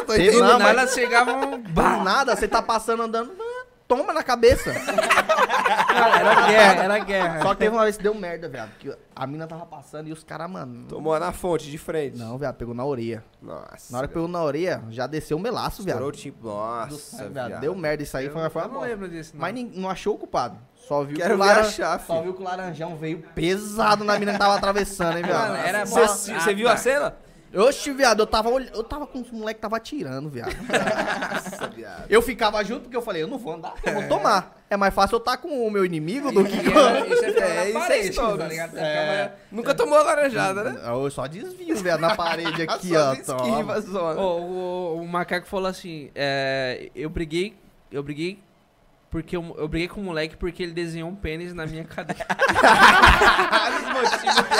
tô Teve entendendo. Não, Não, mas- elas chegavam. Do nada, você tá passando andando, ah, toma na cabeça. Era guerra, era guerra. Só que teve uma vez que deu merda, viado. Que a mina tava passando e os caras, mano. Tomou na fonte, de frente. Não, viado, pegou na orelha. Nossa. Na hora que pegou na orelha, já desceu o melaço, Estourou o viado. tipo. Do- Nossa, viado, viado. Deu um merda isso aí, foi, foi Eu uma né? não bosta. lembro disso, não. Mas nin- não achou o culpado. Só viu Quero que o ver laran- achar, filho. Só viu que o laranjão veio pesado na mina que tava atravessando, hein, viado. Mano, é era Nossa. só- Você você viu tá. a cena? Oxe, viado, eu tava olh... eu tava com os moleques que tava atirando, viado. Nossa, viado. Eu ficava junto porque eu falei, eu não vou andar, eu vou tomar. É mais fácil eu estar com o meu inimigo do que com. Isso é, É, isso é isso, tá história. ligado? Você É. ficava- Nunca tomou a laranjada, né? Eu só desvio, velho, na parede aqui, Só ó. de toma. esquiva, só. Ô, o, o macaco falou assim: é, eu briguei, eu briguei porque eu, eu briguei com o moleque porque ele desenhou um pênis na minha cadeira.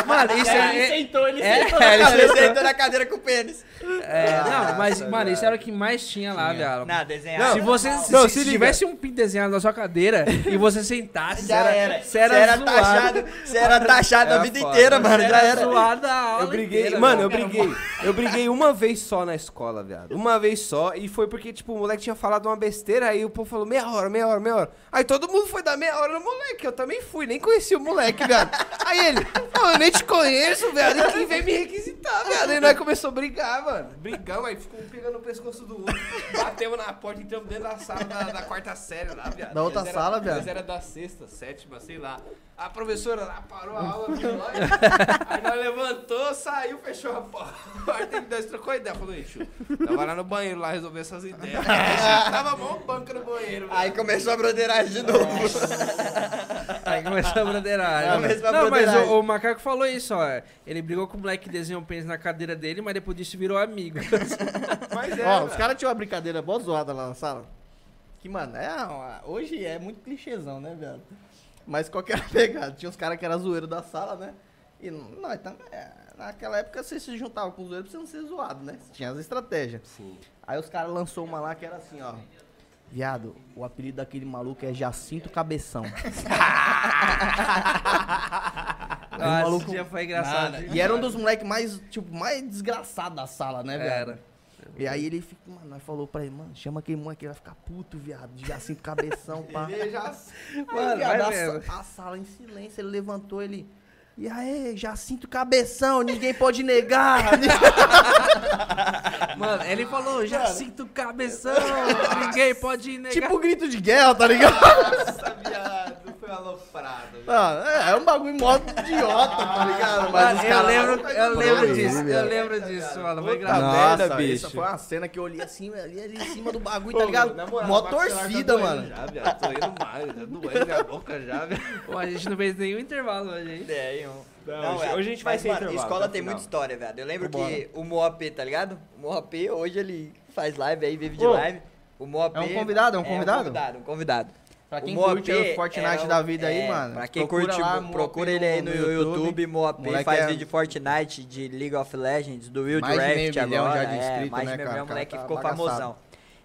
Mano, isso Ele é, é, sentou, ele é, sentou. Ah, ele Ele sentou. sentou na cadeira com o pênis. é, não, mas Nossa, mano, isso viado. era o que mais tinha lá, viado. Não, desenhava. se você se, Não, se se liga. tivesse um pin desenhado na sua cadeira e você sentasse, Já você era. Você era, zoado. taxado, você era taxado a Era vida foda. inteira, mano. Você Já era. zoado a aula Eu briguei, inteira, né? mano, eu cara. briguei. Eu briguei uma vez só na escola, viado. Uma vez só. E foi porque, tipo, o moleque tinha falado uma besteira. Aí o povo falou meia hora, meia hora, meia hora. Aí todo mundo foi dar meia hora no moleque. Eu também fui, nem conheci o moleque, viado. Aí ele, pô, eu nem te conheço, viado. E quem vem me requisitar? Tá, velho. Aí nós começou a brigar, mano. Brigamos, aí ficou um pegando o pescoço do outro. Batemos na porta, entramos dentro da sala da, da quarta série lá, viado. Da outra Nós sala, nós viado? era da sexta, sétima, sei lá. A professora lá parou a aula, viu nós. Aí nós levantou, saiu, fechou a porta. E nós trocou ideia. Falou, ixi, tava lá no banheiro lá resolver essas ideias. tava mó banca no banheiro, velho. Aí começou a broderagem de novo. Aí começou a Aí broderagem. começou a Não, mas broderagem. o, o macaco falou isso, ó. Ele brigou com o moleque que desenhou o pênis na cadeira dele, mas depois disso virou amigo. Mas é, Ó, velho. os caras tinham uma brincadeira mó zoada lá na sala. Que, mano, é uma- hoje é muito clichêzão, né, velho? Mas qual que era a pegada? Tinha uns caras que era zoeiro da sala, né? E n- nós também. é, Naquela época você se juntava com os zoeiros pra você não ser zoado, né? Tinha as estratégias. Sim. Aí os caras lançou uma lá que era assim, ó. Viado, o apelido daquele maluco é Jacinto Cabeção. Ah, Aí o esse maluco- dia foi engraçado. E era um dos moleques mais, tipo, mais desgraçado da sala, né, viado? Era. E aí ele fica, mano, nós falou pra ele, mano, chama aquele moleque, ele vai ficar puto, viado, de Jacinto Cabeção, pá. Ele já Aí, Mano, viado, vai a, mesmo. sa- a sala em silêncio, ele levantou, ele... E aí, Jacinto Cabeção, ninguém pode negar. é, Mano, ele falou, já sinto cabeção, ninguém pode negar. tipo grito de guerra, tá ligado? sabia, não foi aloprado. velho. Mano, é, é um bagulho mó idiota, tá ligado? Mano, os tá eu caras- lembro, eu lembro Mano, disso, eu velho. lembro disso, mano. Foi Tá Puta engraçado. merda, Nossa, bicho. bicho. foi uma cena que eu olhei assim, ali, ali em cima do bagulho, Ô, tá mano, ligado? na moral, Mó o maxilar tá torcida, doendo mano. Já, viado, tô indo mais, tá doendo minha boca já, velho. Pô, a gente não fez nenhum intervalo hoje, hein? É, um... Não, hoje- velho, hoje a gente mas, vai sem mano, intervalo, escola tá tem final. muita história, velho. Eu lembro Vambora. que o Moap, tá ligado? O Moap hoje ele faz live aí, vive de Ô, live. O Moap é um convidado, é um convidado? um convidado, um convidado. Pra quem O Moapê curte o Fortnite é um- da vida aí, é, mano. Pra quem procura curte, lá, mo- Moapê procura ele aí no, YouTube, Moap Moleque faz é- vídeo de Fortnite, de League of Legends, do Wild Mais de meio Rift milhão agora. já de é, inscrito, mais né, de meio cara? milhão, O moleque cara tá ficou bagaçado. famosão.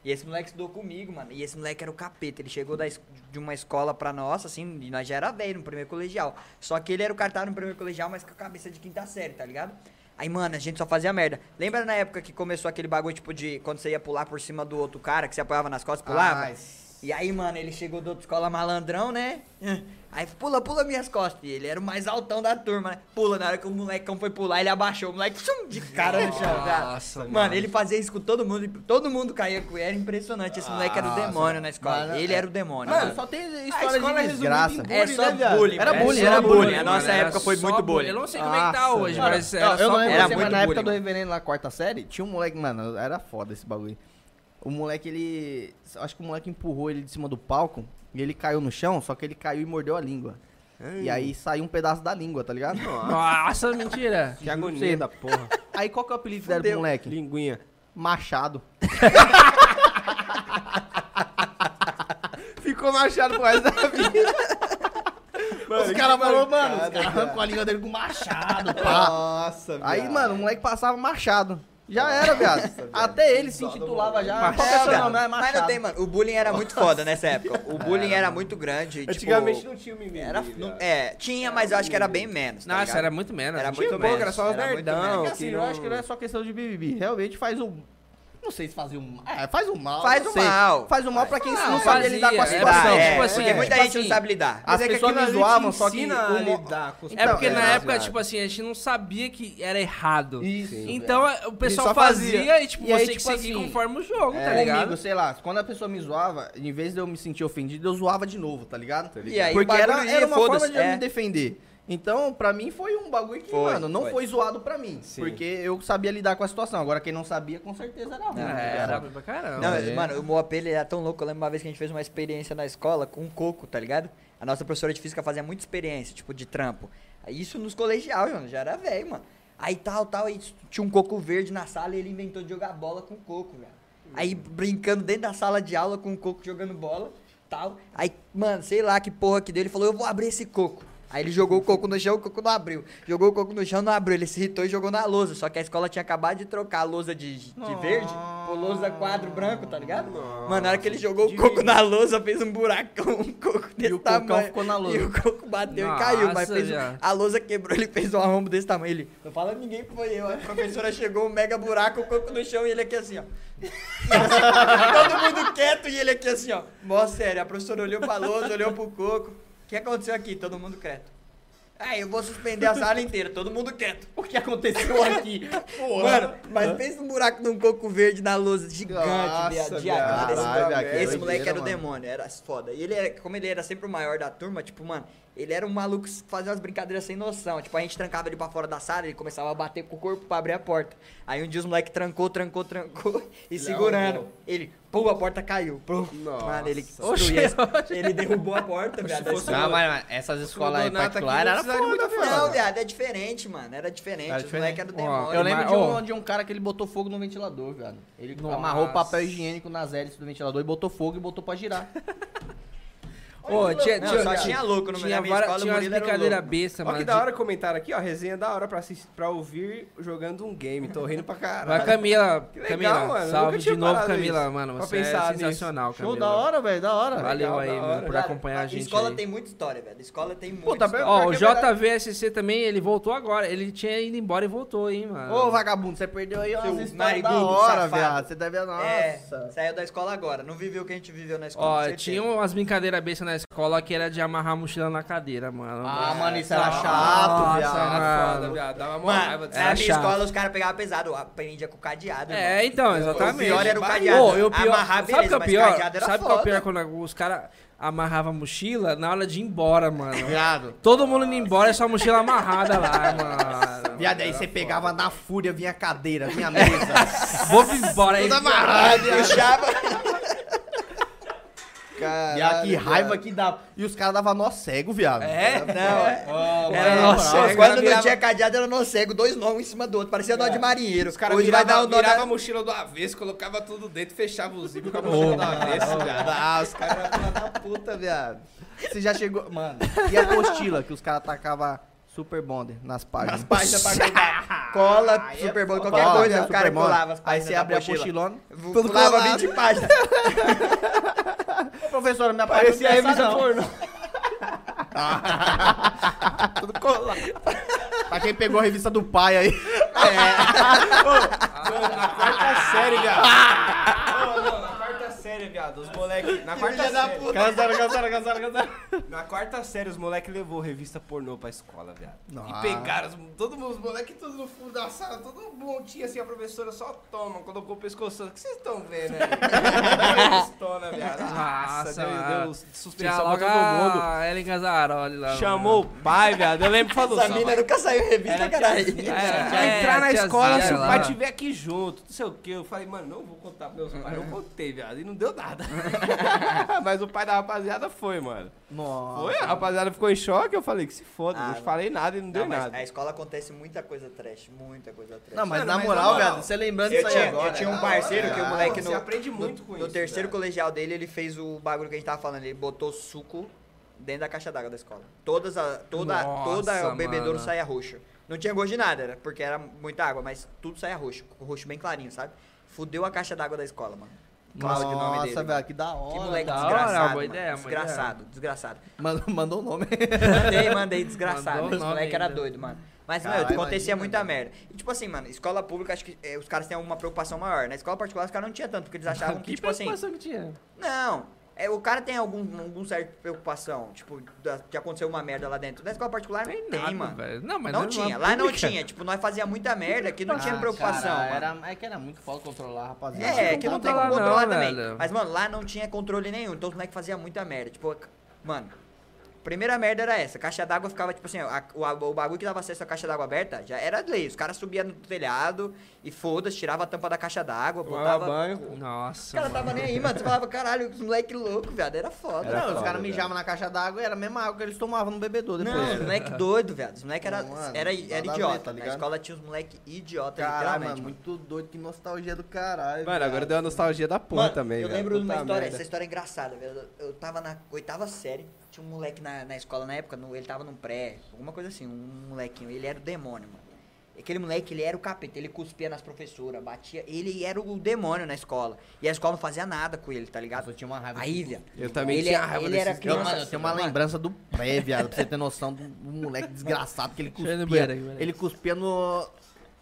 E esse moleque estudou comigo, mano. E esse moleque era o capeta. Ele chegou da es- de uma escola pra nossa, assim, e nós já era velho no primeiro colegial. Só que ele era o cara que tava no primeiro colegial, mas com a cabeça de quinta série, tá ligado? Aí, mano, a gente só fazia merda. Lembra na época que começou aquele bagulho, tipo, de quando você ia pular por cima do outro cara, que você apoiava nas costas e pulava? Ah, E aí, mano, ele chegou da outra escola malandrão, né? Aí, pula, pula minhas costas. E ele era o mais altão da turma, né? Pula, na hora que o molecão foi pular, ele abaixou. O moleque, tchum, de cara no chão, cara. Nossa, mano, mano. ele fazia isso com todo mundo. e Todo mundo caía com ele. Era impressionante. Esse moleque era o Ah, Nossa, demônio na escola. mano, ele é. era o demônio. Mano, mano. só tem A história escola de é desgraça. resumida em É bullying, só né, viado? bullying. Era mano. bullying, era era bullying. bullying, A mano, nossa era época foi só muito bullying. Eu não sei como é que tá Nossa, hoje, velho. mas Não, era eu só não lembro, bullying. eu era sei, muito mas na época do bullying. reverendo na quarta série, tinha um moleque, mano, era foda esse bagulho. O moleque, ele. Acho que o moleque empurrou ele de cima do palco e ele caiu no chão, só que ele caiu e mordeu a língua. E aí saiu um pedaço da língua, tá ligado? Nossa, mentira. Que agonia da porra. Aí qual que é o apelido que deram pro Fudeu. moleque? Linguinha. tipo, Machado. Ficou machado pro resto da vida. os caras falaram, mano, os caras arrancou a língua dele com machado, pá. Nossa, Aí, mano, o moleque passava machado. Já era, viado. Até ele se intitulava já. É, qual que é o seu velho. nome? Ah, Mas não tem, mano. O bullying era muito foda nessa época. O bullying era muito grande. tipo, Antigamente não tinha o mimimi. Era, viado. não- é, tinha, mas eu acho que era bem menos. tá Nossa, ligado? era muito menos. Era gente. Tinha muito pouco, menos, era só os era muito nerdão. menos. Porque, assim, eu acho que não é só questão de BBB. Realmente faz um. Não sei se faz um. É, faz um mal. Faz não um sei. mal. Faz um mal pra quem Não, não sabe fazia, lidar com a era, situação. é, Tipo assim, porque muita tipo gente não assim, sabe lidar. As pessoas me zoavam, só que. o mo- É Então, porque é, na é, época, viado. tipo assim, a gente não sabia que era errado. Isso. Então o pessoal só fazia, fazia. e tipo, E você aí, tinha que tipo seguir assim, conforme o jogo, tá É, ligado? comigo, sei lá, quando a pessoa me zoava, em vez de eu me sentir ofendido, eu zoava de novo, tá ligado? Tá ligado. E aí, Porque o bagulho era, ia, era uma forma foda-se, de eu é. me defender. Então, pra mim, foi um bagulho que, Foi, mano, não foi. foi, zoado pra mim. Porque eu sabia lidar com a situação. Agora, quem não sabia, com certeza era ruim. É, tá ligado? era pra caramba. Não, é. mano, o Moap ele era tão louco. Eu lembro uma vez que a gente fez uma experiência na escola com um coco, tá ligado? A nossa professora de física fazia muita experiência, tipo, de trampo. Isso nos colegial, mano, já era velho, mano. Aí tal, tal, aí tinha um coco verde na sala e ele inventou de jogar bola com coco, velho. Aí brincando dentro da sala de aula com o coco jogando bola, tal. Aí, mano, sei lá que porra que deu, ele falou, eu vou abrir esse coco. Aí ele jogou o coco no chão, o coco não abriu. Jogou o coco no chão, não abriu. Ele se irritou e jogou na lousa. Só que a escola tinha acabado de trocar a lousa de, de verde por lousa quadro branco, tá ligado? Mano, na hora que ele jogou o coco na lousa, fez um buracão, um coco desse o cocão tamanho. ficou na lousa. E o coco bateu Nossa, e caiu. Mas fez, um- viado. a lousa quebrou, ele fez um arrombo desse tamanho. Ele, não fala ninguém que foi eu. Aí A professora chegou, um mega buraco, o coco no chão e ele aqui assim, ó. Todo mundo quieto e ele aqui assim, ó. Mó sério, a professora olhou pra lousa, olhou pro coco. O que aconteceu aqui? Todo mundo quieto. Aí eu vou suspender a sala inteira, todo mundo quieto. O que aconteceu aqui? Mano, mas pensa num buraco num coco verde na lousa gigante, Nossa, viado. viado, Cara, esse caralho, moleque- velho, Esse doideira, moleque era o mano. demônio, era foda. E ele era, como ele era sempre o maior da turma, tipo, mano, ele era um maluco que fazia umas brincadeiras sem noção. Tipo, a gente trancava ele pra fora da sala, ele começava a bater com o corpo pra abrir a porta. Aí um dia os moleque trancou, trancou, trancou e é segurando. arrombou. Ele, pô, a porta caiu. Pô, Nossa. mano, ele Oxe, destruía. Ele derrubou a porta, viado. da escola. Não, mas, mas essas escolas aí Donato aqui particulares não eram precisaria foda, muita foda. Não, viado, é diferente, mano. Era diferente. Era Os moleque diferente. era do Ó, demônio. Ele Eu lembro ma- de ó. um, de um cara que ele botou fogo no ventilador, velho. Ele Nossa. amarrou o papel higiênico nas hélices do ventilador e botou fogo e botou pra girar. Ô, tinha, Não, tinha- só tinha louco no tinha na minha vara- escola, tinha o umas Murilo era o brincadeiras louco. bestas, Ó mano. que da hora comentaram aqui, ó. Resenha da hora pra, assistir, pra ouvir jogando um game. Tô rindo pra Vai, caralho. Camila. Que legal, Camila, mano. Eu salve nunca tinha de novo, parado Camila, nisso. mano. Pra Você pensar é nisso. sensacional, Show, Camila. da hora, velho, da hora. Valeu Legal, aí, da mano, hora. por Cara, acompanhar a gente escola aí. tem muita história, velho. Escola tem muita Pô, tá história. bem- Ó, o Pior que é JVSC também, ele voltou agora. Ele tinha ido embora e voltou, hein, mano. Ô, vagabundo, você perdeu aí Seu umas histórias da narigudo, hora, safado. viado. Você deve... É, Nossa. saiu da escola agora. Não viveu o que a gente viveu na escola. com Ó, certeza. tinha um- umas brincadeiras bestas na escola que era de amarrar a mochila na cadeira, mano. Ah, mano, isso era Nossa, chato, mano. viado. Foda, viado. Dava uma raiva Mano, de Era na minha chato. escola os caras pegavam pesado. Aprendia com cadeado. É, irmão. então, O exatamente. pior era o Ô, cadeado. Ô, eu pior, Amarrar, sabe beleza, o que é o mas pior? cadeado era Sabe o que é foda. o pior quando os caras amarravam a mochila na hora de ir embora, mano? Viado. Todo mundo indo embora, é só a mochila amarrada lá, mano. Viado, aí você pegava na fúria, vinha a cadeira, vinha a mesa. Vou embora aí. amarrado, Puxava. Viado, que raiva que dava. E os caras davam nó cego, viado. É? Não, é. Ó, Era mano, nó cego. moral, os caras Quando não viravam- tinha cadeado, era nó cego. Dois nós um em cima do outro. Parecia É. nó de marinheiro. Os caras Hoje vai dar viravam um o nó virava da- a mochila do avesso, colocava tudo dentro, fechava o zíper com a mochila do avesso, viado. Ah, os caras eram filha da puta, viado. Você já chegou. Mano, e a apostila que os caras tacavam Super Bonder nas páginas? Nas página pra cuidar. Cola, Super Bowl, qualquer coisa. O cara colava as Aí páginas você da abre a apostila. apostilona. Tudo Pulava colado. 20 páginas. Ô, professora, minha página não tem essa, não. Tudo colado. Pra quem pegou a revista do pai aí. Na quarta série, viado. Ô, não, na quarta série, viado. Os moleques. Na quarta série. Cancela, cancela, cancela, cancela. Na quarta série, os moleques levou revista pornô pra escola, viado. Nossa. E pegaram, os- todo mundo, os moleques tudo no fundo da sala, todo montinho assim, a professora só toma, colocou o pescoço. O que vocês estão vendo aí? Estona, viado. Nossa, deu, mano. deu Tinha suspensão pra logo todo mundo. a Ellen Gazzaroli lá. Chamou o pai, viado. Eu lembro que falou Essa só, mina nunca saiu em revista, caralho. É, Vai é, entrar na tiazinha escola assim, se o lá. pai tiver aqui junto, não sei o que. Eu falei, mano, não vou contar pros meus pais. Eu contei, viado, e não deu nada. Mas o pai da rapaziada foi, mano. Nossa. Foi, a rapaziada ficou em choque. Eu falei que se foda, Ah, não te falei nada e não deu Não, mas nada. na É, escola acontece muita coisa trash, muita coisa trash. Não, mas Mano, na mas moral, na moral, viado, você lembrando eu disso aí tinha, eu agora. tinha um né? parceiro que o Ah, moleque você no, aprende muito no, com no isso, terceiro velho. colegial dele, ele fez o bagulho que a gente tava falando, ele botou suco dentro da caixa d'água da escola. Todas a, toda, Nossa, toda o bebedouro mano. saía roxo. Não tinha gosto de nada, era porque era muita água, mas tudo saía roxo, com roxo bem clarinho, sabe? Fudeu a caixa d'água da escola, mano. Cláudio, o nome dele. Nossa, velho, que da hora. Que moleque da hora, desgraçado. boa mano. ideia, boa desgraçado, desgraçado. Mandou, mandou o um nome. Mandei, mandei, desgraçado. Mandou Esse o nome moleque era ainda. doido, mano. Mas, meu, Caralho, acontecia imagina, muita merda. E, tipo assim, mano, escola pública, acho que eh, os caras têm uma preocupação maior. Na escola particular, os caras não tinham tanto, porque eles achavam que, tipo assim... preocupação que tinha? Não, é, o cara tem algum, algum certo de preocupação, tipo, da- de acontecer uma merda lá dentro. Na escola particular, não tem, Nada, mano. velho. Não, mas era não uma tinha, lá não pública. tinha. Tipo, nós fazia muita merda que não tinha Ah, preocupação, cara, mano. Era, é que era muito foda controlar, rapaziada. É, tem que não como tem como controlar não, controlar também. velho. Mas, mano, lá não tinha controle nenhum. Então os moleques faziam muita merda. Tipo, mano, primeira merda era essa. Caixa d'água ficava, tipo assim, a- o, o bagulho que dava acesso à caixa d'água aberta já era lei. Os caras subiam no telhado e foda-se, tirava a tampa da caixa d'água, Tomava botava. banho. Os Nossa, caras mano. tava nem aí, mano. Você falava, caralho, os moleque louco, viado. Era foda. Era não, os foda, caras cara. mijavam na caixa d'água e era a mesma água que eles tomavam no bebedouro Não, depois. os moleque doido, viado. Os moleque era, Não, mano, era, era nada a ver, idiota. tá Na ligado? escola tinha os moleque idiota, Caralho, literalmente. mano, mano. muito doido, que nostalgia do caralho. Mano, agora deu uma nostalgia da porra Mano, também, eu velho. lembro de uma Puta história, merda. essa história é engraçada, velho. Eu eu tava na oitava série, tinha um moleque na, na escola na época, no- ele tava num pré, alguma coisa assim, um molequinho, ele era o demônio, mano. Aquele moleque, ele era o capeta, ele cuspia nas professoras, batia, ele era o demônio na escola. E a escola não fazia nada com ele, tá ligado? Eu tinha uma raiva. Aí, velho. Eu também ele, tinha raiva Ele era desses Eu, criança. mano, eu tenho uma mano, lembrança do pré, viado, pra você ter noção do do moleque desgraçado que ele Deixa eu ir no cuspia. banheiro aqui, peraí. Ele cuspia no,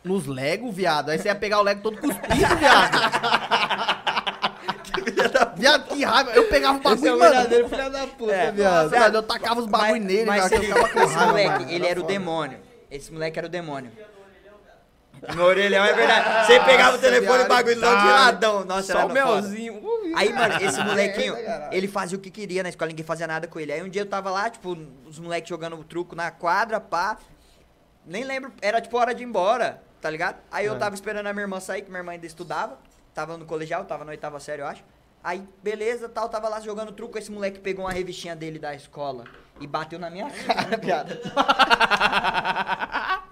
nos Lego, viado. Aí você ia pegar o Lego todo cuspido, viado. filha da Viado, que raiva. Eu pegava o Esse bagulho, é o mano. verdadeiro filho da puta, É, viado. viado, eu tacava os bagulho Mas- nele, mas cara, que eu ficava com esse raiva, moleque, mano. ele era o demônio. Esse moleque era o demônio. No orelhão, é verdade. Você pegava o telefone e o bagulho não tiradão. Nossa, Só era o no melzinho. Ui, Aí, mano, esse molequinho, ele fazia o que queria na escola, ninguém fazia nada com ele. Aí um dia eu tava lá, tipo, os moleques jogando truco na quadra, pá. Nem lembro, era tipo hora de ir embora, tá ligado? Aí eu tava esperando a minha irmã sair, que minha irmã ainda estudava. Tava no colegial, tava na oitava série, eu acho. Aí, beleza, tal, tava lá jogando truco. Esse moleque pegou uma revistinha dele da escola e bateu na minha cara, viado.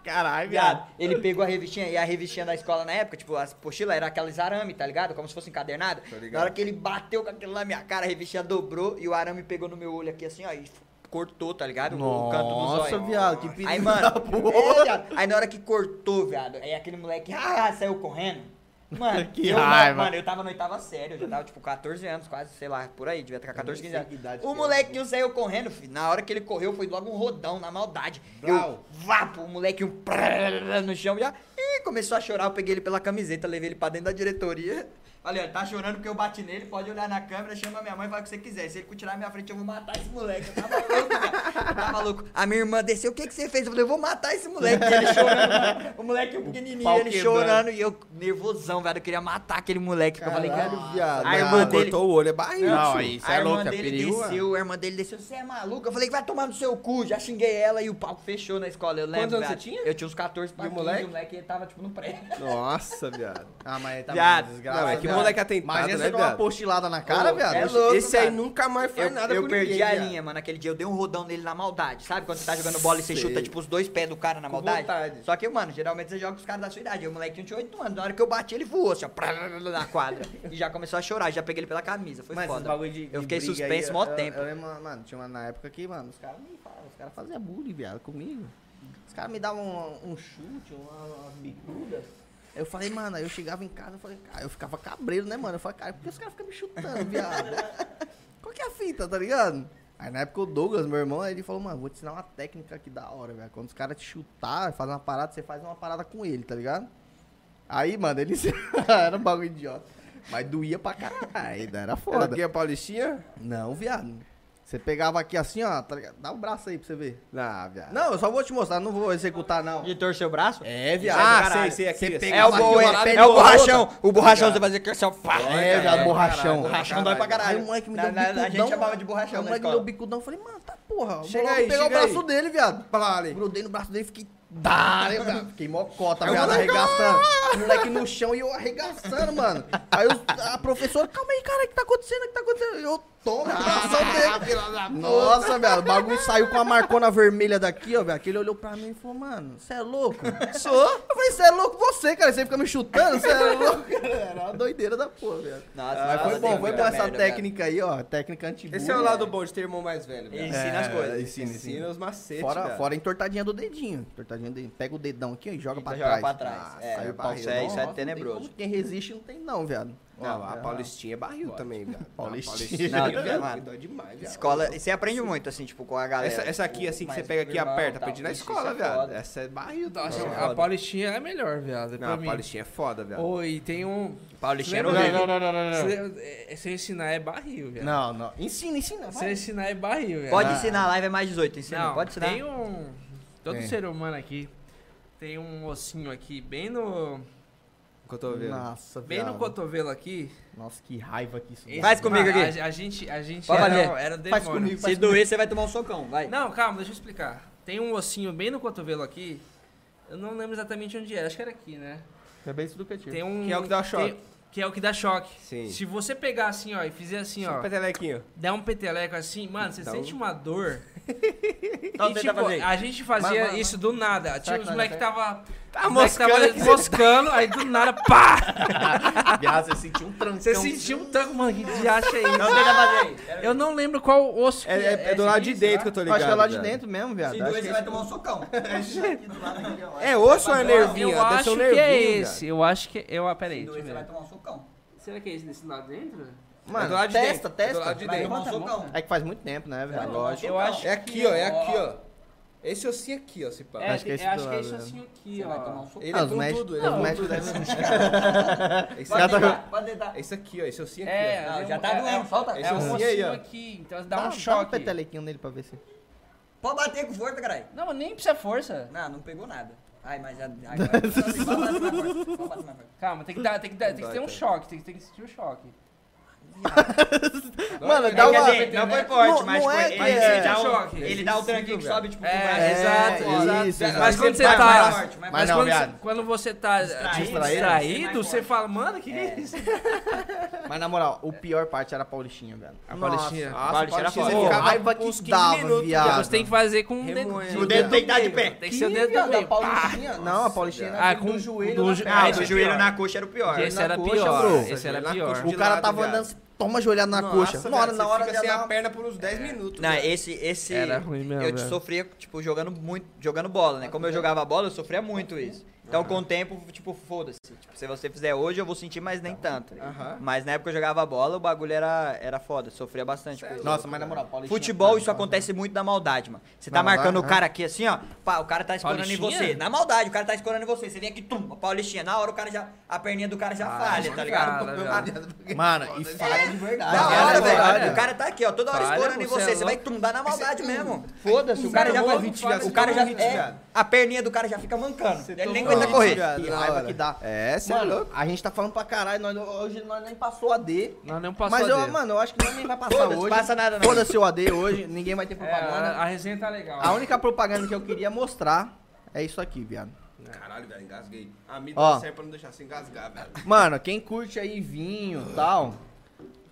Caralho, Viado, ele pegou a revistinha e a revistinha da escola na época, tipo, as pochila era aqueles arame, tá ligado? Como se fosse encadernado. Na hora que ele bateu com aquilo na minha cara, a revistinha dobrou e o arame pegou no meu olho aqui assim, ó, e f- cortou, tá ligado? o canto do Nossa, zóio. viado, que perigo. Aí, mano, da é, porra. viado. aí na hora que cortou, viado, aí aquele moleque ah, saiu correndo. Mano, Que eu, não- raiva. mano, eu tava na oitava série, eu já tava tipo 14 anos, quase, sei lá, por aí, devia estar com 14, nem 15 sei anos. que idade que O era. molequinho saiu correndo, filho. Na hora que ele correu, foi logo um rodão na maldade. Blau. Eu, vapo, o moleque um prrr no chão já. Ih, começou a chorar. Eu peguei ele pela camiseta, levei ele pra dentro da diretoria. Falei, ó, ele tá chorando porque eu bati nele, pode olhar na câmera, chama minha mãe, fala o que você quiser. Se ele continuar na minha frente, eu vou matar esse moleque. Eu tava louco, cara. Eu tava louco. Tá A minha irmã desceu, o que, que você fez? Eu falei, eu vou matar esse moleque. E ele chorando, mano. O moleque é um pequenininho, pau ele quebrando. chorando. E eu, nervosão, velho, eu queria matar aquele moleque. que Eu falei, cara, Caralho, viado. a irmã Não, dele- Cortou o olho, é barril. Não, tio. aí- Isso a é irmã louco, é dele perigo, desceu, a irmã dele desceu. Você é maluca? Eu falei, vai tomar no seu cu. Já xinguei ela e o pau fechou na escola, eu lembro. Quantos anos viado. você tinha? Eu tinha uns 14 pra E o 15, moleque? o moleque ele tava, tipo, no prédio. Nossa, viado. Ah, mas tá Viado. muito desgraça. Não, é que viado. moleque atentado, Imagina né, você tomar uma viado? postilada na cara, Ô, viado. é louco, Esse aí viado. nunca mais faz Eu, nada eu com perdi ninguém, a viado. linha, mano. Aquele dia eu dei um rodão nele na maldade. Sabe quando você tá jogando bola e você Sei. chuta, tipo, os dois pés do cara na maldade? vontade. Só que, mano, geralmente você joga com os caras da sua idade. Eu, moleque, tinha 8 anos. Na hora que eu bati, ele voou, assim, ó, prá, na quadra. e já começou a chorar. Já peguei ele pela camisa. Foi Mas esses foda. bagulho de, de eu fiquei briga suspenso aí, é mó eu- tempo. Eu, lembro, mano, tinha uma na época que, mano, os caras me falavam, os caras faziam bullying, viado, comigo. Os caras me davam um, um chute, uma, uma bicuda. Eu falei, mano, aí eu chegava em casa, eu falei, cara, eu ficava cabreiro, né, mano? Eu falei, cara, por que os caras ficam me chutando, viado? Qual que é a fita, tá ligado? Aí na época o Douglas, meu irmão, aí ele falou, mano, vou te ensinar uma técnica que da hora, velho. Quando os caras te chutar, fazer uma parada, você faz uma parada com ele, tá ligado? Aí, mano, ele era um bagulho idiota. Mas doía pra caralho, era Era foda. aqui a Paulistinha? Não, viado. Você pegava aqui assim, ó, tá ligado? Dá o braço aí pra você ver. Não, viado. Não, eu só vou te mostrar, não vou executar, não. De torcer o braço? É, viado. Ah, caralho. sei, sei, aqui. Você assim. pega É o, Mas que bo- é- horário é do o outro? borrachão. O borrachão você fazia que assim, ó, pá. É, viado, borrachão. Borrachão dói pra Aí o caralho. moleque me Na- deu um na- bicudão. A gente chamava de borrachão O na moleque me deu um escola. bicudão, eu falei, mano, tá porra. Chega Chega aí, aí, pegar o chega braço dele, viado. Fala ali. Grudei no braço dele, fiquei... Dá, né, viado? Fiquei mocota, Eu viado, vou largar. arregaçando. O moleque no chão e eu arregaçando, mano. Aí os- a professora, calma aí, cara, o que tá acontecendo? O que tá acontecendo? Eu tomo Ah, o bração dele. Nossa, velho, o bagulho saiu com a marcona vermelha daqui, ó, velho. Aquele olhou pra mim e falou, mano, você é louco? Sou? Eu falei, você é louco você, cara. Você fica me chutando, você é louco. Era uma doideira da porra, velho. Nossa, Mas foi nossa, bom, tem foi muita bom essa merda, técnica aí, ó. Técnica antiga. Esse é o lado bom de ter irmão mais velho, velho. viado. Ensina as coisas. É, Ensina, ensina os macetes, Fora, viado. fora a entortadinha do dedinho. Entortadinha do dedinho. Pega o dedão aqui ó, e joga pra joga trás. Ah, pra trás. É, saiu é barril. Isso é- pau. isso é Nossa, tenebroso. não tem como. Quem resiste não tem não, viado. Ó, a Paulistinha é barril também, viado. Paulistinha. Não, Não, viado, mano. dói demais, viado. Escola, você aprende muito, assim, tipo, com a galera. Essa, essa aqui, O- assim, que mas você pega aqui e meu irmão, aperta, tal, aprendi na isso- escola, isso é viado. foda. Essa é barril. da Nossa, hora. a Paulistinha é melhor, viado. É Não, pra a mim. Paulistinha é foda, viado. Oi, e tem um. Paulistinha era Não, horrível. não, Se, é- se eu ensinar é barril, viado. Não, não. Ensina, ensina. Se eu Vai. ensinar é barril, viado. Pode ensinar, a live é mais 18, ensina. Não, pode ensinar. Tem um. Todo Tem. ser humano aqui tem um ossinho aqui, bem no. Cotovelo. Nossa, Bem viado. no cotovelo aqui. Nossa, que raiva que isso Esse- Faz comigo Mano, aqui. A, a gente, a gente Pode era, um- fazer. era demônio. Faz comigo. Se doer, você vai tomar um socão, vai. Não, calma, deixa eu explicar. Tem um ossinho bem no cotovelo aqui. Eu não lembro exatamente onde era, acho que era aqui, né? É bem educativo. Tem um. Que é o que dá choque. tem- que é o que dá choque. Sim. Se você pegar assim, ó, e fizer assim, Só ó, um petelequinho. dar um peteleco assim, mano, você Dá sente um- uma dor. Então e, tenta tipo, fazer. a gente fazia Vai, vai, isso do nada. Tipo, que os nós moleques já tava. Tá os moleque moscando tava aqui. moscando, aí do nada, pá! Viado, você sentiu um trancão. Você sentiu um tanco, mano, que diacho é Então isso? tenta fazer aí. Quero ver. Eu não lembro qual osso É, que é- é do lado de será? dentro que eu tô ligado. Acho que é lá de viado. dentro mesmo, viado. Se Acho doer, que você vai tomar um socão. É osso ou é nervinho? Eu Deve ser um acho que é nervinho, esse. Eu acho que. Eu, peraí. Se doer, deixa você eu vai ver. tomar um socão. Será que é esse desse lado dentro? É do lado Mano, de testa, dentro. É do testa. lado de Vai dentro. tomar um socão. É que faz muito tempo, né, velho? Lógico. Eu acho. É aqui, ó. É aqui, ó. Esse ossinho aqui, ó, se pá. É, Acho que é é, esse do acho que é lado, isso né? assim aqui, Você ó. vai tomar um soco. Ele Ele ah, é os médicos, pontudo, ele os é médicos pontudo. devem... Esse Cara, aqui, tá- ó. pode deitar. Esse aqui, ó, esse ossinho aqui, É, ó. Não, é já um- tá é, doendo, é um- solta. É, Esse um ossinho ossinho aí, ó. aqui, então Dá dá um um choque. petelequinho nele pra ver se... Pode bater com força, caralho. Não, mas nem precisa força. Não, não pegou nada. Ai, mas é já- agora... Pode bater mais forte, pode bater mais forte. Calma, tem que, dar, tem que, dar, tem que dói, ter um cara. choque, tem, que- tem que sentir o choque. Mano, dá dá uma- uma... dizer, não foi forte, Não- tipo, mas não foi- é que ele é. dá um- Choque. um né? ele dá o tranquinho que sobe, tipo, É, com o braço. é, exato, exato. Mas, isso, exato. quando você Vai tá. mais forte, vai Mas mais não, quando, viado. você, quando você tá distraído, Distraído, distraído, você você vai fala, mano, que que é É. isso? Mas na moral, o pior parte era a Paulistinha, velho. A Paulistinha. Nossa, Vale, tira Paulo X, fora. Pô, ele ficava raiva uns que 15 dava, minutos. viado. Você tem que fazer com o dedo. Remoendo. O dedo tem que dar de pé. Tem que ser o dedo também. Não, a Paulistinha era Ah, do com- joelho do na jo- perna. Ah, Ah, esse esse é joelho na coxa era o pior. Esse na era coxa, pior. bro. Esse era Na pior. coxa. O de cara lado, tava viado. andando, se toma joelhado na coxa. Nossa, Mano, velho, na você hora fica já sem dá a perna por uns 10 minutos. Não, velho. esse, esse. Era ruim mesmo, Eu te velho. sofria, tipo, jogando muito. Jogando bola, né? Como eu jogava bola, eu sofria muito isso. Então, com o tempo, tipo, foda-se. Tipo, se você fizer hoje, eu vou sentir, mas nem tanto. Aham. Mas na época eu jogava bola, o bagulho era, era foda. Sofria bastante. com isso. Nossa, mas na moral, Paulistinha... Futebol, isso acontece muito na maldade, mano. Você tá Na maldade, marcando o né? cara aqui assim, ó. pá, o cara tá escorando em Paulistinha? você. Na maldade, o cara tá escorando em você. Você vem aqui, tum, a Paulistinha. Na hora o cara já. A perninha do cara já falha, tá ligado? Cara, velho. Mano, e falha de verdade. Da Falha hora, de velho. verdade. O cara tá aqui, ó, toda hora Falha, escorando em você é você. Você vai louco. tumbar na maldade mesmo. Foda-se, o é cara já tomou vai. um hit, viado. O cara já. Você tomou um hit, É, viado. a perninha do cara já fica mancando. Ele nem tomou aguenta um correr. hit, viado. Que Da raiva hora. que dá. É, cê é Mano, louco. a gente tá falando pra caralho, nós, hoje nós nem passou a D. Não, nem passou Mas, a eu, D. mano, eu acho que nós nem vai passar Foda-se, hoje. passa nada, não. Foda-se o AD hoje, ninguém vai ter É, a, propaganda. a resenha tá legal. A única propaganda que eu queria mostrar é isso aqui, viado. Caralho, velho, engasguei. A mídia Ó. não serve pra não deixar se engasgar, velho. Mano, quem curte aí vinho e tal,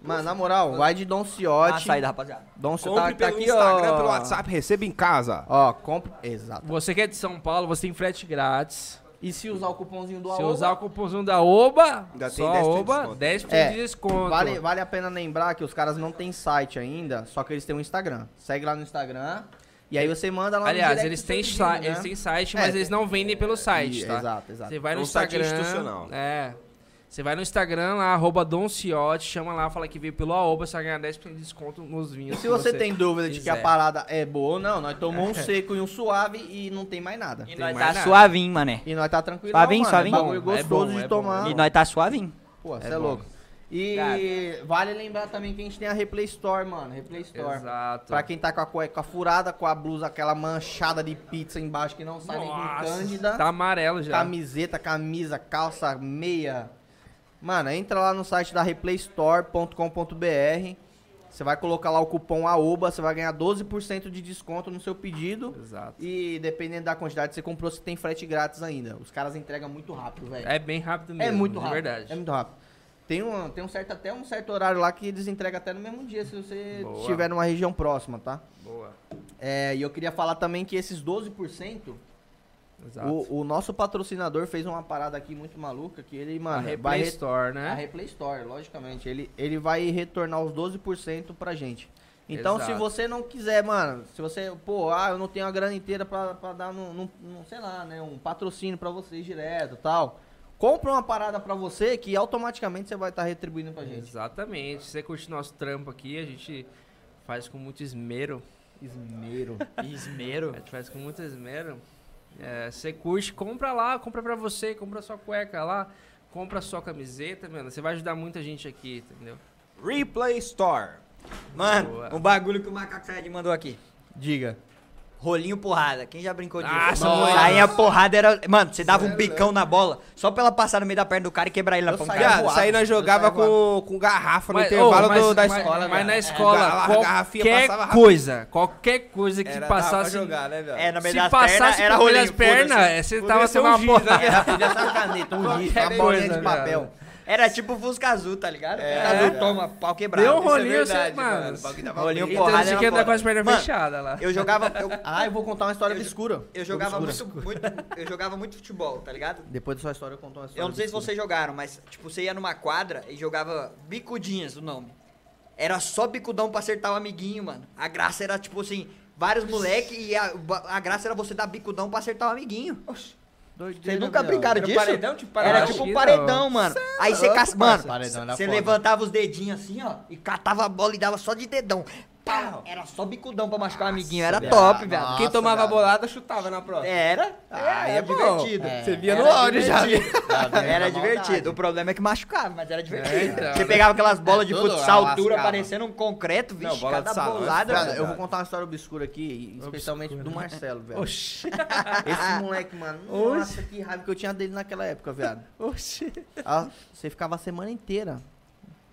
mano, na moral, vai de Don A Ah, Ciotti. saída, rapaziada. Don Ciotti Compre tá, tá pelo aqui, Instagram, ó. pelo WhatsApp, receba em casa. Ó, compre. Exato. Você que é de São Paulo, você tem frete grátis. E se usar o cupomzinho do Se AOBA, usar o cupomzinho da OBA, Ainda tem só 10% de OBA, desconto. 10% É, de desconto. Vale, vale a pena lembrar que os caras não têm site ainda, só que eles têm um Instagram. Segue lá no Instagram e aí você manda lá no Aliás, direct eles o têm, seu sa- pedido, eles né? têm site, É, mas tem- eles não vendem pelo site, E- tá? Exato, exato. Você vai no É um site Instagram. institucional. É. Você vai no Instagram lá, arroba Don Ciotti, chama lá, fala que veio pelo AOBA, você vai ganhar 10% de desconto nos vinhos. Se você tem dúvida de que a quiser. parada é boa ou não, nós tomamos um seco e um suave e não tem mais nada. E Tem nós mais tá nada. suavinho, mané. E nós tá tranquilo, Suavinho, mano. suavinho? É um bagulho Bom, é gostoso bom, de é tomar. bom. E nós tá suavinho. Pô, você é, bom. louco. E vale lembrar também que a gente tem a Replay Store, mano. Replay Store. Exato. Pra quem tá com a cueca furada, com a blusa aquela manchada de pizza embaixo que não sai nem com tá cândida. Nossa, tá amarelo já. Camiseta, camisa, calça, meia. Mano, entra lá no site da replaystore.com.br. Você vai colocar lá o cupom AOBA, você vai ganhar 12% de desconto no seu pedido. Exato. E dependendo da quantidade que você comprou, você tem frete grátis ainda. Os caras entregam muito rápido, velho. É bem rápido É mesmo. muito de rápido. verdade. É muito rápido. Tem um, tem um certo, até um certo horário lá que eles entregam até no mesmo dia, se você Boa. estiver numa região próxima, tá? Boa. É, e eu queria falar também que esses 12%, Exato. o, o nosso patrocinador fez uma parada aqui muito maluca, que ele, a mano, Replay vai re- Store, a né? Replay Store, logicamente. Ele, ele vai retornar os 12% pra gente. Então, se Exato. você não quiser, mano, se você, pô, ah, eu não tenho a grana inteira pra, pra dar, num, num- num, sei lá, né, um patrocínio pra vocês direto e tal, compra uma parada pra você que automaticamente você vai estar retribuindo pra gente. Exatamente. Se você curte nosso trampo aqui, a gente faz com muito esmero. Esmero. Esmero? A gente faz com muito esmero. É, você curte, compra lá, compra pra você, compra sua cueca lá, compra sua camiseta, mano. Você vai ajudar muita gente aqui, entendeu? Replay Store. Mano, Boa. um bagulho que o Macaco Saiyajin mandou aqui. Diga. Rolinho porrada. Quem já brincou disso? Nossa, Nossa. moleque. Aí é a porrada era. Mano, você dava um bicão na bola só pra ela passar no meio da perna do cara e quebrar ele na Eu pancada. saía Viado, Tá voado. é isso aí nós jogava Eu saía com, com garrafa no Mas, intervalo ô, mas- do- da mas- escola, Mas velho. na É, escola, a garrafinha qualquer passava rápido. coisa, qualquer coisa que Era, dava pra passasse... jogar, né, velho? É, na meio Se das passasse pernas, era por meio rolinho. das pernas, foda-se. é, você Podia tava ser sendo um uma giz, porra. Era, podia ser uma caneta, um giz, é uma Qualquer bolinha coisa, de papel. Era tipo Fusca Azul, tá ligado? Fusca Azul toma, pau quebrado. Deu um Isso é rolinho, você, verdade. mano. Rolinho Então, porrada. você era quer andar com foda. as pernas Mano, fechadas lá. Eu jogava. Eu, Ah, eu vou contar uma história obscura. eu jogava Obscura. muito, muito. Eu jogava muito futebol, tá ligado? Depois da sua história, eu conto uma história Eu não sei se obscura. vocês jogaram, mas tipo, você ia numa quadra e jogava bicudinhas o nome. Era só bicudão pra acertar o amiguinho, mano. A graça era, tipo assim, vários moleque e a, a graça era você dar bicudão pra acertar o amiguinho. Vocês Doideira, nunca viado. brincaram Era disso? paredão, tipo paredão? Era Acho tipo um que paredão, não. mano. Aí você é louco, caça. Mano, parceiro, paredão era você foda. levantava os dedinhos assim, ó, e catava a bola e dava só de dedão. pau. Era só bicudão pra machucar o amiguinho. Era viado. top, viado. Ah, Nossa, Quem tomava viado. bolada chutava na próxima. Era? Ah, é, é era bom. divertido. Você via no Era áudio já. divertido. Tá vendo? Era Maldade. divertido. O problema é que machucava, mas era divertido. É, então. Você pegava aquelas bolas de Tudo futsal dura, lascava. parecendo um concreto, vixe, Não, bola de cada salão é bolada. Cara, eu velho. vou contar uma história obscura aqui, especialmente do Marcelo, velho. Oxi. Esse moleque, mano, nossa, que raiva que eu tinha dele naquela época, viado. Oxi. Ah, você ficava a semana inteira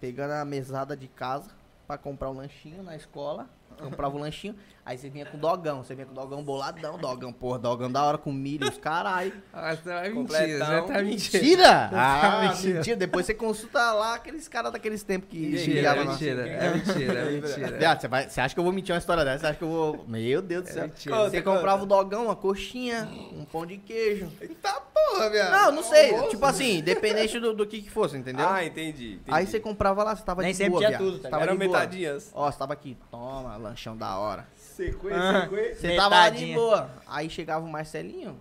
pegando a mesada de casa pra comprar o lancinho na escola. Comprava o lanchinho, aí você vinha com o dogão, você vinha com o dogão boladão, dogão, porra, dogão da hora com milho, os caralho. Ah, você é mentira, Completão. você tá mentindo. Mentira! Ah, Ah, mentira. mentira. Depois você consulta lá aqueles caras daqueles tempos que Mentira, viavam lá. mentira, é mentira, é mentira. Viado, você, vai- você acha que eu vou mentir uma história dessa? Você acha que eu vou. Meu Deus do céu. mentira. Você comprava o dogão, uma coxinha, um pão de queijo. Tá porra, viado. Não, não sei. Tipo assim, dependente do, do que, que fosse, entendeu? Ah, entendi. entendi. Aí você comprava lá, você tava Nem de sempre boa, tinha viado. tudo, tá Você tava Eram de boa. metadinhas. Ó, você tava aqui, toma, lanchão da hora. Sequência, Ah. sequência. Você tava lá de Metadinha. boa. Aí chegava o Marcelinho,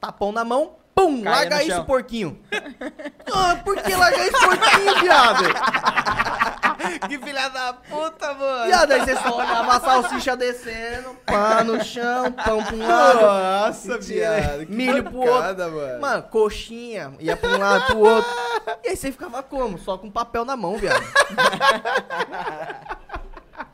tapão na mão, pum, Caía no larga isso, chão. porquinho. ah, por que larga isso, porquinho, viado? Que filha da puta, mano. Viado, aí você só olhava a salsicha descendo, pá no chão, pão pra um lado. Nossa, viado. que Milho pro pancada, Mano. mano. coxinha, ia pra um lado, pro outro. E aí você ficava como? Só com papel na mão, viado.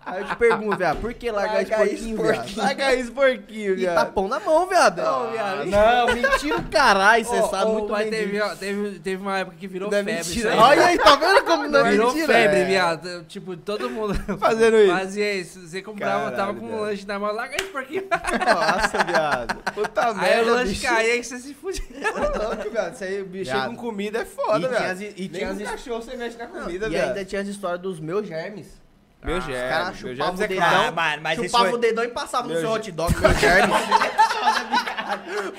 aí eu te pergunto, viado, por que largar esse Larga esse porquinho, viado? Larga esse porquinho, E viado. tapão na mão, viado. Não, viado. Não, mentira o caralho, você Ô, sabe ô, muito mas bem teve, disso. ó, teve, teve uma época que virou Não é febre. mentira. isso aí. Olha aí, tá vendo como não é virou mentira? febre, É. viado. Tipo, todo mundo Fazendo isso. fazia isso. Você comprava, Caralho, tava com um viado. lanche na mão, larga isso porquinho. Nossa, viado. Puta merda. Aí o lanche bicho. caía e você se fudia. Tá louco, viado. Isso aí, o bicho Viado. com comida é E tinha foda, velho. as- e Nem tinha com as- cachorro você mexe na comida, E velho. ainda tinha as histórias dos meus germes. Meu Os caras germe, meu chupavam germe o é dedão, Ah, mano, mas isso chupavam foi- o dedão e passavam no Meu seu ge- hot dog, meu germe.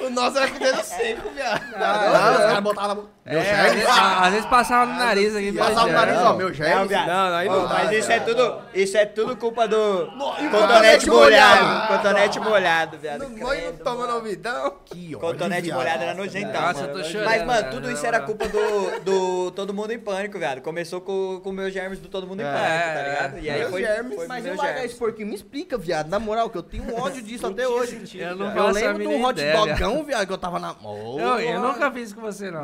O nosso era com o dedo seco, viado. Não, os caras botavam na boca. É, Meu às germe? vezes- ah, às vezes passava no nariz aqui. Passava o mas- nariz, ó, meu germe. viado. Não, não, aí Ô, não. mas dá, isso é viado. tudo, isso é tudo culpa do cotonete cotonete molhado, molhado. cotonete molhado, viado. No banho não Credo, toma mano. novidão. um Que ódio, Cotonete viado. molhado era né? nojentão, Nossa, eu mano. tô chorando, né? Mas, mano, velho, tudo na isso era moral. culpa do, do Todo Mundo em Pânico, viado. Começou com, com meus germes do Todo Mundo em É, Pânico, tá é. ligado? E aí Meus foi, germes, foi Mas eu meus largar germes. esse porquinho, me explica, viado. Na moral, que eu tenho um ódio disso até hoje. Eu não Eu faço a lembro de um mínima hot ideia. viado. dogão, viado, que eu tava na. Oh, Eu, eu nunca fiz com você, não.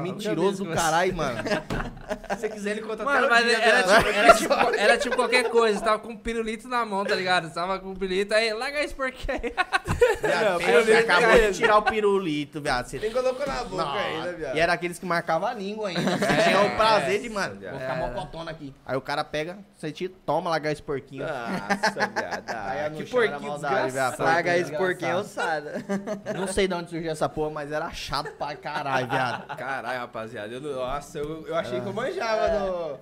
Nunca mentiroso do fiz com você. caralho, mano. Se você quiser, ele conta Mano, mas era tipo, era, tipo, era tipo qualquer coisa, você tava com um pirulito na mão, tá ligado? Você tava com um pirulito, aí larga isso porque aí. Não, Você pirulito acabou mesmo. de tirar o pirulito, viado. Você... Nem colocou na boca Não. ainda, viado. E era aqueles que marcavam a língua ainda. Você tinha o prazer de, mano, vou ficar Era. mocotona aqui. é, Ah, Aí o cara pega, você tira, toma, largar esse porquinho. Nossa, viado. Aí Ah, no que chão era porquinho maldade, desgraçado. viado. Larga esse Engraçado. porquinho ossada. Não sei de onde surgiu essa porra, mas era chato pra caralho, viado. Caralho, rapaziada. Eu, não- nossa, eu, eu achei que eu manjava do, dos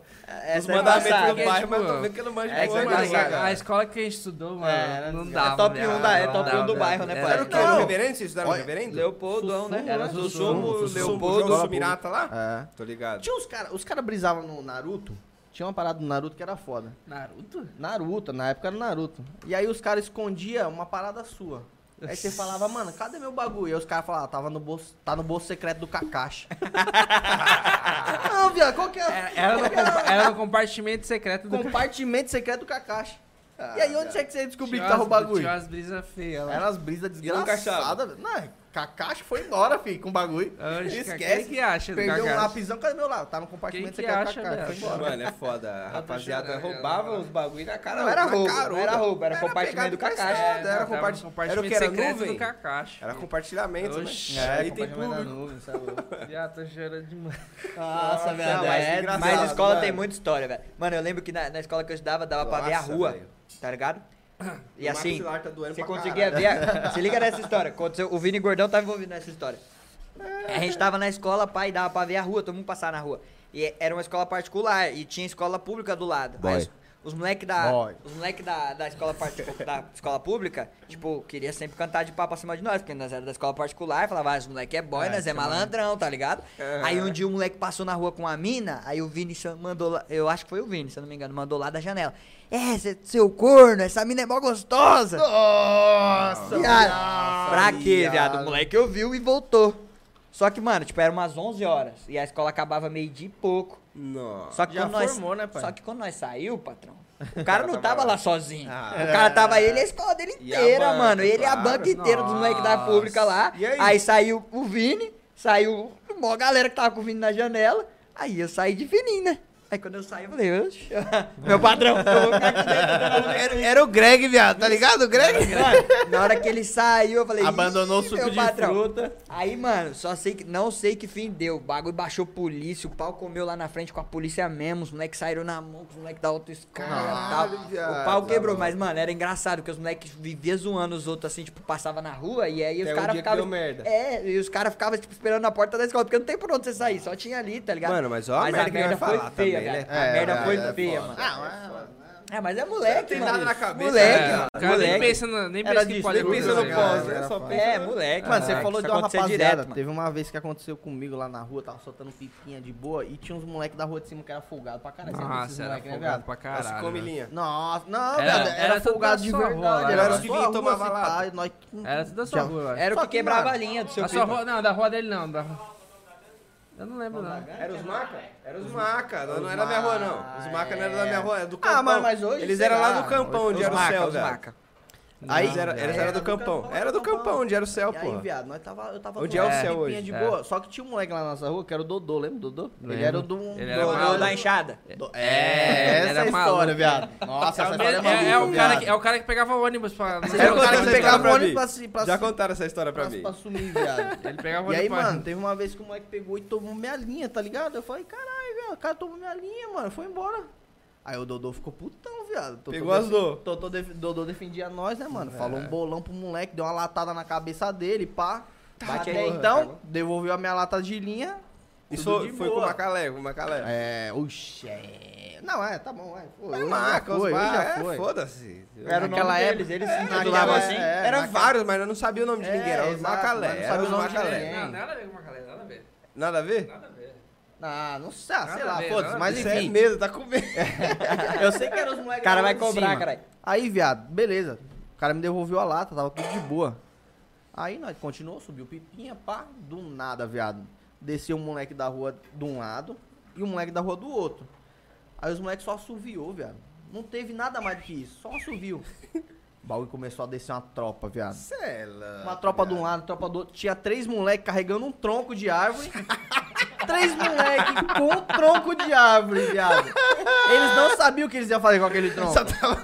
Essa é mandamentos do porque, pai, tipo, mas eu tô vendo que eu não manjo é que porra você Mano, vai nenhuma, largar. tá a, a cara. escola que a gente estudou, mano, É, era- não dava. né? é top velho. um da- é Não top dava, um do velho. bairro, né, pai? Era o que? Não, No reverendo? Vocês estudaram no Olha, reverendo? Leopoldo, né? Era Sussumo, Sussumo, Leopoldo, Leopoldo. Sumirata lá? É. Tô ligado. Tinha os caras, os caras brisavam no Naruto. Tinha uma parada do Naruto que era foda. Naruto? Naruto, na época era Naruto. E aí os caras escondiam uma parada sua. Aí você falava, mano, cadê meu bagulho? Aí os caras falavam, ah, tava no bolso, tá no bolso secreto do Kakashi. Não, viado, qual que é? Era no, compa- era no compartimento secreto do Ah, Compartimento secreto do Kakashi. e aí, onde é que você descobriu que Tinha tava o umas- bagulho? Tinha umas brisas feias lá. Era umas brisas achava. desgraçadas. velho. Não, é, Kakashi foi embora, filho, com o bagulho. Oxe, Esquece. Quem que acha Ah, do Perdeu um cagaço? lapisão, cadê meu lápis? Tá no compartimento Quem que secreto do acha, Kakashi, viado? foi embora. Mano, é foda. Tá A rapaziada chorando, roubava cara. os bagulho na cara. Não né? era na roubo, caruda. não era roubo, era pegado compartimento do pra Kakashi. escada, Tava Era no comparti- era o um compartimento que? Era secreto do nuvem? Kakashi. Era compartilhamento, né? Oxi. É, item compartimento público. da nuvem, sabe? Viado, tô chorando demais. Nossa, Não, velho. mas, é engraçado, mas escola mano. tem muita história, velho. Mano, eu lembro que na, na escola que eu estudava dava pra ver a Nossa, rua, velho. tá ligado? E O assim, maxilar tá doendo você pra conseguia caralho. ver. a- Se liga nessa história. Aconteceu, o Vini Gordão tava envolvido nessa história. A gente tava na escola, pai, dava pra ver a rua, todo mundo passava na rua. E era uma escola particular e tinha escola pública do lado. Boy. Aí os- os moleques da, Boy. os moleque da, da, escola parti- da escola pública, tipo, queria sempre cantar de papo acima de nós, porque nós era da escola particular, falava, ah, os moleque é boy, nós é malandrão, tá ligado? Aí um dia o moleque passou na rua com a mina, aí o Vini cham- mandou lá, eu acho que foi o Vini, se eu não me engano, mandou lá da janela. É, cê- seu corno, essa mina é mó gostosa. Nossa, Viado. pra viado. quê, viado? O moleque ouviu e voltou. Só que, mano, tipo, era umas 11 horas e a escola acabava meio dia e pouco. Nossa. Só que Já quando nós, formou, né, pai? Só que quando nós saiu, patrão, O cara não tava lá sozinho. Ah. o é. cara tava ele e a escola dele E a inteira, banca, mano. Ele e a claro. banca inteira dos moleques da Nossa. pública lá. E Aí? aí? saiu o Vini, saiu uma galera que tava com o Vini na janela. Aí eu saí de fininho, né? Aí quando eu saí, eu falei, "Oxe, meu padrão, eu vou ficar aqui dentro. Era, era o Greg, viado, tá ligado? O Greg? Mano, na hora que ele saiu, eu falei, Abandonou o "Ih, suco meu de patrão." fruta. Aí, mano, só sei que. Não sei que fim deu. O bagulho baixou polícia, o pau comeu lá na frente com a polícia mesmo. Os moleques saíram na mão, com os moleques da outra escola e tal. O pau quebrou, mas, mano, era engraçado, porque os moleques viviam zoando os outros assim, tipo, passava na rua e aí Até os o caras dia que ficavam. deu merda. É, e os caras ficavam, tipo, esperando na porta da escola, porque não tem por onde você sair, só tinha ali, tá ligado? Mano, mas ó a mas merda que vai foi falar feia, também, né? velho. A merda é, foi é feia, foda. mano. Ah, É, mas é moleque, tem mano. nada na cabeça, Moleque, né? É, mano. o cara nem moleque. pensa, na- nem Era pensa tá que disso, pode nem pensa acontecer, no cara. pós, né? Só pensa- É, moleque. Mano, você falou isso de uma acontecia é rapaziada. direto, mano. Teve uma vez que aconteceu comigo lá na rua, tava soltando pipinha de boa e tinha uns moleques da rua de cima que era folgado pra caralho. Você viu esses Nossa, era moleque, né, folgado viado? pra Nossa, caralho. come né? linha. Nossa, não, Era- era, era, era tudo folgado de da sua verdade. rua, lá, era era sua os que vinham rua, tomar se pá, lata. e nós- Era tudo da sua Já- rua, velho. Era o Só que que, quebrava mano, a linha do seu Da sua primo. rua, não, da rua dele não. Da... Eu não lembro, Tá não. É, Era os maca? Era os maca. Não, não era da minha rua, não. Os maca não era da minha rua, era do Ah, campão. mano, mas hoje, Eles sei eram lá lá, do campão, hoje- onde os era o maca, céu, os velho. maca. Aí, eles Não, eram velho. era do campão. Era do campão, onde era o céu, E aí, pô. viado, nós tava, eu tava Onde é o tomando céu pipinha hoje? de É. boa. Só que tinha um moleque lá na nossa rua que era o Dodô, lembra o Dodô? Ele Lembro. era o do... um- Ele do- era Do- do- maluco. Da enxada. do- É, Ele essa era é a história, viado. Nossa, essa história é É, é, o maluca, cara viado. que, é o cara que pegava ônibus pra. Você Era o É, Cara, cara que você pegava pegava pra ônibus mim. pra se- pra Já se- contaram essa história pra mim. pra sumir, viado. Ele pegava E ônibus aí, pra- mano, teve uma vez que o moleque pegou e tomou minha linha, tá ligado? Eu falei, caralho, velho, o cara tomou minha linha, mano, foi embora. Aí o Dodô ficou putão, viado. Totô Pegou as É. defen- duas. Totô def- Dodô defendia nós, né, mano? Falou um bolão pro moleque, deu uma latada na cabeça dele, pá. Tá, Bate Até aí. então, devolveu a minha lata de linha. Isso tudo de foi com o boa. Macalé, com o Macalé. É, oxe, é... Não, é, tá bom, é. Foi, É hoje maca, já os foi, hoje já maca. foi. É, foda-se. Era o Naquela nome época- deles, eles é, se intitulavam naquela- assim. é, Era Macalé. vários, mas eu não sabia o nome de É, ninguém. Era os exato, mas Macalé. não Era sabia os o nome de Macalé. ninguém. Não, nada a ver com o Macalé, nada a ver. Nada a ver? Nada a ver. Ah, não sei, ah, sei Nada a lá, ver, foda-se, nada a mas Isso é enfim. medo, tá com medo. Eu sei que eram os moleques. O cara da rua vai de cobrar, cima. caralho. Aí, viado, beleza. O cara me devolveu a lata, tava tudo de boa. Aí nós continuou, subiu pipinha, pá, do nada, viado. Desceu o moleque da rua de um lado e o moleque da rua do outro. Aí os moleques só assoviou, viado. Não teve nada mais do que isso, só assoviu. O bagulho começou a descer uma tropa, viado. Uma tropa de um lado, tropa do outro. Tinha três moleques carregando um tronco de árvore. três moleques com um tronco de árvore, viado. Eles não sabiam o que eles iam fazer com aquele tronco. Só tava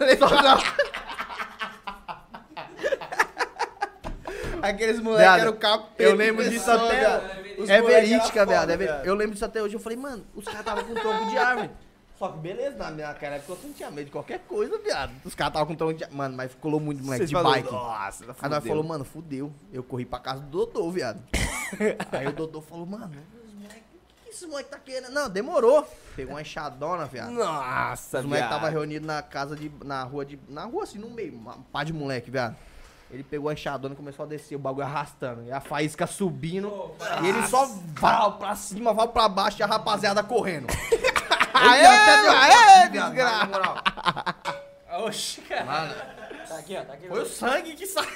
Aqueles Viado, moleques eram capeta. Eu lembro disso pessoal, até. viado. Os É moleque era verídica, foda, viado. é ver- viado. Eu lembro disso até hoje. Eu falei, mano, os caras estavam com um tronco de árvore. Só que beleza, na minha cara, porque eu sentia medo de qualquer coisa, viado. Os caras estavam com um tronco de árvore. Mano, mas colou muito moleque Vocês de falam, bike. Nossa, Aí nós fudeu." falou, mano, fudeu. Eu corri pra casa do Dodô, viado. Aí o Dodô falou, mano, os moleque, o que esse moleque tá querendo? Não, demorou. Pegou uma enxadona, viado. Nossa, Os moleques viado. tava reunido na casa de. na rua de. Na rua, assim, no meio, uma pá de moleque, viado. Ele pegou a enxadona e começou a descer, o bagulho arrastando. E a faísca subindo. e ele só val pra cima, val pra baixo e a rapaziada correndo. aê, aê, desgraça! Oxi, cara. Tá aqui, ó, tá aqui. Foi o sangue que saiu.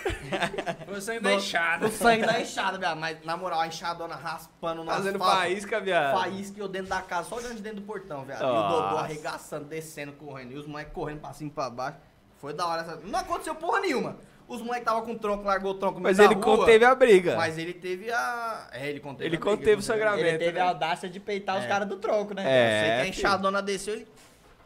Foi sangue da enxada. O sangue da enxada, viado. Mas na moral, a enxadona raspando no Fazendo asfalto. faísca, viado. Faísca e eu dentro da casa, só olhando de dentro do portão, viado. E o Nossa. Dodô arregaçando, descendo, correndo. E os moleques correndo pra cima e pra baixo. Foi da hora essa. Não aconteceu porra nenhuma. Os moleques tava com o tronco, largou o tronco no meio Mas da ele rua, conteve a briga. Mas ele teve a. É, ele conteve Ele a briga, conteve o a briga. sangramento. Ele teve né? a audácia de peitar os É. caras do tronco, né? É. Eu sei que a filho. enxadona desceu ele.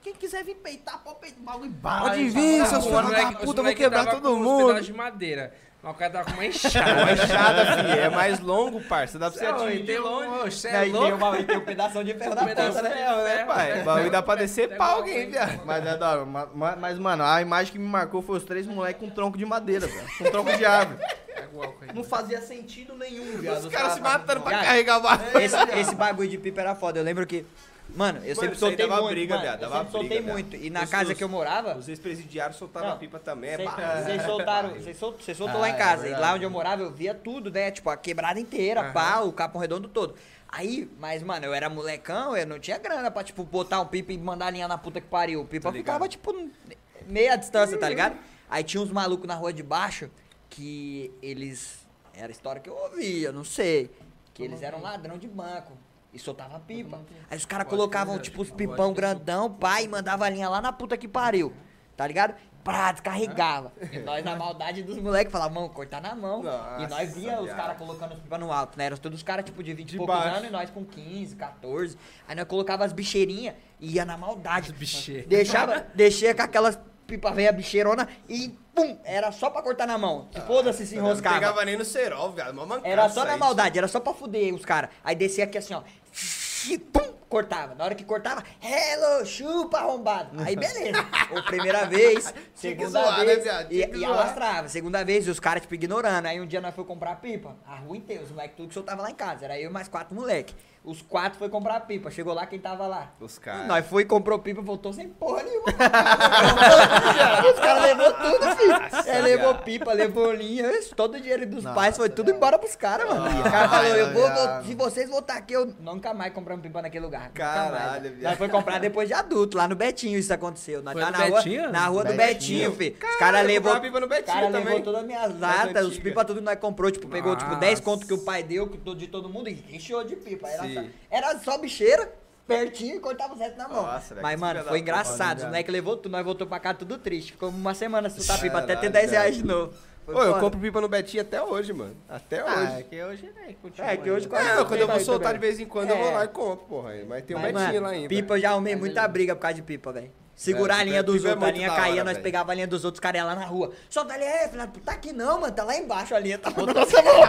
Quem quiser vir peitar, pode peitar o bagulho e bala. Pode aí, vir, bala, seus bala. filhos da puta, eu vou quebrar todo Um mundo. pedaço de madeira. Mas o cara tava com uma enxada. Uma enxada, filho. É mais longo, parça. Dá pra você atingir. Tem longe. Oxe, Não, é e tem, louco. uma, e tem um pedação de ferro da Pedaço ponta, de né? ferro, né, Pai, o bagulho dá pra descer Pega pau uma alguém, coisa. viado. Mas é da hora. ma- ma- Mas, mano, a imagem que me marcou foi os três moleques com tronco de madeira, velho. Com tronco de árvore. Pega o álcool aí. Não fazia sentido nenhum, viado. Os caras se matando pra É. Viado, carregar o barco. É. Esse, esse bagulho de pipa era foda. Eu lembro que. Mano, eu sempre isso aí soltei dava muito. briga, mano, viado, eu dava sempre soltei briga, muito. E na Os- casa os- que eu morava. Os ex-presidiários soltavam Não. a pipa também. É Vocês barra. vocês soltaram, vocês sol- vocês soltou lá Ah, em é casa. e verdade. lá onde eu morava, eu via tudo, né? Tipo, a quebrada inteira, pau, o capão redondo todo. Aí, mas, mano, eu era molecão, eu não tinha grana pra, tipo, botar um pipa e mandar linha na puta que pariu. O pipa ficava, tipo, meia distância, tá ligado? Aí tinha uns malucos na rua de baixo que eles. Era a história que eu ouvia, eu não sei. Que eles eram ladrão de banco. E soltava pipa. Aí os caras colocavam, tipo, os pipão grandão, pai, e mandava a linha lá na puta que pariu. Tá ligado? Pra, descarregava. E nós, na maldade dos moleques, falava, mão, cortar na mão. e nós via os caras colocando os pipa no alto, né? Eram todos os caras, tipo, de 20 e poucos baixo. anos, e nós com 15, 14. Aí nós colocava as bicheirinhas e ia na maldade. bicheiras. Deixava, deixei com aquelas pipa velha bicheirona e, pum, era só pra cortar na mão. Foda-se, se Não enroscava. Ah, é pegava nem no cerol, viado. Uma mancada. Era só na isso. maldade, era só pra fuder os caras. Aí descia aqui assim, ó. E pum, cortava. Na hora que cortava, hello, chupa arrombado. Aí beleza. Ou primeira vez, Tinha que segunda zoar, né, vez. viado? Tinha que e, e zoar. alastrava. Segunda vez, e os caras, tipo, ignorando. Aí um dia nós foi comprar pipa. A rua inteira, os moleques tudo que soltava lá em casa. Era eu e mais quatro moleque. Os quatro foi comprar pipa. Chegou lá quem tava lá. Os caras. Nós foi, comprou pipa, voltou sem porra nenhuma. Os caras levou tudo, filho. É, levou viado. pipa, levou linha, esse- todo o dinheiro dos Nossa, pais foi tudo embora pros caras, mano. O cara falou, eu vou, viado. vou- se vocês voltar aqui, eu nunca mais compramos pipa naquele lugar. Nunca Caralho, mais. viado. Nós foi comprar depois de adulto, lá no Betinho isso aconteceu. Nós Foi tá no na rua, Betinho? na rua do Betinho. Betinho, filho. Os caras levou... comprava pipa no Betinho cara levou também. todas as minhas Das latas, os antigas. pipa tudo que nós comprou, tipo, pegou tipo 10 Nossa. conto que o pai deu, que todo- de todo mundo, e encheu de pipa. Era Sim. só, era só bicheira, pertinho e cortava o resto na mão. Nossa, velho, Mas, que mano, filha da foi puta, engraçado. Os né, moleques levou tudo, nós voltou pra cá tudo triste. Ficou uma semana sem soltar pipa, até ter Caralho, 10 reais velho. de novo. Foi Ô, eu foda. compro pipa no Betinho até hoje, mano. Ah, Até é hoje. que hoje, né? continua É, que hoje ainda. quase É, não quando tem eu vou mais soltar de também. vez em quando, eu vou É. lá e compro, porra. Mas tem um Mas, Betinho mano, lá ainda. Pipa eu já arrumei muita briga por causa de pipa, velho. Segurar Velho, a linha pipa- dos pipa é outros, a muito linha da caía, hora, nós velho. pegava a linha dos outros, os caras iam lá na rua. Solta a linha, é, filha, tá aqui não, mano, tá lá embaixo a linha, tá na nossa mão.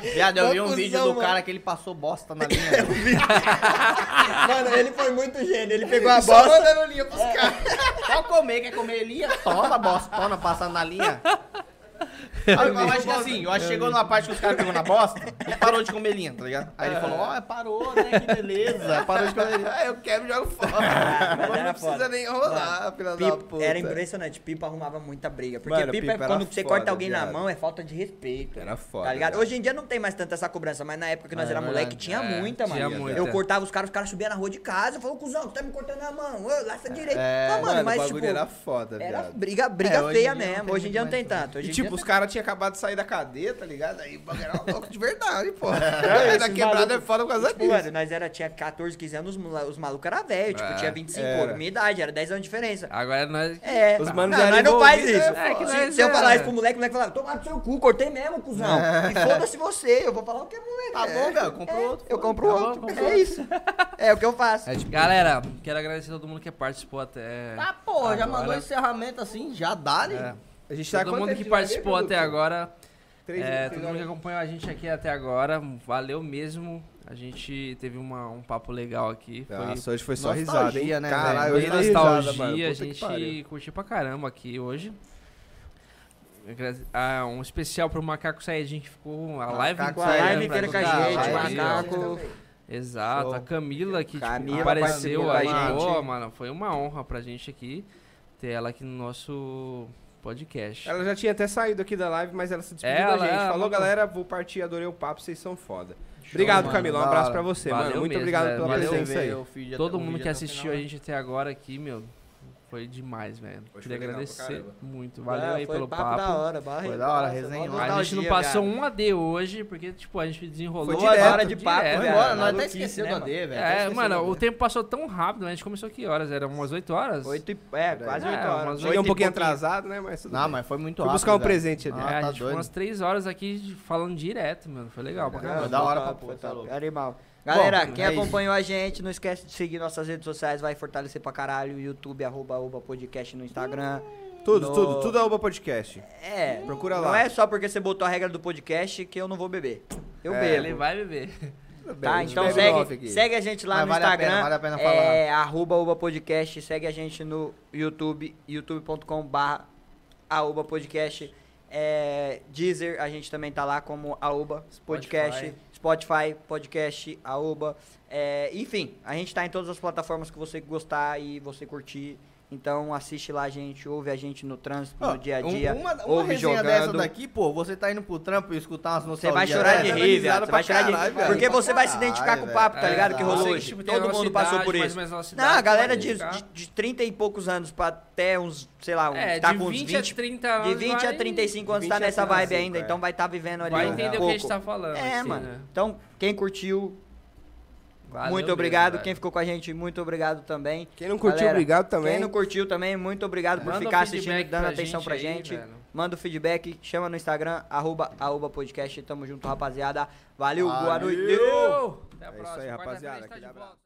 Viado, eu vi um Confusão, vídeo do mano. cara que ele passou bosta na linha. velho. Mano, ele foi muito gênio, ele é pegou a Só bosta. mandando linha pros caras. Só comer, quer comer linha? Toma, bostona, passando na linha. Aí, eu acho que assim, eu acho que chegou numa parte que os caras pegou na bosta e parou de comer linha, tá ligado? Aí ele falou, ó, parou, né? Que beleza. Parou de comer linha. Ah, eu quero e jogo fora. mas não era precisa foda. nem rolar, filha da Pipa- puta. era impressionante, Pipa arrumava muita briga. Porque Mano, Pipa, é Pipa era quando você foda, corta alguém na viado. mão é falta de respeito. Era foda, Tá ligado? viado. Hoje em dia não tem mais tanta essa cobrança, mas na época que nós É era verdade. moleque tinha É, muita, tinha mano. muita. Eu cortava os caras, os caras subiam na rua de casa, falavam, cuzão, tu tá me cortando a mão, ô, laça direito. É, Ah, mano, mano, mas o bagulho tipo, era foda, era viado. briga, briga É, hoje em feia dia não mesmo. tem Hoje em dia não muito tem mais tanto. Hoje E em tipo, dia os caras tinham acabado de sair da cadeia, tá ligado? Aí o bagulho era louco de verdade, pô. É, Aí na esses quebrada é malucos- foda por causa Tipo, disso. mano, nós era, tinha 14, 15 anos, os mala- os malucos eram velhos, tipo, É, tinha 25 era. anos, minha idade, era 10 anos de diferença. Agora nós. É, Os manos não, eram nós não faz isso. envolvidos, é, que se, nós se eu era- falar isso um pro moleque, o moleque falava, toma no seu cu, cortei mesmo, cuzão. E foda-se você, eu vou falar o que é moleque. Tá bom, velho, comprou outro. Eu compro Tá bom, outro. compra é isso. É o que eu faço. É, tipo, galera, quero agradecer a todo mundo que participou até. Ah, Tá, porra, já agora. mandou encerramento assim, já dá-lhe. É. A gente Todo mundo que participou né, até agora. É, todo mundo que agora. acompanhou a gente aqui até agora, valeu mesmo. A gente teve uma- um papo legal aqui. Foi, Nossa, hoje foi só Nostalgia, risada, hein? né, velho? Caralho, foi hoje tá dei nostalgia, risada, né, mano. a Puta que pariu. gente curtiu pra caramba aqui hoje. Agrade- Ah, um especial pro Macaco Saiyajin que ficou a live Macaco inteira. Saiyajin pra inteira com a ajudar gente, live, macaco. Exato, Show. a Camila que tipo, Camila participou apareceu com a aí. gente. Pô, mano, foi uma honra pra gente aqui ter ela aqui no nosso podcast. Ela já tinha até saído aqui da live, mas ela se despediu Ela, da gente. ela, Falou, ela- galera, vou partir, adorei o papo, vocês são foda. obrigado, mano, Camila. Um da abraço hora. é, pra você, Valeu mano. Muito mesmo, obrigado velho. pela Valeu presença aí. Todo mundo tá que assistiu a né? gente até agora aqui, meu, foi demais, velho. foi Queria legal pra agradecer caramba. muito. Valeu aí pelo papo. Ah, da hora, barra. Foi da hora, resenha. A gente não passou um AD hoje, porque, tipo, a gente desenrolou Foi direto, hora Foi né, velho. embora, nós até Maluquice, esquecemos né, o AD, velho. até É, esquecemos mano, AD. o tempo passou tão rápido, né? a gente começou que horas? Era umas 8 horas? Oito e... É, quase É, oito horas. umas Cheguei um oito e pouquinho atrasado, né? Mas tudo Não, bem. mas foi muito Fui rápido. buscar um velho. presente ali. É, a Ah, tá gente ficou doido. umas 3 horas aqui de- falando direto, mano. Foi legal pra Foi caramba. da hora pra Papo, pô, tá louco. Animal. Galera, Bom, quem é isso. acompanhou a gente, não esquece de seguir nossas redes sociais, vai fortalecer pra caralho. YouTube, arroba, Uba podcast no Instagram. Tudo, No- tudo, tudo é Uba Podcast. É, Procura não lá. Não é só porque você botou a regra do podcast que eu não vou beber. Eu É, Ele bebo. vai beber. Tá, A gente então bebe off segue, aqui. segue a gente lá Mas no vale a Instagram. pena, vale a pena É, arroba Uba Podcast. Segue a gente no YouTube, youtube.com barra Aoba Podcast. É, Deezer, a gente também tá lá como Aoba Podcast. Spotify, Podcast, Aoba. É, enfim, a gente tá em todas as plataformas que você gostar e você curtir. Então assiste lá a gente, ouve a gente no trânsito, Ó, no dia a um- dia, uma, uma ouve resenha jogando. dessa daqui, pô, você tá indo pro trampo e escutar umas Você nostalgias. vai chorar de dessa, rir, risada velho. Você pra vai chorar de caralho, rir. velho. Porque você vai se Caralho, identificar com o velho. papo, tá É, ligado? Que eu rolou sei que, hoje. tipo, tem a Todo nossa mundo passou idade, por mas isso. mais nossa Não, idade a galera vai de, ficar. de, de 30 e poucos anos pra até uns, sei lá, uns, É, tá de com uns 20 a 20. 30 anos. de 20 a vai- 35 anos de tá 20 a nessa vibe 35, ainda, é. então vai estar vivendo ali Vai um entender o pouco. que a gente tá falando. É, assim, mano. né? Então, quem curtiu, Valeu muito mesmo, obrigado. velho. Quem ficou com a gente, muito obrigado também. Quem não curtiu, Galera, obrigado também. Quem não curtiu também, muito obrigado por Manda um ficar feedback assistindo, dando pra atenção gente pra aí, gente. velho. Manda o feedback, chama no Instagram, arroba, arroba podcast. Tamo junto, rapaziada. Valeu, boa noite. Valeu! Até a É próxima. isso aí, Quarta-feira a É rapaziada. gente tá de Aquele volta. abraço.